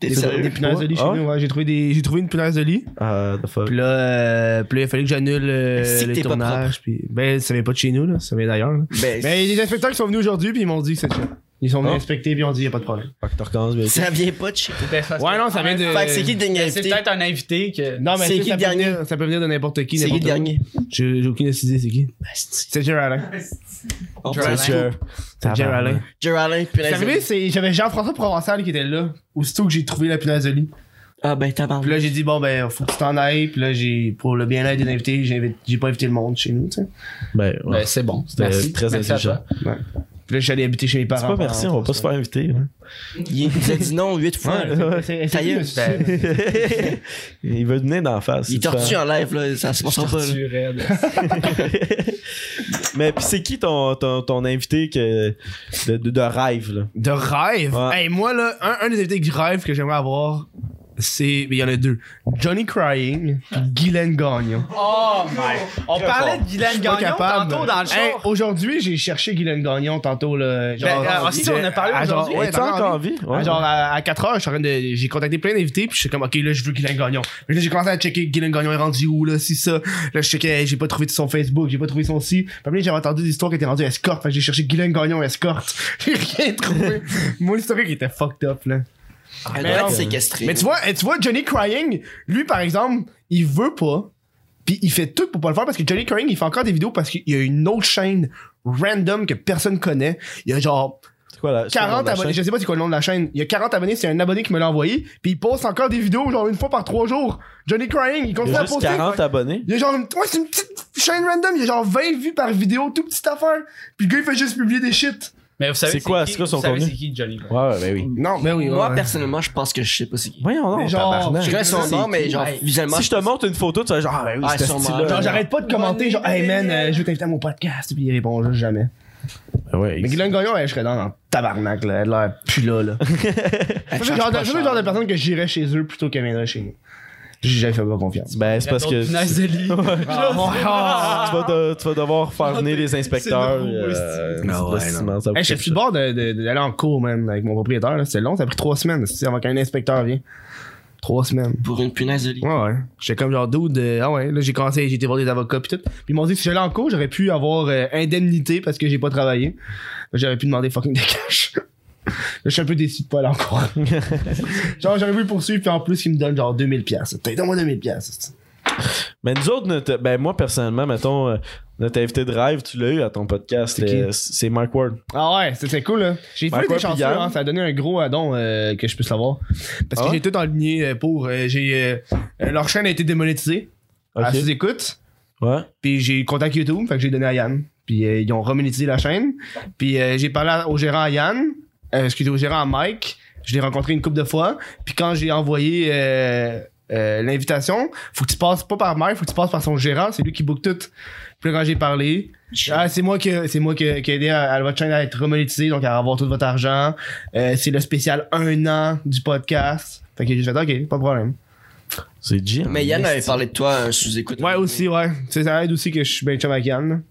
[SPEAKER 2] T'es
[SPEAKER 3] Des
[SPEAKER 2] sérieux?
[SPEAKER 3] punaises de lit chez
[SPEAKER 1] Ah ouais?
[SPEAKER 3] nous, ouais. J'ai trouvé, des- j'ai trouvé une punaise de lit.
[SPEAKER 1] Ah, the fuck.
[SPEAKER 3] Puis là, euh, puis là, il fallait que j'annule euh,
[SPEAKER 2] Si
[SPEAKER 3] le
[SPEAKER 2] t'es pas
[SPEAKER 3] tournage. Puis, ben, ça vient pas de chez nous, là. Ça vient d'ailleurs. là.
[SPEAKER 2] Ben,
[SPEAKER 3] Mais il y a des inspecteurs qui sont venus aujourd'hui, puis ils m'ont dit que c'était Ils sont venus
[SPEAKER 1] Ah.
[SPEAKER 3] inspecter, puis ils ont dit, il a pas de problème.
[SPEAKER 1] Fait que t'en recommences, mais-
[SPEAKER 2] ça vient pas de chez toi.
[SPEAKER 3] Ouais, non, ça vient de.
[SPEAKER 2] Fait que c'est qui le dernier
[SPEAKER 8] C'est
[SPEAKER 2] invité?
[SPEAKER 8] peut-être un invité que.
[SPEAKER 3] Non, mais
[SPEAKER 2] C'est
[SPEAKER 3] ça,
[SPEAKER 2] qui
[SPEAKER 3] ça
[SPEAKER 2] le
[SPEAKER 3] peut
[SPEAKER 2] dernier?
[SPEAKER 3] venir- ça peut venir de n'importe qui.
[SPEAKER 2] C'est qui le
[SPEAKER 3] n'importe où.
[SPEAKER 2] dernier?
[SPEAKER 3] J'ai j'ai aucune idée, c'est qui. C'est Jerry Alain.
[SPEAKER 1] C'est sûr.
[SPEAKER 3] C'est Jerry Alain.
[SPEAKER 2] Jerry Allen,
[SPEAKER 3] C'est
[SPEAKER 2] punaise. de
[SPEAKER 3] arrivé,
[SPEAKER 2] lit.
[SPEAKER 3] c'est- j'avais Jean-François Provençal qui était là, aussitôt que j'ai trouvé la punaise de lit.
[SPEAKER 2] Ah ben tabarnak.
[SPEAKER 3] Puis là, j'ai dit, bon, ben, faut que tu t'en ailles. Puis là, j'ai, pour le bien-être des invités, j'invite- j'ai pas invité le monde chez nous, tu sais.
[SPEAKER 1] Ben, ouais.
[SPEAKER 8] Ben, c'est bon.
[SPEAKER 1] C'était
[SPEAKER 8] Merci.
[SPEAKER 1] très
[SPEAKER 8] Merci à
[SPEAKER 1] intelligent.
[SPEAKER 8] toi.
[SPEAKER 3] Puis là, j'allais habiter chez mes
[SPEAKER 1] C'est
[SPEAKER 3] parents.
[SPEAKER 1] pas merci, on va pas se faire inviter. hein.
[SPEAKER 2] Il il a dit non huit fois. là.
[SPEAKER 3] Ça
[SPEAKER 2] y est, ben,
[SPEAKER 1] Il veut venir d'en face.
[SPEAKER 2] Il
[SPEAKER 1] c'est
[SPEAKER 2] tortue en live, là. Ça se passe pas, là.
[SPEAKER 8] Tu raides.
[SPEAKER 1] Mais puis c'est qui ton, ton, ton invité que, de, de, de rêve là?
[SPEAKER 3] De rêve.
[SPEAKER 1] Ouais.
[SPEAKER 3] Hey, moi, là, un, un des invités que je rêve que j'aimerais avoir, c'est. Il y en a deux. Johnny Crying, puis Guylaine Gagnon.
[SPEAKER 8] Oh my. On parlait de Guylaine
[SPEAKER 3] Pas
[SPEAKER 8] Gagnon
[SPEAKER 3] capable.
[SPEAKER 8] tantôt dans le
[SPEAKER 3] Hey,
[SPEAKER 8] show.
[SPEAKER 3] Aujourd'hui, j'ai cherché Guylaine Gagnon tantôt. Là, genre,
[SPEAKER 8] Ben, euh, aussi, on a parlé
[SPEAKER 3] à Ah, genre-
[SPEAKER 8] aujourd'hui.
[SPEAKER 3] ouais,
[SPEAKER 1] Es-tu
[SPEAKER 3] t'as
[SPEAKER 1] encore en
[SPEAKER 3] envie?
[SPEAKER 1] vie?
[SPEAKER 3] À
[SPEAKER 1] Ouais.
[SPEAKER 3] Ah, Genre à, 4 heures, je suis en train de- j'ai contacté plein d'invités puis je suis comme ok là je veux Guylaine Gagnon. Mais là j'ai commencé à checker Guylaine Gagnon est rendu où là si ça. Là je checkais j'ai pas trouvé son Facebook, j'ai pas trouvé son site. Puis après j'avais entendu l'histoire qui était rendue escorte, fait que j'ai cherché Guylaine Gagnon escorte. J'ai rien trouvé. Mon historique était fucked up là.
[SPEAKER 2] Elle
[SPEAKER 3] Mais
[SPEAKER 2] doit
[SPEAKER 3] non.
[SPEAKER 2] être séquestrée.
[SPEAKER 3] Mais tu vois, tu vois, Johnny Crying, lui, par exemple, il veut pas. Puis il fait tout pour pas le faire parce que Johnny Crying, il fait encore des vidéos parce qu'il y a une autre chaîne random que personne connaît. Il y a genre
[SPEAKER 1] C'est quoi, la- c'est quoi le nom
[SPEAKER 3] 40
[SPEAKER 1] de la
[SPEAKER 3] abonnés.
[SPEAKER 1] chaîne?
[SPEAKER 3] Je sais pas c'est quoi le nom de la chaîne. Il y a 40 abonnés, c'est un abonné qui me l'a envoyé. Puis il poste encore des vidéos genre une fois par trois jours. Johnny Crying,
[SPEAKER 1] Il
[SPEAKER 3] il
[SPEAKER 1] y
[SPEAKER 3] continue
[SPEAKER 1] a
[SPEAKER 3] à
[SPEAKER 1] juste
[SPEAKER 3] poster.
[SPEAKER 1] 40 abonnés.
[SPEAKER 3] Il y a genre, une- ouais, c'est une petite chaîne random. Il y a genre 20 vues par vidéo, toute petite affaire. Puis le gars, il fait juste publier des shit.
[SPEAKER 8] Mais vous savez,
[SPEAKER 1] C'est quoi-
[SPEAKER 8] qui-
[SPEAKER 1] c'est quoi son
[SPEAKER 8] vous savez
[SPEAKER 1] contenu?
[SPEAKER 8] C'est qui Johnny?
[SPEAKER 1] Ouais, ouais, ben oui.
[SPEAKER 3] Non, mais oui,
[SPEAKER 2] Moi, personnellement, je pense que je sais pas c'est qui.
[SPEAKER 1] Voyons donc,
[SPEAKER 3] Mais genre,
[SPEAKER 1] tabarnak.
[SPEAKER 2] Je connais son nom, mais genre,
[SPEAKER 8] Hey,
[SPEAKER 2] visuellement,
[SPEAKER 1] Si je te montre une photo, tu vas genre, ah ben oui,
[SPEAKER 2] Ah,
[SPEAKER 1] c'est ce
[SPEAKER 2] sûrement.
[SPEAKER 1] style-là.
[SPEAKER 3] Genre, j'arrête pas de commenter, genre, hey man, euh, je veux t'inviter à mon podcast, puis il répond juste jamais.
[SPEAKER 1] Ben Ouais,
[SPEAKER 3] Mais Guylaine Gagnon, elle, je serais dans un tabarnak, là. Elle a l'air plus là, là. C'est le genre de- c'est le genre de personne que j'irais chez eux plutôt qu'elle viendrait chez nous. J'avais fait pas confiance.
[SPEAKER 1] Ben, c'est parce que. Tu
[SPEAKER 8] Nazeli.
[SPEAKER 4] Ah!
[SPEAKER 1] vas, de- tu vas devoir faire venir les inspecteurs.
[SPEAKER 8] C'est drôle,
[SPEAKER 1] euh,
[SPEAKER 2] c'est- Ah ouais,
[SPEAKER 1] possiblement, ça va
[SPEAKER 3] Hey, je suis le bord de- de- de- d'aller en cours, même, avec mon propriétaire. là. C'était long, ça a pris trois semaines, c'est avant qu'un inspecteur vienne. Trois semaines.
[SPEAKER 2] Pour une punaise de lit.
[SPEAKER 3] Ouais, ouais. J'étais comme genre dude. euh, ah ouais, là j'ai commencé, j'ai été voir des avocats pis tout. Puis ils m'ont dit si j'allais en cours, j'aurais pu avoir euh, indemnité parce que j'ai pas travaillé. J'aurais pu demander fucking de cash. Là, je suis un peu déçu de pas aller en cours. genre, j'aurais pu poursuivre, puis en plus, ils me donnent genre 2000$. piastres. T'as donne-moi 2000$. piastres.
[SPEAKER 1] Mais nous autres, notre- ben moi personnellement, mettons, euh, notre invité de rêve, tu l'as eu à ton podcast,
[SPEAKER 3] C'est qui?
[SPEAKER 1] euh, c'est c'est Mike Ward.
[SPEAKER 3] Ah ouais, c'était cool, là. J'ai
[SPEAKER 1] Ben,
[SPEAKER 3] fait
[SPEAKER 1] quoi,
[SPEAKER 3] des chanceux,
[SPEAKER 1] puis Yann?
[SPEAKER 3] hein, ça a donné un gros addon euh, que je puisse l'avoir. Parce que
[SPEAKER 1] Ah ouais?
[SPEAKER 3] j'ai tout enligné euh, pour. euh, j'ai euh, Leur chaîne a été démonétisée à
[SPEAKER 1] Ok.
[SPEAKER 3] sous écoute.
[SPEAKER 1] Ouais.
[SPEAKER 3] Puis j'ai contacté YouTube, fait que j'ai donné à Yann. Puis euh, ils ont remonétisé la chaîne. Puis euh, j'ai parlé à- au gérant à Yann, euh, excusez, au gérant à Mike. Je l'ai rencontré une couple de fois. Puis quand j'ai envoyé euh, euh, l'invitation, faut que tu passes pas par Mike, faut que tu passes par son gérant, c'est lui qui book tout. Puis là, quand j'ai parlé, ah, c'est moi qui c'est moi qui, qui ai aidé à, à votre chaîne à être remonétisée, donc à avoir tout votre argent. Euh, c'est le spécial un an du podcast. Fait que j'ai fait ok, pas de problème.
[SPEAKER 1] C'est hein? Jim.
[SPEAKER 2] Mais Yann avait parlé de toi euh, sous écoute.
[SPEAKER 3] Ouais aussi, ouais. C'est- Ça aide aussi que je suis bien chum avec Yann.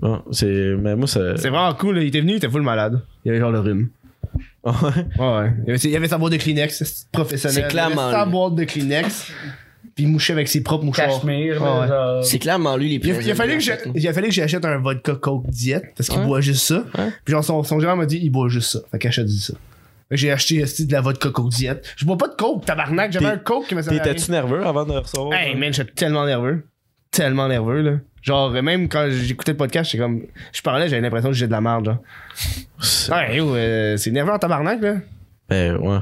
[SPEAKER 1] Bon, c'est. Mais moi, ça.
[SPEAKER 3] C'est vraiment cool, là. il était venu, il était full malade. Il avait genre le rhume.
[SPEAKER 1] Ouais.
[SPEAKER 3] Ouais, ouais. Il avait, il avait sa boîte de Kleenex c'est professionnel.
[SPEAKER 2] C'est clairement
[SPEAKER 3] Il avait sa
[SPEAKER 2] lui.
[SPEAKER 3] boîte de Kleenex, puis il mouchait avec ses propres mouchoirs.
[SPEAKER 4] Cachemire,
[SPEAKER 3] Ouais, ouais.
[SPEAKER 4] mais genre-
[SPEAKER 2] C'est clairement lui les
[SPEAKER 3] Il a, il a
[SPEAKER 2] punaises de
[SPEAKER 3] fallu
[SPEAKER 2] lit,
[SPEAKER 3] que
[SPEAKER 2] en
[SPEAKER 3] j'a-
[SPEAKER 2] fait, là.
[SPEAKER 3] il a fallu que j'achète un vodka coke diète parce qu'il
[SPEAKER 2] Ouais.
[SPEAKER 3] boit juste ça.
[SPEAKER 2] Ouais.
[SPEAKER 3] Puis genre son, son gérant m'a dit il boit juste ça. Fait qu'achète dit ça. Fait que J'ai acheté esti, de la vodka coke diète. Je bois pas de coke, tabarnak, j'avais
[SPEAKER 1] T'es-
[SPEAKER 3] un coke qui m'a servi à rien.
[SPEAKER 1] T'étais-tu nerveux avant de recevoir? euh?
[SPEAKER 3] Hey man, j'étais tellement nerveux. Tellement nerveux là. Genre même quand j'écoutais le podcast, j'étais comme je parlais, j'avais l'impression que j'ai de la merde genre.
[SPEAKER 1] C'est-
[SPEAKER 3] Ouais, yo, euh, c'est nerveux en tabarnak là.
[SPEAKER 1] Ben, ouais.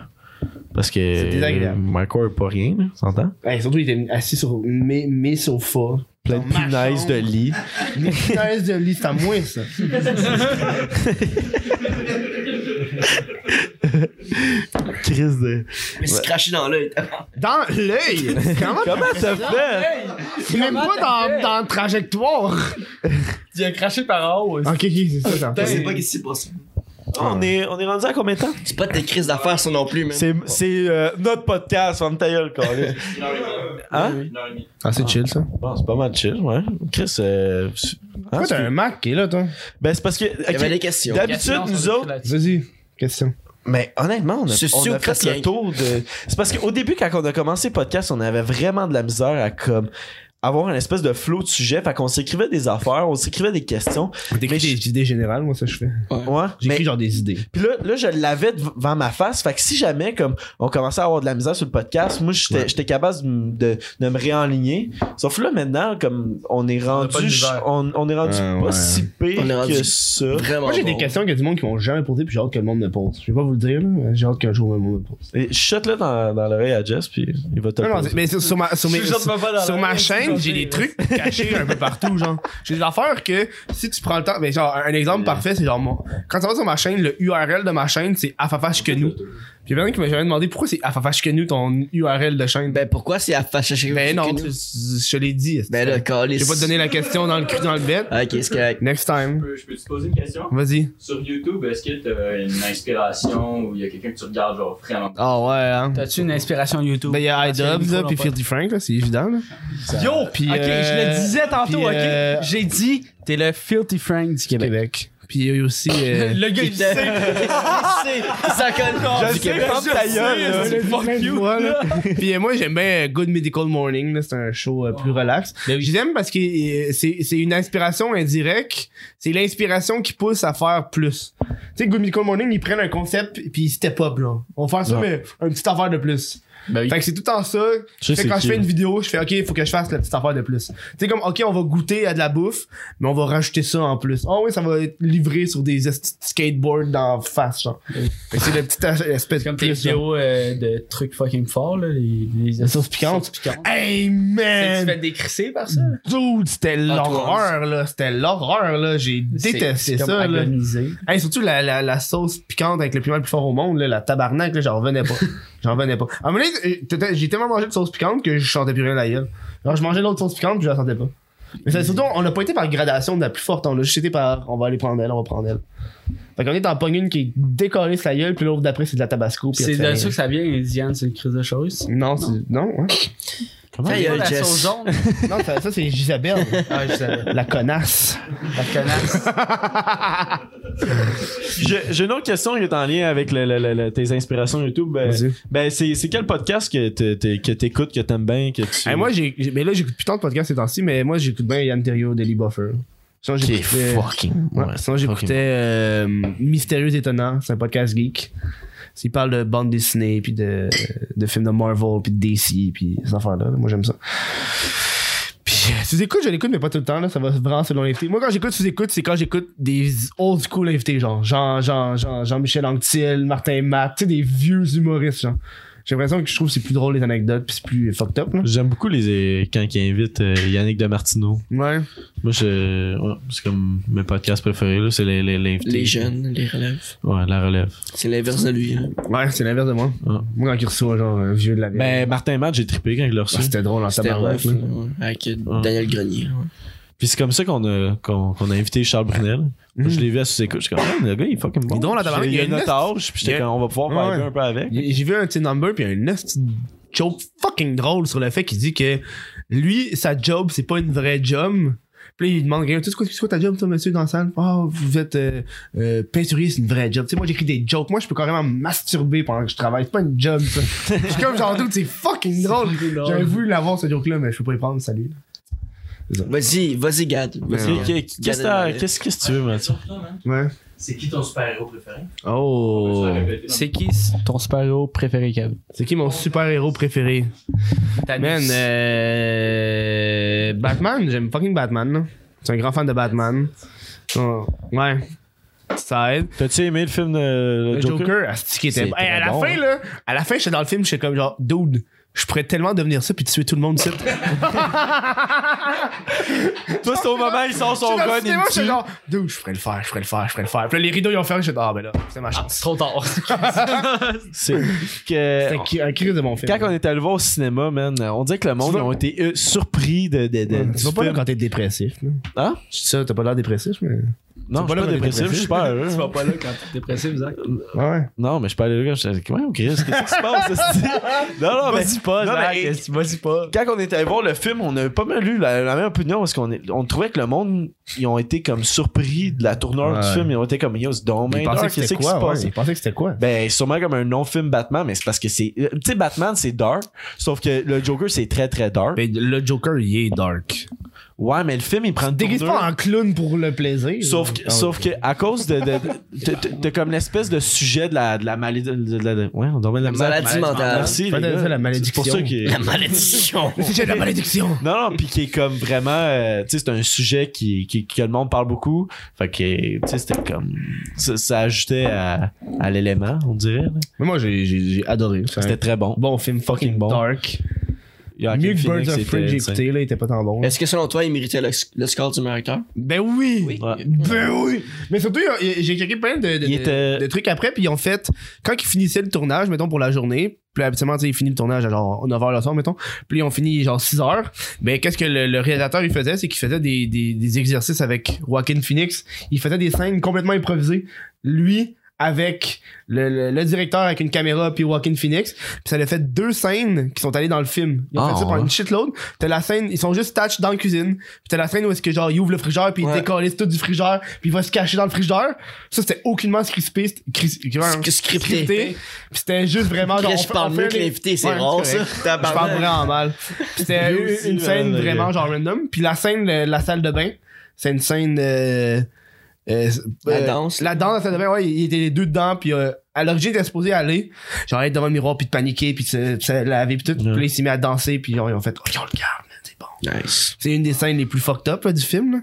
[SPEAKER 1] Parce que.
[SPEAKER 3] C'est désagréable.
[SPEAKER 1] Mike Ward, pas rien, là, t'entends?
[SPEAKER 3] Hey, surtout, il était assis sur mes, mes sofas.
[SPEAKER 1] Plein de
[SPEAKER 3] Dans ma
[SPEAKER 1] punaises de
[SPEAKER 3] chambre.
[SPEAKER 1] lit.
[SPEAKER 3] Mes punaises de lit, c'est à moi, ça.
[SPEAKER 1] Crise de.
[SPEAKER 2] Mais c'est craché dans l'œil.
[SPEAKER 3] Dans l'œil! Comment?
[SPEAKER 1] Comment ça fait?
[SPEAKER 3] C'est même pas dans, dans la trajectoire!
[SPEAKER 8] Tu as craché par en haut.
[SPEAKER 3] Ok, ok, c'est ça, ça.
[SPEAKER 2] Je sais pas qu'est-ce qui s'est passé.
[SPEAKER 1] On est, on est rendu à combien de temps?
[SPEAKER 2] C'est pas tes crises d'affaires ça non plus, man.
[SPEAKER 1] C'est c'est, euh, notre podcast, ferme ta gueule, câlisse. Hein?
[SPEAKER 3] Ah, c'est chill, ça.
[SPEAKER 1] Bon, c'est pas mal chill, ouais. Chris, euh, c'est- hein,
[SPEAKER 3] Pourquoi
[SPEAKER 1] c'est-
[SPEAKER 3] t'as un Mac qui est là, toi?
[SPEAKER 1] Ben, c'est parce que.
[SPEAKER 2] Il y avait
[SPEAKER 1] ok,
[SPEAKER 2] des questions.
[SPEAKER 1] D'habitude, nous autres,
[SPEAKER 3] Vas-y, question.
[SPEAKER 1] Mais honnêtement, on a,
[SPEAKER 2] Ce
[SPEAKER 1] on a fait
[SPEAKER 2] sous-chrétien.
[SPEAKER 1] le tour de. C'est parce qu'au début, quand on a commencé le podcast, on avait vraiment de la misère à comme avoir une espèce de flow de sujet. Fait qu'on s'écrivait des affaires, on s'écrivait des questions.
[SPEAKER 3] T'écris
[SPEAKER 1] Mais
[SPEAKER 3] des idées générales, moi, ça, je fais.
[SPEAKER 1] Ouais.
[SPEAKER 3] J'écris
[SPEAKER 1] mais-
[SPEAKER 3] genre des idées.
[SPEAKER 1] Puis là, là, je l'avais devant ma face. Fait que si jamais, comme, on commençait à avoir de la misère sur le podcast, moi, j'étais j'étais capable de, m- de- de me réenligner. Sauf là, maintenant, comme, on est
[SPEAKER 8] pas de
[SPEAKER 1] rendu.
[SPEAKER 8] misère.
[SPEAKER 1] On, on est rendu
[SPEAKER 3] Ah,
[SPEAKER 1] pas
[SPEAKER 3] ouais.
[SPEAKER 1] si pire
[SPEAKER 2] On est rendu-
[SPEAKER 1] que ça.
[SPEAKER 2] Vraiment.
[SPEAKER 3] Moi, j'ai des
[SPEAKER 2] bon.
[SPEAKER 3] questions que du monde qui m'ont jamais posées, puis j'ai hâte que le monde me pose. Je vais pas vous le dire, là. mais J'ai hâte qu'un jour, le monde me pose.
[SPEAKER 1] Et Chute-le dans, dans l'oreille à Jess, puis il va te le poser.
[SPEAKER 3] mais sur, ma, sur Sur ma chaîne, j'ai des trucs cachés un peu partout, genre. J'ai des affaires que si tu prends le temps, mais genre un exemple parfait, c'est genre mon- quand tu vas sur ma chaîne, le URL de ma chaîne, c'est afafache que nous. Puis il y a quelqu'un qui m'a jamais demandé pourquoi c'est afafache que nous ton URL de chaîne. Ben,
[SPEAKER 2] Ben pourquoi c'est à fâcher chez
[SPEAKER 3] non,
[SPEAKER 2] chez
[SPEAKER 3] tu-
[SPEAKER 2] nous?
[SPEAKER 3] je te l'ai dit.
[SPEAKER 2] Ben là, calice.
[SPEAKER 3] J'ai pas donné la question dans le cul dans le bête.
[SPEAKER 2] Ok, c'est correct.
[SPEAKER 3] Next time.
[SPEAKER 6] Je peux te poser une question?
[SPEAKER 3] Vas-y.
[SPEAKER 6] Sur YouTube, est-ce que t'as une inspiration ou il y a quelqu'un que tu regardes genre vraiment?
[SPEAKER 3] Ah ouais, hein.
[SPEAKER 4] T'as-tu une inspiration YouTube?
[SPEAKER 3] Ben, il y a iDubbbz, là,
[SPEAKER 4] micro,
[SPEAKER 3] puis
[SPEAKER 4] non,
[SPEAKER 3] 50 Frank, là, c'est évident, là.
[SPEAKER 8] Yo!
[SPEAKER 3] Puis,
[SPEAKER 8] ok, je
[SPEAKER 3] euh,
[SPEAKER 8] le disais tantôt,
[SPEAKER 3] puis,
[SPEAKER 8] ok?
[SPEAKER 3] euh,
[SPEAKER 8] J'ai dit, t'es le filthy Frank du Québec.
[SPEAKER 3] Québec. Puis il y a aussi. euh,
[SPEAKER 8] Le gars, il sait.
[SPEAKER 3] Ah,
[SPEAKER 2] Ça colle.
[SPEAKER 1] le sais, ferme ta gueule, là.
[SPEAKER 3] Fuck you. Puis euh, moi, j'aime bien euh, Good Medical Morning. là, C'est un show euh, plus relax.
[SPEAKER 1] Ben
[SPEAKER 3] J'aime parce que euh, c'est c'est une inspiration indirecte. C'est l'inspiration qui pousse à faire plus. Tu sais, Good Medical Morning, ils prennent un concept puis ils step up. Là. On va faire ça, mais une petite affaire de plus.
[SPEAKER 1] Ben oui.
[SPEAKER 3] Fait que c'est tout en ça.
[SPEAKER 1] Je sais
[SPEAKER 3] Fait que quand
[SPEAKER 1] qui.
[SPEAKER 3] je fais une vidéo, je fais OK, il faut que je fasse la petite affaire de plus. Tu sais, comme OK, on va goûter à de la bouffe, mais on va rajouter ça en plus. Oh oui, ça va être livré sur des esti de skateboards dans face. Genre. Fait que c'est le petit as- aspect de
[SPEAKER 4] Comme tes
[SPEAKER 3] plus. genre.
[SPEAKER 4] vidéos euh, de trucs fucking forts, là. Les,
[SPEAKER 3] La
[SPEAKER 4] les...
[SPEAKER 3] sauce piquante. Hey man!
[SPEAKER 4] décrisser par ça?
[SPEAKER 3] Dude, c'était
[SPEAKER 2] Ah, toi,
[SPEAKER 3] l'horreur là. C'était l'horreur là. J'ai détesté
[SPEAKER 4] comme
[SPEAKER 3] ça là.
[SPEAKER 4] agonisé.
[SPEAKER 3] Hey, surtout la, la, la sauce piquante avec le piment le plus fort au monde, là, la tabarnak, là, j'en revenais pas. j'en revenais pas. À un moment donné, euh, t'étais- j'ai tellement mangé de sauce piquante que je sentais plus rien à la gueule. Alors je mangeais l'autre sauce piquante puis je la sentais pas. Mais c'est surtout, on n'a pas été par gradation de la plus forte, on l'a juste été par on va aller prendre elle, on va prendre elle. Fait qu'on est en pogne une qui est décollée sur la gueule, puis l'autre d'après c'est de la tabasco. puis
[SPEAKER 8] C'est
[SPEAKER 3] elle fait
[SPEAKER 8] de
[SPEAKER 3] rien.
[SPEAKER 8] ça que ça vient, Diane, c'est une crise de chorus.
[SPEAKER 3] Non, c'est- non, hein.
[SPEAKER 2] Ta gueule,
[SPEAKER 8] la
[SPEAKER 2] Jess.
[SPEAKER 8] sauce jaune.
[SPEAKER 3] non ça, ça, c'est Gisabelle,
[SPEAKER 8] Ah, je savais.
[SPEAKER 3] la connasse.
[SPEAKER 8] La connasse.
[SPEAKER 1] J'ai j'ai une autre question qui est en lien avec le- le- le- le- tes inspirations YouTube.
[SPEAKER 4] euh,
[SPEAKER 1] Ben,
[SPEAKER 3] Vas-y.
[SPEAKER 1] ben, c'est c'est quel podcast que t'es- t'es- que t'écoutes, que t'aimes bien, que tu.
[SPEAKER 3] Hey, moi, j'ai, j'ai- mais là, j'écoute plus tant de podcasts ces temps-ci, mais moi, j'écoute bien Yann Terrio, Daily Buffer. Sinon, euh,
[SPEAKER 1] Qui est
[SPEAKER 3] j'écoutais-
[SPEAKER 1] fucking.
[SPEAKER 3] Ouais.
[SPEAKER 1] ouais,
[SPEAKER 3] Sinon,
[SPEAKER 1] fucking-
[SPEAKER 3] j'écoutais euh, Mystérieux Étonnant, c'est un podcast geek. Il parle de bande dessinée, puis de, de films de Marvel, puis de DC, puis ces affaires-là. Moi, j'aime ça. Puis, euh, sous-écoute, je l'écoute, mais pas tout le temps, là. Ça va vraiment selon l'invité. Moi, quand j'écoute sous-écoute, c'est quand j'écoute des old school invités, genre Jean, Jean, Jean, Jean-Michel Anctil, Martin Matt, tu sais, des vieux humoristes, genre. J'ai l'impression que je trouve que c'est plus drôle les anecdotes, puis c'est plus fucked up, là.
[SPEAKER 1] J'aime beaucoup les quand ils invitent euh, Yannick Demartino.
[SPEAKER 3] Ouais.
[SPEAKER 1] Moi, je... ouais, c'est comme mes podcasts préférés, là, c'est les, les, l'invité.
[SPEAKER 2] Les jeunes, les relèves.
[SPEAKER 1] Ouais, la relève.
[SPEAKER 2] C'est l'inverse de lui. hein.
[SPEAKER 3] Ouais, c'est l'inverse de moi.
[SPEAKER 1] Ouais.
[SPEAKER 3] Moi, quand il reçoit, genre, un vieux de la vieille,
[SPEAKER 1] Ben, Martin Matt, j'ai trippé quand il l'a reçu.
[SPEAKER 3] ah, c'était drôle en
[SPEAKER 2] C'était
[SPEAKER 3] tabarnak.
[SPEAKER 2] rough,
[SPEAKER 1] hein.
[SPEAKER 3] là.
[SPEAKER 2] ouais, Avec euh, Daniel Grenier. ouais.
[SPEAKER 1] Puis c'est comme ça qu'on a, qu'on, qu'on a invité Charles Brunel. Moi,
[SPEAKER 2] Mm.
[SPEAKER 1] Je l'ai vu à sous-écoute. Je suis comme, Ah, le gars, il est fucking bon.
[SPEAKER 3] Il est drôle, la tabarnak.
[SPEAKER 1] Il
[SPEAKER 3] Il y
[SPEAKER 1] a
[SPEAKER 3] a
[SPEAKER 1] une
[SPEAKER 3] une-
[SPEAKER 1] autre âge, puis
[SPEAKER 3] il
[SPEAKER 1] j'étais
[SPEAKER 3] y a-
[SPEAKER 1] comme, on va pouvoir
[SPEAKER 3] Ouais.
[SPEAKER 1] parler un peu avec.
[SPEAKER 3] J'ai j'ai vu un petit number puis un petit joke fucking drôle sur le fait qu'il dit que lui, sa job, c'est pas une vraie job. Puis là, il demande quelqu'un, tu sais, c'est quoi- c'est quoi ta job, toi, monsieur, dans la salle? Ah, vous êtes euh, euh, peinturier, c'est une vraie job. Tu sais, moi, j'écris des jokes. Moi, je peux carrément me masturber pendant que je travaille. C'est pas une job, ça. je suis comme, j'en doute, c'est fucking drôle. J'aurais voulu l'avoir, ce joke-là, mais je peux pas y prendre, salut.
[SPEAKER 2] Vas-y, vas-y, Gad. Vas-y.
[SPEAKER 1] Qu'est- qu'est- Qu'est-ce que t'as- qu'est-ce- qu'est-ce que tu veux, Mathieu?
[SPEAKER 3] Ouais.
[SPEAKER 6] C'est qui ton super-héros préféré?
[SPEAKER 3] Oh.
[SPEAKER 8] C'est qui ton super-héros préféré, Kev?
[SPEAKER 3] C'est qui mon super-héros préféré? Man,
[SPEAKER 8] euh,
[SPEAKER 3] euh, Batman, j'aime fucking Batman. là. Je suis un grand fan de Batman. Oh, ouais. Ça aide.
[SPEAKER 1] T'as-tu aimé le film de le
[SPEAKER 3] Le
[SPEAKER 1] Joker?
[SPEAKER 3] Joker, asti qui était.
[SPEAKER 1] C'est
[SPEAKER 3] Hey, à
[SPEAKER 1] très
[SPEAKER 3] la
[SPEAKER 1] bon,
[SPEAKER 3] fin,
[SPEAKER 1] hein.
[SPEAKER 3] là, à la fin, j'étais dans le film, j'étais comme genre, dude, je pourrais tellement devenir ça puis tuer tout le monde ici.
[SPEAKER 1] Toi, c'est au moment où il sort son
[SPEAKER 3] J'étais dans
[SPEAKER 1] gun,
[SPEAKER 3] le
[SPEAKER 1] il
[SPEAKER 3] cinéma,
[SPEAKER 1] me
[SPEAKER 3] j'étais
[SPEAKER 1] tue.
[SPEAKER 3] genre, dude, je pourrais le faire, je pourrais le faire, je pourrais le faire. Puis là, les rideaux, ils ont fermé, j'étais, ah, ben là, c'est ma chance.
[SPEAKER 8] trop tard.
[SPEAKER 1] C'est que-
[SPEAKER 3] C'est un cri- un cri de mon film.
[SPEAKER 1] Quand on est allé voir au cinéma, man, on dirait que le monde
[SPEAKER 3] vas-
[SPEAKER 1] ils ont été euh, surpris de. de, de
[SPEAKER 3] Ouais,
[SPEAKER 1] du
[SPEAKER 3] tu vas pas là
[SPEAKER 1] film.
[SPEAKER 3] quand t'es dépressif. Là.
[SPEAKER 1] Hein?
[SPEAKER 3] Je dis ça, t'as pas l'air dépressif, mais.
[SPEAKER 1] Non, je suis pas
[SPEAKER 3] vas pas là quand t'es
[SPEAKER 1] dépressif, je suis pas heureux.
[SPEAKER 8] tu vas pas là quand t'es dépressif, Zach.
[SPEAKER 3] Ouais.
[SPEAKER 1] Non, mais je suis pas allé là quand je suis Ouais, ok, qu'est-ce qui se passe? esti? non, non, mais.
[SPEAKER 8] pas,
[SPEAKER 1] Non, mais-
[SPEAKER 8] Vas-y pas.
[SPEAKER 1] Quand on est allé voir le film, on a pas mal lu la, la même opinion parce qu'on est- on trouvait que le monde, ils ont été comme surpris de la tournure du
[SPEAKER 3] Ouais.
[SPEAKER 1] film. Ils ont été comme, yo, c'est donc bien
[SPEAKER 3] Ils pensaient
[SPEAKER 1] dark,
[SPEAKER 3] que c'était
[SPEAKER 1] qu'est-ce qui se
[SPEAKER 3] quoi? ouais,
[SPEAKER 1] passe?
[SPEAKER 3] Ils pensaient que c'était quoi?
[SPEAKER 1] Ben, sûrement comme un non-film Batman, mais c'est parce que c'est. euh, Tu sais, Batman, c'est dark, sauf que le Joker, c'est très, très dark.
[SPEAKER 3] Ben, le Joker, il est dark.
[SPEAKER 1] Ouais, mais le film, il prend une
[SPEAKER 3] Déguise
[SPEAKER 1] tournure-
[SPEAKER 3] pas en clown pour le plaisir.
[SPEAKER 1] Sauf que,
[SPEAKER 3] Ah,
[SPEAKER 1] sauf
[SPEAKER 3] ok.
[SPEAKER 1] que à cause de, de, de- de- de- de comme l'espèce de sujet de la, de la maladie. De, de- de- ouais, on dormait de la
[SPEAKER 2] La
[SPEAKER 1] misère. Ah,
[SPEAKER 2] maladie mentale.
[SPEAKER 1] Merci.
[SPEAKER 3] Pas
[SPEAKER 1] les
[SPEAKER 3] de-
[SPEAKER 1] gars.
[SPEAKER 3] de la
[SPEAKER 1] C'est
[SPEAKER 3] malédiction.
[SPEAKER 1] pour ça qui.
[SPEAKER 2] La malédiction.
[SPEAKER 3] Le sujet de la malédiction.
[SPEAKER 1] Non, non, puis qui est comme vraiment. euh, tu sais, c'est un sujet qui, qui, que le monde parle beaucoup. Fait que, tu sais, c'était comme. Ça, ça ajoutait à, à l'élément, on dirait. là.
[SPEAKER 3] Mais moi, j'ai- j'ai j'ai adoré. C'est
[SPEAKER 1] C'était
[SPEAKER 3] un
[SPEAKER 1] très bon.
[SPEAKER 3] bon film, fucking
[SPEAKER 1] fucking bon.
[SPEAKER 3] dark.
[SPEAKER 1] Joaquin
[SPEAKER 3] Mieux que
[SPEAKER 1] Phoenix
[SPEAKER 3] Birds of
[SPEAKER 1] était,
[SPEAKER 3] Prey que j'ai
[SPEAKER 1] tu sais.
[SPEAKER 3] écouté, là, il était pas tant bon.
[SPEAKER 2] Est-ce que selon toi, il méritait le, le score du meilleur acteur?
[SPEAKER 3] Ben oui!
[SPEAKER 1] Ouais.
[SPEAKER 3] Ben oui! Mais surtout, il y a- il y a- j'ai checké plein de, de-
[SPEAKER 1] Il était-
[SPEAKER 3] de trucs après, puis ils ont fait, quand ils finissaient le tournage, mettons, pour la journée, puis habituellement, tu sais, ils finissent le tournage à genre 9h le soir, mettons, puis ils ont fini genre 6h, ben qu'est-ce que le, le réalisateur, il faisait, c'est qu'il faisait des, des, des exercices avec Joaquin Phoenix, il faisait des scènes complètement improvisées, lui, avec le, le- le directeur avec une caméra puis Joaquin Phoenix puis ça a fait deux scènes qui sont allées dans le film ils ont
[SPEAKER 1] Ah,
[SPEAKER 3] fait ça par
[SPEAKER 1] ouais.
[SPEAKER 3] une shitload t'as la scène ils sont juste touch dans la cuisine puis t'as la scène où est-ce que genre il ouvre le frigeur puis il
[SPEAKER 2] Ouais.
[SPEAKER 3] décolle tout du frigeur puis il va se cacher dans le frigeur ça c'était aucunement scripté c'était- cri-
[SPEAKER 2] Scripté.
[SPEAKER 3] scripté. Ah puis c'était juste vraiment genre
[SPEAKER 2] je parle mieux que l'invité, c'est rare, ça.
[SPEAKER 3] je parle vraiment mal Puis c'était
[SPEAKER 1] Lui
[SPEAKER 3] une-
[SPEAKER 1] aussi,
[SPEAKER 3] une
[SPEAKER 1] là,
[SPEAKER 3] scène
[SPEAKER 1] là,
[SPEAKER 3] vraiment
[SPEAKER 1] là.
[SPEAKER 3] genre random puis la scène de la salle de bain c'est une scène euh, euh,
[SPEAKER 2] La
[SPEAKER 3] euh,
[SPEAKER 2] danse.
[SPEAKER 3] la danse, ça devait, ouais, il était les deux dedans, puis euh, à l'origine, il était supposé aller, genre être devant le miroir, puis de paniquer, puis de se, de se laver, puis tout. Puis là, il s'est mis à danser, puis genre, ils ont fait, oh, on le garde, man, c'est bon.
[SPEAKER 2] Nice.
[SPEAKER 3] C'est une des scènes les plus fucked up là, du film, là.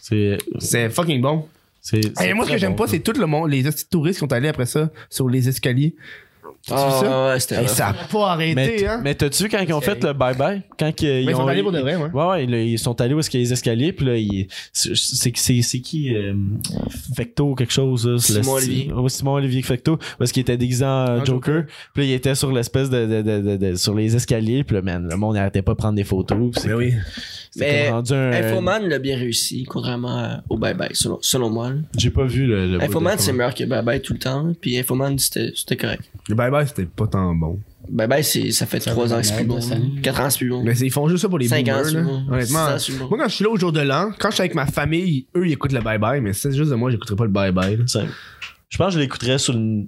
[SPEAKER 1] C'est.
[SPEAKER 3] C'est fucking bon.
[SPEAKER 1] c'est-
[SPEAKER 3] Et
[SPEAKER 1] c'est
[SPEAKER 3] Eh, moi, ce
[SPEAKER 1] très
[SPEAKER 3] que j'aime
[SPEAKER 1] bon.
[SPEAKER 3] pas, c'est tout le monde, les hosties de touristes qui sont allés après ça, sur les escaliers. vu ça?
[SPEAKER 2] Ah, ouais, c'était
[SPEAKER 3] Hey,
[SPEAKER 2] rough.
[SPEAKER 3] ça a pas
[SPEAKER 1] Mais,
[SPEAKER 3] arrêté,
[SPEAKER 1] t-
[SPEAKER 3] hein?
[SPEAKER 1] mais t'as-tu quand ils ont fait le bye-bye? Quand qu'ils- ils,
[SPEAKER 3] Mais ils
[SPEAKER 1] ont
[SPEAKER 3] sont allés pour de
[SPEAKER 1] eu-
[SPEAKER 3] vrai, ouais.
[SPEAKER 1] Ouais, ouais, là, ils sont allés où est-ce qu'il y a les escaliers, puis là, ils- c'est- c'est c'est- c'est qui euh, Fecto, quelque chose, là, c'est le-
[SPEAKER 2] Simon Olivier. Ah,
[SPEAKER 1] Ouais, Simon Olivier Fecto, parce qu'il était déguisé en
[SPEAKER 3] En
[SPEAKER 1] Joker, puis là, il était sur l'espèce de, de- de- de- de- sur les escaliers, puis là, man, le monde n'arrêtait pas de prendre des photos, puis c'est
[SPEAKER 3] oui.
[SPEAKER 1] c'était
[SPEAKER 2] Mais
[SPEAKER 1] comme rendu
[SPEAKER 3] euh,
[SPEAKER 1] un.
[SPEAKER 2] Infoman l'a bien réussi, contrairement à- au Bye Bye, selon, selon moi. là.
[SPEAKER 1] J'ai pas vu le. le
[SPEAKER 2] Infoman,
[SPEAKER 1] le-
[SPEAKER 2] c'est meilleur que Bye Bye tout le temps, puis Infoman, c'était c'était correct.
[SPEAKER 3] Le bye-bye, c'était pas tant bon.
[SPEAKER 2] Bye Bye, c'est- ça fait 3 ans que c'est plus bon. 4 ans, c'est plus bon.
[SPEAKER 3] Mais c'est- ils font juste ça pour les
[SPEAKER 2] 5 Mm. ans,
[SPEAKER 3] boomers,
[SPEAKER 2] c'est
[SPEAKER 3] là.
[SPEAKER 2] bon.
[SPEAKER 3] Honnêtement,
[SPEAKER 2] 6 ans, c'est bon.
[SPEAKER 3] moi, quand je suis là au jour de l'an, quand je suis avec ma famille, eux, ils écoutent le bye-bye, mais c'est juste de moi, j'écouterai pas le bye-bye. là.
[SPEAKER 1] Ça- Je pense que je l'écouterais sur le,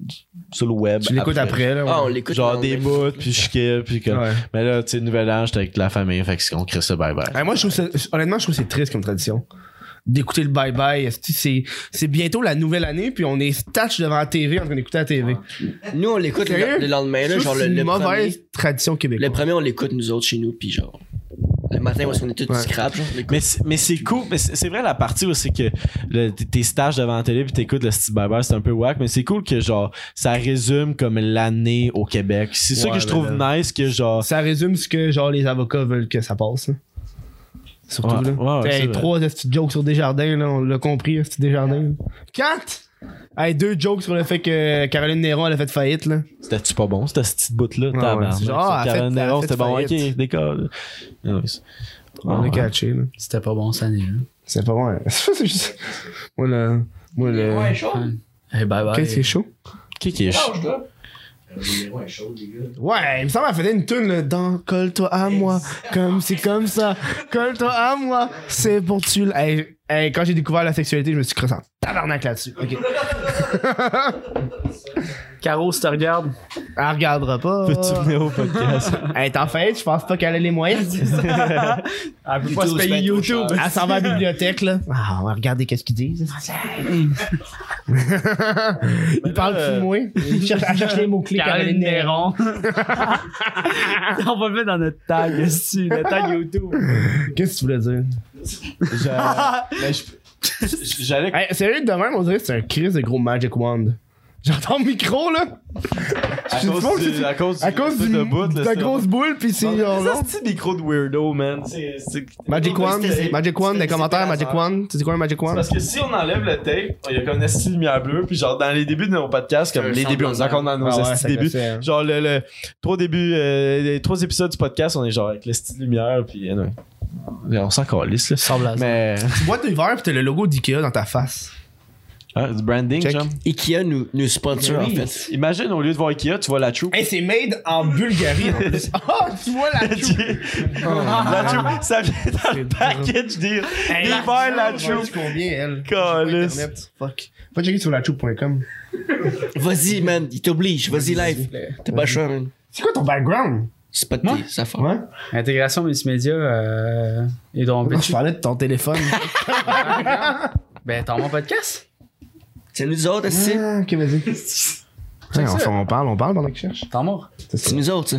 [SPEAKER 1] sur le web.
[SPEAKER 3] Tu l'écoutes après, là.
[SPEAKER 2] Ah, on
[SPEAKER 3] ouais.
[SPEAKER 2] l'écoute. mais
[SPEAKER 1] Genre
[SPEAKER 2] on
[SPEAKER 1] des
[SPEAKER 2] l'écoute.
[SPEAKER 1] bouts, puis je skip, puis comme.
[SPEAKER 3] Ouais.
[SPEAKER 1] Mais là, tu sais, nouvel âge, t'es avec la famille, fait que on crée ça bye-bye.
[SPEAKER 3] Ouais, Ben, moi, je trouve ça- honnêtement, je trouve que c'est triste comme tradition. D'écouter le bye-bye. esti, C'est c'est bientôt la nouvelle année, puis on est statch devant la TV en train d'écouter la TV.
[SPEAKER 2] Nous, on l'écoute
[SPEAKER 3] Sérieux?
[SPEAKER 2] le, le lendemain, Ben, là,
[SPEAKER 3] Je
[SPEAKER 2] genre
[SPEAKER 3] trouve que
[SPEAKER 2] le,
[SPEAKER 3] c'est une
[SPEAKER 2] le
[SPEAKER 3] mauvaise
[SPEAKER 2] premier.
[SPEAKER 3] tradition québécoise.
[SPEAKER 2] Le premier, on l'écoute nous autres chez nous, puis genre. Le matin, parce qu'on est tous
[SPEAKER 3] Ouais.
[SPEAKER 2] scrap, genre, on l'écoute.
[SPEAKER 1] Mais c'est- mais c'est cool, mais c'est c'est vrai la partie où c'est que le- t'es t'es stage devant la télé puis t'écoutes le style Barber, c'est un peu whack, mais c'est cool que genre ça résume comme l'année au Québec. C'est ça
[SPEAKER 3] Ouais,
[SPEAKER 1] que je
[SPEAKER 3] ben
[SPEAKER 1] trouve nice que genre
[SPEAKER 3] Ça résume ce que genre les avocats veulent que ça passe. là. Surtout
[SPEAKER 1] Ouais,
[SPEAKER 3] là.
[SPEAKER 1] ouais, ouais,
[SPEAKER 3] Hey,
[SPEAKER 1] c'est vrai.
[SPEAKER 3] trois petits jokes sur Desjardins, là, on l'a compris, des Desjardins. Quatre! Hey, deux jokes sur le fait que Caroline Néron elle a fait faillite là.
[SPEAKER 1] c'était pas bon, cette petite bout là,
[SPEAKER 3] Ouais, ouais, c'est genre, ah, faites-
[SPEAKER 1] Caroline Néron,
[SPEAKER 3] faites
[SPEAKER 1] c'était bon,
[SPEAKER 3] faillite.
[SPEAKER 1] OK, décolle. Non, mais c'est-
[SPEAKER 3] On
[SPEAKER 1] Ah,
[SPEAKER 3] l'a
[SPEAKER 1] ouais.
[SPEAKER 3] catché là.
[SPEAKER 4] C'était pas bon, ça, année-là.
[SPEAKER 3] C'est pas bon. hein. c'est juste. Moi le. Moi le.
[SPEAKER 4] Hey, bye bye.
[SPEAKER 3] Qu'est-ce qui est chaud?
[SPEAKER 1] Qui qui est chaud?
[SPEAKER 3] Ouais, il me semble qu'elle faisait une tune là, dans Colle-toi à moi, comme c'est comme ça, colle-toi à moi, c'est pour tu. Hey, hey, quand j'ai découvert la sexualité, je me suis creusé en tabarnak là-dessus. Ok.
[SPEAKER 8] Caro, si te regardes,
[SPEAKER 3] Elle regardera pas.
[SPEAKER 1] Peux-tu venir au podcast?
[SPEAKER 3] Elle est en fête, je pense pas qu'elle a les moyens.
[SPEAKER 8] elle peut pas se payer
[SPEAKER 2] trop
[SPEAKER 8] YouTube.
[SPEAKER 3] Elle s'en va à la bibliothèque, là. Ah, on va regarder qu'est-ce qu'ils disent. Ils parlent plus de moi. Ils cherchent- Elle cherche les mots-clés.
[SPEAKER 8] Caroline
[SPEAKER 3] euh, Caroline Néron.
[SPEAKER 8] Néron. On va le mettre dans notre tag, ici, le tag YouTube.
[SPEAKER 3] Qu'est-ce que tu voulais dire?
[SPEAKER 1] J'allais
[SPEAKER 3] Hey, sérieux, demain, on dirait que c'est un crise de gros Magic Wand. J'entends le micro, là.
[SPEAKER 1] à
[SPEAKER 3] Je
[SPEAKER 1] cause
[SPEAKER 3] pense que
[SPEAKER 1] du
[SPEAKER 3] c'est-
[SPEAKER 1] à cause
[SPEAKER 3] À cause
[SPEAKER 1] du
[SPEAKER 3] du,
[SPEAKER 1] de bout,
[SPEAKER 3] de la grosse boule, puis c'est genre long.
[SPEAKER 1] c'est un micro de weirdo, man. C'est c'est-
[SPEAKER 3] Magic Wand,
[SPEAKER 2] c'était-
[SPEAKER 3] Magic Wand, des
[SPEAKER 2] c'était-
[SPEAKER 3] commentaires,
[SPEAKER 2] c'était
[SPEAKER 3] Magic
[SPEAKER 2] la
[SPEAKER 3] Wand. Tu dis quoi, Magic
[SPEAKER 1] C'est
[SPEAKER 3] Wand?
[SPEAKER 1] Parce que si on enlève le tape, il y a comme une esti de lumière bleue, puis genre dans les débuts de nos podcasts, comme
[SPEAKER 2] Un
[SPEAKER 3] Euh,
[SPEAKER 1] les débuts, on est encore dans
[SPEAKER 2] semblant
[SPEAKER 1] nos
[SPEAKER 3] Ah ouais,
[SPEAKER 1] esti
[SPEAKER 3] ça
[SPEAKER 1] débuts.
[SPEAKER 3] fait, hein.
[SPEAKER 1] Genre le, le- trois débuts, euh, les trois épisodes du podcast, on est genre avec l'esti de lumière, puis anyway. Mais on s'en calisse là.
[SPEAKER 4] Sans blaser.
[SPEAKER 1] Mais
[SPEAKER 3] Tu bois de verre, puis t'as le logo d'IKEA dans ta face.
[SPEAKER 1] Hein, du branding,
[SPEAKER 3] Check.
[SPEAKER 1] genre.
[SPEAKER 2] Ikea nous, nous sponsor,
[SPEAKER 1] Ben
[SPEAKER 2] en fait.
[SPEAKER 1] Imagine au lieu de voir Ikea, tu vois la True.
[SPEAKER 3] Hey, c'est made en Bulgarie, en plus. Oh, tu vois la
[SPEAKER 1] la
[SPEAKER 3] chou-
[SPEAKER 1] True, ça vient dans le package dire.
[SPEAKER 3] Hey,
[SPEAKER 1] Il va la
[SPEAKER 3] Ouais,
[SPEAKER 1] True.
[SPEAKER 3] c'est combien, elle? J'ai pas
[SPEAKER 1] Calisse.
[SPEAKER 3] Internet. Fuck. Faut checker sur lachoop.com.
[SPEAKER 2] Vas-y, man, il t'oblige, vas-y live. T'as pas le choix, man.
[SPEAKER 3] C'est quoi ton background?
[SPEAKER 2] C'est pas de tes ça affaires.
[SPEAKER 3] Ouais.
[SPEAKER 4] Intégration multimédia euh, et donc
[SPEAKER 3] Je parlais de ton téléphone.
[SPEAKER 4] Ben, t'as mon podcast?
[SPEAKER 2] C'est nous autres, c'est
[SPEAKER 3] Ah, ok, vas-y. Ouais, on, on parle, on parle pendant que je cherche.
[SPEAKER 4] T'as mort.
[SPEAKER 2] c'est nous autres, ça.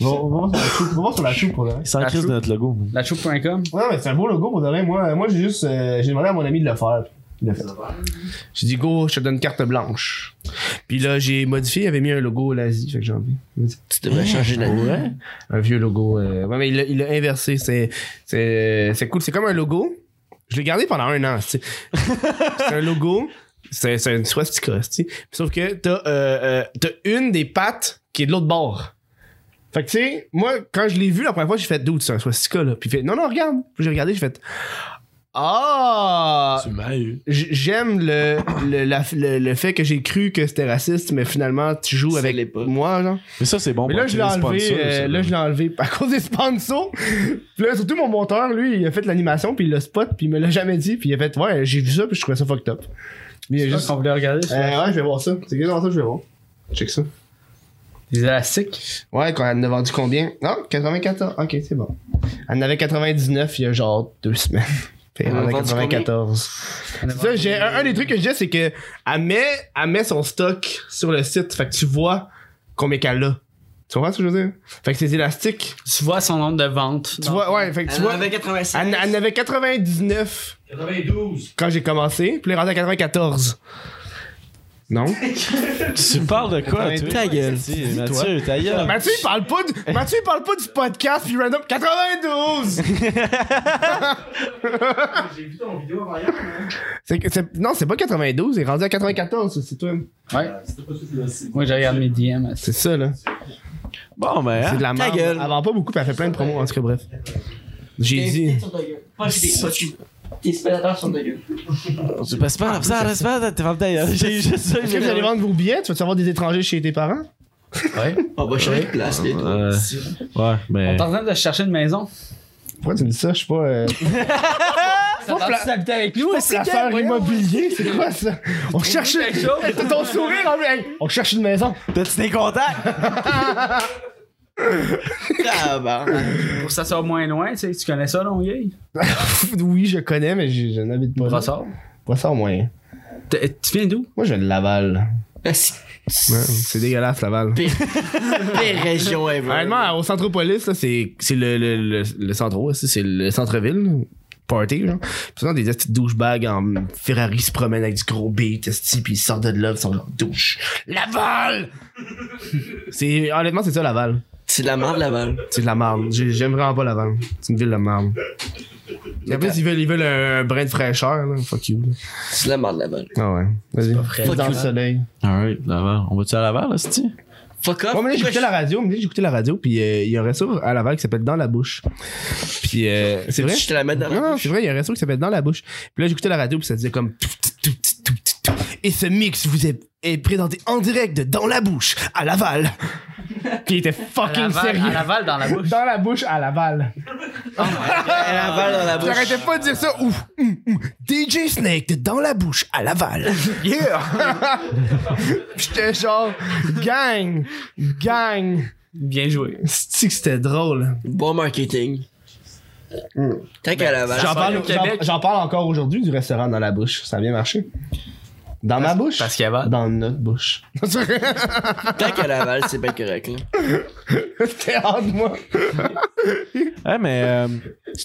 [SPEAKER 3] On va voir sur la choupe, on va voir sur la choupe pour de vrai.
[SPEAKER 1] Sans crise de notre logo.
[SPEAKER 4] Lachouk.com.
[SPEAKER 3] Ouais, mais c'est un beau logo pour de vrai. Moi, moi j'ai juste. euh, j'ai demandé à mon ami de le faire. Il l'a fait. J'ai dit, go, je te donne une carte blanche. Puis là, j'ai modifié, il avait mis un logo l'Asie. Fait que j'ai envie.
[SPEAKER 2] Tu devrais changer d'avis.
[SPEAKER 3] Ouais. Un vieux logo. euh, ouais, mais il l'a- il l'a inversé. C'est, c'est, c'est cool. C'est comme un logo. Je l'ai gardé pendant un an. C'est, c'est un logo. C'est, c'est une swastika. c'est- Sauf que t'as, euh, euh, t'as une des pattes qui est de l'autre bord. Fait que tu sais, moi, quand je l'ai vu la première fois, j'ai fait doute, c'est un swastika là. Puis il fait non, non, regarde. Puis j'ai regardé, j'ai fait Ah!
[SPEAKER 1] m'as eu.
[SPEAKER 3] J- J'aime le, le, la- le, le fait que j'ai cru que c'était raciste, mais finalement, tu joues
[SPEAKER 2] C'est
[SPEAKER 3] avec
[SPEAKER 2] l'époque.
[SPEAKER 3] moi, genre.
[SPEAKER 1] Mais ça, c'est bon.
[SPEAKER 3] Mais
[SPEAKER 1] pour
[SPEAKER 3] là, je l'ai
[SPEAKER 1] attirer les
[SPEAKER 3] enlevé.
[SPEAKER 1] sponsors,
[SPEAKER 3] euh,
[SPEAKER 1] ça,
[SPEAKER 3] là, je l'ai enlevé à cause des sponsors. puis là, surtout mon monteur, lui, il a fait l'animation, puis il l'a spot, puis il me l'a jamais dit, puis il a fait, ouais, j'ai vu ça, puis je trouvais ça fucked up. Mais il
[SPEAKER 4] C'est
[SPEAKER 3] a
[SPEAKER 4] juste
[SPEAKER 3] juste.
[SPEAKER 4] qu'on voulait regarder.
[SPEAKER 3] Euh, ouais, je vais voir ça. C'est exactement ça que je vais voir. Check ça.
[SPEAKER 4] Des élastiques.
[SPEAKER 3] Ouais, quand elle en a vendu combien Non, 94. Ok, c'est bon. Elle en avait 99 il y a genre deux semaines. Puis elle
[SPEAKER 2] On
[SPEAKER 3] en
[SPEAKER 2] a
[SPEAKER 3] a
[SPEAKER 2] vendu
[SPEAKER 3] 94. C'est ça, j'ai un, un des trucs que j'ai, c'est que elle met, elle met son stock sur le site. Fait que tu vois combien qu'elle a. Tu comprends ce que je veux dire? Fait que c'est élastique.
[SPEAKER 4] Tu vois son nombre de ventes.
[SPEAKER 3] Tu vois, ouais, fait que tu vois.
[SPEAKER 2] avait 85.
[SPEAKER 3] Elle, elle en avait 99
[SPEAKER 6] 92.
[SPEAKER 3] quand j'ai commencé, puis elle est rendue à 94. Non?
[SPEAKER 1] Tu parles de quoi, toi?
[SPEAKER 2] Ta gueule.
[SPEAKER 1] Dis, Mathieu, ta gueule.
[SPEAKER 3] Mathieu, il parle pas, du- Mathieu, il parle pas du podcast, puis random 92!
[SPEAKER 6] J'ai vu ton vidéo avant hier, mais.
[SPEAKER 3] C'est que- c'est- non, c'est pas 92, il est rendu à 94, c'est toi.
[SPEAKER 6] euh, C'était pas tout le site.
[SPEAKER 4] Moi, je regarde mes DM.
[SPEAKER 3] C'est ça, là.
[SPEAKER 1] Bon, mais.
[SPEAKER 3] C'est de la
[SPEAKER 2] Ta
[SPEAKER 3] merde.
[SPEAKER 2] gueule.
[SPEAKER 3] Elle vend pas beaucoup, puis elle fait plein de promos, en tout cas, bref. J'ai dit.
[SPEAKER 2] Pas des potus. Tes spectateurs sont dégueux.
[SPEAKER 1] C'est pas ça, c'est pas ça, t'es pas ta gueule. J'ai juste ça.
[SPEAKER 3] Est-ce que vous allez vendre vos billets? Tu vas-tu avoir des étrangers chez tes parents?
[SPEAKER 2] On va changer de place, les deux.
[SPEAKER 1] Euh, Ouais, mais.
[SPEAKER 4] On est en train de chercher une maison.
[SPEAKER 3] Pourquoi tu me dis ça? Je suis pas. Euh...
[SPEAKER 4] Ça va s'habiter avec nous.
[SPEAKER 3] Quoi, placeur immobilier? C'est quoi ça? On cherche. T'as ton sourire en hey, On cherche une maison.
[SPEAKER 1] T'as-tu des contacts?
[SPEAKER 2] Ah, bah.
[SPEAKER 4] Pour que ça sort moins loin, tu sais, tu connais ça, Longueuil?
[SPEAKER 3] oui, je connais, mais je, je n'habite pas. là.
[SPEAKER 4] Brossard.
[SPEAKER 3] Brossard, moyen.
[SPEAKER 4] T'es- Tu viens d'où?
[SPEAKER 3] Moi, je viens de Laval. Ouais,
[SPEAKER 2] C'est
[SPEAKER 3] c'est dégueulasse, Laval.
[SPEAKER 2] les régions ever.
[SPEAKER 3] Honnêtement, au Centropolis, là, c'est c'est le, le, le, le centre, ouais, c'est c'est le centre-ville. Party, genre. Puis souvent, des petites douchebags en Ferrari se promènent avec du gros beat, esti, puis ils sortent de là, puis ils sont genre douche. Laval! c'est, honnêtement, c'est ça, Laval.
[SPEAKER 2] C'est de la merde, Laval.
[SPEAKER 3] C'est de la merde. J'ai- J'aime vraiment pas Laval. C'est une ville de merde. Et en plus, ils veulent, ils veulent un, un brin de fraîcheur, là. Fuck you. là.
[SPEAKER 2] C'est de la merde, Laval.
[SPEAKER 3] Ah ouais. Vas-y.
[SPEAKER 2] Fuck
[SPEAKER 3] Dans le
[SPEAKER 2] you.
[SPEAKER 3] soleil.
[SPEAKER 1] Alright, Laval. On va-tu à Laval, là, cest
[SPEAKER 2] Ah, Fuck off.
[SPEAKER 3] Ouais, mais là, j'écoutais la radio, mais là, j'écoutais la radio, puis euh, il y a un resto à Laval qui s'appelle Dans la bouche. Puis euh, c'est vrai?
[SPEAKER 2] Je te la mets dans
[SPEAKER 3] Non,
[SPEAKER 2] la
[SPEAKER 3] non, c'est vrai, il y a un resto qui s'appelle Dans la bouche. Puis là, j'écoutais la radio, puis ça disait comme. tout, tout, tout, tout, tout, tout, tout. Et ce mix vous est, est présenté en direct de Dans la bouche, à Laval. puis il était fucking sérieux.
[SPEAKER 4] Laval, dans la bouche.
[SPEAKER 3] Dans la bouche, à Laval.
[SPEAKER 2] Laval dans
[SPEAKER 4] Ah,
[SPEAKER 2] la
[SPEAKER 4] bah,
[SPEAKER 2] bouche.
[SPEAKER 3] J'arrêtais pas de dire ça. Ouf, hum, hum. DJ Snake de Dans la bouche, à Laval. Yeah! Puis j'étais genre, gang, gang.
[SPEAKER 4] Bien joué.
[SPEAKER 3] cest que c'était drôle?
[SPEAKER 2] Bon marketing.
[SPEAKER 1] Hmm.
[SPEAKER 2] T'as qu'à Laval.
[SPEAKER 3] Ben, J'en parle,
[SPEAKER 4] au Québec.
[SPEAKER 3] j'en- j'en parle encore aujourd'hui du restaurant dans la bouche. Ça a bien marché. Dans ma bouche?
[SPEAKER 4] Parce qu'il y avait.
[SPEAKER 3] Dans notre bouche.
[SPEAKER 2] Tant qu'à Laval, c'est pas correct. Là.
[SPEAKER 3] T'es hors de moi. Eh,
[SPEAKER 1] Ouais, mais. euh,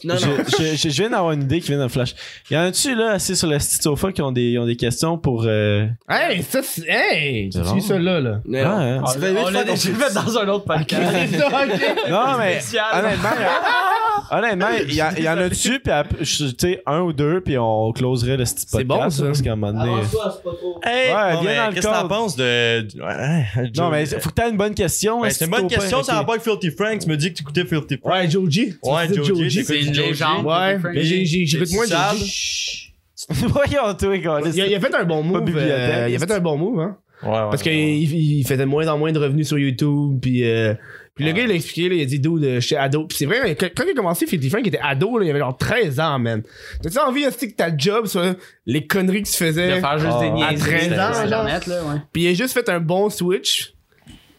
[SPEAKER 2] Non,
[SPEAKER 1] je,
[SPEAKER 2] non.
[SPEAKER 1] je- je- je viens d'avoir une idée qui vient de flash. Y en a-tu, là, assis sur le petit sofa qui ont des, ils ont des questions pour. euh,
[SPEAKER 3] Hey, ça, c'est. Hey!
[SPEAKER 1] C'est
[SPEAKER 3] Tu
[SPEAKER 1] drôle.
[SPEAKER 3] suis là, là.
[SPEAKER 2] Non,
[SPEAKER 1] Ah,
[SPEAKER 2] non.
[SPEAKER 1] hein.
[SPEAKER 2] Ça fait huit fois qu'on fait
[SPEAKER 4] fait dans un autre podcast.
[SPEAKER 3] C'est ça, ok.
[SPEAKER 1] Non, mais.
[SPEAKER 4] Spécial.
[SPEAKER 1] Honnêtement, y a- honnêtement, y, a- y en a-tu, puis ap- je- tu sais, un ou deux, puis on closerait le petit podcast.
[SPEAKER 3] C'est bon, ça.
[SPEAKER 1] Parce qu'à un moment donné. euh,
[SPEAKER 9] Hey,
[SPEAKER 1] Ouais,
[SPEAKER 9] bon,
[SPEAKER 1] viens
[SPEAKER 9] mais
[SPEAKER 1] dans le
[SPEAKER 9] Qu'est-ce que t'en
[SPEAKER 1] cadre.
[SPEAKER 9] penses de. de- ouais, Joe-
[SPEAKER 1] Non, mais faut que t'aies une bonne question.
[SPEAKER 9] Ouais,
[SPEAKER 1] est-ce
[SPEAKER 9] ben, c'est une bonne
[SPEAKER 1] que t'as pas-
[SPEAKER 9] question. Ça
[SPEAKER 1] ok.
[SPEAKER 9] n'a pas avec Filthy Frank. Tu me dis que tu écoutais Filthy Frank.
[SPEAKER 3] Ouais, Joji.
[SPEAKER 9] Ouais,
[SPEAKER 3] Tu dis
[SPEAKER 9] Joji,
[SPEAKER 4] C'est
[SPEAKER 9] j'écoute
[SPEAKER 4] une
[SPEAKER 9] Joji.
[SPEAKER 4] légende.
[SPEAKER 3] Ouais,
[SPEAKER 4] Frank.
[SPEAKER 3] mais j'ai- j'ai- j'écoute
[SPEAKER 9] C'est
[SPEAKER 3] moins de
[SPEAKER 9] sale.
[SPEAKER 3] Joji.
[SPEAKER 1] Voyons, toi, câlisse.
[SPEAKER 3] Il a, il a fait un bon move.
[SPEAKER 1] bibliothèque.
[SPEAKER 3] euh, il a fait un bon move, hein.
[SPEAKER 9] Ouais, ouais,
[SPEAKER 3] Parce qu'il
[SPEAKER 9] ouais.
[SPEAKER 3] il faisait de moins en moins de revenus sur YouTube. Puis, euh, puis le gars, il a expliqué, là, il a dit, dude, euh, j'étais ado. Puis c'est vrai, mais quand quand il a commencé, Filthy Frank était ado, là, il avait genre 13 ans, man. T'as-tu envie aussi que ta job soit les conneries que tu
[SPEAKER 4] De
[SPEAKER 3] faisais?
[SPEAKER 4] faire juste des
[SPEAKER 1] Ah,
[SPEAKER 4] niaiseries.
[SPEAKER 3] à 13 ans,
[SPEAKER 4] sur
[SPEAKER 3] genre.
[SPEAKER 4] Internet, là, ouais.
[SPEAKER 3] Puis il a juste fait un bon switch.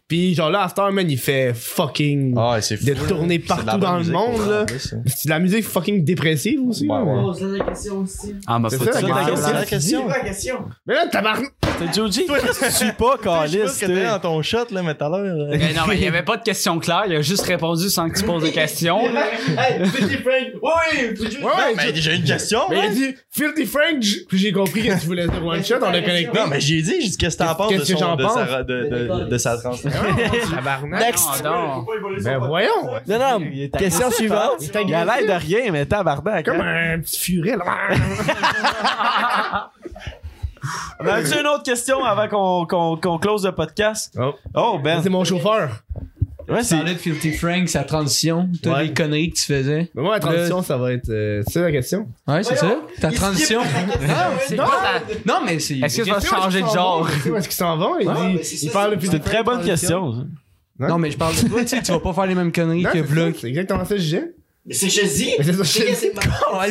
[SPEAKER 3] Puis genre là, After, man, il fait fucking.
[SPEAKER 9] Ah, ouais, c'est fou.
[SPEAKER 3] de
[SPEAKER 9] là.
[SPEAKER 3] tourner
[SPEAKER 9] C'est de la
[SPEAKER 3] partout
[SPEAKER 9] bonne
[SPEAKER 3] dans le
[SPEAKER 9] musique,
[SPEAKER 3] monde,
[SPEAKER 9] pour
[SPEAKER 3] là.
[SPEAKER 9] ça, ça.
[SPEAKER 3] C'est de la musique fucking dépressive aussi. là.
[SPEAKER 4] Ah, bah,
[SPEAKER 3] C'est
[SPEAKER 4] faut
[SPEAKER 3] ça,
[SPEAKER 4] que tu
[SPEAKER 3] la
[SPEAKER 4] parles.
[SPEAKER 3] question.
[SPEAKER 9] C'est la question.
[SPEAKER 3] Mais là, tabarnak!
[SPEAKER 1] C'est Joji, qu'est-ce que tu suis pas,
[SPEAKER 9] Je sais pas
[SPEAKER 1] câlisse,
[SPEAKER 9] ce que t'avais dans
[SPEAKER 1] toi?
[SPEAKER 9] ton shot, là, mais tout à l'heure. euh. là.
[SPEAKER 4] Mais Ben non, mais il n'y avait pas de question claire, il a juste répondu sans que tu poses de questions.
[SPEAKER 3] Ouais, ouais,
[SPEAKER 9] Ben, Mais j'ai une question. hein.
[SPEAKER 3] mais il a
[SPEAKER 9] ouais.
[SPEAKER 3] dit Filthy Frank, j- puis j'ai compris que tu voulais dire one shot, on l'a connecté.
[SPEAKER 9] Non, mais j'ai dit, j'ai dit, qu'est-ce que t'en penses de
[SPEAKER 3] Qu'est-ce que j'en
[SPEAKER 9] son- de
[SPEAKER 3] pense?
[SPEAKER 9] sa- de- de- de sa trans.
[SPEAKER 3] Ah, Tabarnak!
[SPEAKER 2] Next.
[SPEAKER 4] Ah, Non, non.
[SPEAKER 3] Ben voyons!
[SPEAKER 2] Non, non.
[SPEAKER 4] hein.
[SPEAKER 2] Question suivante.
[SPEAKER 1] Il a l'air de rien, mais tabarnak.
[SPEAKER 3] Comme
[SPEAKER 1] hein.
[SPEAKER 3] un petit furet, là.
[SPEAKER 1] hein. On a-tu une autre question avant qu'on qu'on- qu'on close le podcast?
[SPEAKER 3] Oh.
[SPEAKER 1] Ben.
[SPEAKER 3] C'est mon chauffeur.
[SPEAKER 1] Ouais, c'est.
[SPEAKER 10] parlais de Filthy Frank, sa transition, toutes
[SPEAKER 3] Ouais.
[SPEAKER 10] les conneries que tu faisais.
[SPEAKER 3] Mais moi, la transition, ça va être. euh, c'est ça la question?
[SPEAKER 10] Ouais, c'est ça. Ta transition.
[SPEAKER 4] C'est quoi ta-
[SPEAKER 10] Non, mais c'est.
[SPEAKER 4] Est-ce que tu vas
[SPEAKER 3] Question,
[SPEAKER 4] changer de
[SPEAKER 3] Ah, est-ce qu'ils s'en
[SPEAKER 4] genre?
[SPEAKER 3] vont? Tu sais Où est-ce qu'ils s'en vont? Il, dit- il parle depuis
[SPEAKER 1] C'est une très bonne question. ça.
[SPEAKER 10] Non, mais je parle de toi, tu sais, tu vas pas faire les mêmes conneries
[SPEAKER 3] Non,
[SPEAKER 10] que
[SPEAKER 3] c'est
[SPEAKER 10] Vlog.
[SPEAKER 3] ça, C'est exactement ça, que je disais.
[SPEAKER 2] Mais c'est que je dis.
[SPEAKER 3] Mais c'est ça,
[SPEAKER 2] C'est que
[SPEAKER 3] je
[SPEAKER 2] c'est ma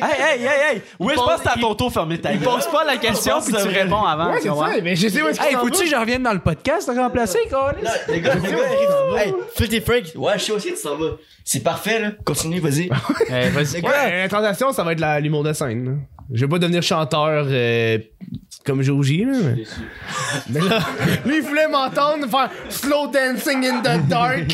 [SPEAKER 1] Hey, hey, hey, hey! Oui, je pense que t'as ton tour fermé ta
[SPEAKER 4] Il
[SPEAKER 1] gueule.
[SPEAKER 4] pose pas la question, puis tu réponds avant.
[SPEAKER 3] Ouais,
[SPEAKER 4] tu
[SPEAKER 3] c'est
[SPEAKER 4] vois.
[SPEAKER 3] ça, mais je sais où est-ce qu'ils
[SPEAKER 10] Hey,
[SPEAKER 3] s'en vont.
[SPEAKER 10] faut-tu que je revienne dans le podcast remplacer, Carlis?
[SPEAKER 2] Les gars, les gars, arrivent. Hey, Filthy Frank. Ouais, je sais aussi, tu t'en vas. C'est parfait, là. Continue, vas-y.
[SPEAKER 4] Eh, vas-y.
[SPEAKER 3] Ouais, la transition, ça va être la- l'humour de scène. là. Je vais pas devenir chanteur euh, comme Joji, là. Mais, mais là, lui, il voulait m'entendre faire Slow Dancing in the Dark.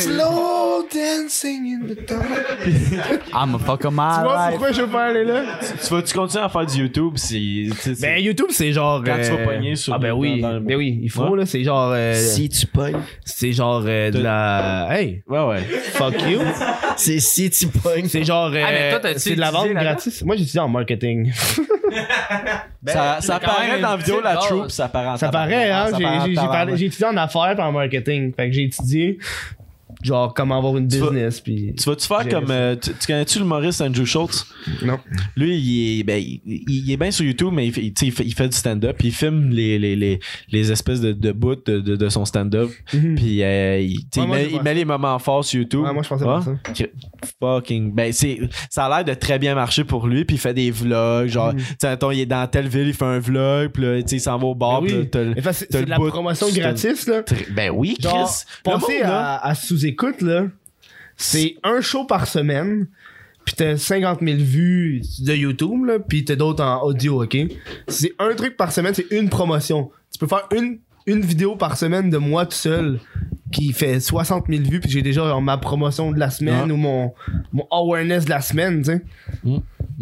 [SPEAKER 3] slow Dancing in the Dark.
[SPEAKER 8] I'm a fucker my
[SPEAKER 3] Tu vois
[SPEAKER 8] life.
[SPEAKER 3] pourquoi je veux pas aller là?
[SPEAKER 1] Tu vas tu continuer à faire du YouTube si. tu sais, c'est-
[SPEAKER 3] Ben, YouTube, c'est genre.
[SPEAKER 1] Quand tu vas
[SPEAKER 3] euh,
[SPEAKER 1] pogner sur
[SPEAKER 3] Ah, ben
[SPEAKER 1] le-
[SPEAKER 3] oui.
[SPEAKER 1] dans le-
[SPEAKER 3] Ben oui, il faut,
[SPEAKER 1] Ouais.
[SPEAKER 3] là. C'est genre. euh,
[SPEAKER 2] Si tu pognes.
[SPEAKER 3] C'est genre euh, de la. Hey,
[SPEAKER 1] Ouais, ouais.
[SPEAKER 3] fuck you.
[SPEAKER 2] C'est si tu pognes.
[SPEAKER 3] C'est genre. euh,
[SPEAKER 8] Ah, mais toi, t'as-tu
[SPEAKER 3] c'est de la vente
[SPEAKER 8] étudié là-dedans?
[SPEAKER 3] gratis. Moi, j'étudie en marketing. Ben,
[SPEAKER 1] ça ça
[SPEAKER 8] quand
[SPEAKER 1] apparaît
[SPEAKER 8] même
[SPEAKER 1] dans la
[SPEAKER 8] une
[SPEAKER 1] vidéo
[SPEAKER 8] petite
[SPEAKER 1] La
[SPEAKER 8] base.
[SPEAKER 1] Troupe, ça apparaît en
[SPEAKER 3] Ça
[SPEAKER 1] tabarnak.
[SPEAKER 3] paraît, hein.
[SPEAKER 1] Ça
[SPEAKER 3] j'ai-
[SPEAKER 1] apparaît en
[SPEAKER 3] j'ai- J'ai parlé-
[SPEAKER 1] tabarnak.
[SPEAKER 3] j'ai étudié en affaires par en marketing. Fait que j'ai étudié, genre, comment avoir une
[SPEAKER 1] vas-
[SPEAKER 3] business. Puis.
[SPEAKER 1] Tu vas-tu faire
[SPEAKER 3] J'ai
[SPEAKER 1] comme.
[SPEAKER 3] ça.
[SPEAKER 1] euh, tu tu connais-tu l'humoriste Andrew Schultz?
[SPEAKER 3] Non.
[SPEAKER 1] Lui, il est, ben, il, il est bien sur YouTube, mais il, fait- il- tu sais, il fait, il fait du stand-up. puis Il filme les, les, les, les espèces de, de bouts de, de, de son stand-up.
[SPEAKER 3] Mhm.
[SPEAKER 1] Puis euh, il, tu sais,
[SPEAKER 3] Hmm.
[SPEAKER 1] il
[SPEAKER 3] Ouais, moi,
[SPEAKER 1] met,
[SPEAKER 3] je
[SPEAKER 1] il
[SPEAKER 3] vois
[SPEAKER 1] met
[SPEAKER 3] ça.
[SPEAKER 1] les moments forts sur YouTube.
[SPEAKER 3] Ouais, moi, je pensais
[SPEAKER 1] Ah,
[SPEAKER 3] pas ça.
[SPEAKER 1] Fucking. Ben, c'est, ça a l'air de très bien marcher pour lui. Puis il fait des vlogs.
[SPEAKER 3] Hmm.
[SPEAKER 1] Genre, tu sais, mettons, il est dans telle ville, il fait un vlog. Puis là, tu sais, il s'en va au bar.
[SPEAKER 3] Ben
[SPEAKER 1] puis
[SPEAKER 3] oui.
[SPEAKER 1] là, t'as le-
[SPEAKER 3] Mais fait, C'est
[SPEAKER 1] t'as
[SPEAKER 3] c'est
[SPEAKER 1] le
[SPEAKER 3] de la
[SPEAKER 1] bout-
[SPEAKER 3] promotion
[SPEAKER 1] c'est-
[SPEAKER 3] gratis, là.
[SPEAKER 1] Tr- Ben oui, Chris.
[SPEAKER 3] Genre,
[SPEAKER 1] Le
[SPEAKER 3] Pensez
[SPEAKER 1] monde, là,
[SPEAKER 3] à, à sous-écoute, là. C'est un show par semaine. Puis t'as 50 000 vues de YouTube, là. Puis t'as d'autres en audio, OK? C'est un truc par semaine, c'est une promotion. Tu peux faire une, une vidéo par semaine de moi tout seul qui fait 60 000 vues. Puis j'ai déjà genre, ma promotion de la semaine
[SPEAKER 1] Ouais.
[SPEAKER 3] ou mon, mon awareness de la semaine, tu sais. Fait que
[SPEAKER 1] Hmm.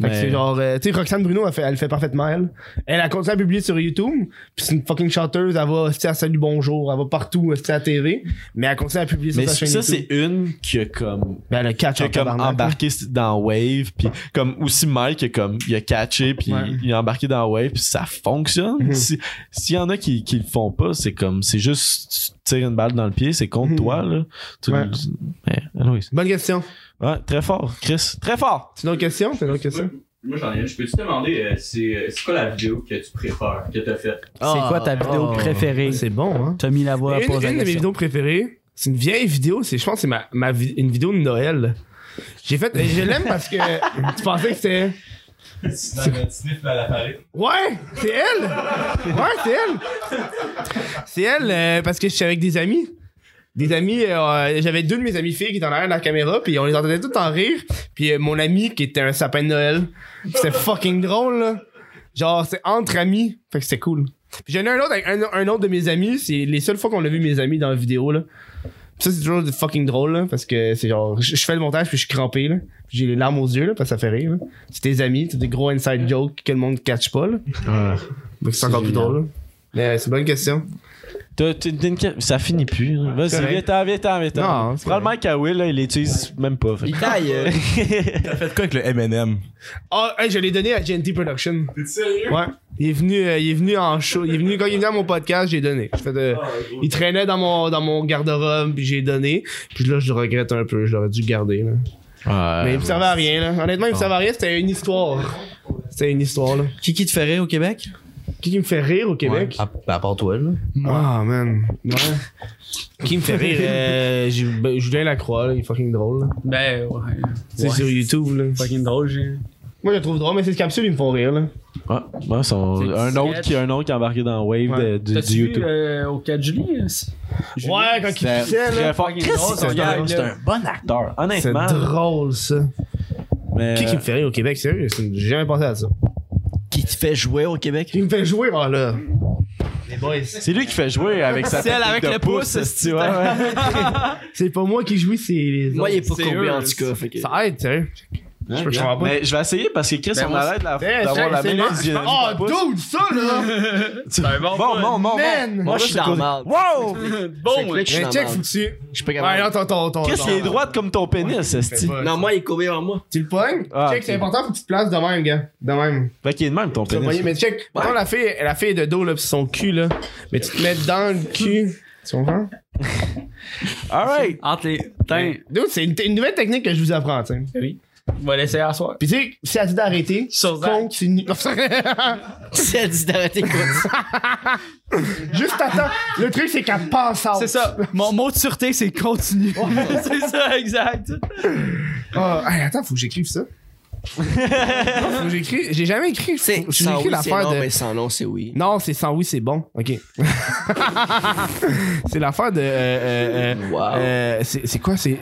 [SPEAKER 1] Mais-
[SPEAKER 3] c'est genre, euh, tu sais, Roxane Bruno, elle, fait, elle le fait parfaitement, elle. Elle a continué à publier sur YouTube, puis c'est une fucking chanteuse, elle va, tu à Salut Bonjour, elle va partout, tu à la TV, mais elle continue à publier sur
[SPEAKER 1] Mais
[SPEAKER 3] sa chaîne
[SPEAKER 1] ça, c'est
[SPEAKER 3] YouTube.
[SPEAKER 1] une qui a comme
[SPEAKER 3] Ben, elle a catch
[SPEAKER 1] qui
[SPEAKER 3] en
[SPEAKER 1] a comme
[SPEAKER 3] tabarnak, hein. là.
[SPEAKER 1] embarqué dans Wave puis comme aussi Mike qui a comme il a catché puis
[SPEAKER 3] Ouais.
[SPEAKER 1] il a embarqué dans Wave puis ça fonctionne
[SPEAKER 3] Mhm.
[SPEAKER 1] Si- s'il y en a qui, qui le font pas c'est comme c'est juste tu tires une balle dans le pied c'est contre
[SPEAKER 3] Mhm.
[SPEAKER 1] toi là Tu-
[SPEAKER 3] Ouais.
[SPEAKER 1] Ouais, anyways.
[SPEAKER 3] Bonne question.
[SPEAKER 1] Ouais, très fort Chris très fort
[SPEAKER 3] C'est une autre question? C'est une autre question?
[SPEAKER 6] Moi, j'en ai une. Je peux te demander, euh, c'est euh, c'est quoi la vidéo que tu préfères, que t'as faite?
[SPEAKER 3] Ah,
[SPEAKER 8] C'est quoi ta vidéo
[SPEAKER 3] ah,
[SPEAKER 8] préférée?
[SPEAKER 3] C'est bon, hein?
[SPEAKER 8] T'as mis la voix à
[SPEAKER 3] Une,
[SPEAKER 8] poser la
[SPEAKER 3] une de mes
[SPEAKER 8] question.
[SPEAKER 3] vidéos préférées, c'est une vieille vidéo, c'est, je pense que c'est ma, ma vi- une vidéo de Noël. J'ai fait, je l'aime parce que tu pensais que c'était.
[SPEAKER 6] C'est dans le sniff à l'appareil.
[SPEAKER 3] Ouais, c'est elle. Ouais, c'est elle. C'est elle euh, parce que je suis avec des amis. Des amis, euh, j'avais deux de mes amis filles qui étaient en arrière de la caméra, puis on les entendait tout en rire. Puis euh, mon ami qui était un sapin de Noël, c'était fucking drôle là. Genre c'est entre amis, fait que c'était cool. Puis j'en ai un autre avec un, un autre de mes amis, c'est les seules fois qu'on a vu mes amis dans la vidéo là. Puis ça c'est toujours fucking drôle là, parce que c'est genre je je fais le montage puis je suis crampé là, Puis j'ai les larmes aux yeux là parce que ça fait rire. là. C'est tes amis, c'est des gros inside jokes que le monde catch pas là. Donc, c'est encore plus drôle. là. Mais euh, c'est une bonne question.
[SPEAKER 1] T'as- t'as- t'as une que- ça finit plus hein. vas-y
[SPEAKER 3] correct.
[SPEAKER 1] viens t'en viens t'en viens
[SPEAKER 3] Non,
[SPEAKER 1] t'en
[SPEAKER 3] c'est
[SPEAKER 1] prends le Mike à Will là, il l'utilise même pas fait.
[SPEAKER 2] Il taille. euh,
[SPEAKER 9] T'as fait quoi avec le M&M?
[SPEAKER 3] Ah, hey, je l'ai donné à GNT Production. T'es sérieux? Ouais. Il est venu, euh, il est venu en show. Il est venu, quand il est venu à mon podcast, j'ai donné. J'ai fait, euh, il traînait dans mon, dans mon garde-robe, puis j'ai donné. Puis là, je le regrette un peu. Je l'aurais dû garder. Là.
[SPEAKER 1] Euh,
[SPEAKER 3] Mais il me servait à rien. Là. Honnêtement, il me servait à rien. C'était une histoire. C'était une histoire. là.
[SPEAKER 8] Qui qui te fait rire au Québec?
[SPEAKER 3] Qui qui me fait rire au Québec?
[SPEAKER 2] À, à part toi, là.
[SPEAKER 3] Ah, man. Ouais. Qui me fait rire? Euh, Ju- ben, Julien Lacroix, là, il est fucking drôle. là.
[SPEAKER 8] Ben, ouais.
[SPEAKER 3] C'est sur YouTube. Là.
[SPEAKER 8] Fucking drôle, j'ai.
[SPEAKER 3] Moi, je le trouve drôle, mais ces capsules, ils me font rire. Là.
[SPEAKER 1] Ouais, ouais, son-
[SPEAKER 8] C'est
[SPEAKER 1] un
[SPEAKER 8] du
[SPEAKER 1] autre
[SPEAKER 8] sketch.
[SPEAKER 1] qui un autre qui a embarqué dans Wave
[SPEAKER 3] Ouais.
[SPEAKER 1] de- du,
[SPEAKER 8] T'as
[SPEAKER 1] du YouTube
[SPEAKER 8] vu euh, au 4 juillet? c'est-
[SPEAKER 3] Ouais, quand il
[SPEAKER 1] C'était
[SPEAKER 3] pissait, là.
[SPEAKER 1] très fort.
[SPEAKER 8] Fucking
[SPEAKER 1] Chris,
[SPEAKER 8] drôle,
[SPEAKER 1] c'est
[SPEAKER 8] son
[SPEAKER 1] un-
[SPEAKER 8] gag,
[SPEAKER 1] c'est
[SPEAKER 8] là.
[SPEAKER 1] un bon acteur,
[SPEAKER 3] C'est
[SPEAKER 1] honnêtement.
[SPEAKER 3] drôle, ça.
[SPEAKER 1] Mais,
[SPEAKER 3] Qui qui me fait rire au Québec, sérieux? c'est une- J'ai jamais pensé à ça.
[SPEAKER 2] Qui te fait jouer au Québec?
[SPEAKER 3] Qui me fait jouer, oh là. Les boys.
[SPEAKER 1] C'est lui qui fait jouer avec sa
[SPEAKER 8] Celle
[SPEAKER 1] technique
[SPEAKER 8] avec
[SPEAKER 1] de
[SPEAKER 8] le pouce,
[SPEAKER 1] tu vois. ouais.
[SPEAKER 3] C'est pas moi qui joue, c'est les
[SPEAKER 2] Moi, il est
[SPEAKER 3] autres.
[SPEAKER 2] pas
[SPEAKER 8] C'est
[SPEAKER 2] courbé
[SPEAKER 8] eux,
[SPEAKER 2] en tout cas. fait que-
[SPEAKER 3] Ça aide, sérieux. Je peux- je comprends pas.
[SPEAKER 1] Mais je vais essayer parce que Chris,
[SPEAKER 8] Ben,
[SPEAKER 1] on
[SPEAKER 8] moi,
[SPEAKER 1] a l'air de la-
[SPEAKER 3] Eh,
[SPEAKER 1] d'avoir
[SPEAKER 3] c'est-
[SPEAKER 1] la
[SPEAKER 3] c'est
[SPEAKER 1] même
[SPEAKER 3] bon.
[SPEAKER 1] vision.
[SPEAKER 3] Ah,
[SPEAKER 1] Bon,
[SPEAKER 3] dude, ça, là!
[SPEAKER 1] bon, bon, bon, bon.
[SPEAKER 3] Man!
[SPEAKER 1] Bon,
[SPEAKER 2] Moi, je
[SPEAKER 1] là,
[SPEAKER 2] suis
[SPEAKER 1] c'est
[SPEAKER 2] dans le
[SPEAKER 1] causé-
[SPEAKER 2] mal.
[SPEAKER 1] Wow!
[SPEAKER 2] C'est que là, je suis
[SPEAKER 3] Mais
[SPEAKER 2] dans
[SPEAKER 3] check,
[SPEAKER 2] le
[SPEAKER 3] faut
[SPEAKER 2] mal.
[SPEAKER 3] que
[SPEAKER 2] Je
[SPEAKER 3] tu.
[SPEAKER 2] suis pas
[SPEAKER 3] Ouais,
[SPEAKER 2] capable.
[SPEAKER 3] non, ton, ton, ton.
[SPEAKER 1] Chris,
[SPEAKER 3] ton-
[SPEAKER 1] il est droite comme ton pénis,
[SPEAKER 3] Fais
[SPEAKER 1] esti.
[SPEAKER 3] pas ça.
[SPEAKER 2] Non, moi, il est courbé vers moi.
[SPEAKER 3] Tu le pognes?
[SPEAKER 1] Ah.
[SPEAKER 3] Check, c'est important, faut que tu te places de même, gars. De même.
[SPEAKER 1] Fait qu'il est de même ton
[SPEAKER 3] Tu vas pogner,
[SPEAKER 1] pénis.
[SPEAKER 3] mais check. Mettons, la fille, la fille est de dos, là, pis son cul, là. Mais tu te mets dans le cul. Tu comprends?
[SPEAKER 1] Alright!
[SPEAKER 8] Entre les. Tiens,
[SPEAKER 3] Dude, c'est une, une nouvelle technique que je vous apprends, tu sais.
[SPEAKER 8] on euh, va l'essayer à soir.
[SPEAKER 3] Pis tu sais, si elle dit d'arrêter,
[SPEAKER 8] Sur la-
[SPEAKER 3] continue.
[SPEAKER 2] Si elle dit d'arrêter, écoute.
[SPEAKER 3] Juste attends. Le truc, c'est qu'elle passe out.
[SPEAKER 8] C'est ça. Mon mot de sûreté, c'est continue. c'est ça, exact.
[SPEAKER 3] Ah, hey, attends, faut que j'écrive ça. Non, faut que j'écrive. J'ai jamais écrit.
[SPEAKER 2] C'est
[SPEAKER 3] Faut- J'ai
[SPEAKER 2] sans
[SPEAKER 3] écrit
[SPEAKER 2] oui, c'est
[SPEAKER 3] l'affaire
[SPEAKER 2] non,
[SPEAKER 3] de.
[SPEAKER 2] mais sans non, c'est oui.
[SPEAKER 3] Non, c'est sans oui, c'est bon. Ok. c'est l'affaire de. euh, euh, euh,
[SPEAKER 2] Wow.
[SPEAKER 3] euh, c'est c'est quoi C'est.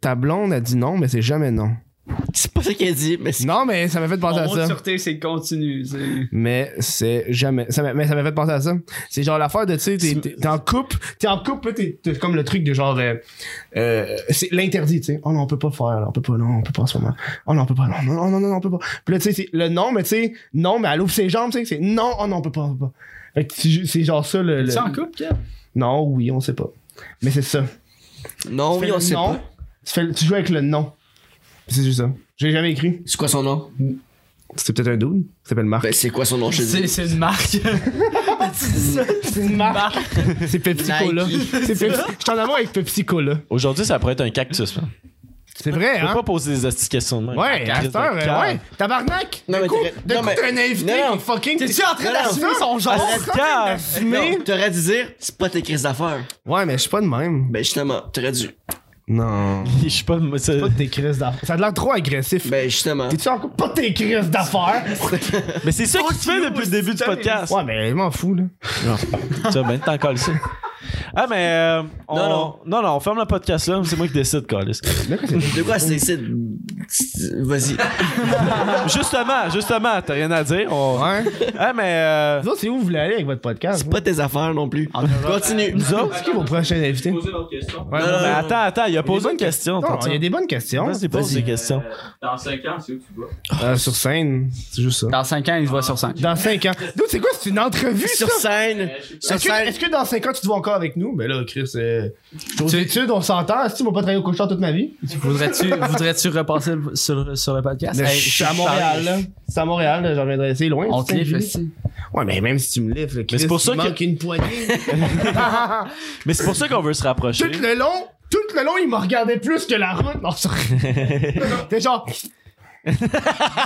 [SPEAKER 3] Ta blonde a dit non, mais c'est jamais non.
[SPEAKER 2] C'est pas ça qu'elle dit, mais c'est
[SPEAKER 3] Non, mais ça m'a fait penser
[SPEAKER 8] Mon
[SPEAKER 3] à
[SPEAKER 8] mot de
[SPEAKER 3] ça.
[SPEAKER 8] sûreté, c'est continu. c'est-
[SPEAKER 3] Mais c'est jamais. Ça m'a, mais ça m'a fait penser à ça. C'est genre l'affaire de, tu sais, t'es, t'es- t'es en couple. T'es en couple, là, t'es, t'es comme le truc de genre. euh, euh, c'est l'interdit, tu sais. Oh non, on peut pas faire, là, on peut pas, non, on peut pas en ce moment. Oh non, on peut pas, non, non, non, non, non, on peut pas. Puis là, tu sais, c'est le non, mais tu sais, non, mais elle ouvre ses jambes, tu sais. C'est non, oh non, on peut pas, on peut pas. Fait que c'est, ju- c'est genre ça le. le-
[SPEAKER 8] Tu es en couple, Kev?
[SPEAKER 3] Non, oui, on sait pas. Mais c'est ça.
[SPEAKER 2] Non,
[SPEAKER 3] Tu
[SPEAKER 2] Oh oui,
[SPEAKER 3] fais
[SPEAKER 2] on
[SPEAKER 3] le
[SPEAKER 2] sait
[SPEAKER 3] non,
[SPEAKER 2] pas.
[SPEAKER 3] Tu, fais, le- tu joues avec le non. C'est juste ça. J'ai jamais écrit.
[SPEAKER 2] C'est quoi son nom?
[SPEAKER 3] C'est peut-être un dude. Ça s'appelle Marc.
[SPEAKER 2] Ben, c'est quoi son nom, je te dis?
[SPEAKER 8] C'est c'est une marque.
[SPEAKER 3] C'est une marque. C'est Pepsi Cola.
[SPEAKER 2] Nike.
[SPEAKER 3] C'est Pepsi. Je suis en amour avec Pepsi Cola.
[SPEAKER 1] Aujourd'hui, ça pourrait être un cactus. man.
[SPEAKER 3] C'est vrai,
[SPEAKER 1] On peut
[SPEAKER 3] hein?
[SPEAKER 1] pas poser des astuces questions de même.
[SPEAKER 3] Ouais,
[SPEAKER 1] Crise de
[SPEAKER 3] acteur,
[SPEAKER 1] cœur.
[SPEAKER 3] ouais. Tabarnak!
[SPEAKER 2] euh, Non,
[SPEAKER 3] de
[SPEAKER 2] mais
[SPEAKER 3] coup,
[SPEAKER 2] t'aurais-
[SPEAKER 3] de
[SPEAKER 2] non,
[SPEAKER 3] coup,
[SPEAKER 2] mais-
[SPEAKER 3] t'es un invité,
[SPEAKER 2] non, non.
[SPEAKER 3] t'es fucking...
[SPEAKER 2] T'es-tu en train d'assumer
[SPEAKER 3] son genre?
[SPEAKER 2] Non, T'aurais dû dire, c'est pas tes crises d'affaires.
[SPEAKER 3] Ouais, mais je suis pas de même.
[SPEAKER 2] Ben, justement, t'aurais dû.
[SPEAKER 3] Non.
[SPEAKER 1] Je suis pas. moi, ça-
[SPEAKER 3] tes crises d'affaires. Ça a l'air trop agressif.
[SPEAKER 2] Ben, justement.
[SPEAKER 3] T'es-tu encore pas tes crises d'affaires?
[SPEAKER 1] Mais c'est ça que tu fais depuis le début du podcast.
[SPEAKER 3] Ouais, mais je m'en fous, là.
[SPEAKER 1] Tu vas bien t'en coller ça. Ah, mais. euh, on-
[SPEAKER 2] Non,
[SPEAKER 1] non,
[SPEAKER 2] non.
[SPEAKER 1] non. on ferme le podcast là. C'est moi qui décide, Carlis.
[SPEAKER 2] De quoi c'est c'est- Vas-y.
[SPEAKER 1] justement, justement, t'as rien à dire. on-
[SPEAKER 3] Ouais.
[SPEAKER 1] Ah, mais. euh,
[SPEAKER 3] Oh, hein? Vous autres, c'est où vous voulez aller avec votre podcast?
[SPEAKER 2] C'est pas tes affaires non plus. Continue.
[SPEAKER 3] Vous autres, c'est qui vos prochains invités?
[SPEAKER 6] Poser d'autres questions.
[SPEAKER 3] Ouais,
[SPEAKER 2] Non,
[SPEAKER 1] mais
[SPEAKER 2] non, non.
[SPEAKER 1] attends, attends, il a posé
[SPEAKER 3] bonnes
[SPEAKER 1] une question.
[SPEAKER 3] Non, il y a des bonnes questions.
[SPEAKER 1] Vas-y, pose des questions.
[SPEAKER 6] Euh, dans 5 ans, c'est où tu vas?
[SPEAKER 3] Euh, sur scène, c'est juste ça.
[SPEAKER 8] Dans 5 ans, il se voit sur 5.
[SPEAKER 3] Dans 5 ans. D'où c'est quoi? C'est une entrevue,
[SPEAKER 2] Sur
[SPEAKER 3] ça?
[SPEAKER 2] scène.
[SPEAKER 6] Euh,
[SPEAKER 2] Sur
[SPEAKER 3] Est-ce que,
[SPEAKER 2] scène.
[SPEAKER 3] est-ce que dans 5 ans, tu te vois encore avec nous? Ben là, Chris, euh, aux études, on s'entend. Est-ce que tu m'as pas travaillé au couche toute ma vie?
[SPEAKER 8] Voudrais-tu voudrais-tu repasser le- sur, sur le podcast?
[SPEAKER 3] Là,
[SPEAKER 8] Hey,
[SPEAKER 3] je suis à Montréal, là. C'est à Montréal, là, j'en viendrai. C'est loin.
[SPEAKER 8] On te
[SPEAKER 3] c'est
[SPEAKER 8] livre aussi.
[SPEAKER 3] Saint-Julie. Ouais, mais même si tu me livres, Chris,
[SPEAKER 1] c'est pour
[SPEAKER 3] il
[SPEAKER 1] ça que-
[SPEAKER 3] manque une poignée.
[SPEAKER 1] Mais c'est pour ça qu'on veut se
[SPEAKER 3] tout
[SPEAKER 1] rapprocher.
[SPEAKER 3] le long, tout le long, il me regardait plus que la route. Non, ça... T'es genre...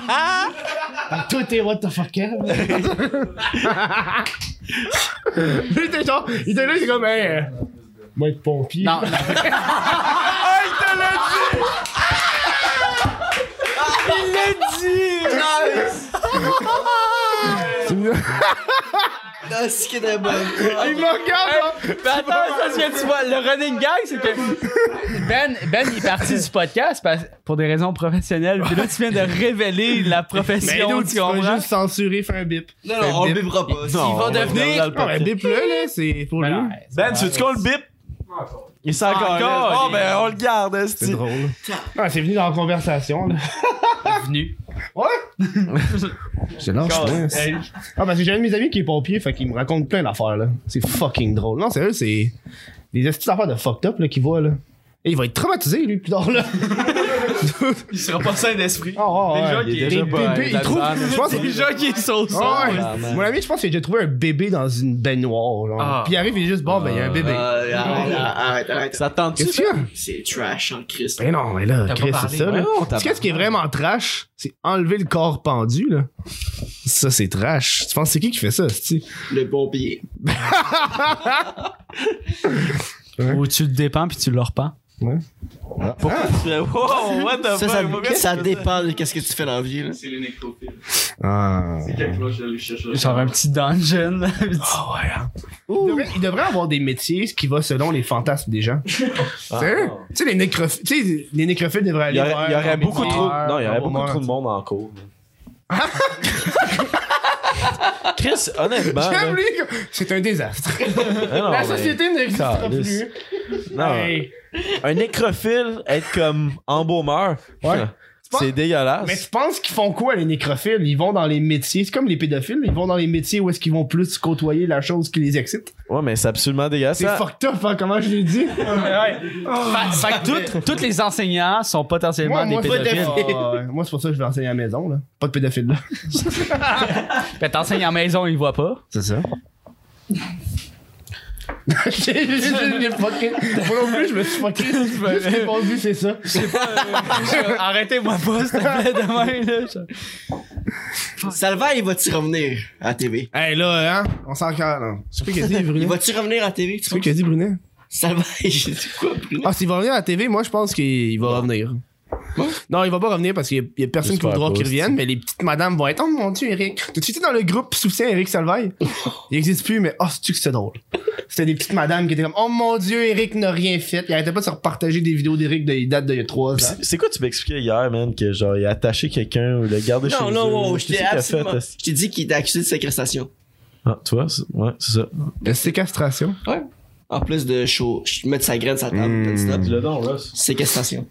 [SPEAKER 3] Ah, Toi, t'es what the fuck, hein? Lui, t'es genre... Il était là, il était comme... Hey, euh, moi, être pompier.
[SPEAKER 8] Non,
[SPEAKER 2] Ah, c'est qui était bonne.
[SPEAKER 3] Ah, Il me regarde, là.
[SPEAKER 8] Mais attends, ça, c'est que tu vois, le running gag, c'est que Ben, ben il est parti du podcast parce- pour des raisons professionnelles. Puis là, tu viens de révéler la
[SPEAKER 3] Mais
[SPEAKER 8] profession,
[SPEAKER 3] nous,
[SPEAKER 8] tu
[SPEAKER 3] tu vas
[SPEAKER 8] comprends?
[SPEAKER 3] juste censurer, faire un bip.
[SPEAKER 2] Non, non, on le bébera pas.
[SPEAKER 1] Non,
[SPEAKER 8] va
[SPEAKER 1] on va
[SPEAKER 8] devenir-
[SPEAKER 1] dans le
[SPEAKER 3] Non,
[SPEAKER 1] podcast.
[SPEAKER 3] mais Ah, bip là, là, c'est pour lui.
[SPEAKER 1] Ben, tu veux-tu qu'on le bip? Il
[SPEAKER 2] Ah,
[SPEAKER 1] s'en
[SPEAKER 8] Encore,
[SPEAKER 1] calisse. Oh,
[SPEAKER 8] les-
[SPEAKER 1] ben, on le garde,
[SPEAKER 3] C'est
[SPEAKER 1] esti.
[SPEAKER 3] drôle. Ah, c'est venu dans la conversation, là.
[SPEAKER 8] venu.
[SPEAKER 3] Ouais! Je lâche moi. c'est- Ah, parce que j'ai un de mes amis qui est pompier, fait qu'il me raconte plein d'affaires, là. C'est fucking drôle. Non, sérieux, c'est. Des petites affaires de fucked up, là, qu'il voit, là. Et il va être traumatisé, lui, plus tard, là.
[SPEAKER 8] Il sera pas sain d'esprit.
[SPEAKER 4] Ah,
[SPEAKER 3] Oh,
[SPEAKER 8] Déjà
[SPEAKER 3] ouais.
[SPEAKER 8] qu'il est-
[SPEAKER 3] Des bébés, il trouve. Je pense que-
[SPEAKER 8] Déjà qu'il est sauce.
[SPEAKER 3] Ah, ouais. Mon ami, je pense qu'il a déjà trouvé un bébé dans une baignoire, genre.
[SPEAKER 8] Ah.
[SPEAKER 3] Puis il arrive, il est juste, bon, ben, il y a un bébé.
[SPEAKER 2] Euh, arrête, arrête, arrête.
[SPEAKER 1] Ça te tente-tu?
[SPEAKER 3] Qu'est-ce qu'il y a?
[SPEAKER 2] C'est trash en Christ.
[SPEAKER 3] Ben non, mais là,
[SPEAKER 8] T'as pas
[SPEAKER 3] Chris,
[SPEAKER 8] parlé,
[SPEAKER 3] c'est ça, là.
[SPEAKER 1] voyons,
[SPEAKER 3] Tu
[SPEAKER 1] t'as
[SPEAKER 3] sais, ce qui est vraiment trash, c'est enlever le corps pendu, là. Ça, c'est trash. Tu penses, c'est qui qui fait ça, c'ti?
[SPEAKER 2] Le pompier.
[SPEAKER 8] Ou tu le dépends puis tu le repends.
[SPEAKER 1] Ah. Wow, what the
[SPEAKER 2] Ça,
[SPEAKER 1] fuck? moi,
[SPEAKER 2] ça, ça dépend de qu'est-ce que tu fais dans la vie, là.
[SPEAKER 6] C'est les nécrophiles.
[SPEAKER 3] Ah.
[SPEAKER 6] Quelque chose, je vais aller chercher.
[SPEAKER 8] Genre un petit dungeon. là, puis tu-
[SPEAKER 3] Ah, hein. Il devrait, il devrait avoir des métiers qui vont selon les fantasmes des gens. Sérieux? Tu sais, les nécrophiles, tu sais, les nécrophiles devraient
[SPEAKER 1] Ah. Il y
[SPEAKER 3] aller
[SPEAKER 1] aurait, il y
[SPEAKER 3] vers
[SPEAKER 1] aurait
[SPEAKER 3] leur
[SPEAKER 1] beaucoup
[SPEAKER 3] métier.
[SPEAKER 1] trop. Non, il y aurait beaucoup
[SPEAKER 3] Robot
[SPEAKER 1] trop de monde en cours. Chris, honnêtement. Bah, là-
[SPEAKER 3] J'aime lui, C'est un désastre.
[SPEAKER 1] Ah non,
[SPEAKER 3] La
[SPEAKER 1] mais-
[SPEAKER 3] société n'existera
[SPEAKER 1] Calisse.
[SPEAKER 3] plus.
[SPEAKER 8] Ah.
[SPEAKER 1] non.
[SPEAKER 3] Hey.
[SPEAKER 1] Un nécrophile, être comme embaumeur.
[SPEAKER 3] Ouais.
[SPEAKER 1] C'est dégueulasse.
[SPEAKER 3] Mais tu penses qu'ils font quoi, les nécrophiles? Ils vont dans les métiers. C'est comme les pédophiles. Ils vont dans les métiers où est-ce qu'ils vont plus côtoyer la chose qui les excite.
[SPEAKER 1] Ouais, mais c'est absolument dégueulasse.
[SPEAKER 3] C'est
[SPEAKER 1] Ça-
[SPEAKER 3] fucked up, hein, comment je l'ai dit? Oh.
[SPEAKER 8] Fait que toutes- tous les enseignants sont potentiellement des pédophiles.
[SPEAKER 3] Ah, ouais. Moi, c'est pour ça que je vais enseigner à la maison, là. Pas de pédophile, là.
[SPEAKER 8] Fait que t'enseignes en maison, ils voient pas.
[SPEAKER 3] C'est ça. j'ai j'ai- j'ai- j'ai fucké. Moi non plus, je me suis fucké. Juste répondu, c'est ça.
[SPEAKER 8] Euh, Arrêtez-moi pas, s'il te plaît, demain. Là.
[SPEAKER 2] Salva, il va-tu revenir à la TV?
[SPEAKER 3] Hey, là, hein? On s'en calme. non. Tu sais qu'est-ce qu'il dit,
[SPEAKER 2] Il
[SPEAKER 3] Brunet? Tu
[SPEAKER 2] va-tu revenir à la TV? tu
[SPEAKER 3] sais
[SPEAKER 2] penses?
[SPEAKER 3] qu'est-ce qu'il dit, Brunet?
[SPEAKER 2] Salva, j'ai dit quoi, Bruno?
[SPEAKER 3] Ah, s'il va revenir à la TV, moi, je pense qu'il va revenir. Non, il va pas revenir parce qu'il y, a personne qui
[SPEAKER 1] J'espère
[SPEAKER 3] voudra
[SPEAKER 1] pas,
[SPEAKER 3] qu'il
[SPEAKER 1] c'est-
[SPEAKER 3] revienne, mais les petites madames vont être Oh mon dieu, Eric. T'as-tu été dans le groupe soutien Eric Salvaille Il existe plus, mais oh, c'est-tu que c'était drôle. C'était des petites madames qui étaient comme Oh mon dieu, Eric n'a rien fait. Il arrêtait pas de se repartager des vidéos d'Eric de date d'il y a 3 ans.
[SPEAKER 1] Pis C'est c'est quoi tu m'expliquais hier, man, que genre il a attaché quelqu'un ou le gardé chez
[SPEAKER 2] Non,
[SPEAKER 1] eux?
[SPEAKER 2] non, wow, je
[SPEAKER 1] Qu'est-ce
[SPEAKER 2] t'ai
[SPEAKER 1] qu'il a
[SPEAKER 2] absolument.
[SPEAKER 1] fait, est-ce-
[SPEAKER 2] Je t'ai dit qu'il était accusé de séquestration.
[SPEAKER 1] Ah, tu vois, c'est- ouais, c'est ça.
[SPEAKER 3] La séquestration.
[SPEAKER 2] En plus de chaud, je mettre sa graine sur la
[SPEAKER 1] Hmm.
[SPEAKER 2] table, t'as dit stop.
[SPEAKER 1] le don, Ross.
[SPEAKER 2] Séquestration.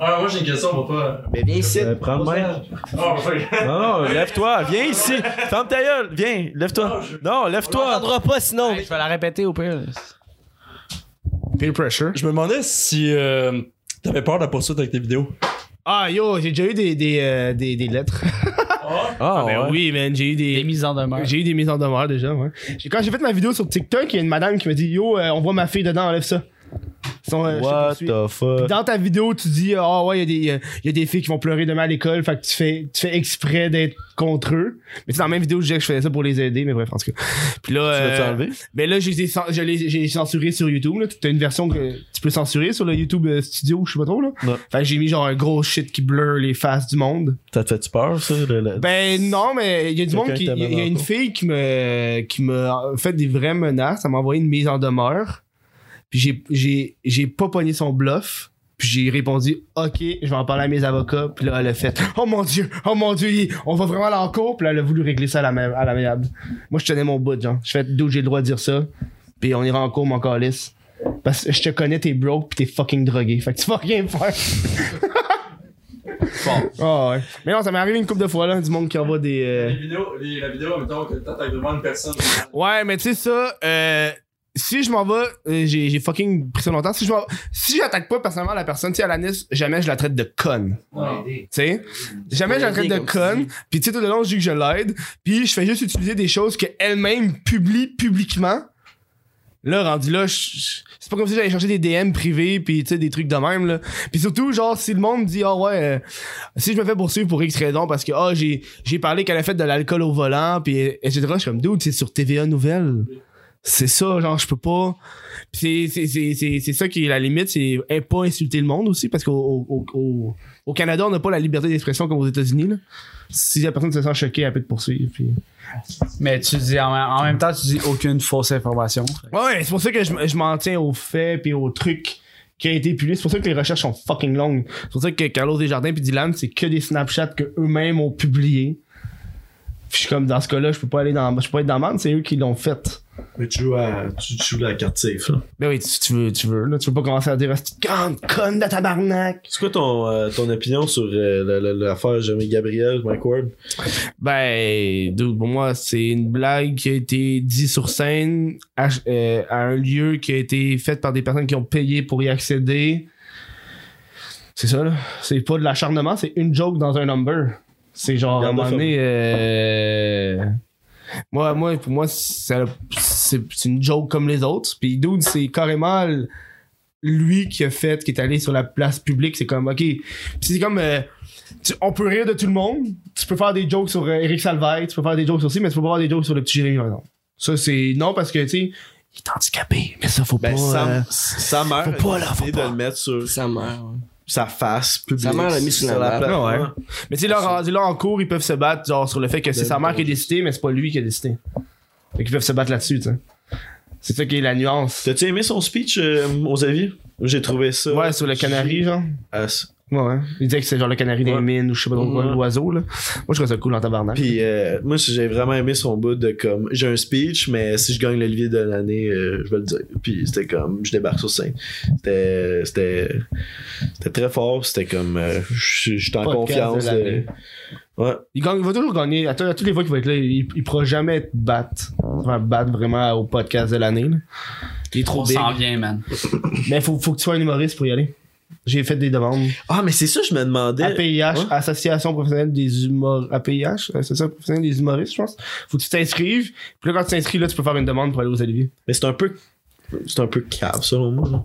[SPEAKER 6] Ah, moi j'ai une question, on va pas.
[SPEAKER 2] Mais viens ici.
[SPEAKER 1] Euh, prends le main.
[SPEAKER 6] Ah, fuck.
[SPEAKER 1] Non, non, lève-toi, viens ici. Ferme ta gueule, viens, lève-toi. Non, lève-toi.
[SPEAKER 2] t'entendra pas sinon.
[SPEAKER 8] Je vais la répéter au pire.
[SPEAKER 3] Peer pressure.
[SPEAKER 9] Je me demandais si euh, t'avais peur de la poursuite avec tes vidéos.
[SPEAKER 3] Ah yo, j'ai déjà eu des, des, euh, des, des lettres.
[SPEAKER 1] Ah,
[SPEAKER 3] Ben
[SPEAKER 1] ouais.
[SPEAKER 3] oui, man, j'ai eu des.
[SPEAKER 8] Des mises en demeure.
[SPEAKER 3] J'ai eu des mises en demeure déjà, ouais. J'ai- Quand j'ai fait ma vidéo sur TikTok, il y a une madame qui m'a dit Yo, euh, on voit ma fille dedans, enlève ça. Son, euh, je te
[SPEAKER 1] What
[SPEAKER 3] poursuis.
[SPEAKER 1] the
[SPEAKER 3] Puis
[SPEAKER 1] fuck?
[SPEAKER 3] dans ta vidéo, tu dis Ah ouais, il y, a des- il y a des filles qui vont pleurer demain à l'école, fait que tu fais, tu fais exprès d'être contre eux. Mais c'est dans la même vidéo, je disais que je faisais ça pour les aider, mais bref, en tout cas. Puis là.
[SPEAKER 1] Tu l'as-tu
[SPEAKER 3] euh,
[SPEAKER 1] enlevé?
[SPEAKER 3] mais là, j'ai j'ai censuré sur YouTube. Là. T'as une version que tu peux censurer sur le YouTube euh, Studio, je sais pas trop. Là.
[SPEAKER 1] Ouais.
[SPEAKER 3] Fait que j'ai mis genre un gros shit qui blur les faces du monde.
[SPEAKER 1] Ça te fait-tu peur, ça? le- le-
[SPEAKER 3] Ben non, mais il y a du
[SPEAKER 1] Quelqu'un
[SPEAKER 3] monde qui.
[SPEAKER 1] t'a
[SPEAKER 3] Il y a- il y a une
[SPEAKER 1] menacé.
[SPEAKER 3] fille qui me qui m'a fait des vraies menaces. Elle m'a envoyé une mise en demeure. Puis j'ai- j'ai j'ai pas pogné son bluff. Puis j'ai répondu OK, je vais en parler à mes avocats. Puis là, elle a fait Oh mon Dieu, oh mon Dieu, il- on va vraiment aller en cours. Puis là, elle a voulu régler ça à la même à l'amiable. Moi, je tenais mon bout, genre. Je fais d'où j'ai le droit de dire ça. Puis on ira en cours, mon calice. Parce que je te connais, t'es broke, puis t'es fucking drogué. Fait que tu vas rien faire. Ah ouais. Mais non, ça m'est arrivé une couple de fois, là, du monde qui envoie des. euh,
[SPEAKER 6] Les vidéos, les, la vidéo, mettons que t'attaques devant une personne.
[SPEAKER 3] Ouais, mais tu sais ça, euh, si je m'en vais, euh, j'ai j'ai fucking pris ça longtemps. Si je m'en- si j'attaque pas personnellement la personne, tu sais, Alanis, jamais je la traite de conne.
[SPEAKER 6] Non.
[SPEAKER 3] Tu sais, jamais je la traite de conne. Puis tu sais, tout le long, je dis que je l'aide. Puis je fais juste utiliser des choses qu'elle-même publie publiquement. Là, rendu là, je- je- c'est pas comme si j'allais chercher des DM privés puis tu sais des trucs de même là. Puis surtout genre si le monde dit ah ouais euh, si je me fais poursuivre pour X raison parce que ah j'ai j'ai parlé qu'elle a fait de l'alcool au volant puis euh, etc. Je suis comme dude c'est sur TVA Nouvelle. C'est ça genre je peux pas. Puis c'est c'est c'est c'est c'est ça qui est la limite c'est eh, pas insulter le monde aussi parce qu'au au, au, au- au Canada on n'a pas la liberté d'expression comme aux États-Unis là. Si la personne se sent choquée elle peut te poursuivre puis.
[SPEAKER 8] Mais tu dis en, en même temps, tu dis aucune fausse information.
[SPEAKER 3] Ouais, ouais, c'est pour ça que je, je m'en tiens aux faits puis aux trucs qui a été publié. C'est pour ça que les recherches sont fucking longues. C'est pour ça que Carlos Desjardins puis Dylan, c'est que des Snapchats que eux-mêmes ont publiés. Puis je suis comme dans ce cas-là, je peux pas aller dans je peux pas être dans la merde, c'est eux qui l'ont fait.
[SPEAKER 1] Mais tu joues, à, tu, tu joues la carte safe, là.
[SPEAKER 3] Ben oui, tu, tu veux tu veux là, tu veux pas commencer à dire Ah, c'est une grande conne de tabarnak.
[SPEAKER 1] C'est quoi ton, euh, ton opinion sur euh, la- la- l'affaire Jamie Gabriel, Mike Ward?
[SPEAKER 3] Ben dude, pour moi, c'est une blague qui a été dite sur scène à, euh, à un lieu qui a été fait par des personnes qui ont payé pour y accéder. C'est ça, là. C'est pas de l'acharnement, c'est une joke dans un number. C'est genre, à un moment donné, euh, moi, moi, pour moi, ça- c'est c'est une joke comme les autres. Puis dude, c'est carrément l- lui qui a fait, qui est allé sur la place publique. C'est comme, ok. Puis c'est comme, euh, tu- on peut rire de tout le monde. Tu peux faire des jokes sur euh, Eric Salvaille, tu peux faire des jokes sur ci, mais tu peux pas faire des jokes sur le petit Jérémy, par exemple. Ça, c'est non parce que, tu sais, il est handicapé, mais ça, faut
[SPEAKER 1] Ben,
[SPEAKER 3] pas.
[SPEAKER 1] sa,
[SPEAKER 3] euh,
[SPEAKER 1] sa mère
[SPEAKER 3] faut pas,
[SPEAKER 1] a
[SPEAKER 3] là, faut
[SPEAKER 1] décidé
[SPEAKER 3] pas.
[SPEAKER 1] de le mettre sur
[SPEAKER 2] Sa mère. ouais.
[SPEAKER 1] sa face publique.
[SPEAKER 2] Sa mère l'a mis sur la map.
[SPEAKER 1] plateforme.
[SPEAKER 3] Ouais. Mais tu sais, là, rendu là en cours, ils peuvent se battre genre, sur le fait que c'est
[SPEAKER 1] Ben,
[SPEAKER 3] sa mère qui a décidé, mais c'est pas lui qui a décidé. Fait qu'ils peuvent se battre là-dessus, tu sais. C'est ça qui est la nuance.
[SPEAKER 1] T'as-tu aimé son speech, euh, aux avis? J'ai trouvé ça.
[SPEAKER 3] Ouais, sur le canari, genre.
[SPEAKER 1] Ah, c'est-
[SPEAKER 3] Ouais, ouais. Il disait que c'est genre le canari des
[SPEAKER 1] Ouais.
[SPEAKER 3] mines ou je sais pas trop quoi,
[SPEAKER 1] Ouais.
[SPEAKER 3] l'oiseau, là. Moi, je trouvais ça cool en tabarnak.
[SPEAKER 1] Puis euh, moi, j'ai vraiment aimé son bout de comme j'ai un speech, mais si je gagne l'Olivier de l'année, euh, je vais le dire. Puis c'était comme je débarque sur scène. C'était c'était c'était très fort. C'était comme euh, je je suis en
[SPEAKER 3] Podcast
[SPEAKER 1] confiance.
[SPEAKER 3] de l'année.
[SPEAKER 1] de- Ouais.
[SPEAKER 3] Il, gagne- il va toujours gagner. À, tous- à toutes les fois qu'il va être là, il, il pourra jamais être battre. Enfin, battre vraiment au podcast de l'année, là. Il est trop
[SPEAKER 8] On
[SPEAKER 3] big.
[SPEAKER 8] s'en vient, man.
[SPEAKER 3] Mais faut, faut que tu sois un humoriste pour y aller. J'ai fait des demandes.
[SPEAKER 1] Ah, mais c'est ça, je me demandais.
[SPEAKER 3] APIH,
[SPEAKER 1] Ouais.
[SPEAKER 3] Association professionnelle des humoristes. APIH, Association professionnelle des humoristes, je pense. Faut que tu t'inscrives. Puis là, quand tu t'inscris, là, tu peux faire une demande pour aller aux Olivier.
[SPEAKER 1] Mais c'est un peu. C'est un peu cave, selon moi.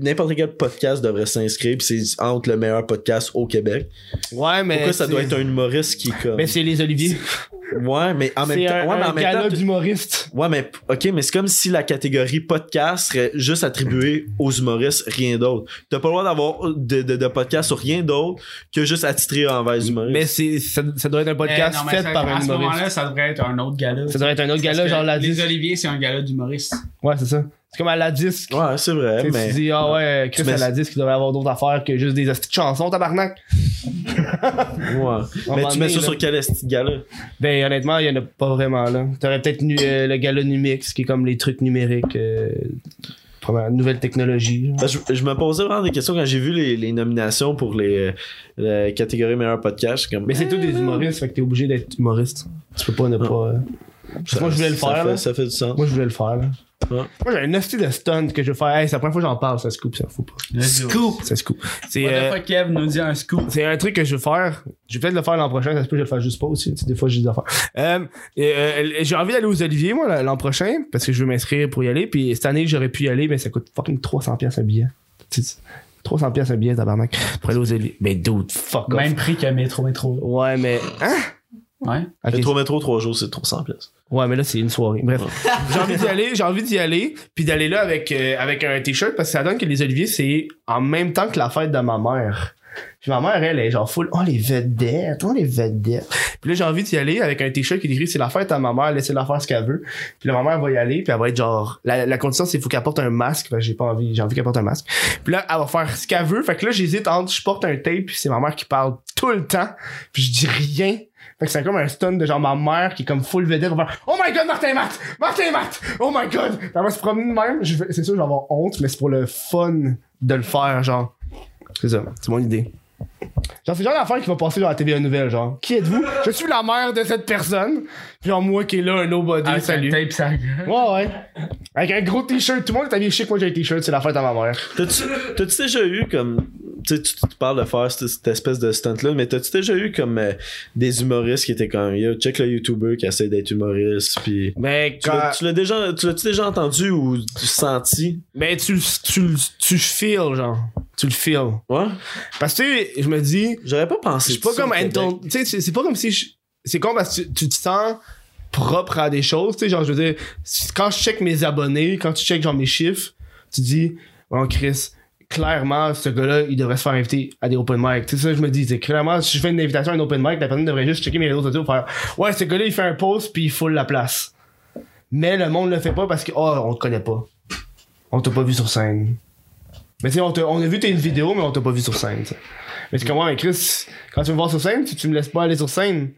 [SPEAKER 1] N'importe quel podcast devrait s'inscrire, puis c'est entre le meilleur podcast au Québec.
[SPEAKER 3] Ouais, mais.
[SPEAKER 1] Pourquoi ça
[SPEAKER 3] c'est- ben,
[SPEAKER 1] doit être un humoriste qui est comme.
[SPEAKER 3] Mais c'est les Olivier.
[SPEAKER 1] Ouais, mais en même
[SPEAKER 3] C'est
[SPEAKER 1] temps. ouais,
[SPEAKER 3] un,
[SPEAKER 1] mais
[SPEAKER 3] un
[SPEAKER 1] en même
[SPEAKER 3] gala
[SPEAKER 1] temps,
[SPEAKER 3] d'humoriste.
[SPEAKER 1] Ouais, mais ok, mais c'est comme si la catégorie podcast serait juste attribuée aux humoristes, rien d'autre. T'as pas le droit d'avoir de, de, de podcast sur rien d'autre que juste attitré envers les humoristes.
[SPEAKER 3] Mais c'est, ça, ça doit être un podcast
[SPEAKER 8] Eh, non, mais
[SPEAKER 3] fait
[SPEAKER 8] ça-
[SPEAKER 3] par
[SPEAKER 8] À
[SPEAKER 3] un
[SPEAKER 8] ce
[SPEAKER 3] humoriste.
[SPEAKER 8] moment-là, ça devrait être un autre gala.
[SPEAKER 3] Ça doit être un autre
[SPEAKER 8] Parce
[SPEAKER 3] gala,
[SPEAKER 8] que
[SPEAKER 3] genre la
[SPEAKER 8] Les
[SPEAKER 3] 10.
[SPEAKER 8] Oliviers, c'est un gala d'humoriste.
[SPEAKER 3] Ouais, c'est ça. C'est comme à la disque.
[SPEAKER 1] Ouais, c'est vrai,
[SPEAKER 3] Tu sais,
[SPEAKER 1] mais.
[SPEAKER 3] Tu dis, ah ouais, Chris
[SPEAKER 1] Mais-
[SPEAKER 3] à la disque, il devrait avoir d'autres affaires que juste des hosties de chansons, tabarnak.
[SPEAKER 1] Ouais.
[SPEAKER 3] À un
[SPEAKER 1] Mais
[SPEAKER 3] moment
[SPEAKER 1] tu mets
[SPEAKER 3] donné,
[SPEAKER 1] ça
[SPEAKER 3] là.
[SPEAKER 1] sur quel esti de gala?
[SPEAKER 3] Ben, honnêtement, il y en a pas vraiment, là. T'aurais peut-être nu- euh, le gala Numix, qui est comme les trucs numériques, euh, première- nouvelle technologie. genre.
[SPEAKER 1] Parce que Ben, je, je me posais vraiment des questions quand j'ai vu les, les nominations pour les, euh, la catégorie meilleur podcast. j'étais Comme, hein,
[SPEAKER 3] Mais c'est tous des humoristes, fait que t'es obligé d'être humoriste. Tu peux pas ne pas. euh, parce que moi, je voulais le
[SPEAKER 1] ça
[SPEAKER 3] faire,
[SPEAKER 1] fait-
[SPEAKER 3] là.
[SPEAKER 1] ça fait du sens.
[SPEAKER 3] Moi, je voulais le faire, là.
[SPEAKER 1] Ouais.
[SPEAKER 3] Moi, j'ai une hostie de stunt que je veux faire. Hey, c'est la première fois que j'en parle, ça se coupe, ça faut pas.
[SPEAKER 8] Scoop!
[SPEAKER 3] Ça se coupe. C'est.
[SPEAKER 8] What
[SPEAKER 3] euh,
[SPEAKER 8] the fuck, Kev nous dit un scoop.
[SPEAKER 3] C'est un truc que je veux faire. Je vais peut-être le faire l'an prochain. Ça se peut que je le fasse juste pas aussi. Tu sais, des fois, j'ai des affaires. Euh, et, euh, j'ai envie d'aller aux Oliviers, moi, l'an- l'an prochain, parce que je veux m'inscrire pour y aller. Puis cette année, j'aurais pu y aller, mais ça coûte fucking 300$ piastres un billet. Tu sais, 300$ piastres un billet, tabarnak, pour aller aux Oliviers. Mais dude, fuck off.
[SPEAKER 8] Même prix que Métro Métro.
[SPEAKER 3] Ouais, mais. Hein?
[SPEAKER 8] Ouais.
[SPEAKER 3] Ok,
[SPEAKER 1] Métro métro, trois jours, c'est 300 pièces.
[SPEAKER 3] Ouais, mais là, c'est une soirée. Bref. j'ai envie d'y aller, j'ai envie d'y aller, puis d'aller là avec, euh, avec un t-shirt, parce que ça donne que les Oliviers, c'est en même temps que la fête de ma mère. Puis ma mère, elle est genre full, oh les vedettes, oh les vedettes. Puis là, j'ai envie d'y aller avec un t-shirt qui décrit c'est la fête à ma mère, laissez-la faire ce qu'elle veut. Puis là, ma mère va y aller, puis elle va être genre, la, la condition, c'est faut qu'elle porte un masque, parce que j'ai pas envie, j'ai envie qu'elle porte un masque. Puis là, elle va faire ce qu'elle veut, fait que là, j'hésite entre, je porte un tape, puis c'est ma mère qui parle tout le temps, puis je dis rien. Fait que c'est comme un stun de genre ma mère qui est comme full vedette, va faire, Oh my god, Martin et Matt! Martin et Matt! Oh my god! Puis Elle va se promener de même, je vais- c'est sûr, je vais avoir honte, mais c'est pour le fun de le faire, genre. C'est ça, c'est mon idée. Genre, c'est le genre d'affaire qui va passer dans la TVA Nouvelle, genre. Qui êtes-vous? Je suis la mère de cette personne. Puis genre, moi qui est là, un nobody,
[SPEAKER 4] Ah,
[SPEAKER 8] Avec
[SPEAKER 3] salut.
[SPEAKER 8] un tape Ah, ça.
[SPEAKER 3] Ouais, ouais. Avec un gros t-shirt, tout le monde est habillé chic, moi j'ai un t-shirt, c'est la fête à ma mère.
[SPEAKER 1] T'as-tu t'as-tu déjà eu comme. Tu sais, tu tu parles de faire cette, cette espèce de stunt-là, mais t'as-tu déjà eu comme euh, des humoristes qui étaient comme. Yo, check le YouTuber qui essaie d'être humoriste, puis.
[SPEAKER 3] Mais
[SPEAKER 1] Tu l'as- tu l'as déjà, tu l'as-tu déjà entendu ou tu senti?
[SPEAKER 3] Mais ben, tu, le- tu, le- tu le feels, genre. Tu le feels.
[SPEAKER 1] Ouais.
[SPEAKER 3] Parce que, tu sais, je me dis,
[SPEAKER 1] J'aurais pas pensé.
[SPEAKER 3] Je suis pas
[SPEAKER 1] ça
[SPEAKER 3] comme
[SPEAKER 1] au Québec.
[SPEAKER 3] Anton. Tu sais, c'est- c'est pas comme si. je- C'est con parce que tu, tu te sens propre à des choses. Tu sais, genre, je veux dire, si- quand je check mes abonnés, quand tu check genre mes chiffres, tu dis, bon, Chris, clairement, ce gars-là, il devrait se faire inviter à des open mic. Tu sais, ça, je me dis, c'est clairement, si je fais une invitation à un open mic, la personne devrait juste checker mes réseaux sociaux pour faire, ouais, ce gars-là, il fait un post puis il foule la place. Mais le monde le fait pas parce que, oh, on te connaît pas. On t'a pas vu sur scène. Mais tu sais, on, t'a- on a vu tes vidéos, mais on t'a pas vu sur scène, tu sais. Mais c'est comme moi, avec Chris, quand tu me vois sur scène, tu, tu me laisses pas aller sur scène.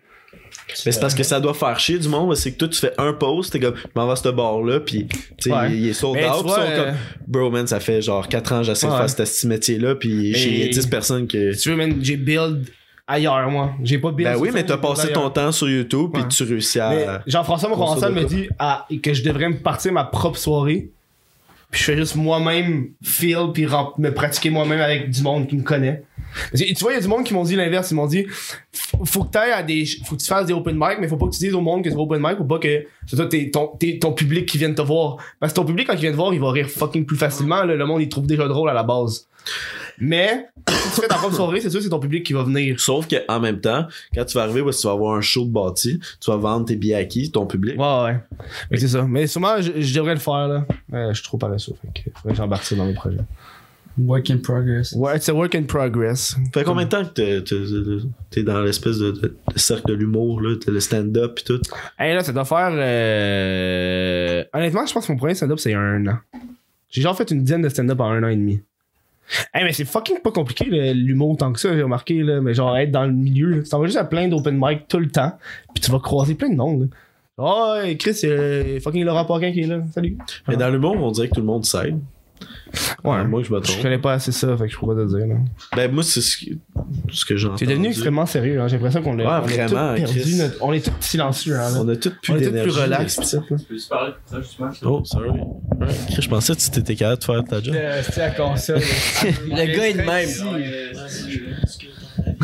[SPEAKER 1] Mais c'est parce que ça doit faire chier du monde. C'est que toi, tu fais un post, t'es comme, je m'en vais à ce bar-là, puis tu sais,
[SPEAKER 3] Ouais.
[SPEAKER 1] il il est sold
[SPEAKER 3] Mais tu
[SPEAKER 1] out. puis ils
[SPEAKER 3] vois,
[SPEAKER 1] sont
[SPEAKER 3] euh,
[SPEAKER 1] comme, bro, man, ça fait genre 4 ans, j'essaie
[SPEAKER 3] Ouais.
[SPEAKER 1] de faire ce petit métier-là, puis j'ai 10 personnes que.
[SPEAKER 3] Si tu veux, man, j'ai build ailleurs, moi. J'ai pas build.
[SPEAKER 1] Ben
[SPEAKER 3] sur
[SPEAKER 1] oui,
[SPEAKER 3] scène,
[SPEAKER 1] mais t'as
[SPEAKER 3] j'ai build
[SPEAKER 1] passé
[SPEAKER 3] ailleurs.
[SPEAKER 1] ton temps sur YouTube, puis
[SPEAKER 3] Ouais.
[SPEAKER 1] tu réussis
[SPEAKER 3] Mais
[SPEAKER 1] à.
[SPEAKER 3] Jean-François Morançal
[SPEAKER 1] Grosso
[SPEAKER 3] me
[SPEAKER 1] modo.
[SPEAKER 3] dit ah, que je devrais me partir ma propre soirée. Puis je fais juste moi-même feel puis rem- me pratiquer moi-même avec du monde qui me connaît. Parce que, tu vois, il y a du monde qui m'ont dit l'inverse. Ils m'ont dit F- faut que t'ailles à des. Faut que tu fasses des open mic, mais faut pas que tu dises au monde que c'est pas open mic ou pas que c'est toi t'es- ton, t'es- ton public qui vient te voir. Parce que ton public, quand il vient te voir, il va rire fucking plus facilement. là. le monde, il trouve déjà drôle à la base. Mais si tu fais ta propre soirée, c'est sûr que c'est ton public qui va venir.
[SPEAKER 1] Sauf qu'en même temps, quand tu vas arriver, ouais, tu vas avoir un show de bâti, tu vas vendre tes billets à qui Ton public.
[SPEAKER 3] Ouais, ouais. Mais c'est ça. Mais sûrement, je, je devrais le faire, là. Euh, je suis trop paresseux. Fait que faudrait que j'embarque ça dans mes projets.
[SPEAKER 8] Work in progress.
[SPEAKER 3] Ouais, it's a work in progress.
[SPEAKER 1] Fait combien de temps que t'es- t'es- t'es dans l'espèce de, de- de cercle de l'humour, là, t'as le stand-up pis tout?
[SPEAKER 3] Hey, là, ça doit faire. euh, Honnêtement, je pense que mon premier stand-up, c'est il y a un an. J'ai genre fait une dizaine de stand-up en un an et demi. Hey, mais c'est fucking pas compliqué le- l'humour tant que ça, j'ai remarqué, là. Mais genre, être dans le milieu, là. tu t'en vas juste à plein d'open mic tout le temps, puis tu vas croiser plein de monde, là. Oh, hey, Chris, c'est fucking Laurent Paquin qui est là. Salut.
[SPEAKER 1] Mais dans l'humour, on dirait que tout le monde s'aide. Ouais, moi, je me
[SPEAKER 3] Je
[SPEAKER 1] trompe.
[SPEAKER 3] connais pas assez ça, fait que je pourrais pas te dire, là.
[SPEAKER 1] Ben, moi, c'est ce que, ce que j'ai entendu.
[SPEAKER 3] C'est devenu extrêmement sérieux, hein. j'ai l'impression qu'on l'a
[SPEAKER 1] Ouais,
[SPEAKER 3] on a
[SPEAKER 1] vraiment,
[SPEAKER 3] tout perdu
[SPEAKER 1] Chris.
[SPEAKER 3] notre- On est tous silencieux, hein, là.
[SPEAKER 1] On a tout plus
[SPEAKER 3] On est tous
[SPEAKER 1] d'énergie.
[SPEAKER 3] plus relax, pis ça.
[SPEAKER 6] Peux-tu parler plus proche du masque?
[SPEAKER 1] Oh, sorry. Ouais, Chris, Je pensais que tu t'étais capable de faire ta job.
[SPEAKER 8] C'était Euh, la console.
[SPEAKER 2] Le gars est de même.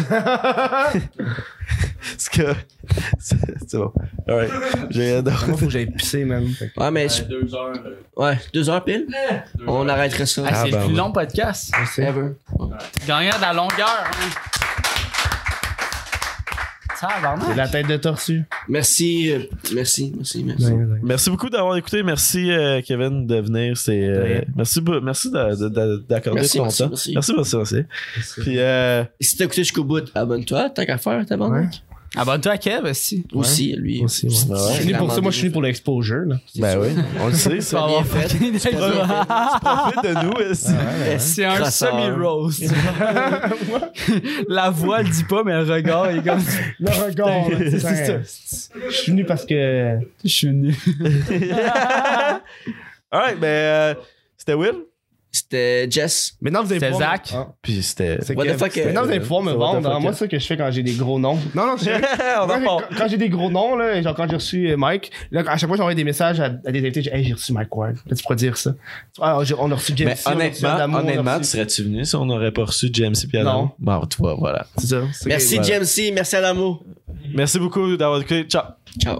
[SPEAKER 1] Parce que. C'est c'est bon. Alright. J'ai adoré.
[SPEAKER 3] Moi, faut que j'aille pisser, man. Fait que-
[SPEAKER 2] Ouais, mais Eh, je-
[SPEAKER 6] Deux heures. euh,
[SPEAKER 2] ouais, deux heures pile.
[SPEAKER 6] deux
[SPEAKER 2] On
[SPEAKER 6] heures.
[SPEAKER 2] arrêterait ça.
[SPEAKER 8] Ah, c'est
[SPEAKER 1] ben
[SPEAKER 8] le plus
[SPEAKER 1] ouais.
[SPEAKER 8] long podcast.
[SPEAKER 2] Ever.
[SPEAKER 8] Gagnant de la longueur. hein.
[SPEAKER 4] Tabarnak.
[SPEAKER 3] La tête de tortue.
[SPEAKER 2] Merci, euh, merci, merci, merci.
[SPEAKER 1] Merci beaucoup d'avoir écouté. Merci, euh, Kevin, de venir. C'est, euh,
[SPEAKER 4] rien.
[SPEAKER 1] merci be- merci d'a- d'a- d'a- d'accorder
[SPEAKER 2] Merci,
[SPEAKER 1] ton
[SPEAKER 2] merci,
[SPEAKER 1] temps.
[SPEAKER 2] merci.
[SPEAKER 1] merci, merci. merci. Puis, euh,
[SPEAKER 2] Et Si t'as écouté jusqu'au bout, abonne-toi, tant qu'à faire, t'as
[SPEAKER 8] Abonne-toi à Kev aussi.
[SPEAKER 2] Aussi, lui.
[SPEAKER 3] Aussi,
[SPEAKER 1] ouais.
[SPEAKER 3] ouais. Je suis né pour ça, moi je suis né pour l'exposure. Là.
[SPEAKER 1] ben oui, on le sait.
[SPEAKER 8] Tu vas
[SPEAKER 1] Ça
[SPEAKER 8] avoir
[SPEAKER 2] bien fait.
[SPEAKER 8] fucking des-
[SPEAKER 1] profite de nous. hein, est-ce-
[SPEAKER 8] C'est un
[SPEAKER 2] Crasseur.
[SPEAKER 8] semi-roast. La voix le dit pas, mais le regard est comme.
[SPEAKER 3] Le regard, là, c'est ça. Je suis venu parce que.
[SPEAKER 8] Je suis nu.
[SPEAKER 1] All right, ben, euh, c'était Will.
[SPEAKER 2] C'était Jess.
[SPEAKER 3] Maintenant vous allez
[SPEAKER 8] C'était
[SPEAKER 3] pouvoir-
[SPEAKER 8] Zach.
[SPEAKER 3] Ah,
[SPEAKER 1] Puis c'était.
[SPEAKER 3] c'est
[SPEAKER 2] What
[SPEAKER 3] que-
[SPEAKER 2] the fuck,
[SPEAKER 3] Maintenant vous allez pouvoir me
[SPEAKER 1] C'est what the
[SPEAKER 3] vendre.
[SPEAKER 1] fuck,
[SPEAKER 3] hein. Moi,
[SPEAKER 1] euh.
[SPEAKER 3] c'est ça que je fais quand j'ai des gros noms. Non, non, c'est
[SPEAKER 1] on en
[SPEAKER 3] Quand,
[SPEAKER 1] repart.
[SPEAKER 3] quand j'ai des gros noms, là, genre quand j'ai reçu euh, Mike, là, à chaque fois j'envoie des messages à, à des invités, j'ai hey, j'ai reçu Mike Ward. Là, tu pourras dire ça. Ah, j'ai- on a reçu James
[SPEAKER 1] Mais
[SPEAKER 3] C, on a reçu Adam
[SPEAKER 1] honnêtement,
[SPEAKER 3] Moore, on
[SPEAKER 1] Ah,
[SPEAKER 3] a
[SPEAKER 1] honnêtement
[SPEAKER 3] reçu-
[SPEAKER 1] tu serais-tu venu si on n'aurait pas reçu James et Piano?
[SPEAKER 3] Non.
[SPEAKER 1] Bon, tu vois, voilà.
[SPEAKER 3] C'est ça. C'est-
[SPEAKER 2] Merci,
[SPEAKER 1] voilà.
[SPEAKER 2] James C. Merci, Adamo.
[SPEAKER 1] Merci beaucoup d'avoir écouté. Ciao.
[SPEAKER 2] Ciao.